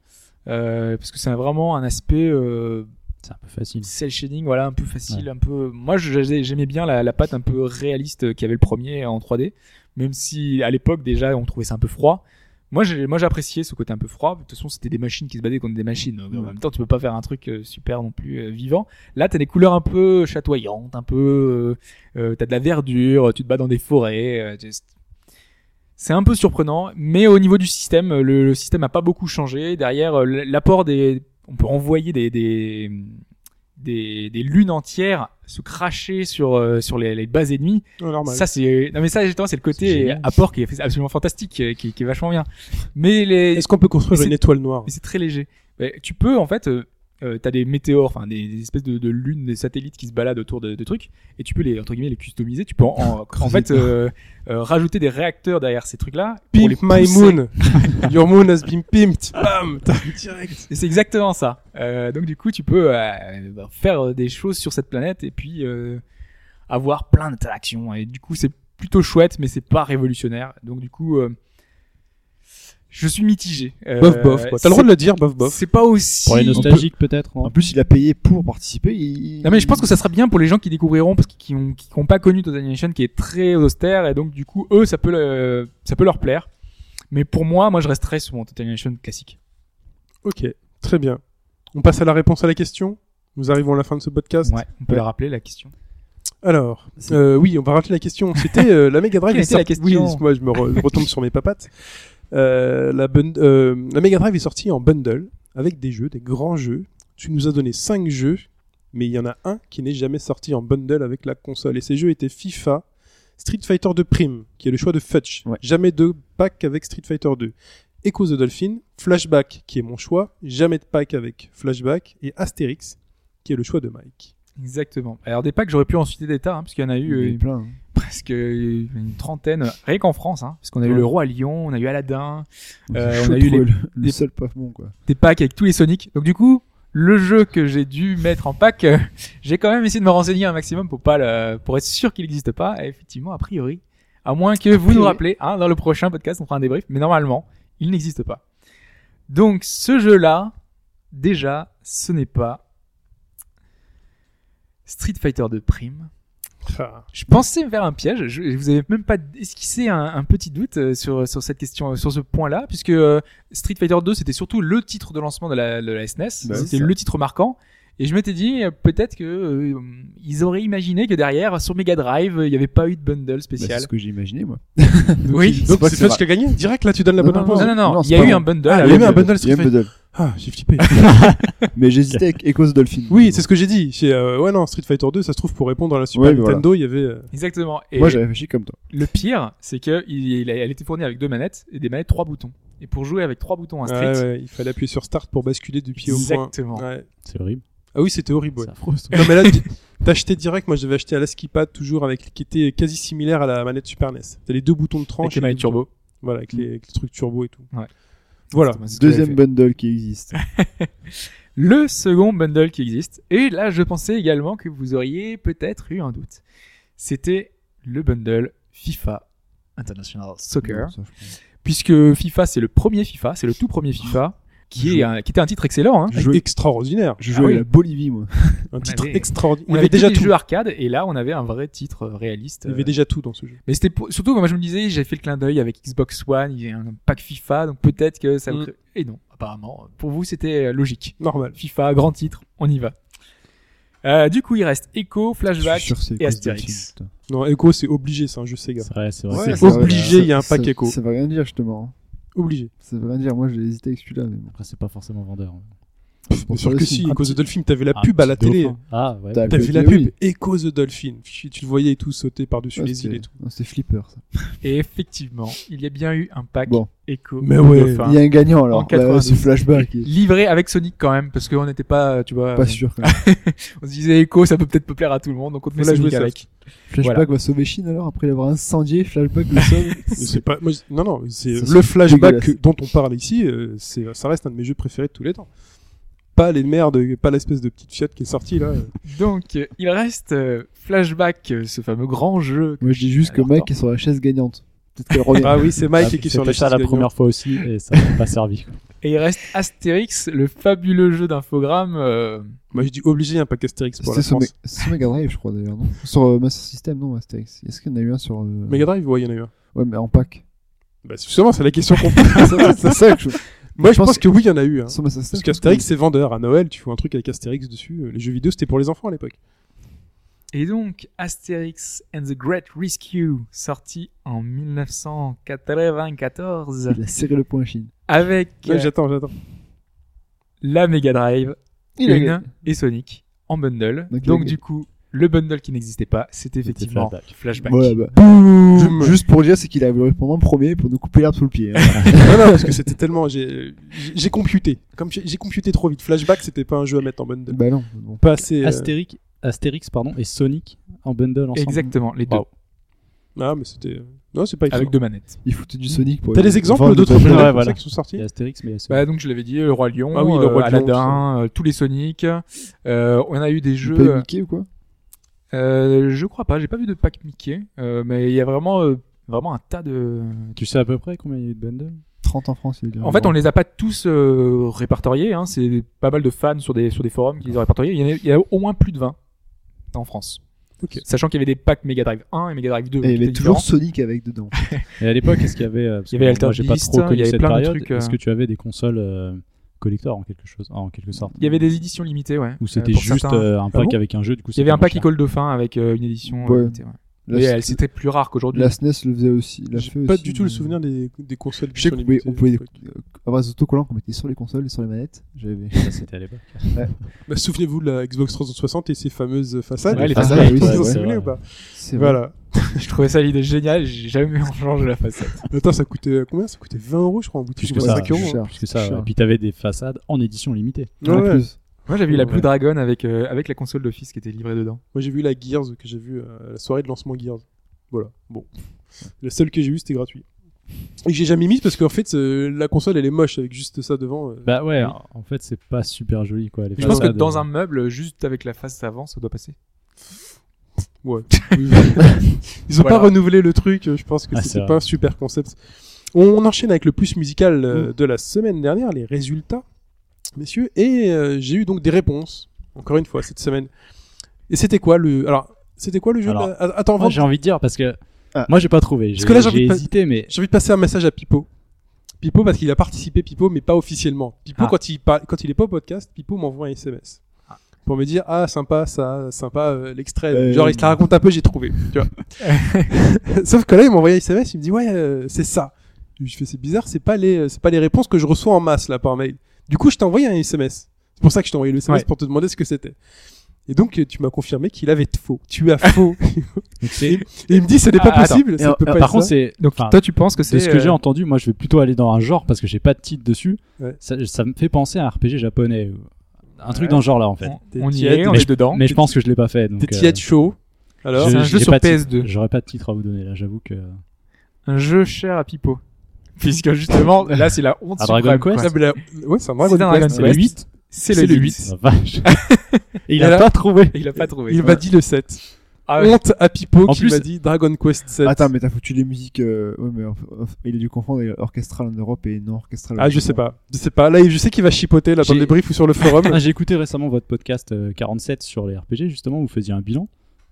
[SPEAKER 5] euh, parce que c'est vraiment un aspect euh,
[SPEAKER 6] C'est un peu facile.
[SPEAKER 5] cel shading, voilà, un peu facile, un peu. Moi, je- j'ai- j'aimais bien la, la patte un peu réaliste qu'il y avait le premier en 3D, même si à l'époque déjà on trouvait ça un peu froid. Moi, j'ai- moi, j'appréciais ce côté un peu froid. De toute façon, c'était des machines qui se battaient contre des machines. Donc, En même temps, tu peux pas faire un truc euh, super non plus euh, vivant. Là, t'as des couleurs un peu chatoyantes, un peu, euh, euh, t'as de la verdure, tu te bats dans des forêts. euh, tu- c'est un peu surprenant, mais au niveau du système, le, le système a pas beaucoup changé. Derrière, euh, l'apport des, on peut envoyer des, des, des, des lunes entières se cracher sur euh, sur les, les bases ennemies.
[SPEAKER 3] Oh, normal.
[SPEAKER 5] Ça c'est non mais ça justement c'est le
[SPEAKER 6] C'est
[SPEAKER 5] côté
[SPEAKER 6] génial.
[SPEAKER 5] apport qui est absolument fantastique, euh, qui, qui est vachement bien. Mais les
[SPEAKER 3] Est-ce qu'on peut construire
[SPEAKER 5] Mais
[SPEAKER 3] une
[SPEAKER 5] c'est-
[SPEAKER 3] étoile noire
[SPEAKER 5] mais c'est très léger. Mais tu peux, en fait, euh, euh, t'as des météores, enfin des, des espèces de, de lunes, des satellites qui se baladent autour de, de trucs, et tu peux les entre guillemets les customiser. Tu peux en,
[SPEAKER 3] [laughs]
[SPEAKER 5] en, en fait euh, euh, rajouter des réacteurs derrière ces trucs-là pour les
[SPEAKER 3] Pimp my
[SPEAKER 5] pousser.
[SPEAKER 3] moon [laughs] Your moon has been pimped
[SPEAKER 5] Euh,
[SPEAKER 3] Bam T'as- Direct
[SPEAKER 5] Et c'est exactement ça. Euh, donc du coup, tu peux euh, bah, faire des choses sur cette planète et puis euh, avoir plein d'interactions. Et du coup, c'est plutôt chouette, mais c'est pas révolutionnaire. Donc du coup, euh, je suis mitigé. Euh,
[SPEAKER 3] Bof bof quoi. T'as le droit de le dire, bof bof.
[SPEAKER 5] C'est pas aussi.
[SPEAKER 6] Pour les nostalgiques, peut-être. non
[SPEAKER 4] En plus, il a payé pour participer. il-
[SPEAKER 5] Non mais je pense que ça sera bien pour les gens qui découvriront parce qu'ils qui ont, qui ont pas connu Total Annihilation qui est très austère et donc du coup eux ça peut le- ça peut leur plaire. Mais pour moi, moi je resterai sur mon Total Annihilation classique.
[SPEAKER 3] Ok, très bien. On passe à la réponse à la question. Nous arrivons à la fin de ce podcast.
[SPEAKER 5] Ouais, on peut la rappeler la question.
[SPEAKER 3] Alors, euh, oui, on va rappeler la question. C'était euh, la Mega Drive.
[SPEAKER 5] Quelle
[SPEAKER 3] est
[SPEAKER 5] était la
[SPEAKER 3] sorti-
[SPEAKER 5] question
[SPEAKER 3] Oui, moi je me re- je retombe sur mes papates. Euh, la, bun- euh, la Mega Drive est sortie en bundle avec des jeux, des grands jeux. Tu nous as donné cinq jeux mais il y en a un qui n'est jamais sorti en bundle avec la console. Et ces jeux étaient FIFA, Street Fighter 2 Prime, qui est le choix de Fetch.
[SPEAKER 4] Ouais.
[SPEAKER 3] Jamais de pack avec Street Fighter 2. Echo the Dolphin, Flashback, qui est mon choix, jamais de pack avec Flashback, et Astérix, qui est le choix de Mike.
[SPEAKER 5] Exactement. Alors des packs, j'aurais pu en citer des tas, hein, parce qu'il y en a eu euh,
[SPEAKER 4] Il est plein. hein.
[SPEAKER 5] presque euh, une trentaine, euh, rien qu'en France, hein, parce qu'on a eu
[SPEAKER 4] Ouais.
[SPEAKER 5] le Roi Lion, on a eu Aladdin, Euh,
[SPEAKER 4] C'est
[SPEAKER 5] on
[SPEAKER 4] chaud
[SPEAKER 5] a
[SPEAKER 4] de
[SPEAKER 5] eu
[SPEAKER 4] trouver
[SPEAKER 5] les-
[SPEAKER 4] le, le
[SPEAKER 5] les-
[SPEAKER 4] seul pas bon quoi.
[SPEAKER 5] des packs avec tous les Sonic. Donc du coup, le jeu que j'ai dû mettre en pack, euh, [laughs] j'ai quand même essayé de me renseigner un maximum pour pas le, pour être sûr qu'il n'existe pas. Et effectivement, a priori, à moins que vous nous
[SPEAKER 4] priori.
[SPEAKER 5] rappelez, hein, dans le prochain podcast, on fera un débrief, mais normalement, il n'existe pas. Donc ce jeu-là, déjà, ce n'est pas Street Fighter 2 Prime. Je pensais me faire un piège. Je, je vous avez même pas esquissé un, un petit doute euh, sur, sur cette question, euh, sur ce point-là, puisque euh, Street Fighter 2 c'était surtout le titre de lancement de la, de la SNES.
[SPEAKER 4] Bah oui,
[SPEAKER 5] c'était
[SPEAKER 4] ça.
[SPEAKER 5] le titre marquant. Et je m'étais dit euh, peut-être que euh, ils auraient imaginé que derrière sur Mega Drive euh, il n'y avait pas eu de bundle
[SPEAKER 4] Bah, c'est
[SPEAKER 5] spécial.
[SPEAKER 4] ce que j'imaginais moi.
[SPEAKER 5] oui.
[SPEAKER 3] Donc
[SPEAKER 4] pas
[SPEAKER 3] c'est
[SPEAKER 4] que c'est
[SPEAKER 3] Fetch qui a gagné Direct, là, tu donnes la
[SPEAKER 4] Non,
[SPEAKER 3] bonne
[SPEAKER 4] non,
[SPEAKER 3] réponse.
[SPEAKER 5] Non non non,
[SPEAKER 4] Non,
[SPEAKER 5] il
[SPEAKER 4] c'est
[SPEAKER 5] y a
[SPEAKER 4] pas
[SPEAKER 5] eu
[SPEAKER 4] bon.
[SPEAKER 5] un bundle.
[SPEAKER 3] Ah,
[SPEAKER 5] avec,
[SPEAKER 3] il y a eu un
[SPEAKER 5] euh,
[SPEAKER 3] bundle
[SPEAKER 4] Il y
[SPEAKER 3] Street
[SPEAKER 4] a un
[SPEAKER 3] Fighter.
[SPEAKER 4] bundle.
[SPEAKER 3] Ah,
[SPEAKER 4] [laughs]
[SPEAKER 3] j'ai flippé.
[SPEAKER 4] Mais j'hésitais avec Echoes Dolphin.
[SPEAKER 3] oui, c'est ce que j'ai dit. J'ai, euh, ouais, non, Street Fighter 2, ça se trouve pour répondre à la Super
[SPEAKER 4] Ouais, voilà.
[SPEAKER 3] Nintendo, il y avait. euh,
[SPEAKER 5] Exactement. Et
[SPEAKER 4] Moi j'ai réfléchi comme toi.
[SPEAKER 5] le pire, c'est que il, il a- elle était fournie avec deux manettes et des manettes trois boutons. Et pour jouer avec trois boutons à Street,
[SPEAKER 3] ouais, ouais, il fallait appuyer sur Start pour basculer du pied au point.
[SPEAKER 5] exactement.
[SPEAKER 3] Ouais.
[SPEAKER 6] C'est horrible.
[SPEAKER 3] Ah oui, c'était horrible. ouais.
[SPEAKER 6] C'est
[SPEAKER 3] [laughs]
[SPEAKER 6] affreux. ce truc.
[SPEAKER 3] Non mais là,
[SPEAKER 5] [laughs]
[SPEAKER 3] tu- t'achetais direct. Moi, j'avais acheté à la Skipad toujours avec qui était quasi similaire à la manette Super NES. T'as les deux boutons de tranche.
[SPEAKER 5] Avec les
[SPEAKER 3] et
[SPEAKER 5] manettes
[SPEAKER 3] les boutons-
[SPEAKER 5] turbo.
[SPEAKER 3] Voilà, avec les, avec les trucs turbo et tout.
[SPEAKER 5] Ouais.
[SPEAKER 3] Voilà.
[SPEAKER 5] C'est ce que j'avais
[SPEAKER 4] Deuxième
[SPEAKER 5] fait.
[SPEAKER 4] bundle qui existe.
[SPEAKER 5] le second bundle qui existe. Et là, je pensais également que vous auriez peut-être eu un doute. C'était le bundle FIFA International Soccer.
[SPEAKER 4] Non, ça, je pense.
[SPEAKER 5] Puisque FIFA, c'est le premier FIFA, c'est le tout premier FIFA, qui, est un- qui était un titre excellent. hein.
[SPEAKER 3] Un
[SPEAKER 4] Jeu-
[SPEAKER 3] Extraordinaire.
[SPEAKER 4] Je
[SPEAKER 5] Ah
[SPEAKER 4] jouais
[SPEAKER 5] oui.
[SPEAKER 4] à la Bolivie moi.
[SPEAKER 3] Un titre
[SPEAKER 5] avait-
[SPEAKER 3] extraordinaire.
[SPEAKER 5] On
[SPEAKER 3] Il y
[SPEAKER 5] avait
[SPEAKER 3] avait
[SPEAKER 5] déjà
[SPEAKER 3] déjà
[SPEAKER 5] des
[SPEAKER 3] tout.
[SPEAKER 5] jeux arcade, et là, on avait un vrai titre euh, réaliste.
[SPEAKER 3] Il y
[SPEAKER 5] euh,
[SPEAKER 3] avait déjà tout dans ce jeu.
[SPEAKER 5] Mais c'était pour- surtout, moi je me disais, j'ai fait le clin d'œil avec Xbox One, il y a un pack FIFA, donc peut-être que ça. vous
[SPEAKER 3] Mm.
[SPEAKER 5] crée- Et non, apparemment, pour vous c'était euh, logique.
[SPEAKER 3] Normal.
[SPEAKER 5] FIFA, grand titre, on y va. Euh, du coup, il reste Echo,
[SPEAKER 4] Je suis
[SPEAKER 5] Flashback.
[SPEAKER 4] sûr que c'est
[SPEAKER 5] et
[SPEAKER 4] Echoes
[SPEAKER 5] Astérix.
[SPEAKER 4] Dolphin, putain.
[SPEAKER 3] Non, Echo, c'est obligé, c'est un jeu Sega.
[SPEAKER 6] C'est vrai, c'est
[SPEAKER 4] Ouais,
[SPEAKER 6] vrai.
[SPEAKER 4] c'est vrai,
[SPEAKER 3] obligé,
[SPEAKER 4] ça-
[SPEAKER 3] il y a un
[SPEAKER 4] ça-
[SPEAKER 3] pack écho.
[SPEAKER 4] Ça veut rien dire justement.
[SPEAKER 3] Obligé.
[SPEAKER 4] Ça veut rien dire. Moi j'ai hésité avec celui-là mais bon.
[SPEAKER 6] Après, c'est pas forcément vendeur. hein.
[SPEAKER 4] Pour
[SPEAKER 3] Bien sûr
[SPEAKER 4] ça
[SPEAKER 3] que
[SPEAKER 4] aussi.
[SPEAKER 3] si.
[SPEAKER 4] Ah,
[SPEAKER 3] Echo the Dolphin, t'avais la
[SPEAKER 6] Un
[SPEAKER 3] pub à
[SPEAKER 6] petit
[SPEAKER 3] la télé.
[SPEAKER 4] hein.
[SPEAKER 6] dauphin. Ah ouais.
[SPEAKER 4] T'as-
[SPEAKER 3] T'as vu la
[SPEAKER 4] Oui.
[SPEAKER 3] pub Echo the Dolphin. Tu tu le voyais et tout sauter par-dessus
[SPEAKER 4] ouais,
[SPEAKER 3] les îles
[SPEAKER 4] c'était-
[SPEAKER 3] et tout.
[SPEAKER 4] non, C'est Flipper ça.
[SPEAKER 5] Et effectivement, il y a bien eu un pack
[SPEAKER 4] Bon.
[SPEAKER 5] Echo.
[SPEAKER 3] Mais ouais,
[SPEAKER 5] Dauphin,
[SPEAKER 4] Il y a un gagnant alors.
[SPEAKER 5] En
[SPEAKER 4] Bah, ouais, c'est
[SPEAKER 5] 92.
[SPEAKER 4] Flashback. qui est
[SPEAKER 5] Livré avec Sonic quand même, parce qu'on n'était pas, tu vois,
[SPEAKER 4] Pas sûr quand même.
[SPEAKER 5] on se disait Echo, ça peut peut-être pas plaire à tout le monde, donc on te met
[SPEAKER 3] Voilà, je
[SPEAKER 5] Sonic
[SPEAKER 3] voulais
[SPEAKER 5] avec.
[SPEAKER 4] Flashback
[SPEAKER 5] Voilà.
[SPEAKER 4] va sauver Chine alors après l'avoir incendié. Flashback le
[SPEAKER 3] [laughs]
[SPEAKER 4] sauve.
[SPEAKER 3] Mais C'est pas, moi, je- non, non, c'est
[SPEAKER 4] Ça, c'est
[SPEAKER 3] le flashback
[SPEAKER 4] dégueulasse.
[SPEAKER 3] que- dont on parle ici, euh, c'est, ça reste un de mes jeux préférés de tous les temps. Pas les merdes, pas l'espèce de petite fiotte qui est sortie là.
[SPEAKER 5] Donc, euh, il reste euh, Flashback, euh, ce fameux grand jeu.
[SPEAKER 4] Moi je dis juste que
[SPEAKER 5] Alors,
[SPEAKER 4] Mike est sur la chaise gagnante. Peut-être qu'elle revient.
[SPEAKER 3] ah oui, c'est Mike qui est sur la
[SPEAKER 6] ça la
[SPEAKER 3] chaise gagnante.
[SPEAKER 6] première fois aussi et ça n'a pas servi. quoi.
[SPEAKER 5] Et il reste Astérix, le fabuleux jeu d'infogramme. euh,
[SPEAKER 3] Moi, je dis obligé un pack Astérix pour la
[SPEAKER 4] C'était sur,
[SPEAKER 3] France.
[SPEAKER 4] Mega- sur Mega Drive, je crois d'ailleurs, non Sur euh, Master System, non, Astérix Est-ce qu'il y en a eu un sur. euh,
[SPEAKER 3] Mega Drive, ouais, il y en a eu un.
[SPEAKER 4] Ouais, mais en
[SPEAKER 3] [laughs]
[SPEAKER 4] pack.
[SPEAKER 3] Bah, c'est- justement, c'est la
[SPEAKER 4] [laughs]
[SPEAKER 3] question qu'on pose.
[SPEAKER 4] c'est ça, c'est ça que je.
[SPEAKER 3] Moi, je
[SPEAKER 4] pense
[SPEAKER 3] pense que oui, il y en a eu. Hein.
[SPEAKER 4] Sur Master System.
[SPEAKER 3] Parce qu'Astérix, c'est vendeur. À Noël, tu fous un truc avec Astérix dessus. Euh, Les jeux vidéo, c'était pour les enfants à l'époque.
[SPEAKER 5] Et donc, Astérix and the Great Rescue, sorti en 1994,
[SPEAKER 4] Il a serré le point à Chine.
[SPEAKER 5] avec
[SPEAKER 3] Ouais,
[SPEAKER 5] euh,
[SPEAKER 3] j'attends, j'attends.
[SPEAKER 5] la Mega Drive,
[SPEAKER 4] Il a
[SPEAKER 5] Une
[SPEAKER 4] gagné.
[SPEAKER 5] et Sonic en bundle.
[SPEAKER 4] Donc,
[SPEAKER 5] Donc,
[SPEAKER 4] il a-
[SPEAKER 5] du coup, le bundle qui n'existait pas, c'était
[SPEAKER 6] C'était
[SPEAKER 5] effectivement
[SPEAKER 6] Flashback.
[SPEAKER 5] Flashback.
[SPEAKER 4] Ouais, bah,
[SPEAKER 3] Boum.
[SPEAKER 4] ju- Juste pour dire, c'est qu'il a voulu répondre en premier pour nous couper l'herbe sous le pied. hein.
[SPEAKER 3] [laughs] non, non, parce que c'était tellement. J'ai j'ai- j'ai computé. Comme j'ai j'ai computé trop vite. Flashback, c'était pas un jeu à mettre en bundle.
[SPEAKER 4] bah non, bon.
[SPEAKER 3] Pas assez.
[SPEAKER 6] Ah,
[SPEAKER 3] euh,
[SPEAKER 6] Astérix, Astérix pardon, et Sonic en bundle ensemble.
[SPEAKER 5] Exactement, les deux,
[SPEAKER 6] Wow.
[SPEAKER 3] Ah, mais c'était. Non, c'est pas
[SPEAKER 5] avec deux manettes.
[SPEAKER 4] Il foutait du Sonic pour.
[SPEAKER 3] T'as des exemples
[SPEAKER 4] vendre
[SPEAKER 3] d'autres
[SPEAKER 4] des-
[SPEAKER 3] jeux
[SPEAKER 6] Ouais,
[SPEAKER 3] comme
[SPEAKER 6] voilà.
[SPEAKER 3] ça qui sont sortis
[SPEAKER 6] Il y a Astérix, mais il y a Sonic.
[SPEAKER 5] Bah, donc, je l'avais dit, le Roi Lion,
[SPEAKER 3] Ah oui, le
[SPEAKER 5] euh,
[SPEAKER 3] Roi Lion,
[SPEAKER 5] Aladdin, euh, tous les Sonic. Euh, on a eu des
[SPEAKER 4] Je
[SPEAKER 5] jeux.
[SPEAKER 4] peux Mickey ou quoi
[SPEAKER 5] euh, je crois pas, j'ai pas vu de pack Mickey, euh, mais il y a vraiment, euh, vraiment un tas de.
[SPEAKER 6] Tu sais à peu près combien il y a eu de bundle
[SPEAKER 4] 30 en France, il a dit.
[SPEAKER 5] En fait, on les a pas tous euh, répertoriés. Hein, c'est pas mal de fans sur des sur des forums qui les ont répertoriés. Il y en a, il y a au moins plus de 20 en France.
[SPEAKER 3] Ok.
[SPEAKER 5] Sachant qu'il y avait des packs Mega Drive 1 et Mega Drive 2.
[SPEAKER 4] Et il y
[SPEAKER 5] qui
[SPEAKER 4] avait
[SPEAKER 5] étaient
[SPEAKER 4] Eh, toujours
[SPEAKER 5] différents.
[SPEAKER 4] Sonic avec dedans.
[SPEAKER 6] Et à l'époque, est-ce qu'il y avait euh, parce
[SPEAKER 5] Il y avait
[SPEAKER 6] que moi, j'ai pas
[SPEAKER 5] Altered
[SPEAKER 6] trop
[SPEAKER 5] Beast, il y
[SPEAKER 6] connu
[SPEAKER 5] avait
[SPEAKER 6] cette
[SPEAKER 5] plein de
[SPEAKER 6] période.
[SPEAKER 5] trucs, euh.
[SPEAKER 6] Est-ce que tu avais des consoles euh, collector en quelque chose, en quelque sorte
[SPEAKER 5] Il y avait des éditions limitées, ouais.
[SPEAKER 6] Ou c'était
[SPEAKER 5] Euh, pour
[SPEAKER 6] juste
[SPEAKER 5] certains.
[SPEAKER 6] euh, un pack
[SPEAKER 5] bon
[SPEAKER 6] avec un jeu, du coup.
[SPEAKER 5] Il y avait un
[SPEAKER 6] c'était
[SPEAKER 5] pack
[SPEAKER 6] moins
[SPEAKER 5] École Dauphin avec euh, une édition euh,
[SPEAKER 4] Ouais.
[SPEAKER 5] limitée. ouais.
[SPEAKER 4] La
[SPEAKER 5] mais
[SPEAKER 4] S-
[SPEAKER 5] elle c'était plus rare qu'aujourd'hui. [laughs]
[SPEAKER 4] La SNES le faisait aussi. l'a
[SPEAKER 3] J'ai
[SPEAKER 4] fait
[SPEAKER 3] pas
[SPEAKER 4] aussi,
[SPEAKER 3] du tout le
[SPEAKER 4] mais-
[SPEAKER 3] souvenir des, des consoles.
[SPEAKER 4] Je sais qu'on
[SPEAKER 3] d'édition
[SPEAKER 4] pouvait, on
[SPEAKER 3] limitée,
[SPEAKER 4] pouvait
[SPEAKER 3] à l'époque.
[SPEAKER 4] euh, avoir des autocollants qu'on mettait sur les consoles et sur les manettes. J'avais. [laughs]
[SPEAKER 6] Ça, c'était à
[SPEAKER 5] [laughs]
[SPEAKER 6] l'époque.
[SPEAKER 3] Bah, Souvenez-vous de la Xbox 360 et ses fameuses façades.
[SPEAKER 5] Ouais, les
[SPEAKER 3] Vous
[SPEAKER 5] façades,
[SPEAKER 3] vous
[SPEAKER 4] ouais,
[SPEAKER 3] en
[SPEAKER 4] ouais.
[SPEAKER 3] souvenez ou pas
[SPEAKER 4] C'est vrai.
[SPEAKER 3] Voilà.
[SPEAKER 5] Je trouvais ça l'idée géniale, j'ai jamais changé la façade.
[SPEAKER 3] Attends, ça coûtait combien Ça coûtait 20 euros, je crois, en boutique.
[SPEAKER 6] Plus
[SPEAKER 3] ou
[SPEAKER 6] que ça.
[SPEAKER 3] 25 euros. hein.
[SPEAKER 4] cher,
[SPEAKER 6] Parce que ça,
[SPEAKER 4] cher.
[SPEAKER 6] et puis t'avais des façades en édition limitée.
[SPEAKER 4] En
[SPEAKER 3] Ouais, ouais.
[SPEAKER 4] plus.
[SPEAKER 5] Moi j'avais eu la Blue
[SPEAKER 3] Ouais. Ah,
[SPEAKER 5] Dragon avec, euh, avec la console d'office qui était livrée dedans.
[SPEAKER 3] Moi, j'ai vu la Gears que j'ai vu euh, la soirée de lancement Gears. Voilà. Bon. La seule que j'ai eue, c'était gratuit. Et que j'ai jamais mise parce qu'en fait, euh, la console, elle est moche avec juste ça devant. euh.
[SPEAKER 6] Bah ouais, en fait, c'est pas super joli quoi. Les
[SPEAKER 5] Je pense que
[SPEAKER 6] façades,
[SPEAKER 5] dans
[SPEAKER 6] euh,
[SPEAKER 5] un meuble, juste avec la face avant, ça doit passer.
[SPEAKER 3] Ouais. [laughs] Ils ont
[SPEAKER 5] Voilà.
[SPEAKER 3] pas renouvelé le truc. euh, Je pense que
[SPEAKER 6] Ah, c'est
[SPEAKER 3] c'était
[SPEAKER 6] vrai.
[SPEAKER 3] pas un super concept. On enchaîne avec le plus musical
[SPEAKER 6] Mm.
[SPEAKER 3] euh, de la semaine dernière, les résultats, messieurs. Et euh, j'ai eu donc des réponses, encore une fois, cette semaine. Et c'était quoi le. Alors, c'était quoi le jeu de
[SPEAKER 6] Alors,
[SPEAKER 3] la- Attends,
[SPEAKER 6] Moi,
[SPEAKER 3] avant-
[SPEAKER 6] j'ai envie de dire parce que
[SPEAKER 4] Ah.
[SPEAKER 6] moi, j'ai pas trouvé.
[SPEAKER 3] Parce
[SPEAKER 6] J'ai
[SPEAKER 3] que là, j'ai envie
[SPEAKER 6] j'ai
[SPEAKER 3] de pas-
[SPEAKER 6] hésité,
[SPEAKER 5] [laughs]
[SPEAKER 6] mais
[SPEAKER 3] J'ai envie de passer un message à Pipo. Pipo parce qu'il a participé, Pipo, mais pas officiellement. Pipo,
[SPEAKER 5] Ah.
[SPEAKER 3] quand, il par- quand il est pas au podcast, Pipo m'envoie un SMS. Pour me dire, ah, sympa, ça, sympa, euh, l'extrait.
[SPEAKER 4] Euh,
[SPEAKER 3] Genre, il te la raconte un peu, j'ai trouvé. Tu vois. Sauf que là, il m'envoie un SMS, il me dit, ouais, euh, c'est ça. Je fais, c'est bizarre, c'est pas les, c'est pas les réponses que je reçois en masse, là, par mail. Du coup, je t'ai envoyé un SMS. C'est pour ça que je t'ai envoyé le SMS
[SPEAKER 5] Ouais.
[SPEAKER 3] pour te demander ce que c'était. Et donc, euh, tu m'as confirmé qu'il avait faux. Tu as faux.
[SPEAKER 6] donc c'est-
[SPEAKER 3] Et il me dit, ce n'est pas
[SPEAKER 5] Ah, attends.
[SPEAKER 3] possible, ça
[SPEAKER 4] Et,
[SPEAKER 3] peut
[SPEAKER 4] euh,
[SPEAKER 3] pas
[SPEAKER 6] par
[SPEAKER 3] être
[SPEAKER 6] contre,
[SPEAKER 3] ça.
[SPEAKER 6] c'est
[SPEAKER 5] Donc
[SPEAKER 6] enfin,
[SPEAKER 5] toi tu penses que c'est...
[SPEAKER 6] de ce que
[SPEAKER 5] euh,
[SPEAKER 6] j'ai entendu, moi, je vais plutôt aller dans un genre parce que j'ai pas de titre dessus.
[SPEAKER 3] Ouais.
[SPEAKER 6] Ça, ça me fait penser à un RPG japonais, ou un truc dans ce genre-là en fait.
[SPEAKER 5] on, on y
[SPEAKER 3] T'es
[SPEAKER 5] est, on
[SPEAKER 6] tiède.
[SPEAKER 5] est dedans.
[SPEAKER 6] Mais je pense que je l'ai pas fait. donc,
[SPEAKER 3] T'es
[SPEAKER 6] euh,
[SPEAKER 3] tiède chaud. Alors,
[SPEAKER 5] C'est
[SPEAKER 6] je-
[SPEAKER 5] un
[SPEAKER 6] j'ai
[SPEAKER 5] jeu sur
[SPEAKER 6] pas de titre-
[SPEAKER 5] PS2.
[SPEAKER 6] J'aurais pas de titre à vous donner là, j'avoue que. euh,
[SPEAKER 5] Un jeu cher à Pipo. Puisque justement, [laughs] là c'est la honte
[SPEAKER 6] À Dragon
[SPEAKER 5] suprême,
[SPEAKER 6] Quest
[SPEAKER 5] quoi.
[SPEAKER 3] Ah, mais la- Ouais, c'est un Dragon
[SPEAKER 5] C'est un
[SPEAKER 3] Quest.
[SPEAKER 5] Dragon
[SPEAKER 6] C'est
[SPEAKER 5] Quest.
[SPEAKER 6] le 8
[SPEAKER 5] C'est le 8.
[SPEAKER 6] La vache. Et il
[SPEAKER 3] Et
[SPEAKER 6] a
[SPEAKER 3] là-
[SPEAKER 6] pas trouvé.
[SPEAKER 5] Et Il a pas trouvé.
[SPEAKER 3] Il m'a dit le 7.
[SPEAKER 5] Ah ouais.
[SPEAKER 3] Honte à Pipo
[SPEAKER 6] En
[SPEAKER 3] qui
[SPEAKER 6] plus-
[SPEAKER 3] m'a dit Dragon Quest 7.
[SPEAKER 4] Attends, mais t'as foutu les musiques. euh, ouais, mais en- en- il a dû confondre euh, orchestral en Europe et non orchestral.
[SPEAKER 3] Ah, je sais pas. Je sais pas. Là, je sais qu'il va chipoter là dans
[SPEAKER 6] J'ai-
[SPEAKER 3] les briefs ou sur le forum.
[SPEAKER 6] [laughs] Ah, J'ai écouté récemment votre podcast euh, 47 sur les RPG, justement, où vous faisiez un bilan.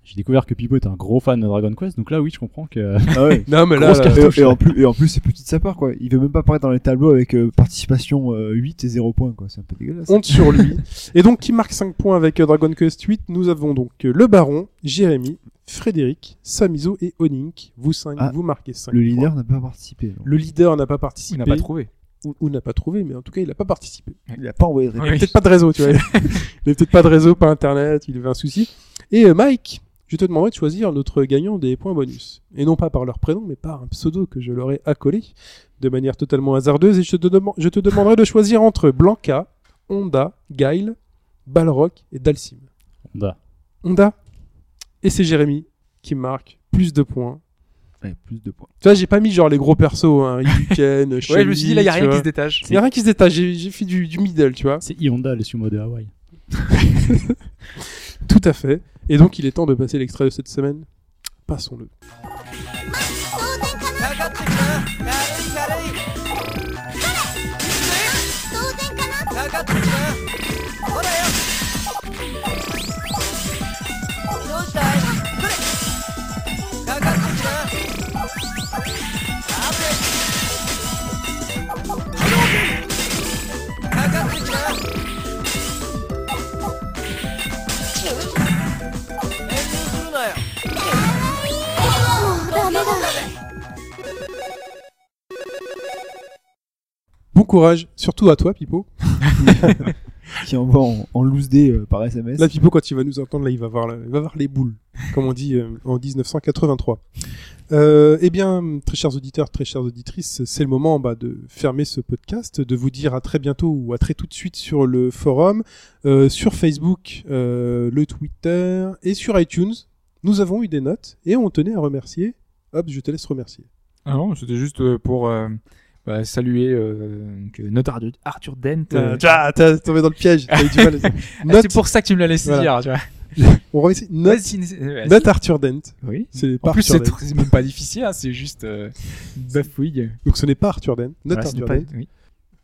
[SPEAKER 6] J'ai découvert que Pipo est un gros fan de Dragon Quest, donc là, oui, je comprends que. euh,
[SPEAKER 4] Ah ouais.
[SPEAKER 3] non, mais [laughs] là,
[SPEAKER 4] Grosse
[SPEAKER 3] là,
[SPEAKER 4] cartouche. et, et en plus, et en plus, c'est petite sa part quoi. Il veut même pas apparaître dans les tableaux avec euh, participation euh, 8 et 0 points quoi. C'est un peu dégueulasse.
[SPEAKER 3] honte sur lui. Et donc, qui marque 5 points avec euh, Dragon Quest 8, nous avons donc euh, le Baron, Jérémy, Frédéric, Samizo et Onink. Vous 5,
[SPEAKER 4] Ah,
[SPEAKER 3] vous marquez 5.
[SPEAKER 4] Le leader n'a pas participé. non.
[SPEAKER 3] Le leader n'a pas
[SPEAKER 5] Il
[SPEAKER 3] participé.
[SPEAKER 5] n'a pas trouvé.
[SPEAKER 3] Ou, ou n'a pas trouvé, mais en tout cas, il n'a pas participé.
[SPEAKER 4] Il a pas envoyé de réponse.
[SPEAKER 5] Oui.
[SPEAKER 3] Peut-être pas de réseau, tu vois. il avait peut-être pas de réseau, pas internet, il avait un souci. Et euh, Mike, je te demanderai de choisir notre gagnant des points bonus. Et non pas par leur prénom, mais par un pseudo que je leur ai accolé de manière totalement hasardeuse. Et je te, deman- je te demanderai de choisir entre Blanca, Honda, Gail, Balrock et Dalsim.
[SPEAKER 6] [laughs] Honda.
[SPEAKER 3] Honda. Et c'est Jérémy qui marque plus de points.
[SPEAKER 4] Ouais, plus de points. [laughs]
[SPEAKER 3] Tu vois, j'ai pas mis genre les gros persos, hein, Ryuken,
[SPEAKER 5] [laughs] Ouais, je me suis dit là, il y a rien qui se
[SPEAKER 3] détache.
[SPEAKER 5] détache.
[SPEAKER 3] Y a rien qui se détache, j'ai j'ai fait du, du middle, tu vois.
[SPEAKER 6] C'est Honda, le sumo de Hawaï.
[SPEAKER 3] Tout à fait. Et donc, il est temps de passer l'extrait de cette semaine. Passons-le. Bon courage, surtout à toi, Pipo.
[SPEAKER 4] Qui envoie en, en loose day euh, par SMS.
[SPEAKER 3] Là, Pipo, quand il va nous entendre, là, il va voir, la- il va voir les boules, comme on dit euh, en 1983. Euh, eh bien, très chers auditeurs, très chères auditrices, c'est le moment bah, de fermer ce podcast, de vous dire à très bientôt ou à très tout de suite sur le forum, euh, sur Facebook, euh, le Twitter et sur iTunes. Nous avons eu des notes et on tenait à remercier. Hop, je te laisse remercier.
[SPEAKER 5] Ah non, c'était juste euh, pour euh, bah, saluer euh, donc, euh, notre Ardu- Arthur Dent. euh,
[SPEAKER 3] Ah, t'as tombé dans le piège. T'as eu
[SPEAKER 4] [laughs]
[SPEAKER 3] du mal.
[SPEAKER 5] ah,
[SPEAKER 3] Note,
[SPEAKER 5] c'est pour ça que tu me l'as laissé
[SPEAKER 3] Voilà.
[SPEAKER 5] dire, tu vois.
[SPEAKER 3] on va essayer- note,
[SPEAKER 5] Vas-y, vas-y.
[SPEAKER 3] note Arthur Dent.
[SPEAKER 5] Oui.
[SPEAKER 3] C'est
[SPEAKER 5] En
[SPEAKER 3] pas
[SPEAKER 5] plus,
[SPEAKER 3] Arthur
[SPEAKER 5] c'est
[SPEAKER 3] Dent.
[SPEAKER 5] tr- c'est même pas difficile, hein, c'est juste euh, une bafouille.
[SPEAKER 3] Donc ce n'est pas Arthur Dent. Note
[SPEAKER 5] Voilà, c'est
[SPEAKER 3] Arthur
[SPEAKER 5] pas-
[SPEAKER 3] Dent.
[SPEAKER 5] oui.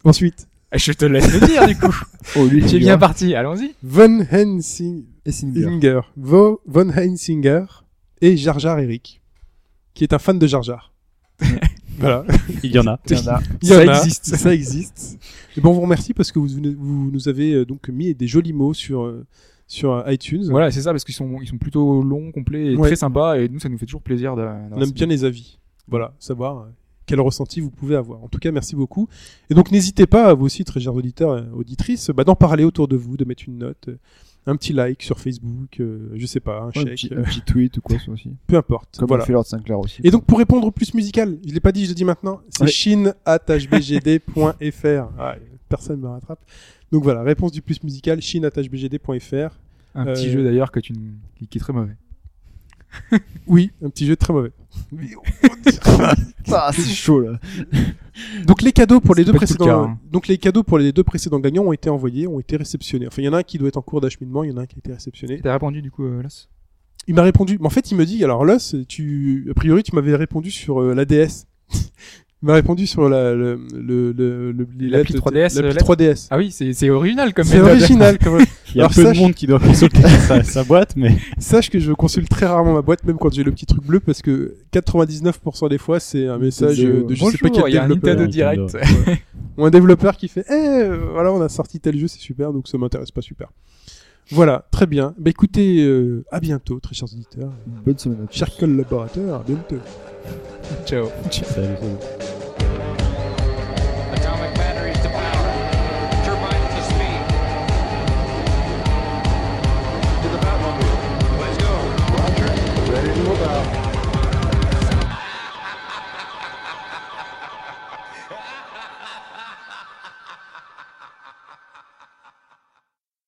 [SPEAKER 3] Ensuite,
[SPEAKER 5] Ah, Je te laisse le dire, du [laughs] coup.
[SPEAKER 4] Oh, lui,
[SPEAKER 5] Tu es bien parti, allons-y.
[SPEAKER 3] Von Hensinger,
[SPEAKER 4] Essinger.
[SPEAKER 3] Vo- Von Hensinger et Jar Jar Eric, qui est un fan de Jar Jar. [laughs] voilà,
[SPEAKER 6] Il y en a.
[SPEAKER 4] Il y en a.
[SPEAKER 3] Il y en
[SPEAKER 5] Ça
[SPEAKER 3] a.
[SPEAKER 5] existe.
[SPEAKER 3] ça existe. Et bon, on vous remercie parce que vous, venez- vous nous avez euh, donc mis des jolis mots sur euh, sur euh, iTunes.
[SPEAKER 5] Voilà, c'est ça, parce qu'ils sont, ils sont plutôt longs, complets et
[SPEAKER 3] Ouais.
[SPEAKER 5] très sympas. Et nous, ça nous fait toujours plaisir d'a- d'avoir
[SPEAKER 3] On aime
[SPEAKER 5] ces-
[SPEAKER 3] bien les avis. Voilà, savoir euh, quel ressenti vous pouvez avoir. En tout cas, merci beaucoup. Et donc, n'hésitez pas, vous aussi, très chers auditeurs, euh, auditrices, bah, d'en parler autour de vous, de mettre une note, euh, un petit like sur Facebook, euh, je sais pas, un
[SPEAKER 4] Ouais,
[SPEAKER 3] chèque,
[SPEAKER 4] un, petit,
[SPEAKER 3] euh,
[SPEAKER 4] un petit tweet ou quoi, ça aussi.
[SPEAKER 3] peu importe.
[SPEAKER 4] Comme
[SPEAKER 3] voilà.
[SPEAKER 4] on fait Lord Sinclair aussi.
[SPEAKER 3] Et donc, pour répondre au plus musical, je l'ai pas dit, je le dis maintenant, c'est
[SPEAKER 4] Ouais.
[SPEAKER 3] chine.hbgd.fr.
[SPEAKER 5] [laughs]
[SPEAKER 3] Ah, personne ne me rattrape. Donc voilà, réponse du plus musical, chine.hbgd.fr.
[SPEAKER 5] Un petit
[SPEAKER 3] Euh,
[SPEAKER 5] jeu d'ailleurs que tu n- qui, qui est très mauvais.
[SPEAKER 3] Oui, un petit jeu très mauvais.
[SPEAKER 4] Ah, c'est chaud là.
[SPEAKER 3] Donc les cadeaux pour les
[SPEAKER 5] C'est
[SPEAKER 3] deux
[SPEAKER 5] pas tout le
[SPEAKER 3] précédents,
[SPEAKER 5] cas, hein.
[SPEAKER 3] donc les cadeaux pour les deux précédents gagnants ont été envoyés, ont été réceptionnés. Enfin, il y en a un qui doit être en cours d'acheminement, il y en a un qui a été réceptionné.
[SPEAKER 5] Et T'as répondu du coup, euh, Lass
[SPEAKER 3] Il m'a répondu, mais en fait, il me dit, alors là, c'est- tu, a priori, tu m'avais répondu sur euh, la DS. [laughs] il m'a répondu sur la, le, le, le, le- les
[SPEAKER 5] L'appli
[SPEAKER 3] lettres-
[SPEAKER 5] 3DS,
[SPEAKER 3] l'appli
[SPEAKER 5] euh,
[SPEAKER 3] 3DS.
[SPEAKER 5] Ah oui, c'est c'est original comme
[SPEAKER 3] C'est
[SPEAKER 5] méthode.
[SPEAKER 3] original quand
[SPEAKER 5] [laughs]
[SPEAKER 3] même.
[SPEAKER 6] Il y a
[SPEAKER 3] Alors,
[SPEAKER 6] peu
[SPEAKER 3] sache-
[SPEAKER 6] de monde qui doit consulter sa, sa boîte, mais
[SPEAKER 3] Sache que je consulte très rarement ma boîte, même quand j'ai le petit truc bleu, parce que 99% des fois, c'est un message euh, de je sais pas
[SPEAKER 5] Bonjour,
[SPEAKER 3] quel
[SPEAKER 5] il y a un
[SPEAKER 3] développeur.
[SPEAKER 5] Nintendo
[SPEAKER 6] Nintendo.
[SPEAKER 5] Direct. [laughs]
[SPEAKER 3] ou un développeur qui fait eh euh, voilà on a sorti tel jeu c'est super donc ça m'intéresse pas super voilà très bien bah écoutez euh, à bientôt très chers auditeurs
[SPEAKER 4] Bonne semaine à tous.
[SPEAKER 3] chers collaborateurs à bientôt
[SPEAKER 5] Ciao.
[SPEAKER 6] ça-